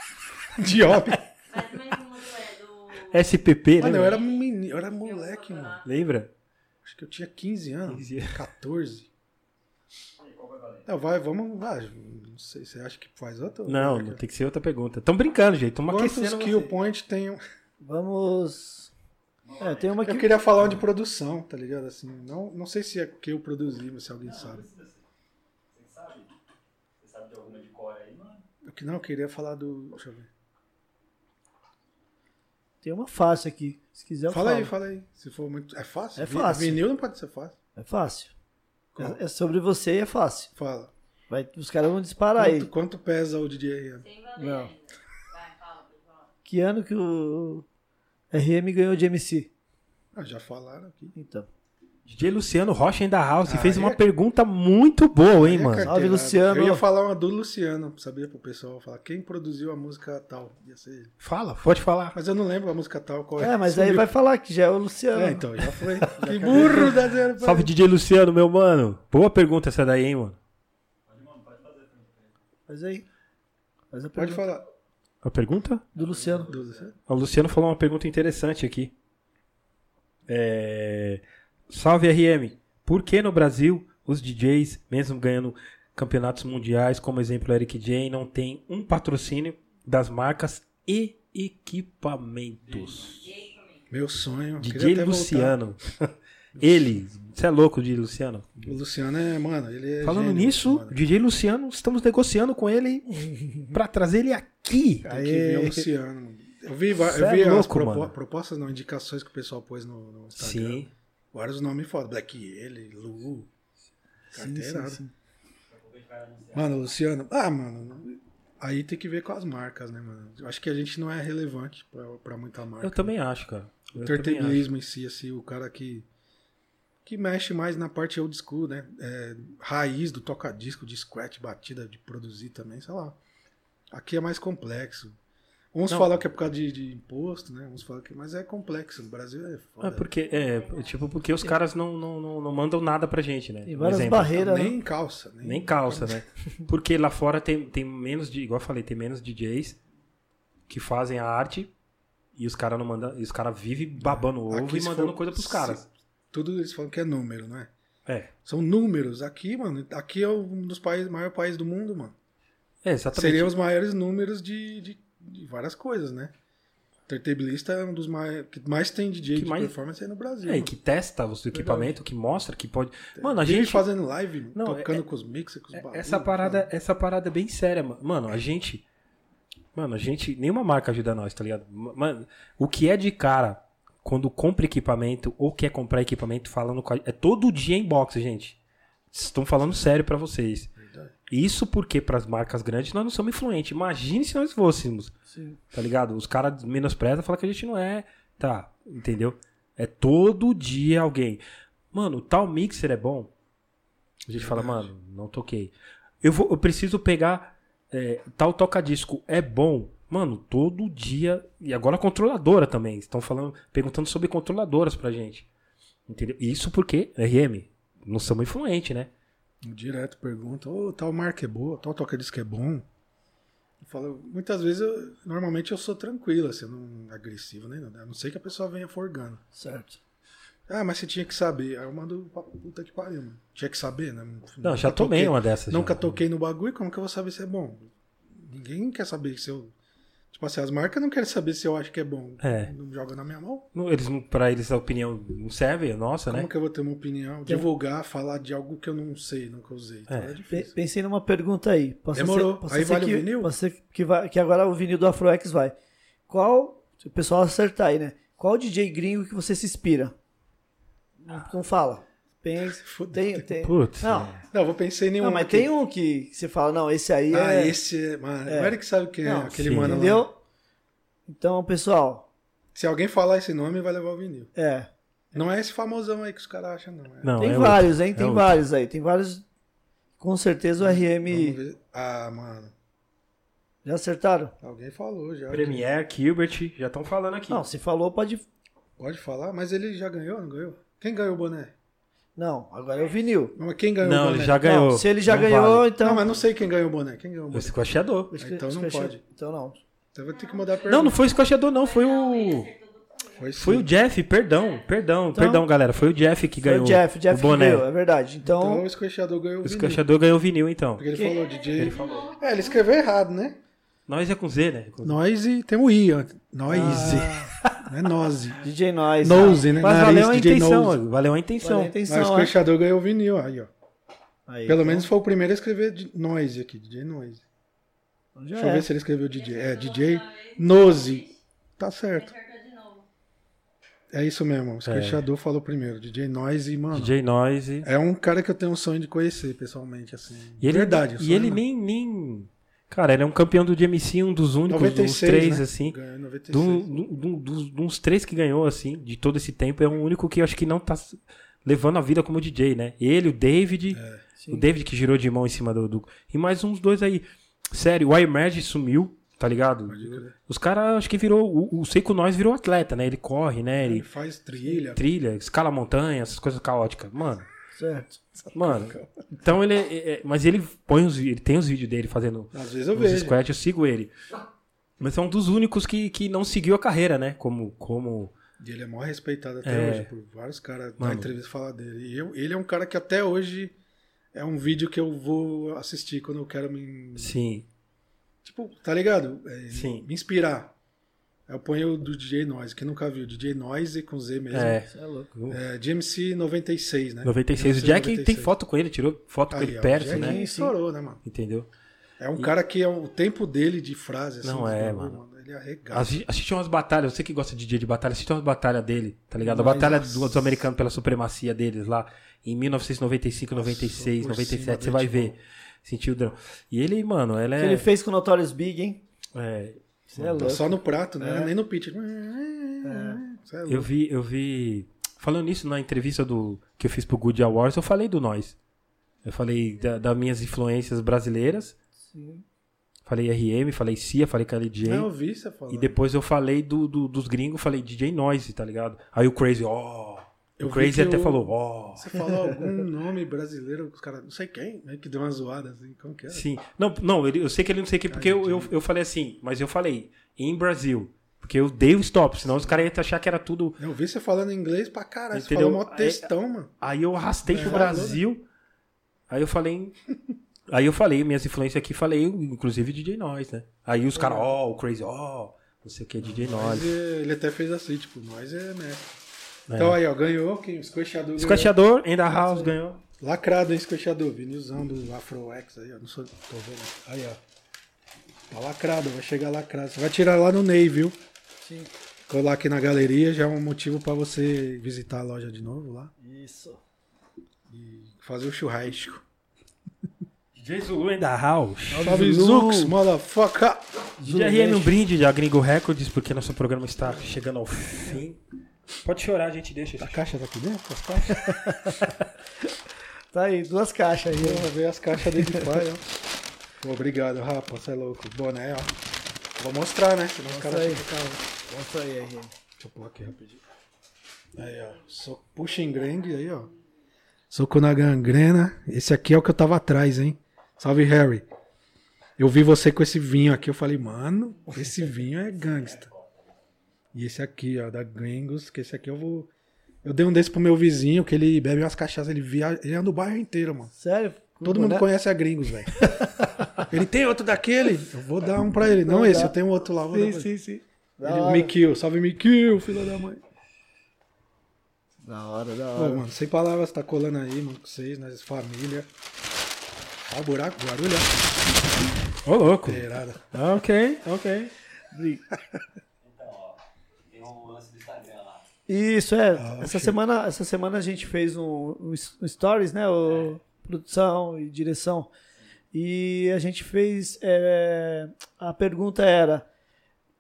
S3: Diop.
S4: Mas mais uma do. é, do-
S2: SPP,
S3: Mano,
S2: lembra?
S3: eu era, meni- eu era moleque, mano.
S2: Lembra?
S3: Acho que eu tinha 15 anos.
S2: 15 anos.
S3: 14. Não, vai, vamos. Ah, não sei, você acha que faz outra?
S2: Não, não tem que ser outra pergunta. Estão brincando, gente. Estamos
S3: Quantos
S2: aquecendo.
S3: kill
S2: vocês.
S3: point tem? um-
S1: Vamos. É, tem uma
S3: Eu
S1: que.
S3: queria falar uma de produção, tá ligado? Assim, não, não sei se é que eu produzi, mas se alguém sabe. Eu que- Não, eu queria falar do. Deixa eu ver.
S1: Tem uma fácil aqui. Se quiser, eu
S3: fala
S1: falo.
S3: aí, fala aí. Se for muito. É fácil?
S1: É
S3: Vi-
S1: fácil.
S3: Vinil não pode ser fácil.
S1: É fácil.
S3: Qual?
S1: É, é sobre você e é fácil.
S3: Fala.
S1: Vai, os caras vão disparar aí.
S3: Quanto, quanto pesa o DJ? aí?
S4: Sem valer
S1: Não.
S4: ainda. Vai, fala, fala.
S1: Que ano que o RM ganhou de MC?
S3: Ah, já falaram aqui.
S1: Então.
S2: DJ Luciano Rocha ainda house
S3: Ah,
S2: fez
S3: é?
S2: uma pergunta muito boa, hein,
S3: Aí é
S2: mano.
S3: carteirada.
S1: Luciano.
S3: Eu ia falar uma do Luciano, sabia? Pro pessoal falar quem produziu a música tal. Ia ser ele.
S2: Fala, pode falar.
S3: Mas eu não lembro a música tal qual é.
S1: É, mas aí
S3: Sumiu.
S1: vai falar que já é o Luciano.
S3: É, então, já foi. que burro
S1: tá
S3: da zero. pra
S2: Salve
S3: ele.
S2: DJ Luciano, meu mano. Boa pergunta essa daí, hein, mano.
S1: Faz aí. Faz a pergunta
S3: Pode falar.
S2: A pergunta?
S1: do Luciano.
S3: Do Luciano?
S2: O Luciano falou uma pergunta interessante aqui. É, Salve RM, por que no Brasil os DJs, mesmo ganhando campeonatos mundiais, como exemplo Eric J, não tem um patrocínio das marcas e equipamentos?
S4: DJ comigo.
S3: Meu sonho. queria
S2: DJ
S3: até
S2: Luciano. Ele, você é louco, DJ Luciano.
S3: voltar. O Luciano é, mano, ele é.
S2: Falando
S3: gênio,
S2: nisso,
S3: mano.
S2: DJ Luciano, estamos negociando com ele pra trazer ele aqui.
S3: Tem que ver o Luciano. mano. Eu vi, va-
S2: Cê é
S3: eu vi as
S2: louco,
S3: propo-
S2: mano.
S3: propostas, não, indicações que o pessoal pôs no, no Instagram.
S2: Sim.
S3: Vários nomes foda. Black Ele, Lu. Carteirada.
S1: sim,
S3: Mano, Luciano. Ah, mano. Aí tem que ver com as marcas, né, mano? Eu acho que a gente não é relevante pra, pra muita marca.
S2: Eu também acho, cara.
S3: O
S2: Eu também acho.
S3: entertainismo em si, assim, o cara que. Que mexe mais na parte old school, né? É, raiz do toca-disco, de scratch, batida, de produzir também, sei lá. Aqui é mais complexo. Uns
S2: Não.
S3: falam que é por causa de, de imposto, né? Uns falam que. Mas é complexo. O Brasil é foda.
S2: É porque, é, tipo, porque os caras não, não, não, não mandam nada pra gente, né?
S1: Tem
S2: Um
S1: várias
S3: é
S2: exemplo.
S1: barreiras. né?
S3: Nem calça. Nem,
S2: Nem calça, né? Porque lá fora tem, tem menos, de, igual eu falei, tem menos DJs que fazem a arte e os caras não mandam, e os caras vivem babando o ovo
S3: Ah, Aqui,
S2: e
S3: se
S2: mandando
S3: for-
S2: coisa pros
S3: se-
S2: caras.
S3: Tudo eles falam que é número, não é?
S2: É,
S3: São números. Aqui, mano, aqui é um dos países, maior país do mundo, mano.
S2: é exatamente.
S3: Seriam os maiores números de, de, de várias coisas, né? Entertainista é um dos mais. que mais tem DJ
S2: Que
S3: de
S2: mais-
S3: performance aí no Brasil.
S2: É, e
S3: mano.
S2: que testa o seu equipamento, que mostra, que pode. Mano, a
S3: Vive
S2: gente.
S3: fazendo live,
S2: Não,
S3: tocando
S2: é-
S3: com os mixers, com os tá? bagulhos.
S2: Essa parada, essa parada é bem séria, mano. Mano, a gente. Mano, a gente. Nenhuma marca ajuda nós, tá ligado? Ma- Mano, o que é de cara quando compra equipamento ou quer comprar equipamento falando com a, É todo dia inbox, gente. Estão falando sério pra vocês.
S3: Verdade.
S2: Isso porque pras marcas grandes nós não somos influentes. Imagine se nós fôssemos,
S1: Sim.
S2: tá ligado? Os caras menosprezam, falam que a gente não é. Tá, entendeu? É todo dia alguém. Mano, tal mixer é bom. A gente fala, mano, não toquei. Eu, vou, eu preciso pegar é, tal toca-disco. É bom. Mano, todo dia. E agora a controladora também. Estão falando, perguntando sobre controladoras pra gente. Entendeu? Isso porque, RM, não somos influentes, né?
S3: Direto pergunta, ô, tal marca é boa, tal toca disco é bom. Eu falo, muitas vezes, eu, normalmente eu sou tranquilo, assim, eu não agressivo nem nada. A não ser que a pessoa venha forgando.
S1: Certo.
S3: Ah, mas você tinha que saber. Aí eu mando pra puta que pariu, mano. Tinha que saber, né?
S2: Não,
S3: Nunca
S2: já tomei
S3: toquei-
S2: uma
S1: Tá
S2: dessas. já.
S3: Nunca toquei no bagulho, como que eu vou saber se é bom? Ninguém quer saber se eu. Tipo assim, as marcas não querem saber se eu acho que é bom.
S2: É.
S3: Não joga na minha mão.
S2: Não, Eles, não- pra eles a opinião não serve, a nossa,
S3: Como
S2: né?
S3: que eu vou ter uma opinião? Divulgar, falar de algo que eu não sei, nunca usei. Então
S2: É.
S3: é
S1: um Pe-
S3: difícil.
S1: Pensei numa pergunta aí. Posso
S3: Demorou.
S1: Ser, posso
S3: Aí
S1: ser
S3: vale o
S1: que,
S3: vinil?
S1: posso ser que, vai- que agora o vinil do AfroX vai. Qual, se o pessoal acertar aí, né? Qual DJ gringo que você se inspira?
S3: Ah.
S1: Não, não fala. Pensa.
S3: Fudeu.
S1: Tem, tem.
S2: Putz.
S1: Não,
S3: Não, vou pensar em nenhum.
S1: não, mas
S3: aqui.
S1: tem um que você fala, não, esse aí
S3: Ah,
S1: é...
S3: esse é. Mano,
S1: É.
S3: o Eric sabe quem é
S1: Não,
S3: aquele
S2: sim.
S3: mano lá.
S1: Entendeu? Então, pessoal,
S3: Se alguém falar esse nome, vai levar o vinil.
S1: é.
S3: Não é esse famosão aí que os caras acham, não. É.
S2: Não,
S1: Tem
S2: é outro,
S1: vários, hein?
S2: é
S1: Tem
S2: outro.
S1: vários aí. Tem vários. Com certeza o
S3: Vamos
S1: RM.
S3: ver. Ah, mano.
S1: Já acertaram?
S3: Alguém falou já.
S2: Premier, Gilbert, já estão falando aqui.
S1: Não, se falou, pode.
S3: Pode falar, mas ele já ganhou, não ganhou? Quem ganhou o boné?
S1: Não, agora é o vinil.
S3: Não, mas quem ganhou o
S2: Não,
S3: boné?
S2: ele já ganhou.
S1: né? Não, se ele já
S2: Não
S1: ganhou,
S2: vale.
S1: então.
S3: Não, mas não sei quem ganhou o boné. Quem ganhou o
S2: O
S3: boné?
S2: esquacheador.
S1: Esque-
S3: Então não
S1: esquece-
S3: pode.
S1: Então não.
S3: Então vai ter que mudar a pergunta.
S2: Não, não foi o esquacheador, não. Foi o.
S3: Foi,
S2: Foi o
S3: sim.
S2: Jeff, perdão, perdão,
S1: Então-
S2: perdão, galera. Foi o Jeff que
S1: Foi
S2: ganhou
S1: o Jeff, Jeff
S2: o
S1: que
S2: boné.
S1: ganhou, é verdade.
S3: Então
S1: Então,
S3: o esquechador ganhou
S2: o
S3: o vinil.
S2: esquacheador ganhou o vinil, então.
S3: Porque ele
S1: Que-
S3: falou DJ.
S2: Ele
S3: É, ele escreveu errado, né?
S2: Nós é com Z, né? Com-
S3: Nós e tem o I antes. Noise. Não é noise.
S1: DJ ah, Noise.
S3: Nose, né?
S2: Ah. Mas
S3: Nariz,
S2: valeu a
S3: DJ
S2: intenção,
S3: Nose.
S2: ó, valeu a
S1: Valeu a
S2: intenção.
S3: Mas o
S1: intenção, né?
S3: esquechador ganhou o vinil, aí, ó.
S1: Aí,
S3: Pelo
S1: então,
S3: menos foi o primeiro a escrever de- noise aqui, DJ noise.
S1: Então já
S3: Deixa eu
S1: é.
S3: ver se ele escreveu DJ. É, DJ Nose. Tá certo.
S4: Acerta de novo.
S3: É isso mesmo. O esquechador falou primeiro. DJ Noise, mano.
S2: DJ Noise.
S3: É um cara que eu tenho um sonho de conhecer pessoalmente, assim.
S2: E ele,
S3: Verdade. um
S2: E
S3: sonho
S2: ele
S3: não.
S2: nem, nem. Cara, ele é um campeão do DMC, um dos únicos, dos
S3: 96,
S2: três,
S3: né?
S2: assim.
S3: Ganhou em
S2: De
S3: 96.
S2: um- de um- dos, de uns três que ganhou, assim, de todo esse tempo, é o único que eu acho que não tá s- levando a vida como DJ, né? Ele, o David, o David que girou de mão em cima do, do- E mais uns dois aí. Sério, o iMerge sumiu, tá ligado? Os caras, acho que virou. O, o Seiko Nós virou atleta, né? Ele corre, né?
S3: Ele
S2: Ele
S3: faz trilha.
S2: trilha, escala montanha, essas coisas caóticas. Mano.
S1: Certo.
S2: Mano, então ele. é- é- mas ele põe os vi- ele tem os vídeos dele fazendo
S3: Às vezes eu
S2: os
S3: vejo.
S2: squats, eu sigo ele. Mas é um dos únicos que, que não seguiu a carreira, né? Como. como
S3: E ele é mó respeitado até
S2: É.
S3: hoje por vários caras na
S2: Mano.
S3: entrevista falar dele. E eu, ele é um cara que até hoje é um vídeo que eu vou assistir quando eu quero me.
S2: sim.
S3: Tipo, tá ligado? É,
S2: Sim.
S3: Me inspirar. Eu ponho o do DJ Noise, quem nunca viu, DJ Noise com Z mesmo.
S2: É.
S1: Isso é louco.
S3: É, GMC 96, né?
S2: 96. O Jack
S3: 96.
S2: tem foto com ele, tirou foto com
S3: Aí,
S2: ele
S3: ó,
S2: perto,
S3: Jack
S2: né?
S3: estourou, né, mano?
S2: Entendeu?
S3: É um
S2: E-
S3: cara que é o tempo dele de frase, assim.
S2: Não
S3: de
S2: é,
S3: bagulho,
S2: mano.
S3: Ele arregala.
S2: Assi- Assiste umas batalhas, você que gosta de dia de batalha, assiste umas batalhas dele, tá ligado? A
S3: Mas,
S2: batalha
S3: nossa.
S2: dos americanos pela supremacia deles lá em 1995, 96, 97,
S3: por cima
S2: você vai
S3: dele, é
S2: ver. Sentiu o drama. E ele, mano, ela
S1: O
S2: é.
S1: que ele fez com o Notorious Big, hein?
S2: é,
S1: Isso é louco.
S3: Só no prato, né?
S1: É.
S3: Nem no pitch. Isso é louco.
S2: Eu vi, eu vi. Falando nisso, na entrevista do que eu fiz pro Good Awards, eu falei do nós. Eu falei da- das minhas influências brasileiras.
S1: Sim.
S2: Falei RM, falei Cia, falei Kali J.
S3: Não, É, eu vi você falando.
S2: E depois eu falei do, do- dos gringos, falei DJ Noise, tá ligado? Aí o Crazy, ó.
S3: Eu
S2: o
S3: vi
S2: Crazy
S3: que
S2: até
S3: o-
S2: falou, ó.
S3: Você falou algum nome brasileiro, os caras, não sei quem, né? Que deu uma zoada, assim, como que era?
S2: Sim. Não, não ele- eu sei que ele não sei o que, porque eu, eu, eu falei assim, mas eu falei, em Brasil. Porque eu dei o stop, senão os caras iam achar que era tudo.
S3: Eu vi você falando inglês pra caralho, você
S2: Entendeu?
S3: falou mó
S2: Aí-
S3: textão, mano.
S2: Aí eu arrastei pro
S3: É,
S2: Brasil. Aí eu falei. Aí eu falei, minhas influências aqui, falei, inclusive DJ Nós, né? Aí os caras, ó, o Crazy, ó, não sei o que, DJ
S3: Mas
S2: Nós.
S3: é, ele até fez assim, tipo, nós é mestre. Então aí, ó, ganhou quem? O escochador
S2: Esquateador, ainda House ganhou.
S3: Lacrado, hein, escochador? Vinilzão do AfroX aí, ó. Não sou. Tô vendo. Aí, ó. Tá lacrado, vai chegar lacrado. Você vai tirar lá no Ney, viu?
S1: Sim.
S3: Colar aqui na galeria já é um motivo pra você visitar a loja de novo lá.
S1: Isso.
S3: Fazer o churrasco.
S2: DJ Zulu ainda House.
S3: Salve, Zux, motherfucker!
S2: DJ RM, um brinde da Gringo Records, porque nosso programa está chegando ao fim. Pode chorar, a gente deixa.
S3: A caixa tá aqui dentro? As
S1: Tá aí, duas caixas aí.
S3: Vamos ver as caixas dele de pai, ó. Pô, obrigado, rapa, você é louco. Boné, ó. Vou mostrar, né? Senão os caras
S1: aí.
S3: acham que tá-
S1: Mostra aí, RM.
S3: Deixa eu pular aqui rapidinho. Aí, ó. So... Puxa engrengue aí, ó. Soco na gangrena. Esse aqui é o que eu tava atrás, hein? Salve, Harry. Eu vi você com esse vinho aqui. Eu falei, mano, esse vinho é gangsta. E esse aqui, ó, da Gringos, que esse aqui eu vou. Eu dei um desse pro meu vizinho, que ele bebe umas cachaças, ele viaja. Ele anda o bairro inteiro, mano.
S1: Sério? Com
S3: Todo
S1: boné?
S3: mundo conhece a Gringos, velho. ele tem outro daquele? Eu vou dar um pra ele. Não, esse, eu tenho outro lá. Vou dar pra
S1: Sim,
S3: ele.
S1: sim, sim. Da
S3: Ele, o
S1: hora.
S3: Mikio, salve Mikio, filha da mãe.
S1: Da hora, da
S3: Pô,
S1: hora.
S3: mano, sem palavras, tá colando aí, mano, com vocês, nós, família. Ó, o buraco, barulho, ó.
S2: Ô, louco.
S3: Pereirada.
S1: Ah,
S2: Ok, ok.
S1: Isso, é. essa, semana, essa semana a gente fez um, um s- um stories, né? O Produção e direção. E a gente fez. é, a pergunta era: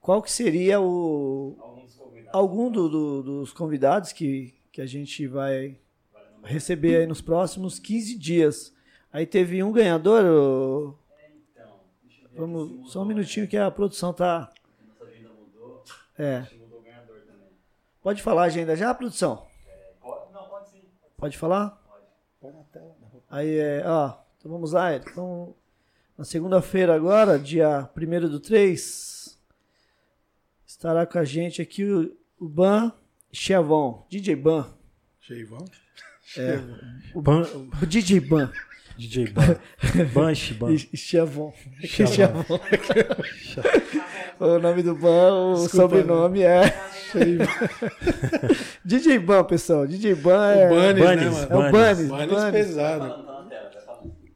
S1: qual que seria o. Algum do- do- dos convidados que, que a gente vai receber aí nos próximos 15 dias. Aí teve um ganhador. ô- Vamos, só um minutinho que a produção tá. É. Pode falar a agenda já, produção? Não, pode sim. Pode falar? Aí é, ó, então vamos lá, Eric. Então, na segunda-feira agora, dia 1 do 3, estará com a gente aqui o, o Ban Chavon, DJ Ban,
S3: Cheivão.
S2: Ban,
S1: o DJ Ban
S2: DJ Ban. Bansh, Ban.
S1: e Chavon.
S2: Chavon.
S1: Chavon. o nome do Ban, o sobrenome é
S3: Cheivão.
S1: DJ Ban, pessoal. DJ Ban é
S3: O Bunnies,
S2: Bunnies,
S3: né,
S1: é o
S3: mano?
S2: Bunnies.
S1: Bunnies,
S3: Bunnies
S1: Bunnies.
S3: pesado.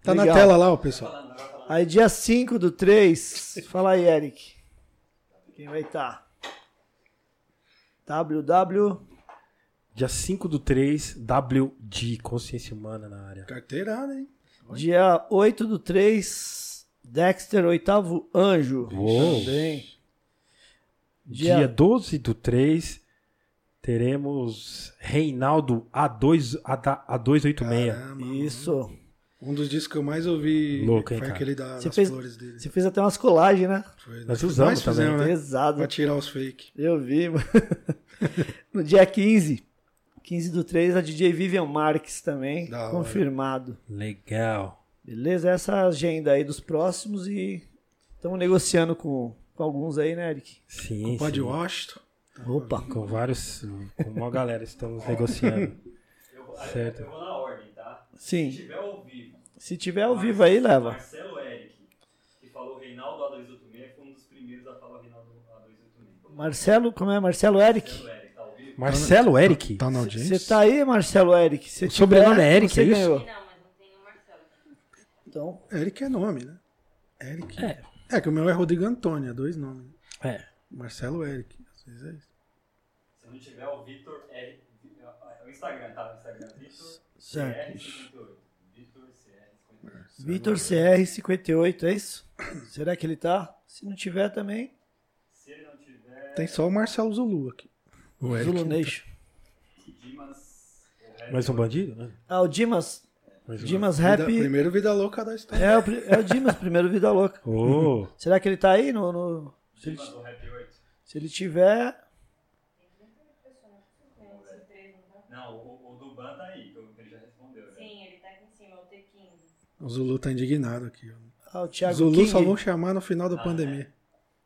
S3: Tá na
S1: Legal.
S3: tela lá, ó, pessoal.
S1: Aí dia 5 do 3, fala aí, Eric. Quem vai estar? Tá? WW.
S2: Dia 5 do 3, WD, Consciência Humana na área.
S3: Carteirada, hein?
S1: Dia 8 do 3, Dexter, oitavo anjo.
S2: Uou.
S1: Também.
S2: Dia,
S1: Dia-
S2: 12 do 3, teremos Reinaldo A2, A, 286
S3: Caramba,
S1: Isso.
S3: Um dos discos que eu mais ouvi
S2: Louco, hein,
S3: foi
S2: cara?
S3: aquele da,
S1: Você
S3: das
S1: fez-
S3: flores dele.
S1: Você fez até umas colagens, né?
S3: Foi,
S2: Nós
S3: foi-
S2: usamos
S3: nós fizemos,
S2: também.
S3: né?
S1: Pesado.
S3: Pra tirar os fake.
S1: Eu vi, mano. No dia 15, 15 do 3, a DJ Vivian Marques também,
S3: Da hora.
S1: confirmado.
S2: Legal.
S1: Beleza? Essa é a agenda aí dos próximos e estamos negociando com, com alguns aí, né, Eric?
S2: Sim,
S3: Pode
S2: sim.
S3: Washington.
S1: Opa!
S2: Com vários, com uma galera estamos negociando.
S5: Eu, vou- aí
S2: Certo.
S5: eu vou na ordem, tá? Se
S1: Sim,
S5: tiver ao vivo,
S1: se tiver ao vivo aí, leva.
S5: Marcelo Eric, que falou Reinaldo A286, foi um dos primeiros a falar o Reinaldo A286.
S1: Marcelo, como é? Marcelo Eric?
S5: Marcelo Eric, tá ao vivo?
S2: Marcelo Eric?
S3: Tá na audiência?
S1: Você tá aí, Marcelo Eric? Se
S2: O sobrenome
S1: tiver,
S2: é Eric,
S1: você
S2: é isso?
S1: ganhou.
S4: Não, mas não tem o Marcelo.
S1: Então,
S3: Eric é nome, né? Eric. É. que o meu é Rodrigo Antônio, é dois nomes. né?
S2: É.
S3: Marcelo Eric. Às vezes é isso.
S5: Se não tiver, o Vitor Eric. É o Instagram, tá? O Instagram, Vitor
S1: certo.
S5: CR58. Vitor CR58.
S1: Vitor CR58, é isso? Será que ele tá? Se não tiver também,
S5: Se ele não tiver,
S3: Tem só o Marcelo Zulu aqui. O Eric.
S2: tá.
S1: Zulu Nation.
S5: Dimas.
S2: Mais um bandido, né?
S1: Ah, o Dimas.
S2: Mais um.
S1: Dimas
S3: Vida,
S1: Rap.
S3: primeiro vida louca da história.
S1: É o, pri- é o Dimas, primeiro Vida Louca.
S2: um Ô,
S1: Será que ele tá aí no- no se ele-
S5: Dimas do Rap 8.
S1: se ele tiver,
S3: É,
S4: Tem esses três, não tá?
S5: Não, o, o Duban tá aí, que ele já
S3: é
S5: respondeu. Né?
S4: Sim, ele tá aqui em cima, o T15.
S3: O Zulu tá indignado aqui. ó.
S1: ah, o Thiago
S3: Zulu
S1: King.
S3: só vão chamar no final da
S5: Ah,
S3: pandemia.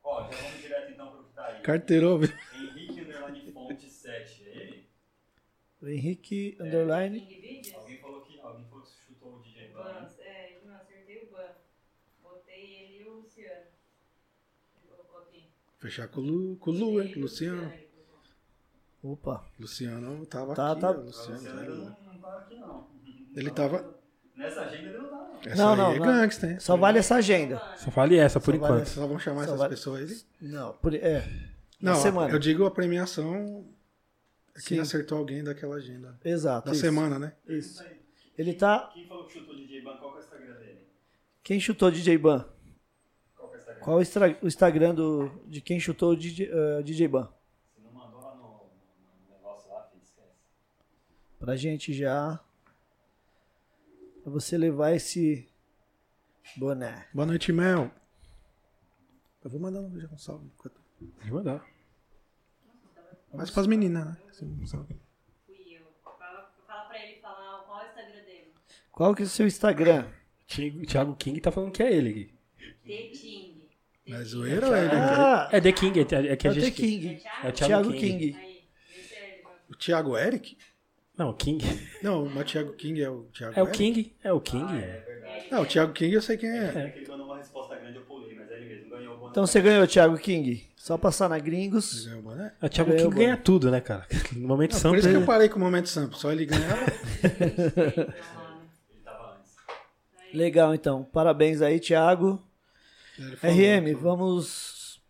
S5: Ó, já vamos direto então pro que tá
S1: é.
S5: aí.
S3: Carteirou, viu?
S5: Henrique Underline Fonte 7, é ele?
S1: O Henrique Underline.
S4: King Video?
S5: Alguém falou que. Alguém falou que chutou o DJ Ban.
S4: Ban,
S5: né?
S4: é, não, acertei o Ban. Botei ele e o Luciano. Ele colocou aqui.
S3: Fechar com o Lu, com o Lu, hein?
S4: Ele e o
S3: Luciano.
S4: ele colocou.
S1: Opa.
S3: Luciano tava
S1: Tá,
S3: aqui.
S1: tá.
S3: ó,
S5: O Luciano ainda
S3: Luciano, tá.
S5: não, não tá aqui, não.
S3: Ele tava.
S5: Nessa agenda ele não tá, não.
S3: Essa
S1: Não,
S3: aí
S1: não,
S3: é
S1: não.
S3: gangsta, hein?
S1: Só vale essa agenda.
S4: Ban,
S2: só fale essa por
S1: Só vale
S2: enquanto.
S1: essa.
S3: Só vão chamar
S1: Só
S3: essas
S1: vale-
S3: pessoas aí?
S1: Não, por, é.
S3: Não,
S1: Na semana.
S3: eu digo a premiação. é Quem
S1: Sim.
S3: acertou alguém daquela agenda.
S1: Exato.
S3: Da
S1: isso.
S3: semana, né?
S1: Isso. Ele tá.
S5: Quem falou que chutou o DJ Ban? Qual que é o Instagram dele?
S1: Quem chutou DJ Ban?
S5: Qual que é o Instagram?
S1: Qual o extra- o Instagram do, de quem chutou o DJ, eh, DJ Ban?
S5: Você não mandou lá no, no negócio lá, filho, esquece.
S1: Pra gente já. Pra você levar esse boné.
S3: Boa noite, Mel. Eu vou mandar já um salve. enquanto-
S2: Pode mandar.
S3: Mas pras meninas, né? Assim, um salve.
S4: fui eu. Fala, fala pra ele falar qual é o Instagram dele.
S1: Qual que é o seu Instagram?
S2: Ti- Thiago King tá falando que é ele.
S4: T-Ting.
S3: Mas zoeira, né? velho.
S1: Ah,
S2: É The King, é, é que a
S1: é o The
S2: gente.
S1: King.
S2: É o Thiago,
S1: Thiago
S2: King.
S1: King.
S4: Aí, esse é ele.
S3: O Thiago Eric?
S2: Não, King.
S3: Não, mas o Thiago King é o Thiago
S2: É o
S3: Eric?
S2: King. É o King.
S3: Não, o Thiago King eu sei quem é.
S5: É que ele mandou uma resposta grande, eu pulei, mas é ele mesmo ganhou o bônus.
S1: Então você ganhou, Thiago King. Só passar na Gringos.
S3: Ganhou o boné?
S2: O Thiago
S1: Ganhou,
S2: Ah, King
S1: mano.
S2: ganha tudo, né, cara? No momento é
S3: Não,
S2: santo.
S3: por isso que
S2: ele-
S3: eu parei com o momento sampo. Só ele ganhava.
S5: Ele tava antes.
S1: Legal, então. Parabéns aí, Thiago.
S3: Ele falou,
S1: RM, vamos.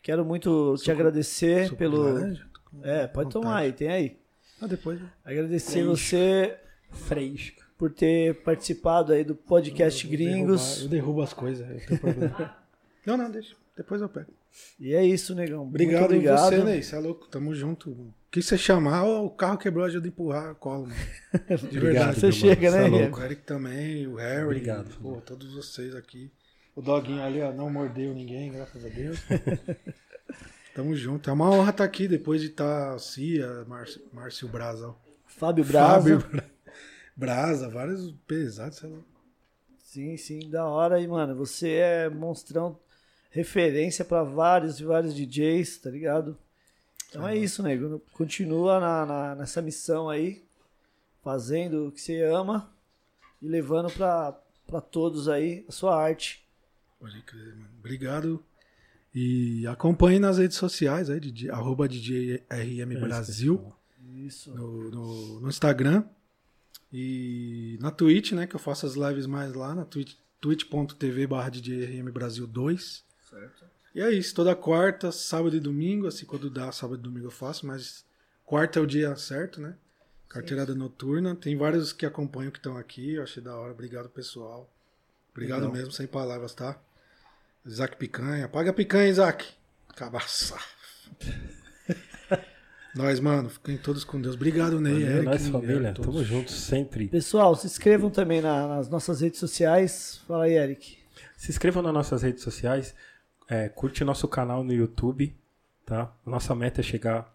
S1: Quero muito te agradecer
S3: suco de
S1: pelo.
S3: laranja? Tô com
S1: É, pode
S3: vontade.
S1: tomar aí, tem aí.
S3: Ah, depois.
S1: Agradecer você
S2: Fresco.
S1: por ter participado aí do podcast Gringos.
S3: Eu derrubo as coisas, eu tenho problema. não, não, deixa. Depois eu pego.
S1: E é isso, negão. Muito
S3: Obrigado,
S1: obrigado.
S3: você, Ney. Você é louco. Tamo junto. Mano. Que você chamar, o carro quebrou, ajuda a empurrar, colo. Mano. De verdade.
S1: Você
S2: meu mano.
S1: chega,
S2: Você é
S1: né,
S2: louco.
S1: RM?
S3: O Eric também, o Harry.
S2: Obrigado,
S3: Pô, todos vocês aqui. O doguinho ali, ó, não mordeu ninguém, graças a Deus. Tamo junto. É uma honra estar aqui depois de estar Cia, Márcio, Márcio Braza. ó.
S1: Fábio Braza.
S3: Fábio Bra- Braza, vários pesados, é sei lá.
S1: Sim, sim, da hora. E, mano, você é monstrão, referência pra vários e vários DJs, tá ligado? Então é isso, nego. Continua na, na- nessa missão aí, fazendo o que você ama e levando pra, pra todos aí a sua arte.
S3: Pode crer, mano. Obrigado. E acompanhe nas redes sociais aí, DJ, arroba DJ RM Brasil
S1: Isso.
S3: no, no, no Instagram. E na Twitch, né? Que eu faço as lives mais lá na Twitch, twitch.tv barra DJRM Brasil 2.
S6: Certo.
S3: E é isso, toda quarta, sábado e domingo, assim, quando dá, sábado e domingo eu faço, mas quarta é o dia certo, né? Carteirada noturna. Tem vários que acompanham que estão aqui, eu achei da hora. Obrigado, pessoal. Obrigado
S1: Legal.
S3: mesmo, sem palavras, tá? Isaac Picanha. Paga a picanha, Isaac. Cabaça. Nós, mano, fiquem todos com Deus. Obrigado, Ney,
S2: Valeu,
S3: Eric.
S2: nós, família.
S3: a É, todos.
S2: Tamo junto sempre.
S1: Pessoal, se inscrevam também na- nas nossas redes sociais. Fala aí, Eric.
S2: Se inscrevam nas nossas redes sociais, é, curte nosso canal no YouTube, tá? Nossa meta é chegar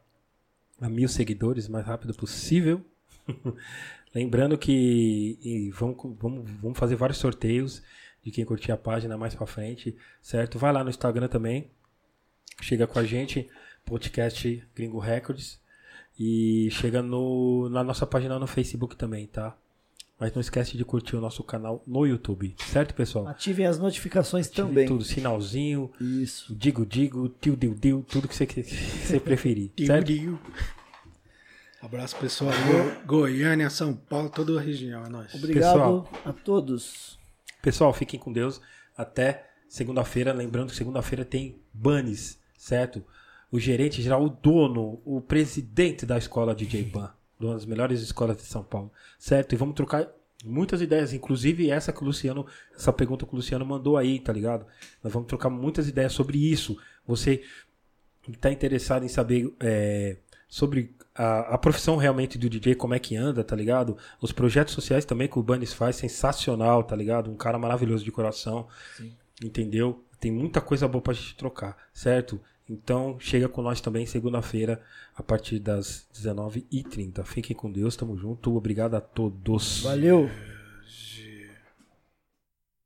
S2: a mil seguidores o mais rápido possível. Lembrando que e vamos, co- vamos, vamos fazer vários sorteios de quem curtir a página mais pra frente, certo? Vai lá no Instagram também, chega com a gente, podcast Gringo Records, e chega no, na nossa página no Facebook também, tá? Mas não esquece de curtir o nosso canal no YouTube, certo, pessoal?
S1: Ativem as notificações
S2: Tive
S1: também.
S2: Tudo, sinalzinho,
S1: Isso.
S2: digo, digo, tio, deu, deu, tudo que você, que você preferir.
S3: Tio,
S2: certo?
S3: tio. Abraço, pessoal. Go- Goiânia, São Paulo, toda a região. É nóis.
S1: Obrigado a todos.
S2: Pessoal, fiquem com Deus. Até segunda-feira. Lembrando que segunda-feira tem Banes, certo? O gerente geral, o dono, o presidente da escola DJ Ban, de uma das melhores escolas de São Paulo, certo? E vamos trocar muitas ideias, inclusive essa que o Luciano, essa pergunta que o Luciano mandou aí, tá ligado? Nós vamos trocar muitas ideias sobre isso. Você que está interessado em saber é, sobre a, a profissão realmente do DJ, como é que anda, tá ligado? Os projetos sociais também que o Banes faz, sensacional, tá ligado? Um cara maravilhoso de coração, entendeu? Tem muita coisa boa pra gente trocar, certo? Então chega com nós também segunda-feira, a partir das 19h30. Fiquem com Deus, tamo junto. Obrigado a todos.
S1: Valeu.
S3: G-